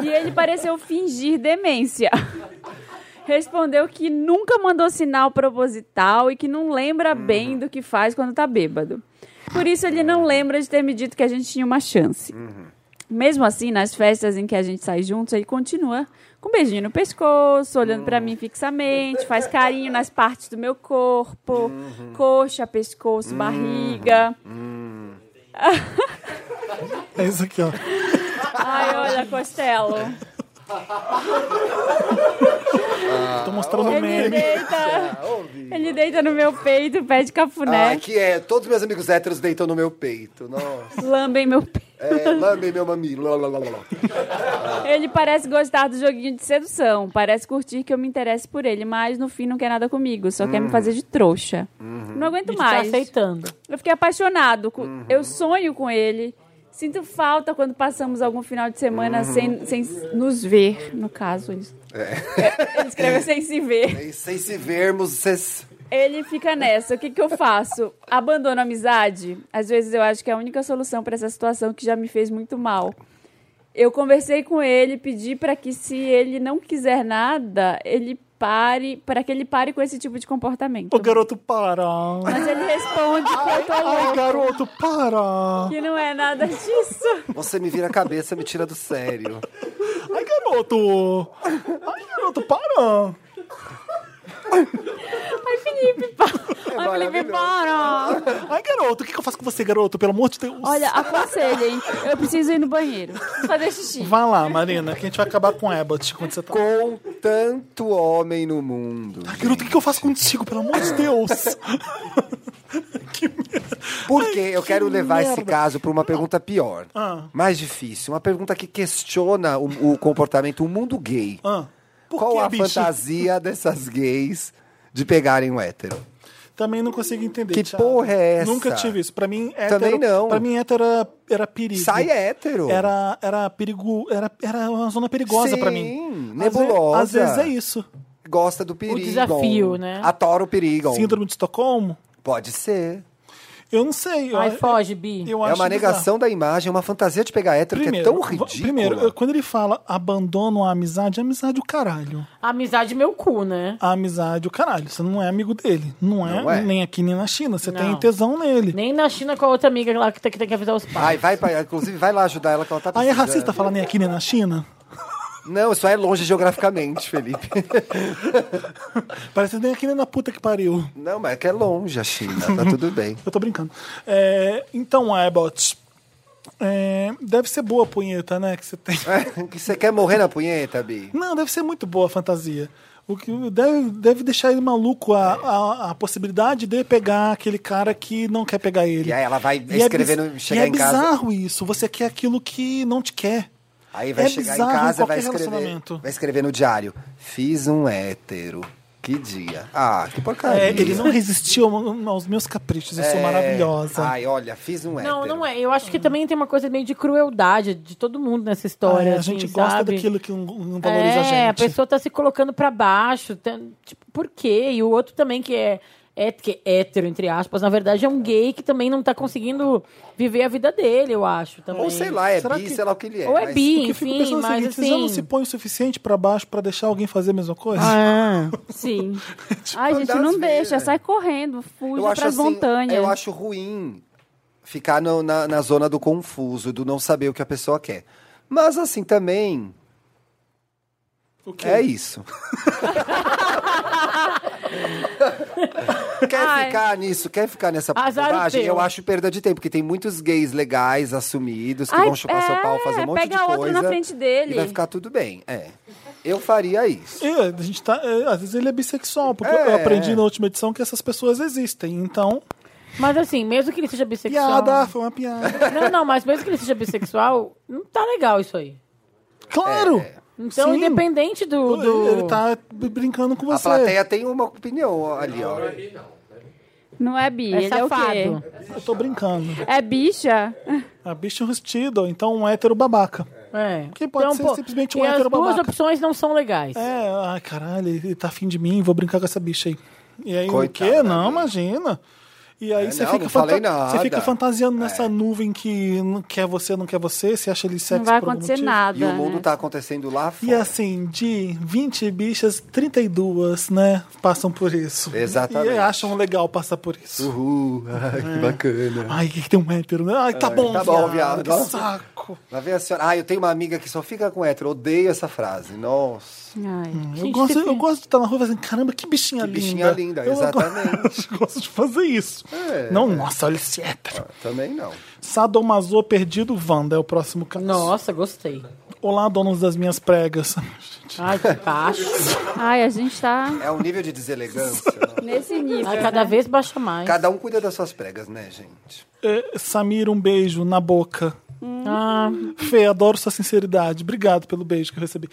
Speaker 6: E ele pareceu fingir demência. Respondeu que nunca mandou sinal proposital e que não lembra bem do que faz quando tá bêbado. Por isso, ele não lembra de ter me dito que a gente tinha uma chance. Mesmo assim, nas festas em que a gente sai juntos, ele continua com um beijinho no pescoço, olhando pra mim fixamente, faz carinho nas partes do meu corpo, coxa, pescoço, barriga.
Speaker 1: É isso aqui, ó.
Speaker 6: Ai, olha, Costelo.
Speaker 1: Tô mostrando o
Speaker 6: Ele
Speaker 1: meme.
Speaker 6: deita, ele deita no meu peito, pede
Speaker 3: Né?
Speaker 6: cafuné,
Speaker 7: Ah, que é. Todos meus amigos héteros deitam no meu peito. Nossa.
Speaker 6: lambem meu peito.
Speaker 7: É, lambem meu mamilo. lá, lá, lá, lá, lá.
Speaker 6: Ele parece gostar do joguinho de sedução, parece curtir que eu me interesse por ele, mas no fim não quer nada comigo, só quer me fazer de trouxa. Não aguento
Speaker 3: Ele tá
Speaker 6: mais.
Speaker 3: aceitando.
Speaker 6: Eu fiquei apaixonado. co- Eu sonho com ele. Sinto falta quando passamos algum final de semana sem, sem s- nos ver, no caso. Ele, é. ele escreveu sem se ver.
Speaker 7: E É sem se vermos, vocês.
Speaker 6: Ele fica nessa. O que, que eu faço? Abandono a amizade? Às vezes eu acho que é a única solução para essa situação que já me fez muito mal. Eu conversei com ele, pedi para que se ele não quiser nada, ele pare, para que ele pare com esse tipo de comportamento.
Speaker 1: Ô, garoto, para.
Speaker 6: Mas ele responde que eu
Speaker 3: Tá
Speaker 6: tô
Speaker 1: Ai,
Speaker 6: louca,
Speaker 1: garoto, para.
Speaker 6: que não é nada disso.
Speaker 7: Você me vira a cabeça, me tira do sério.
Speaker 1: Ai, garoto. Ai, garoto, para.
Speaker 6: Ai, Felipe,
Speaker 7: É
Speaker 6: para! Ai, Felipe, para!
Speaker 1: Ai, garoto, o que, que eu faço com você, garoto? Pelo amor de Deus.
Speaker 6: Olha, aconselhem. Eu preciso ir no banheiro. Preciso fazer xixi.
Speaker 1: Vai lá, Marina, que a gente vai acabar com o Abbott quando você tá.
Speaker 7: Com tanto homem no mundo.
Speaker 1: Garoto, o que, que eu faço contigo? Pelo amor de Deus.
Speaker 7: Porque eu quero levar esse
Speaker 1: merda.
Speaker 7: caso para uma pergunta pior.
Speaker 1: Ah.
Speaker 7: Mais difícil. Uma pergunta que questiona o, o comportamento, o mundo gay.
Speaker 1: Ah, por
Speaker 7: Qual
Speaker 1: que,
Speaker 7: a
Speaker 1: bicho?
Speaker 7: fantasia dessas gays de pegarem o hétero?
Speaker 1: Também não consigo entender.
Speaker 7: Que
Speaker 1: Thiago.
Speaker 7: porra é essa?
Speaker 1: Nunca tive isso. Pra mim, hétero,
Speaker 7: Também não.
Speaker 1: Pra mim, hétero era, era perigo.
Speaker 7: Sai hétero.
Speaker 1: Era, era perigo. Era, era uma zona perigosa
Speaker 7: Sim,
Speaker 1: pra mim. Às ve-
Speaker 7: nebulosa.
Speaker 1: Às vezes, é isso.
Speaker 7: Gosta do perigo.
Speaker 3: desafio, né?
Speaker 7: Atora o perigo.
Speaker 1: Síndrome de Estocolmo?
Speaker 7: Pode ser.
Speaker 1: Eu não sei. Eu,
Speaker 3: Ai, foge, Bi.
Speaker 1: eu
Speaker 7: é
Speaker 1: acho
Speaker 7: uma negação da imagem, é uma fantasia de pegar hétero
Speaker 1: bizarro. Primeiro,
Speaker 7: que é tão
Speaker 1: va-
Speaker 7: ridícula.
Speaker 1: Primeiro, eu- quando ele fala abandono a amizade, é amizade o caralho.
Speaker 3: Amizade meu cu, né?
Speaker 1: A amizade o caralho. Você não é amigo dele. Não é,
Speaker 7: Não é.
Speaker 1: nem aqui nem na China. Você
Speaker 3: Não.
Speaker 1: tem tesão nele.
Speaker 3: Nem na China com a outra amiga lá que tem que, tem que avisar os pais.
Speaker 7: Ai, vai, pra- inclusive, vai lá ajudar ela que ela tá
Speaker 1: Aí é
Speaker 7: precisando.
Speaker 1: racista falar nem aqui nem na China?
Speaker 7: Não, isso aí é longe geograficamente, Felipe.
Speaker 1: Parece nem aqui nem na puta que pariu.
Speaker 7: Não, mas é que é longe a China, tá tudo bem.
Speaker 1: Eu tô brincando. É, então, Abbott, é, deve ser boa a punheta, né? Que você tem.
Speaker 7: Que Você quer morrer na punheta, Bi?
Speaker 1: Não, deve ser muito boa a fantasia. O que deve, deve deixar ele maluco a,
Speaker 7: É.
Speaker 1: a, a possibilidade de pegar aquele cara que não quer pegar ele.
Speaker 7: E aí ela vai
Speaker 1: E
Speaker 7: escrever,
Speaker 1: biz-
Speaker 7: no- chegar
Speaker 1: e
Speaker 7: em
Speaker 1: é
Speaker 7: casa.
Speaker 1: bizarro isso. Você quer aquilo que não te quer.
Speaker 7: Aí vai
Speaker 1: É
Speaker 7: chegar em
Speaker 1: bizarro em
Speaker 7: casa, vai
Speaker 1: qualquer
Speaker 7: escrever,
Speaker 1: relacionamento.
Speaker 7: vai escrever no diário. Fiz um hétero. Que dia. Ah, que porcaria.
Speaker 1: É, ele não resistiu ao- aos meus caprichos. Eu sou
Speaker 7: É.
Speaker 1: maravilhosa.
Speaker 7: Ai, olha, fiz um hétero.
Speaker 3: Não, não é. Eu acho que também tem uma coisa meio de crueldade de todo mundo nessa história.
Speaker 1: Ah, é, a
Speaker 3: assim,
Speaker 1: gente gosta
Speaker 3: sabe?
Speaker 1: daquilo que não, não valoriza
Speaker 3: é,
Speaker 1: a gente.
Speaker 3: a pessoa tá se colocando pra baixo. tá- tipo, por quê? E o outro também que é, é, que é hétero, entre aspas, na verdade é um gay que também não tá conseguindo viver a vida dele, eu acho. Também.
Speaker 7: Ou sei lá, é
Speaker 1: Será
Speaker 7: bi,
Speaker 1: que-
Speaker 7: sei lá o que ele é.
Speaker 3: Ou é
Speaker 7: mas-
Speaker 1: O
Speaker 3: bi,
Speaker 1: que eu fico
Speaker 3: enfim,
Speaker 1: pensando é o
Speaker 3: mas
Speaker 1: seguinte, você já não se
Speaker 3: assim. Ah,
Speaker 1: põe o suficiente pra baixo pra deixar alguém fazer a mesma coisa?
Speaker 6: Sim. Ai, gente,
Speaker 7: andar às
Speaker 6: não
Speaker 7: vezes,
Speaker 6: deixa.
Speaker 7: né?
Speaker 6: Sai correndo.
Speaker 7: Eu
Speaker 6: Fuja
Speaker 7: acho,
Speaker 6: pras
Speaker 7: assim,
Speaker 6: montanhas.
Speaker 7: eu acho ruim ficar no- na, na zona do confuso, do não saber o que a pessoa quer. Mas assim também,
Speaker 1: O quê?
Speaker 7: é isso. quer
Speaker 6: Ai.
Speaker 7: ficar nisso, quer ficar nessa
Speaker 3: Azar o
Speaker 7: bobagem?
Speaker 3: teu.
Speaker 7: Eu acho perda de tempo, porque tem muitos gays legais assumidos que
Speaker 6: Ai,
Speaker 7: vão chupar seu pau, fazer um
Speaker 6: é,
Speaker 7: monte de
Speaker 6: pega
Speaker 7: coisa.
Speaker 6: outro na frente dele.
Speaker 7: E vai ficar tudo bem. É. Eu faria isso.
Speaker 1: É, a gente tá, é, às vezes ele é bissexual, porque
Speaker 7: É.
Speaker 1: eu aprendi na última edição que essas pessoas existem. Então,
Speaker 3: Mas assim, mesmo que ele seja bissexual.
Speaker 1: piada, foi uma piada.
Speaker 3: Não, não, mas mesmo que ele seja bissexual, não tá legal isso aí.
Speaker 1: Claro!
Speaker 7: É.
Speaker 3: Então,
Speaker 1: Sim.
Speaker 3: independente do. do...
Speaker 1: Ele tá b- brincando com
Speaker 7: A
Speaker 1: você.
Speaker 7: plateia tem uma opinião ali, ó.
Speaker 6: Não é bi,
Speaker 3: É
Speaker 6: ele é o
Speaker 3: safado.
Speaker 6: quê?
Speaker 1: Eu tô brincando.
Speaker 6: É bicha?
Speaker 1: A bicha é um vestido, ou então um hétero babaca.
Speaker 3: É.
Speaker 1: Que pode ser simplesmente um
Speaker 3: e
Speaker 1: hétero
Speaker 3: As duas
Speaker 1: babaca.
Speaker 3: opções não são legais.
Speaker 1: É, ai caralho, ele tá afim de mim, vou brincar com essa bicha aí. E aí,
Speaker 7: Coitada
Speaker 1: o quê?
Speaker 7: da
Speaker 1: Não,
Speaker 7: bicha.
Speaker 1: imagina. E aí
Speaker 7: É,
Speaker 1: você
Speaker 7: não,
Speaker 1: fica,
Speaker 7: não falei nada. É.
Speaker 1: você fica fantasiando nessa nuvem que não quer você, não quer você, você acha ele sexy
Speaker 6: Não vai
Speaker 1: por algum
Speaker 6: acontecer
Speaker 1: motivo.
Speaker 6: nada.
Speaker 7: E o mundo
Speaker 6: né?
Speaker 7: tá acontecendo lá
Speaker 1: E
Speaker 7: fora.
Speaker 1: assim, de 20 bichas, 32, né, passam por isso.
Speaker 7: Exatamente.
Speaker 1: E acham legal passar por isso.
Speaker 7: Uhul, ai,
Speaker 3: É.
Speaker 7: que bacana.
Speaker 1: Ai, que tem um hétero, né? Ai, tá bom,
Speaker 7: tá bom, viado.
Speaker 1: Que
Speaker 7: Nossa.
Speaker 1: saco.
Speaker 7: Lá vem a senhora. Ah, eu tenho uma amiga que só fica com hétero. Odeio essa frase. Nossa.
Speaker 6: Ai.
Speaker 1: Eu gosto, eu gosto de estar na rua e falar assim, caramba, que bichinha
Speaker 7: Que
Speaker 1: linda.
Speaker 7: bichinha linda,
Speaker 1: Eu
Speaker 7: exatamente. É.
Speaker 1: go- gosto de fazer isso. Não, nossa, olha esse hétero.
Speaker 7: Também não.
Speaker 1: Sadomaso perdido, Wanda é o próximo caso.
Speaker 3: Nossa, gostei.
Speaker 1: Olá, donos das minhas pregas.
Speaker 3: Ai, que baixo.
Speaker 6: Ai, a gente tá
Speaker 7: É um nível de deselegância. não.
Speaker 6: nesse nível.
Speaker 3: Ai, cada
Speaker 6: né?
Speaker 3: vez baixa mais.
Speaker 7: Cada um cuida das suas pregas, né, gente?
Speaker 1: É, Samir, um beijo na boca.
Speaker 3: Ah,
Speaker 1: Fê, adoro sua sinceridade. Obrigado pelo beijo que eu recebi.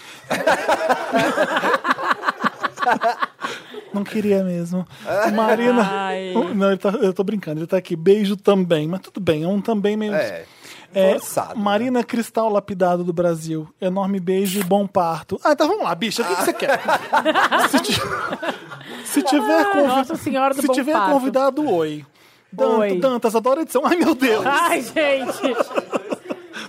Speaker 1: Não queria mesmo. Marina.
Speaker 6: Ai.
Speaker 1: Não, ele tá- eu tô brincando, ele tá aqui. Beijo também, mas tudo bem, é um também meio.
Speaker 7: É.
Speaker 1: É,
Speaker 7: Forçado, né?
Speaker 1: Marina Cristal Lapidado do Brasil. Enorme beijo e bom parto. Ah, então vamos lá, bicha. O que, que você quer? se, ti- se tiver, convi-
Speaker 3: Ah, Nossa Senhora do
Speaker 1: se
Speaker 3: Bom
Speaker 1: tiver
Speaker 3: Parto.
Speaker 1: convidado, oi. Dant-
Speaker 3: Oi.
Speaker 1: Dantas, adoro edição. Ai, meu Deus.
Speaker 3: Ai, gente.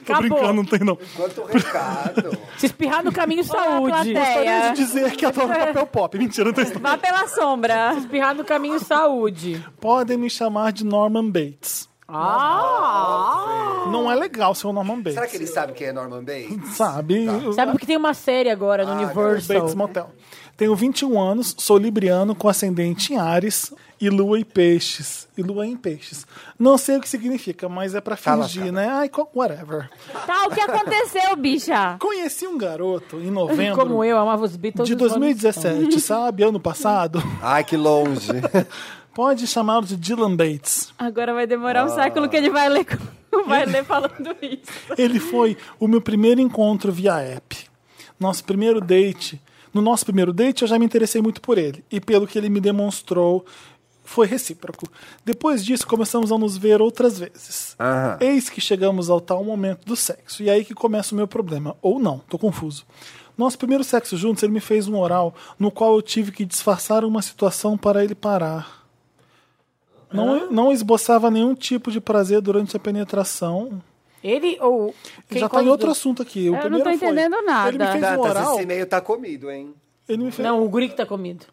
Speaker 1: Tô
Speaker 3: acabou.
Speaker 1: brincando, não tem não.
Speaker 7: Quanto recado.
Speaker 3: Se espirrar no caminho, saúde. É.
Speaker 1: Gostaria
Speaker 6: plateia.
Speaker 1: de dizer que adoro papel pop. Mentira, não tem isso não.
Speaker 6: Vá pela sombra.
Speaker 3: Espirrar no caminho, saúde.
Speaker 1: Podem me chamar de Norman Bates.
Speaker 3: Ah!
Speaker 1: Não é legal ser o Norman Bates.
Speaker 7: Será que ele sabe quem é Norman Bates?
Speaker 1: Sabe?
Speaker 3: Sabe porque tem uma série agora no
Speaker 1: Ah, Universal.
Speaker 3: Tá. Universal.
Speaker 1: Bates Motel. Tenho 21 anos, sou libriano com ascendente em Ares e lua em peixes. E lua em peixes. Não sei o que significa, mas é pra
Speaker 3: Tá,
Speaker 7: Cala,
Speaker 1: fingir,
Speaker 7: cala.
Speaker 1: né? Ai, co- whatever.
Speaker 6: Tá, o que aconteceu, bicha?
Speaker 1: Conheci um garoto em novembro
Speaker 3: Como eu amava os Beatles.
Speaker 1: de
Speaker 3: os Rolling
Speaker 1: 2017, sabe? Ano passado.
Speaker 7: Ai, que longe.
Speaker 1: Pode chamá-lo de Dylan Bates.
Speaker 6: Agora vai demorar um século que ele vai ler, com- vai ler falando isso.
Speaker 1: Ele foi o meu primeiro encontro via app. Nosso primeiro date. No nosso primeiro date, eu já me interessei muito por ele. E pelo que ele me demonstrou, foi recíproco. Depois disso, começamos a nos ver outras vezes.
Speaker 7: Aham.
Speaker 1: Eis que chegamos ao tal momento do sexo. E é aí que começa o meu problema. Ou não, tô confuso. Nosso primeiro sexo juntos, ele me fez um oral no qual eu tive que disfarçar uma situação para ele parar. Não, não esboçava nenhum tipo de prazer durante a penetração.
Speaker 3: Stone. Ele ou. quem
Speaker 1: Já tá
Speaker 3: quando-
Speaker 1: em outro assunto aqui. O
Speaker 6: Eu não
Speaker 1: primeiro
Speaker 6: tô
Speaker 1: foi-
Speaker 6: entendendo nada.
Speaker 1: Ele me fez um
Speaker 7: Dantas,
Speaker 1: oral.
Speaker 7: esse e-mail tá comido, hein?
Speaker 1: Ele me fez,
Speaker 3: Não, o guri que tá comido.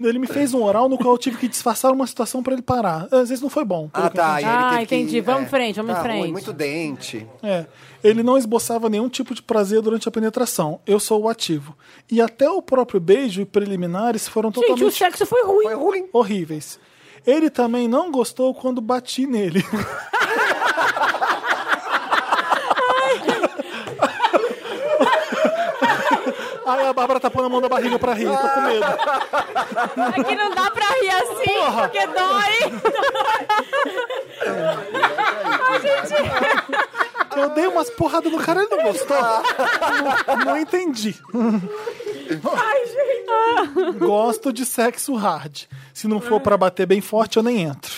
Speaker 1: ele me fez um oral no qual eu tive que disfarçar uma situação pra ele parar. Às vezes não foi bom. pelo
Speaker 7: Ah,
Speaker 1: que eu
Speaker 7: tá.
Speaker 1: entendi.
Speaker 7: e ele
Speaker 3: Ah,
Speaker 7: teve
Speaker 3: entendi.
Speaker 7: que-
Speaker 3: Vamos em frente, vamos em
Speaker 7: tá ruim,
Speaker 3: frente.
Speaker 7: muito dente.
Speaker 1: É. Ele não esboçava nenhum tipo de prazer durante a penetração. Eu sou o ativo. E até o próprio beijo e preliminares foram
Speaker 3: Gente, o
Speaker 1: totalmente
Speaker 3: sexo foi ruim.
Speaker 7: Foi ruim.
Speaker 1: horríveis. Ele também não gostou quando bati nele. Ai, a Bárbara tá pondo a mão na barriga pra rir, tô com medo.
Speaker 6: É que não dá pra rir assim, porque dói.
Speaker 1: Eu dei umas porradas no cara, ele não gostou. não, não entendi.
Speaker 3: Ah.
Speaker 1: Gosto de sexo hard. Se não for pra bater bem forte, eu nem entro.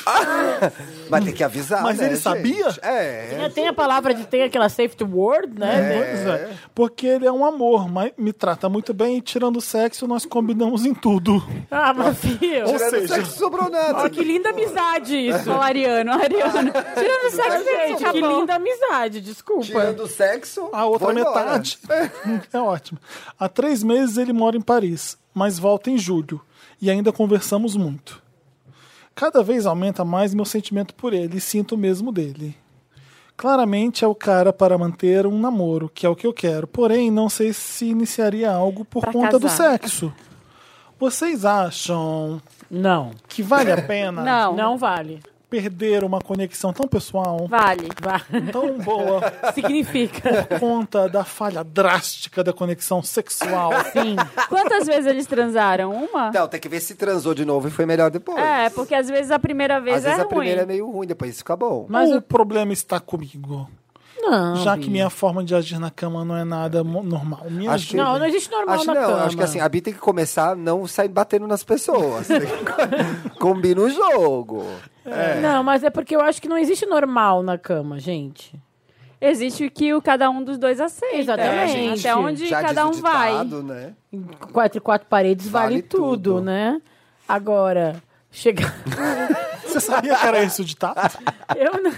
Speaker 7: Mas tem que avisar,
Speaker 1: Mas
Speaker 7: né,
Speaker 1: ele
Speaker 7: gente?
Speaker 1: sabia?
Speaker 7: É.
Speaker 3: Tem a palavra de tem aquela safety word, né?
Speaker 1: Pois é. Porque ele é um amor, mas me trata muito bem e tirando o sexo, nós combinamos em tudo.
Speaker 3: Ah, mas filho.
Speaker 1: Ou
Speaker 7: Tirando
Speaker 1: seja-
Speaker 7: sexo, sobrou nada.
Speaker 3: ó, Ah, que linda amizade isso.
Speaker 6: Olha o Ariano, o Ariano. Tirando o sexo, gente,
Speaker 3: Gente, que
Speaker 6: acabou.
Speaker 3: linda amizade, desculpa.
Speaker 7: Tirando o sexo,
Speaker 1: A outra
Speaker 7: vou embora.
Speaker 1: metade. É ótimo. Há três meses ele mora em Paris, mas volta em julho. E ainda conversamos muito. Cada vez aumenta mais meu sentimento por ele e sinto o mesmo dele. Claramente é o cara para manter um namoro, que é o que eu quero. Porém, não sei se iniciaria algo por
Speaker 6: Pra
Speaker 1: conta do
Speaker 6: casar.
Speaker 1: sexo. Vocês acham
Speaker 3: Não,
Speaker 1: que vale a pena
Speaker 6: Não, não
Speaker 3: não vale.
Speaker 1: perder uma conexão tão pessoal,
Speaker 6: vale.
Speaker 3: Va-
Speaker 1: tão boa,
Speaker 3: Significa.
Speaker 1: por conta da falha drástica da conexão sexual?
Speaker 3: Sim.
Speaker 6: Quantas vezes eles transaram? Uma?
Speaker 7: Não, tem que ver se transou de novo e foi melhor depois.
Speaker 6: É, porque às vezes a primeira vez
Speaker 7: Então, Às vezes
Speaker 6: é
Speaker 7: a
Speaker 6: ruim.
Speaker 7: primeira é meio ruim, depois fica bom.
Speaker 1: Mas o problema está comigo.
Speaker 3: Não,
Speaker 1: já que
Speaker 3: Bi.
Speaker 1: minha forma de agir na cama não é nada mo- normal. Me
Speaker 7: Acho que-
Speaker 1: ajuda.
Speaker 3: Não, não existe normal
Speaker 7: acho,
Speaker 3: na
Speaker 7: não,
Speaker 3: cama.
Speaker 7: acho que assim, a Bi tem que começar a não sair batendo nas pessoas. Tem que- Combina o jogo.
Speaker 3: Não, mas é porque eu acho que não existe normal na cama, gente.
Speaker 6: Existe o que o cada um dos dois aceita.
Speaker 3: Exatamente.
Speaker 6: né? Até onde
Speaker 7: Já diz
Speaker 6: cada
Speaker 7: o
Speaker 6: um vai.
Speaker 7: ditado, Né?
Speaker 3: Quatro e quatro paredes vale,
Speaker 7: Vale
Speaker 3: tudo,
Speaker 7: tudo.
Speaker 3: né? Agora, chegar.
Speaker 1: Você sabia que era isso de tato?
Speaker 3: eu não.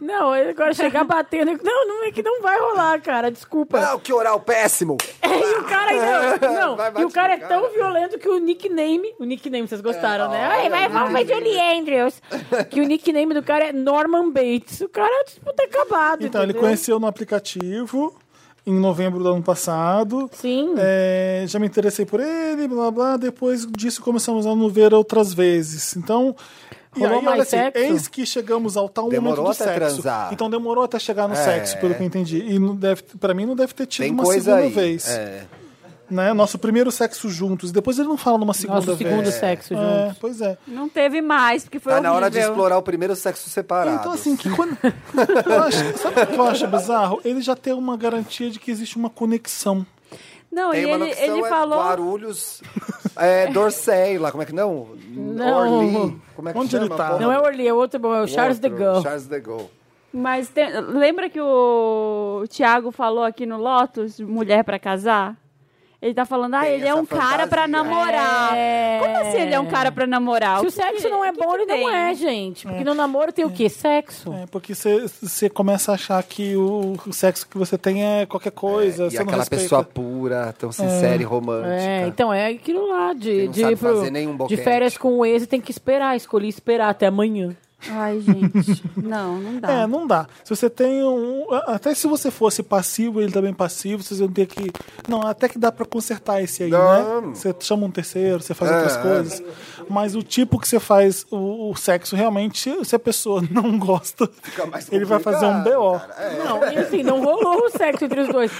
Speaker 3: Não, agora chegar batendo. Não, não é que não vai rolar, cara. Desculpa.
Speaker 7: Não, que oral péssimo!
Speaker 3: E o cara ainda. Não,
Speaker 7: Vai, bate
Speaker 3: e o cara é
Speaker 7: no cara. É,
Speaker 3: tão violento que o nickname. O nickname, vocês gostaram, né? Ai, vai,
Speaker 7: olha,
Speaker 3: vai, vai, Julie Andrews. Que o nickname do cara é Norman Bates. O cara, tipo, tá acabado.
Speaker 1: Então, ele
Speaker 3: entendeu?
Speaker 1: conheceu no aplicativo em novembro do ano passado.
Speaker 3: Sim.
Speaker 1: É, já me interessei por ele, blá blá. Depois disso começamos a nos ver outras vezes. Então. E
Speaker 3: Rolou
Speaker 1: aí, olha
Speaker 3: mais
Speaker 1: assim,
Speaker 3: sexo?
Speaker 1: eis que chegamos ao tal
Speaker 7: Demorou
Speaker 1: momento do
Speaker 7: até
Speaker 1: sexo.
Speaker 7: transar.
Speaker 1: Então demorou até chegar no
Speaker 7: É.
Speaker 1: sexo, pelo que eu entendi. E não deve, pra mim não deve ter tido
Speaker 7: Tem
Speaker 1: uma
Speaker 7: coisa
Speaker 1: segunda
Speaker 7: aí.
Speaker 1: vez.
Speaker 7: É.
Speaker 1: Né? Nosso primeiro sexo juntos. Depois ele não fala numa segunda
Speaker 3: Nosso
Speaker 1: vez.
Speaker 3: segundo sexo
Speaker 1: É,
Speaker 3: juntos.
Speaker 1: pois é.
Speaker 6: Não teve mais, porque foi
Speaker 7: Tá na hora de
Speaker 6: horrível.
Speaker 7: explorar o primeiro sexo separado.
Speaker 1: Então, assim, que quando... eu acho- sabe o que eu acho bizarro? Ele já tem uma garantia de que existe uma conexão.
Speaker 6: Não,
Speaker 7: Tem
Speaker 6: e
Speaker 7: uma
Speaker 6: ele,
Speaker 7: locução,
Speaker 6: ele
Speaker 7: é
Speaker 6: falou.
Speaker 7: Guarulhos, é, Dorsey lá, como é que não?
Speaker 3: Não.
Speaker 7: Orly. Como é que
Speaker 1: Onde
Speaker 7: chama?
Speaker 1: ele tá?
Speaker 7: porra?
Speaker 3: Não é o Orly, é outro bom, é o Charles de
Speaker 7: Outro,
Speaker 3: Gaulle.
Speaker 7: Charles de Gaulle.
Speaker 6: Mas tem- lembra que o, o Thiago falou aqui no Lotus, mulher pra casar? Ele tá falando, ah,
Speaker 7: Tem
Speaker 6: ele é
Speaker 7: essa
Speaker 6: um cara pra
Speaker 7: fantasia.
Speaker 6: namorar.
Speaker 3: É.
Speaker 6: Como assim ele é um cara pra namorar?
Speaker 3: Se o
Speaker 6: que
Speaker 3: sexo
Speaker 6: que-
Speaker 3: não é
Speaker 6: que
Speaker 3: bom,
Speaker 6: que
Speaker 3: ele
Speaker 6: tem?
Speaker 3: não é, gente. Porque no namoro tem o quê?
Speaker 7: Tipo.
Speaker 3: Sexo.
Speaker 1: É, porque você começa a achar que o, o sexo que você tem é qualquer coisa.
Speaker 7: E
Speaker 1: você não
Speaker 7: aquela
Speaker 1: respeita.
Speaker 7: pessoa pura, tão sincera e romântica.
Speaker 3: É, então é aquilo lá de,
Speaker 7: não
Speaker 3: de
Speaker 7: sabe
Speaker 3: ir pro-
Speaker 7: fazer nenhum
Speaker 3: de
Speaker 7: boquete.
Speaker 3: férias com o ex tem que esperar, escolhi esperar até amanhã.
Speaker 6: Ai, gente. Não, não dá.
Speaker 1: É, não dá. Se você tem um. Até se você fosse passivo, ele também passivo, vocês vão ter que. Não, até que dá pra consertar esse aí, né?
Speaker 7: Não.
Speaker 1: Você chama um terceiro, você faz outras
Speaker 7: é.
Speaker 1: coisas. Mas o tipo que você faz o, o sexo, realmente, se a pessoa não gosta,
Speaker 7: mais
Speaker 1: ele vai fazer um
Speaker 7: complicado,
Speaker 1: BO.
Speaker 7: cara. É.
Speaker 3: Não, e assim, não rolou o sexo entre os dois.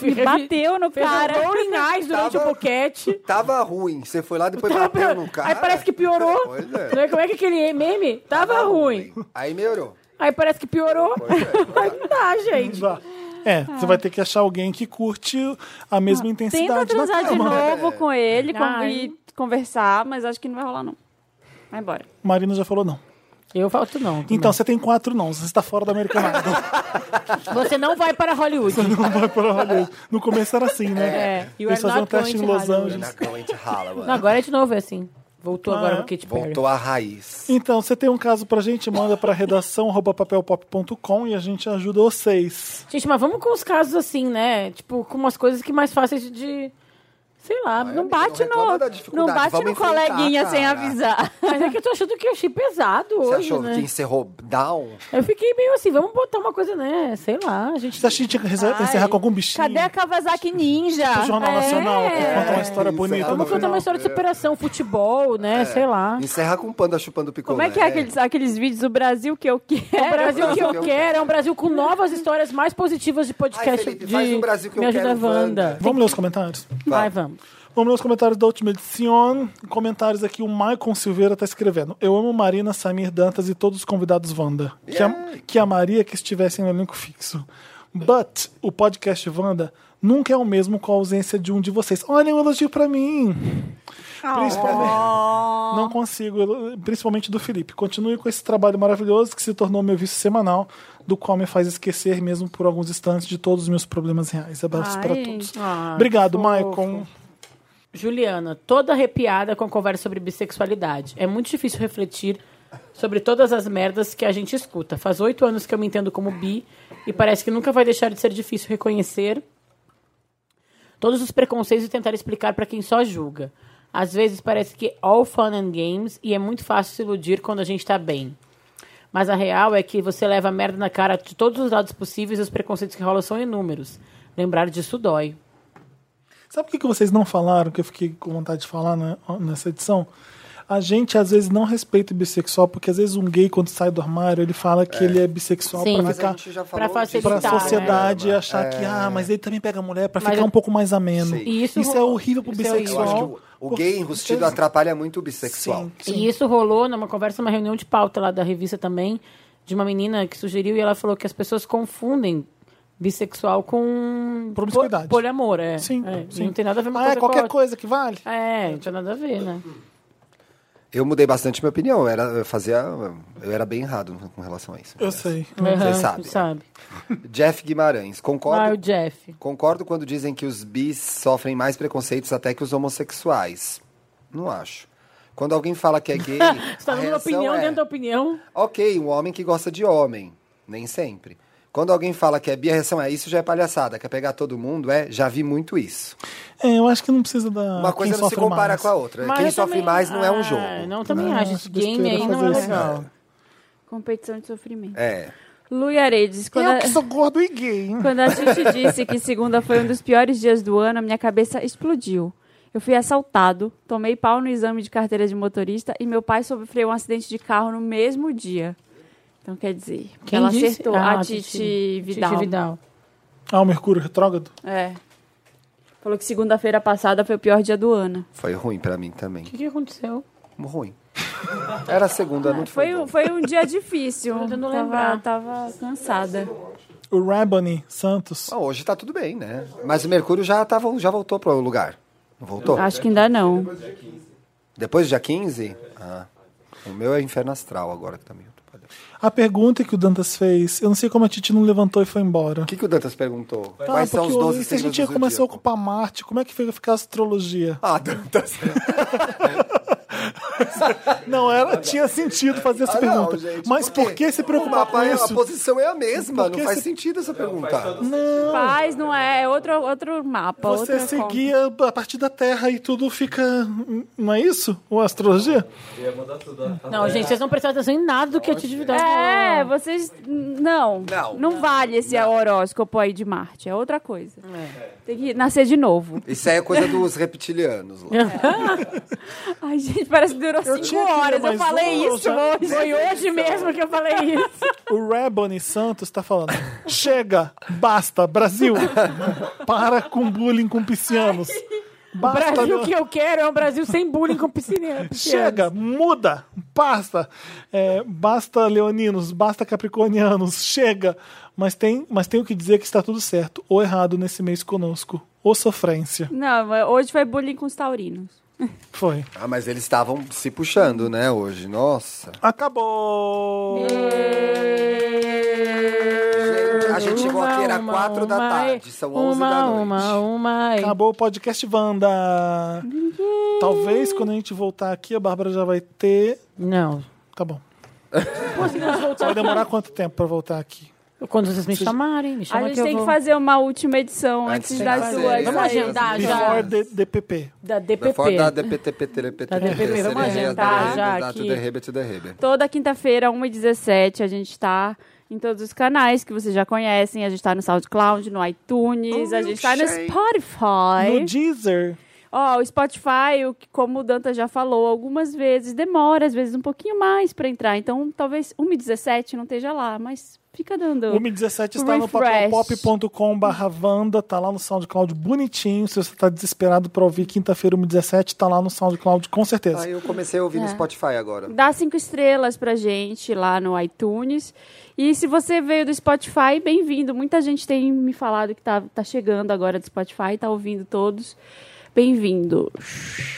Speaker 6: Ele bateu no
Speaker 3: Fez
Speaker 6: cara.
Speaker 3: um rolling eyes durante
Speaker 7: Tava-
Speaker 3: o boquete.
Speaker 7: Tava ruim, você foi lá depois
Speaker 3: Tava
Speaker 7: bateu
Speaker 3: pior-
Speaker 7: no cara.
Speaker 3: Aí parece que piorou.
Speaker 7: Pois é.
Speaker 3: Não é? Como é que aquele meme? Tava ruim.
Speaker 7: Aí melhorou.
Speaker 3: Aí parece que piorou.
Speaker 7: é.
Speaker 3: Aí não dá, gente.
Speaker 1: Dá. É, você vai ter que achar alguém que curte a mesma
Speaker 6: Ah. Tenta
Speaker 1: intensidade
Speaker 6: transar
Speaker 1: na
Speaker 6: de
Speaker 1: cama.
Speaker 6: novo com ele com-
Speaker 3: Ai.
Speaker 6: e conversar, mas acho que não vai rolar, não. Vai embora.
Speaker 1: Marina já falou não.
Speaker 3: Eu falto não. também.
Speaker 1: Então, você tem quatro não, você está fora da Americanada.
Speaker 3: Você não vai para Hollywood.
Speaker 1: não vai para Hollywood. No começo era assim, né?
Speaker 3: É, you
Speaker 1: Eles
Speaker 3: are
Speaker 1: faziam um
Speaker 3: not
Speaker 1: teste em
Speaker 3: going to
Speaker 1: Los
Speaker 3: Hollywood.
Speaker 1: Angeles.
Speaker 7: Na Coente Halloween.
Speaker 3: Não, agora é de novo, é assim. Voltou
Speaker 1: Ah,
Speaker 3: agora
Speaker 1: é?
Speaker 3: pro Kit Perry.
Speaker 7: Voltou à raiz.
Speaker 1: Então, você tem um caso pra gente, manda pra redação arroba papelpop.com e a gente ajuda vocês.
Speaker 3: Gente, mas vamos com os casos assim, né? Tipo, com umas coisas que mais fáceis de- de. Sei lá.
Speaker 7: é
Speaker 6: Não
Speaker 3: Não...
Speaker 6: bate
Speaker 3: Tá
Speaker 7: reclama
Speaker 6: no,
Speaker 7: da
Speaker 6: não
Speaker 7: dificuldade,
Speaker 6: bate
Speaker 7: vamos
Speaker 6: no
Speaker 7: enfrentar,
Speaker 6: coleguinha sem
Speaker 7: cara.
Speaker 6: avisar.
Speaker 3: Mas é que eu tô achando que eu achei pesado
Speaker 7: Você
Speaker 3: hoje,
Speaker 7: achou
Speaker 3: né?
Speaker 7: que encerrou down?
Speaker 3: Eu fiquei meio assim, vamos botar uma coisa, né? Sei lá, a gente
Speaker 1: Você
Speaker 3: tá
Speaker 1: acha que a gente ia reza- encerrar com algum bichinho?
Speaker 6: Cadê a Kawasaki Ninja?
Speaker 1: é
Speaker 6: É.
Speaker 1: O Jornal
Speaker 3: É.
Speaker 1: Nacional, né, que conta uma história
Speaker 7: Isso,
Speaker 1: bonita.
Speaker 7: vamos
Speaker 1: no
Speaker 3: Vamos contar
Speaker 1: final.
Speaker 3: uma
Speaker 7: é.
Speaker 3: história de superação, futebol, né? Sei lá.
Speaker 7: Encerra com o panda chupando picolé.
Speaker 6: Como é que é aqueles, aqueles vídeos do Brasil que eu quero?
Speaker 3: O Brasil que
Speaker 7: que
Speaker 3: eu
Speaker 7: eu
Speaker 3: quero é um Brasil com novas histórias mais positivas de podcast.
Speaker 7: Ai, Felipe,
Speaker 3: de...
Speaker 7: faz um Brasil que eu
Speaker 3: Me ajuda,
Speaker 7: quero, Wanda.
Speaker 3: Wanda.
Speaker 1: Vamos ler os comentários?
Speaker 3: Vai, vamos.
Speaker 1: Vamos ler os comentários da última edição. Comentários aqui, o Maicon Silveira tá escrevendo. Eu amo Marina, Samir Dantas e todos os convidados Wanda. Que a, que a Maria que estivesse no elenco fixo. But o podcast Wanda nunca é o mesmo com a ausência de um de vocês. Olha um elogio pra mim.
Speaker 3: Ah.
Speaker 1: Principalmente. Não consigo, eu- principalmente do Felipe. Continue com esse trabalho maravilhoso que se tornou meu vício semanal, do qual me faz esquecer mesmo por alguns instantes de todos os meus problemas reais. Abraços
Speaker 6: Ai,
Speaker 1: para todos.
Speaker 3: ah,
Speaker 1: Obrigado,
Speaker 3: fofo.
Speaker 1: Maicon.
Speaker 3: Juliana, toda arrepiada com a conversa sobre bissexualidade. É muito difícil refletir sobre todas as merdas que a gente escuta. Faz oito anos que eu me entendo como bi e parece que nunca vai deixar de ser difícil reconhecer todos os preconceitos e tentar explicar pra quem só julga. Às vezes parece que é all fun and games e é muito fácil se iludir quando a gente tá bem. Mas a real é que você leva merda na cara de todos os lados possíveis e os preconceitos que rolam são inúmeros. Lembrar disso dói.
Speaker 1: Sabe o que que vocês não falaram, que eu fiquei com vontade de falar né, nessa edição? A gente às vezes não respeita o bissexual, porque às vezes um gay, quando sai do armário, ele fala que ele é bissexual
Speaker 3: Sim.
Speaker 1: pra
Speaker 7: Mas a
Speaker 1: ficar.
Speaker 7: gente tá já
Speaker 3: Pra
Speaker 7: falou
Speaker 1: Pra
Speaker 3: facilitar,
Speaker 7: disso.
Speaker 3: né?
Speaker 1: sociedade achar que, ah, mas ele também pega mulher pra
Speaker 3: Mas
Speaker 1: ficar
Speaker 3: eu-
Speaker 1: um pouco mais ameno.
Speaker 7: É. Sim.
Speaker 3: E isso
Speaker 1: Isso é
Speaker 3: ro-
Speaker 1: horrível pro
Speaker 3: isso é horrível.
Speaker 7: Eu acho que
Speaker 1: bissexual.
Speaker 7: o, o gay enrustido atrapalha muito o bissexual.
Speaker 1: Sim.
Speaker 3: E isso rolou numa conversa, numa reunião de pauta lá da revista também, de de uma menina que sugeriu e ela falou que as pessoas confundem bissexual com
Speaker 1: Promiscuidade.
Speaker 3: po- poliamor, é.
Speaker 1: Sim,
Speaker 3: É,
Speaker 1: sim.
Speaker 3: Não tem nada a ver uma
Speaker 1: Ah,
Speaker 3: coisa
Speaker 1: é qualquer
Speaker 3: com a outra.
Speaker 1: coisa que vale?
Speaker 3: É, não tinha nada a ver, né?
Speaker 7: Eu mudei bastante minha opinião. Eu era, eu fazia, eu era bem errado com relação a isso.
Speaker 1: Eu sei.
Speaker 3: Aham,
Speaker 7: sabe.
Speaker 3: sabe.
Speaker 7: Jeff Guimarães, concordo.
Speaker 3: Ah, o Jeff.
Speaker 7: Concordo quando dizem que os bis sofrem mais preconceitos até que os homossexuais. Não acho. Quando alguém fala que é gay.
Speaker 3: Você tá
Speaker 7: a
Speaker 3: dando uma
Speaker 7: reação
Speaker 3: opinião
Speaker 7: é,
Speaker 3: dentro da opinião.
Speaker 7: Ok, um homem que gosta de homem. Nem sempre. Quando alguém fala que é bi, a reação é isso já é palhaçada. Quer pegar todo mundo? É, já vi muito isso.
Speaker 1: É, eu acho que não precisa
Speaker 3: Ah,
Speaker 1: da.
Speaker 7: Uma coisa
Speaker 1: quem
Speaker 7: não se
Speaker 1: sofre
Speaker 7: compara
Speaker 1: mais.
Speaker 7: com a outra. né?
Speaker 3: Mas
Speaker 7: Quem
Speaker 3: eu
Speaker 7: sofre
Speaker 3: também-
Speaker 7: mais não é um
Speaker 3: Ah,
Speaker 7: jogo.
Speaker 3: Não, também
Speaker 1: Ah,
Speaker 3: acho. Esse game
Speaker 1: besteira
Speaker 3: aí não é
Speaker 1: fazer isso.
Speaker 3: legal.
Speaker 6: Competição de sofrimento.
Speaker 7: É.
Speaker 6: Lui Aredes, quando a,
Speaker 1: Eu que sou gordo e gay, hein?
Speaker 6: quando a gente disse que segunda foi um dos piores dias do ano, a minha cabeça explodiu. Eu fui assaltado, tomei pau no exame de carteira de motorista e meu pai sofreu um acidente de carro no mesmo dia. Então quer dizer,
Speaker 3: Quem
Speaker 6: ela
Speaker 3: disse?
Speaker 6: acertou
Speaker 3: Ah,
Speaker 6: a Titi, Vidal.
Speaker 3: Titi Vidal.
Speaker 1: Ah, o Mercúrio retrógrado?
Speaker 6: É. Falou que segunda-feira passada foi o pior dia do ano.
Speaker 7: Foi ruim pra mim também.
Speaker 3: O que, que aconteceu?
Speaker 7: Ruim. Era a segunda, não foi?
Speaker 6: Foi,
Speaker 7: bom.
Speaker 6: um- foi um dia difícil.
Speaker 3: Tô tentando
Speaker 6: tava,
Speaker 3: lembrar.
Speaker 6: tava cansada.
Speaker 1: O Rabani Santos.
Speaker 7: Bom, hoje tá tudo bem, né? Mas o Mercúrio já, tava, já voltou pro lugar. Não voltou?
Speaker 6: Acho que ainda não.
Speaker 7: Depois do dia 15? Ah. O meu é inferno astral agora que tá meio. atrapalhado.
Speaker 1: A pergunta que o Dantas fez, eu não sei como a Titi não levantou e foi embora.
Speaker 7: O que, que o Dantas perguntou?
Speaker 1: Ah,
Speaker 7: Quais são os
Speaker 1: porque o-
Speaker 7: 12
Speaker 1: Se a
Speaker 7: signos
Speaker 1: gente
Speaker 7: do
Speaker 1: ia começar a
Speaker 7: zodíaco?
Speaker 1: ocupar Marte, como é que fica ficar a astrologia?
Speaker 7: Ah, Dantas.
Speaker 1: Não, era, tinha sentido fazer essa
Speaker 7: Ah, não,
Speaker 1: pergunta.
Speaker 7: gente,
Speaker 1: Mas
Speaker 7: por quê?
Speaker 1: por que se
Speaker 7: o
Speaker 1: preocupar com
Speaker 7: mapa é- A
Speaker 1: isso?
Speaker 7: posição é a mesma, não
Speaker 1: que
Speaker 7: faz
Speaker 1: esse-
Speaker 7: sentido essa pergunta.
Speaker 6: Paz não é, é outro, outro mapa.
Speaker 1: Você
Speaker 6: outra
Speaker 1: seguia a partir da Terra e tudo fica. Não é isso? Ou a astrologia?
Speaker 10: Eu ia mudar tudo. a-
Speaker 3: Não, gente, vocês não prestaram atenção em nada do que a Titi Vidal falou.
Speaker 6: É, vocês. Não. Não, vale esse horóscopo aí de Marte. É outra coisa. Tem que nascer de novo.
Speaker 7: Isso aí é coisa dos reptilianos. lá.
Speaker 6: Ai, gente, parece que durou cinco
Speaker 1: tinha que ler
Speaker 6: horas. Eu
Speaker 1: mais
Speaker 6: falei
Speaker 1: uma, eu
Speaker 6: isso
Speaker 1: já-
Speaker 6: hoje. Foi hoje mesmo que eu falei isso.
Speaker 1: O Rebony Santos tá falando: chega, basta, Brasil, para com bullying com piscianos.
Speaker 3: O
Speaker 1: Basta,
Speaker 3: Brasil
Speaker 1: meu-
Speaker 3: que eu quero é um Brasil sem bullying com piscina.
Speaker 1: Chega, muda, basta. É, basta leoninos, basta capricornianos, chega. Mas tem, mas tenho que dizer que está tudo certo ou errado nesse mês conosco. Ou sofrência.
Speaker 6: Não, mas hoje foi bullying com os taurinos.
Speaker 1: Foi.
Speaker 7: Ah, mas eles estavam se puxando, né, hoje. Nossa.
Speaker 1: Acabou!
Speaker 7: Gente, a gente chegou aqui, era 4 da tarde, são 11
Speaker 3: uma,
Speaker 7: da noite.
Speaker 3: Uma, uma, uma.
Speaker 1: Acabou o podcast Wanda. Talvez quando a gente voltar aqui, a Bárbara já vai ter.
Speaker 3: Não.
Speaker 1: Tá bom. Vai demorar quanto tempo pra voltar aqui?
Speaker 3: Quando vocês me chamarem, me
Speaker 6: A
Speaker 3: chamam que
Speaker 6: gente
Speaker 3: eu
Speaker 6: tem é que
Speaker 3: vou.
Speaker 6: fazer uma última edição
Speaker 7: Antes
Speaker 6: antes
Speaker 7: de
Speaker 6: das
Speaker 7: fazer,
Speaker 6: duas.
Speaker 3: Vamos
Speaker 7: Isso aí,
Speaker 3: agendar já.
Speaker 1: Before the DPP.
Speaker 3: Da
Speaker 7: Da
Speaker 3: DPP.
Speaker 7: fora da DPTPTPT.
Speaker 3: Da DPP, vamos agendar já aqui.
Speaker 7: Tudo é rebe, tudo é rebe.
Speaker 6: Toda quinta-feira, 1h17, a gente está em todos os canais que vocês já conhecem. A gente está no SoundCloud, no iTunes, a gente está no
Speaker 1: No
Speaker 6: Spotify.
Speaker 1: Deezer.
Speaker 6: Ó, o Spotify, o que- como o Danta já falou algumas vezes, demora às vezes um pouquho mais para entrar. Então, talvez 1h17 não esteja lá, mas fica dando.
Speaker 1: O Mi 17 está no
Speaker 6: Refresh.
Speaker 1: papelpop.com barra Wanda, tá lá no SoundCloud bonitinho. Se você tá desesperado pra ouvir quinta-feira o Mi 17, tá lá no SoundCloud com certeza.
Speaker 7: Aí eu comecei a ouvir no Spotify agora.
Speaker 6: Dá cinco estrelas pra gente lá no iTunes. E se você veio do Spotify, bem-vindo. Muita gente tem me falado que tá, tá chegando agora do Spotify, tá ouvindo todos. Bem-vindo.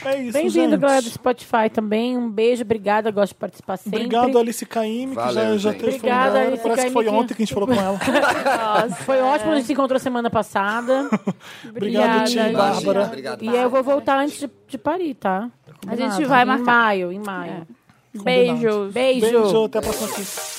Speaker 1: É isso,
Speaker 3: Bem-vindo,
Speaker 1: gente.
Speaker 3: galera do Spotify também. Um beijo, obrigada. Gosto de participar sempre.
Speaker 1: Obrigado, Alice Caime, que já,
Speaker 7: Valeu,
Speaker 1: já
Speaker 7: gente.
Speaker 1: teve
Speaker 3: Obrigada,
Speaker 1: falando.
Speaker 3: Alice
Speaker 1: Parece que foi
Speaker 3: Caymmi, que-
Speaker 1: ontem que a gente falou com ela.
Speaker 3: Foi ótimo, a gente se encontrou semana passada.
Speaker 1: Obrigado, Tim,
Speaker 6: Obrigada,
Speaker 1: Bárbara.
Speaker 7: Obrigado.
Speaker 3: E eu vou voltar antes de, de Paris, tá?
Speaker 6: A gente vai
Speaker 3: Em
Speaker 6: marcar. É.
Speaker 3: maio, em maio.
Speaker 6: Beijos.
Speaker 3: Beijo.
Speaker 1: Beijo, até a próxima. quinta.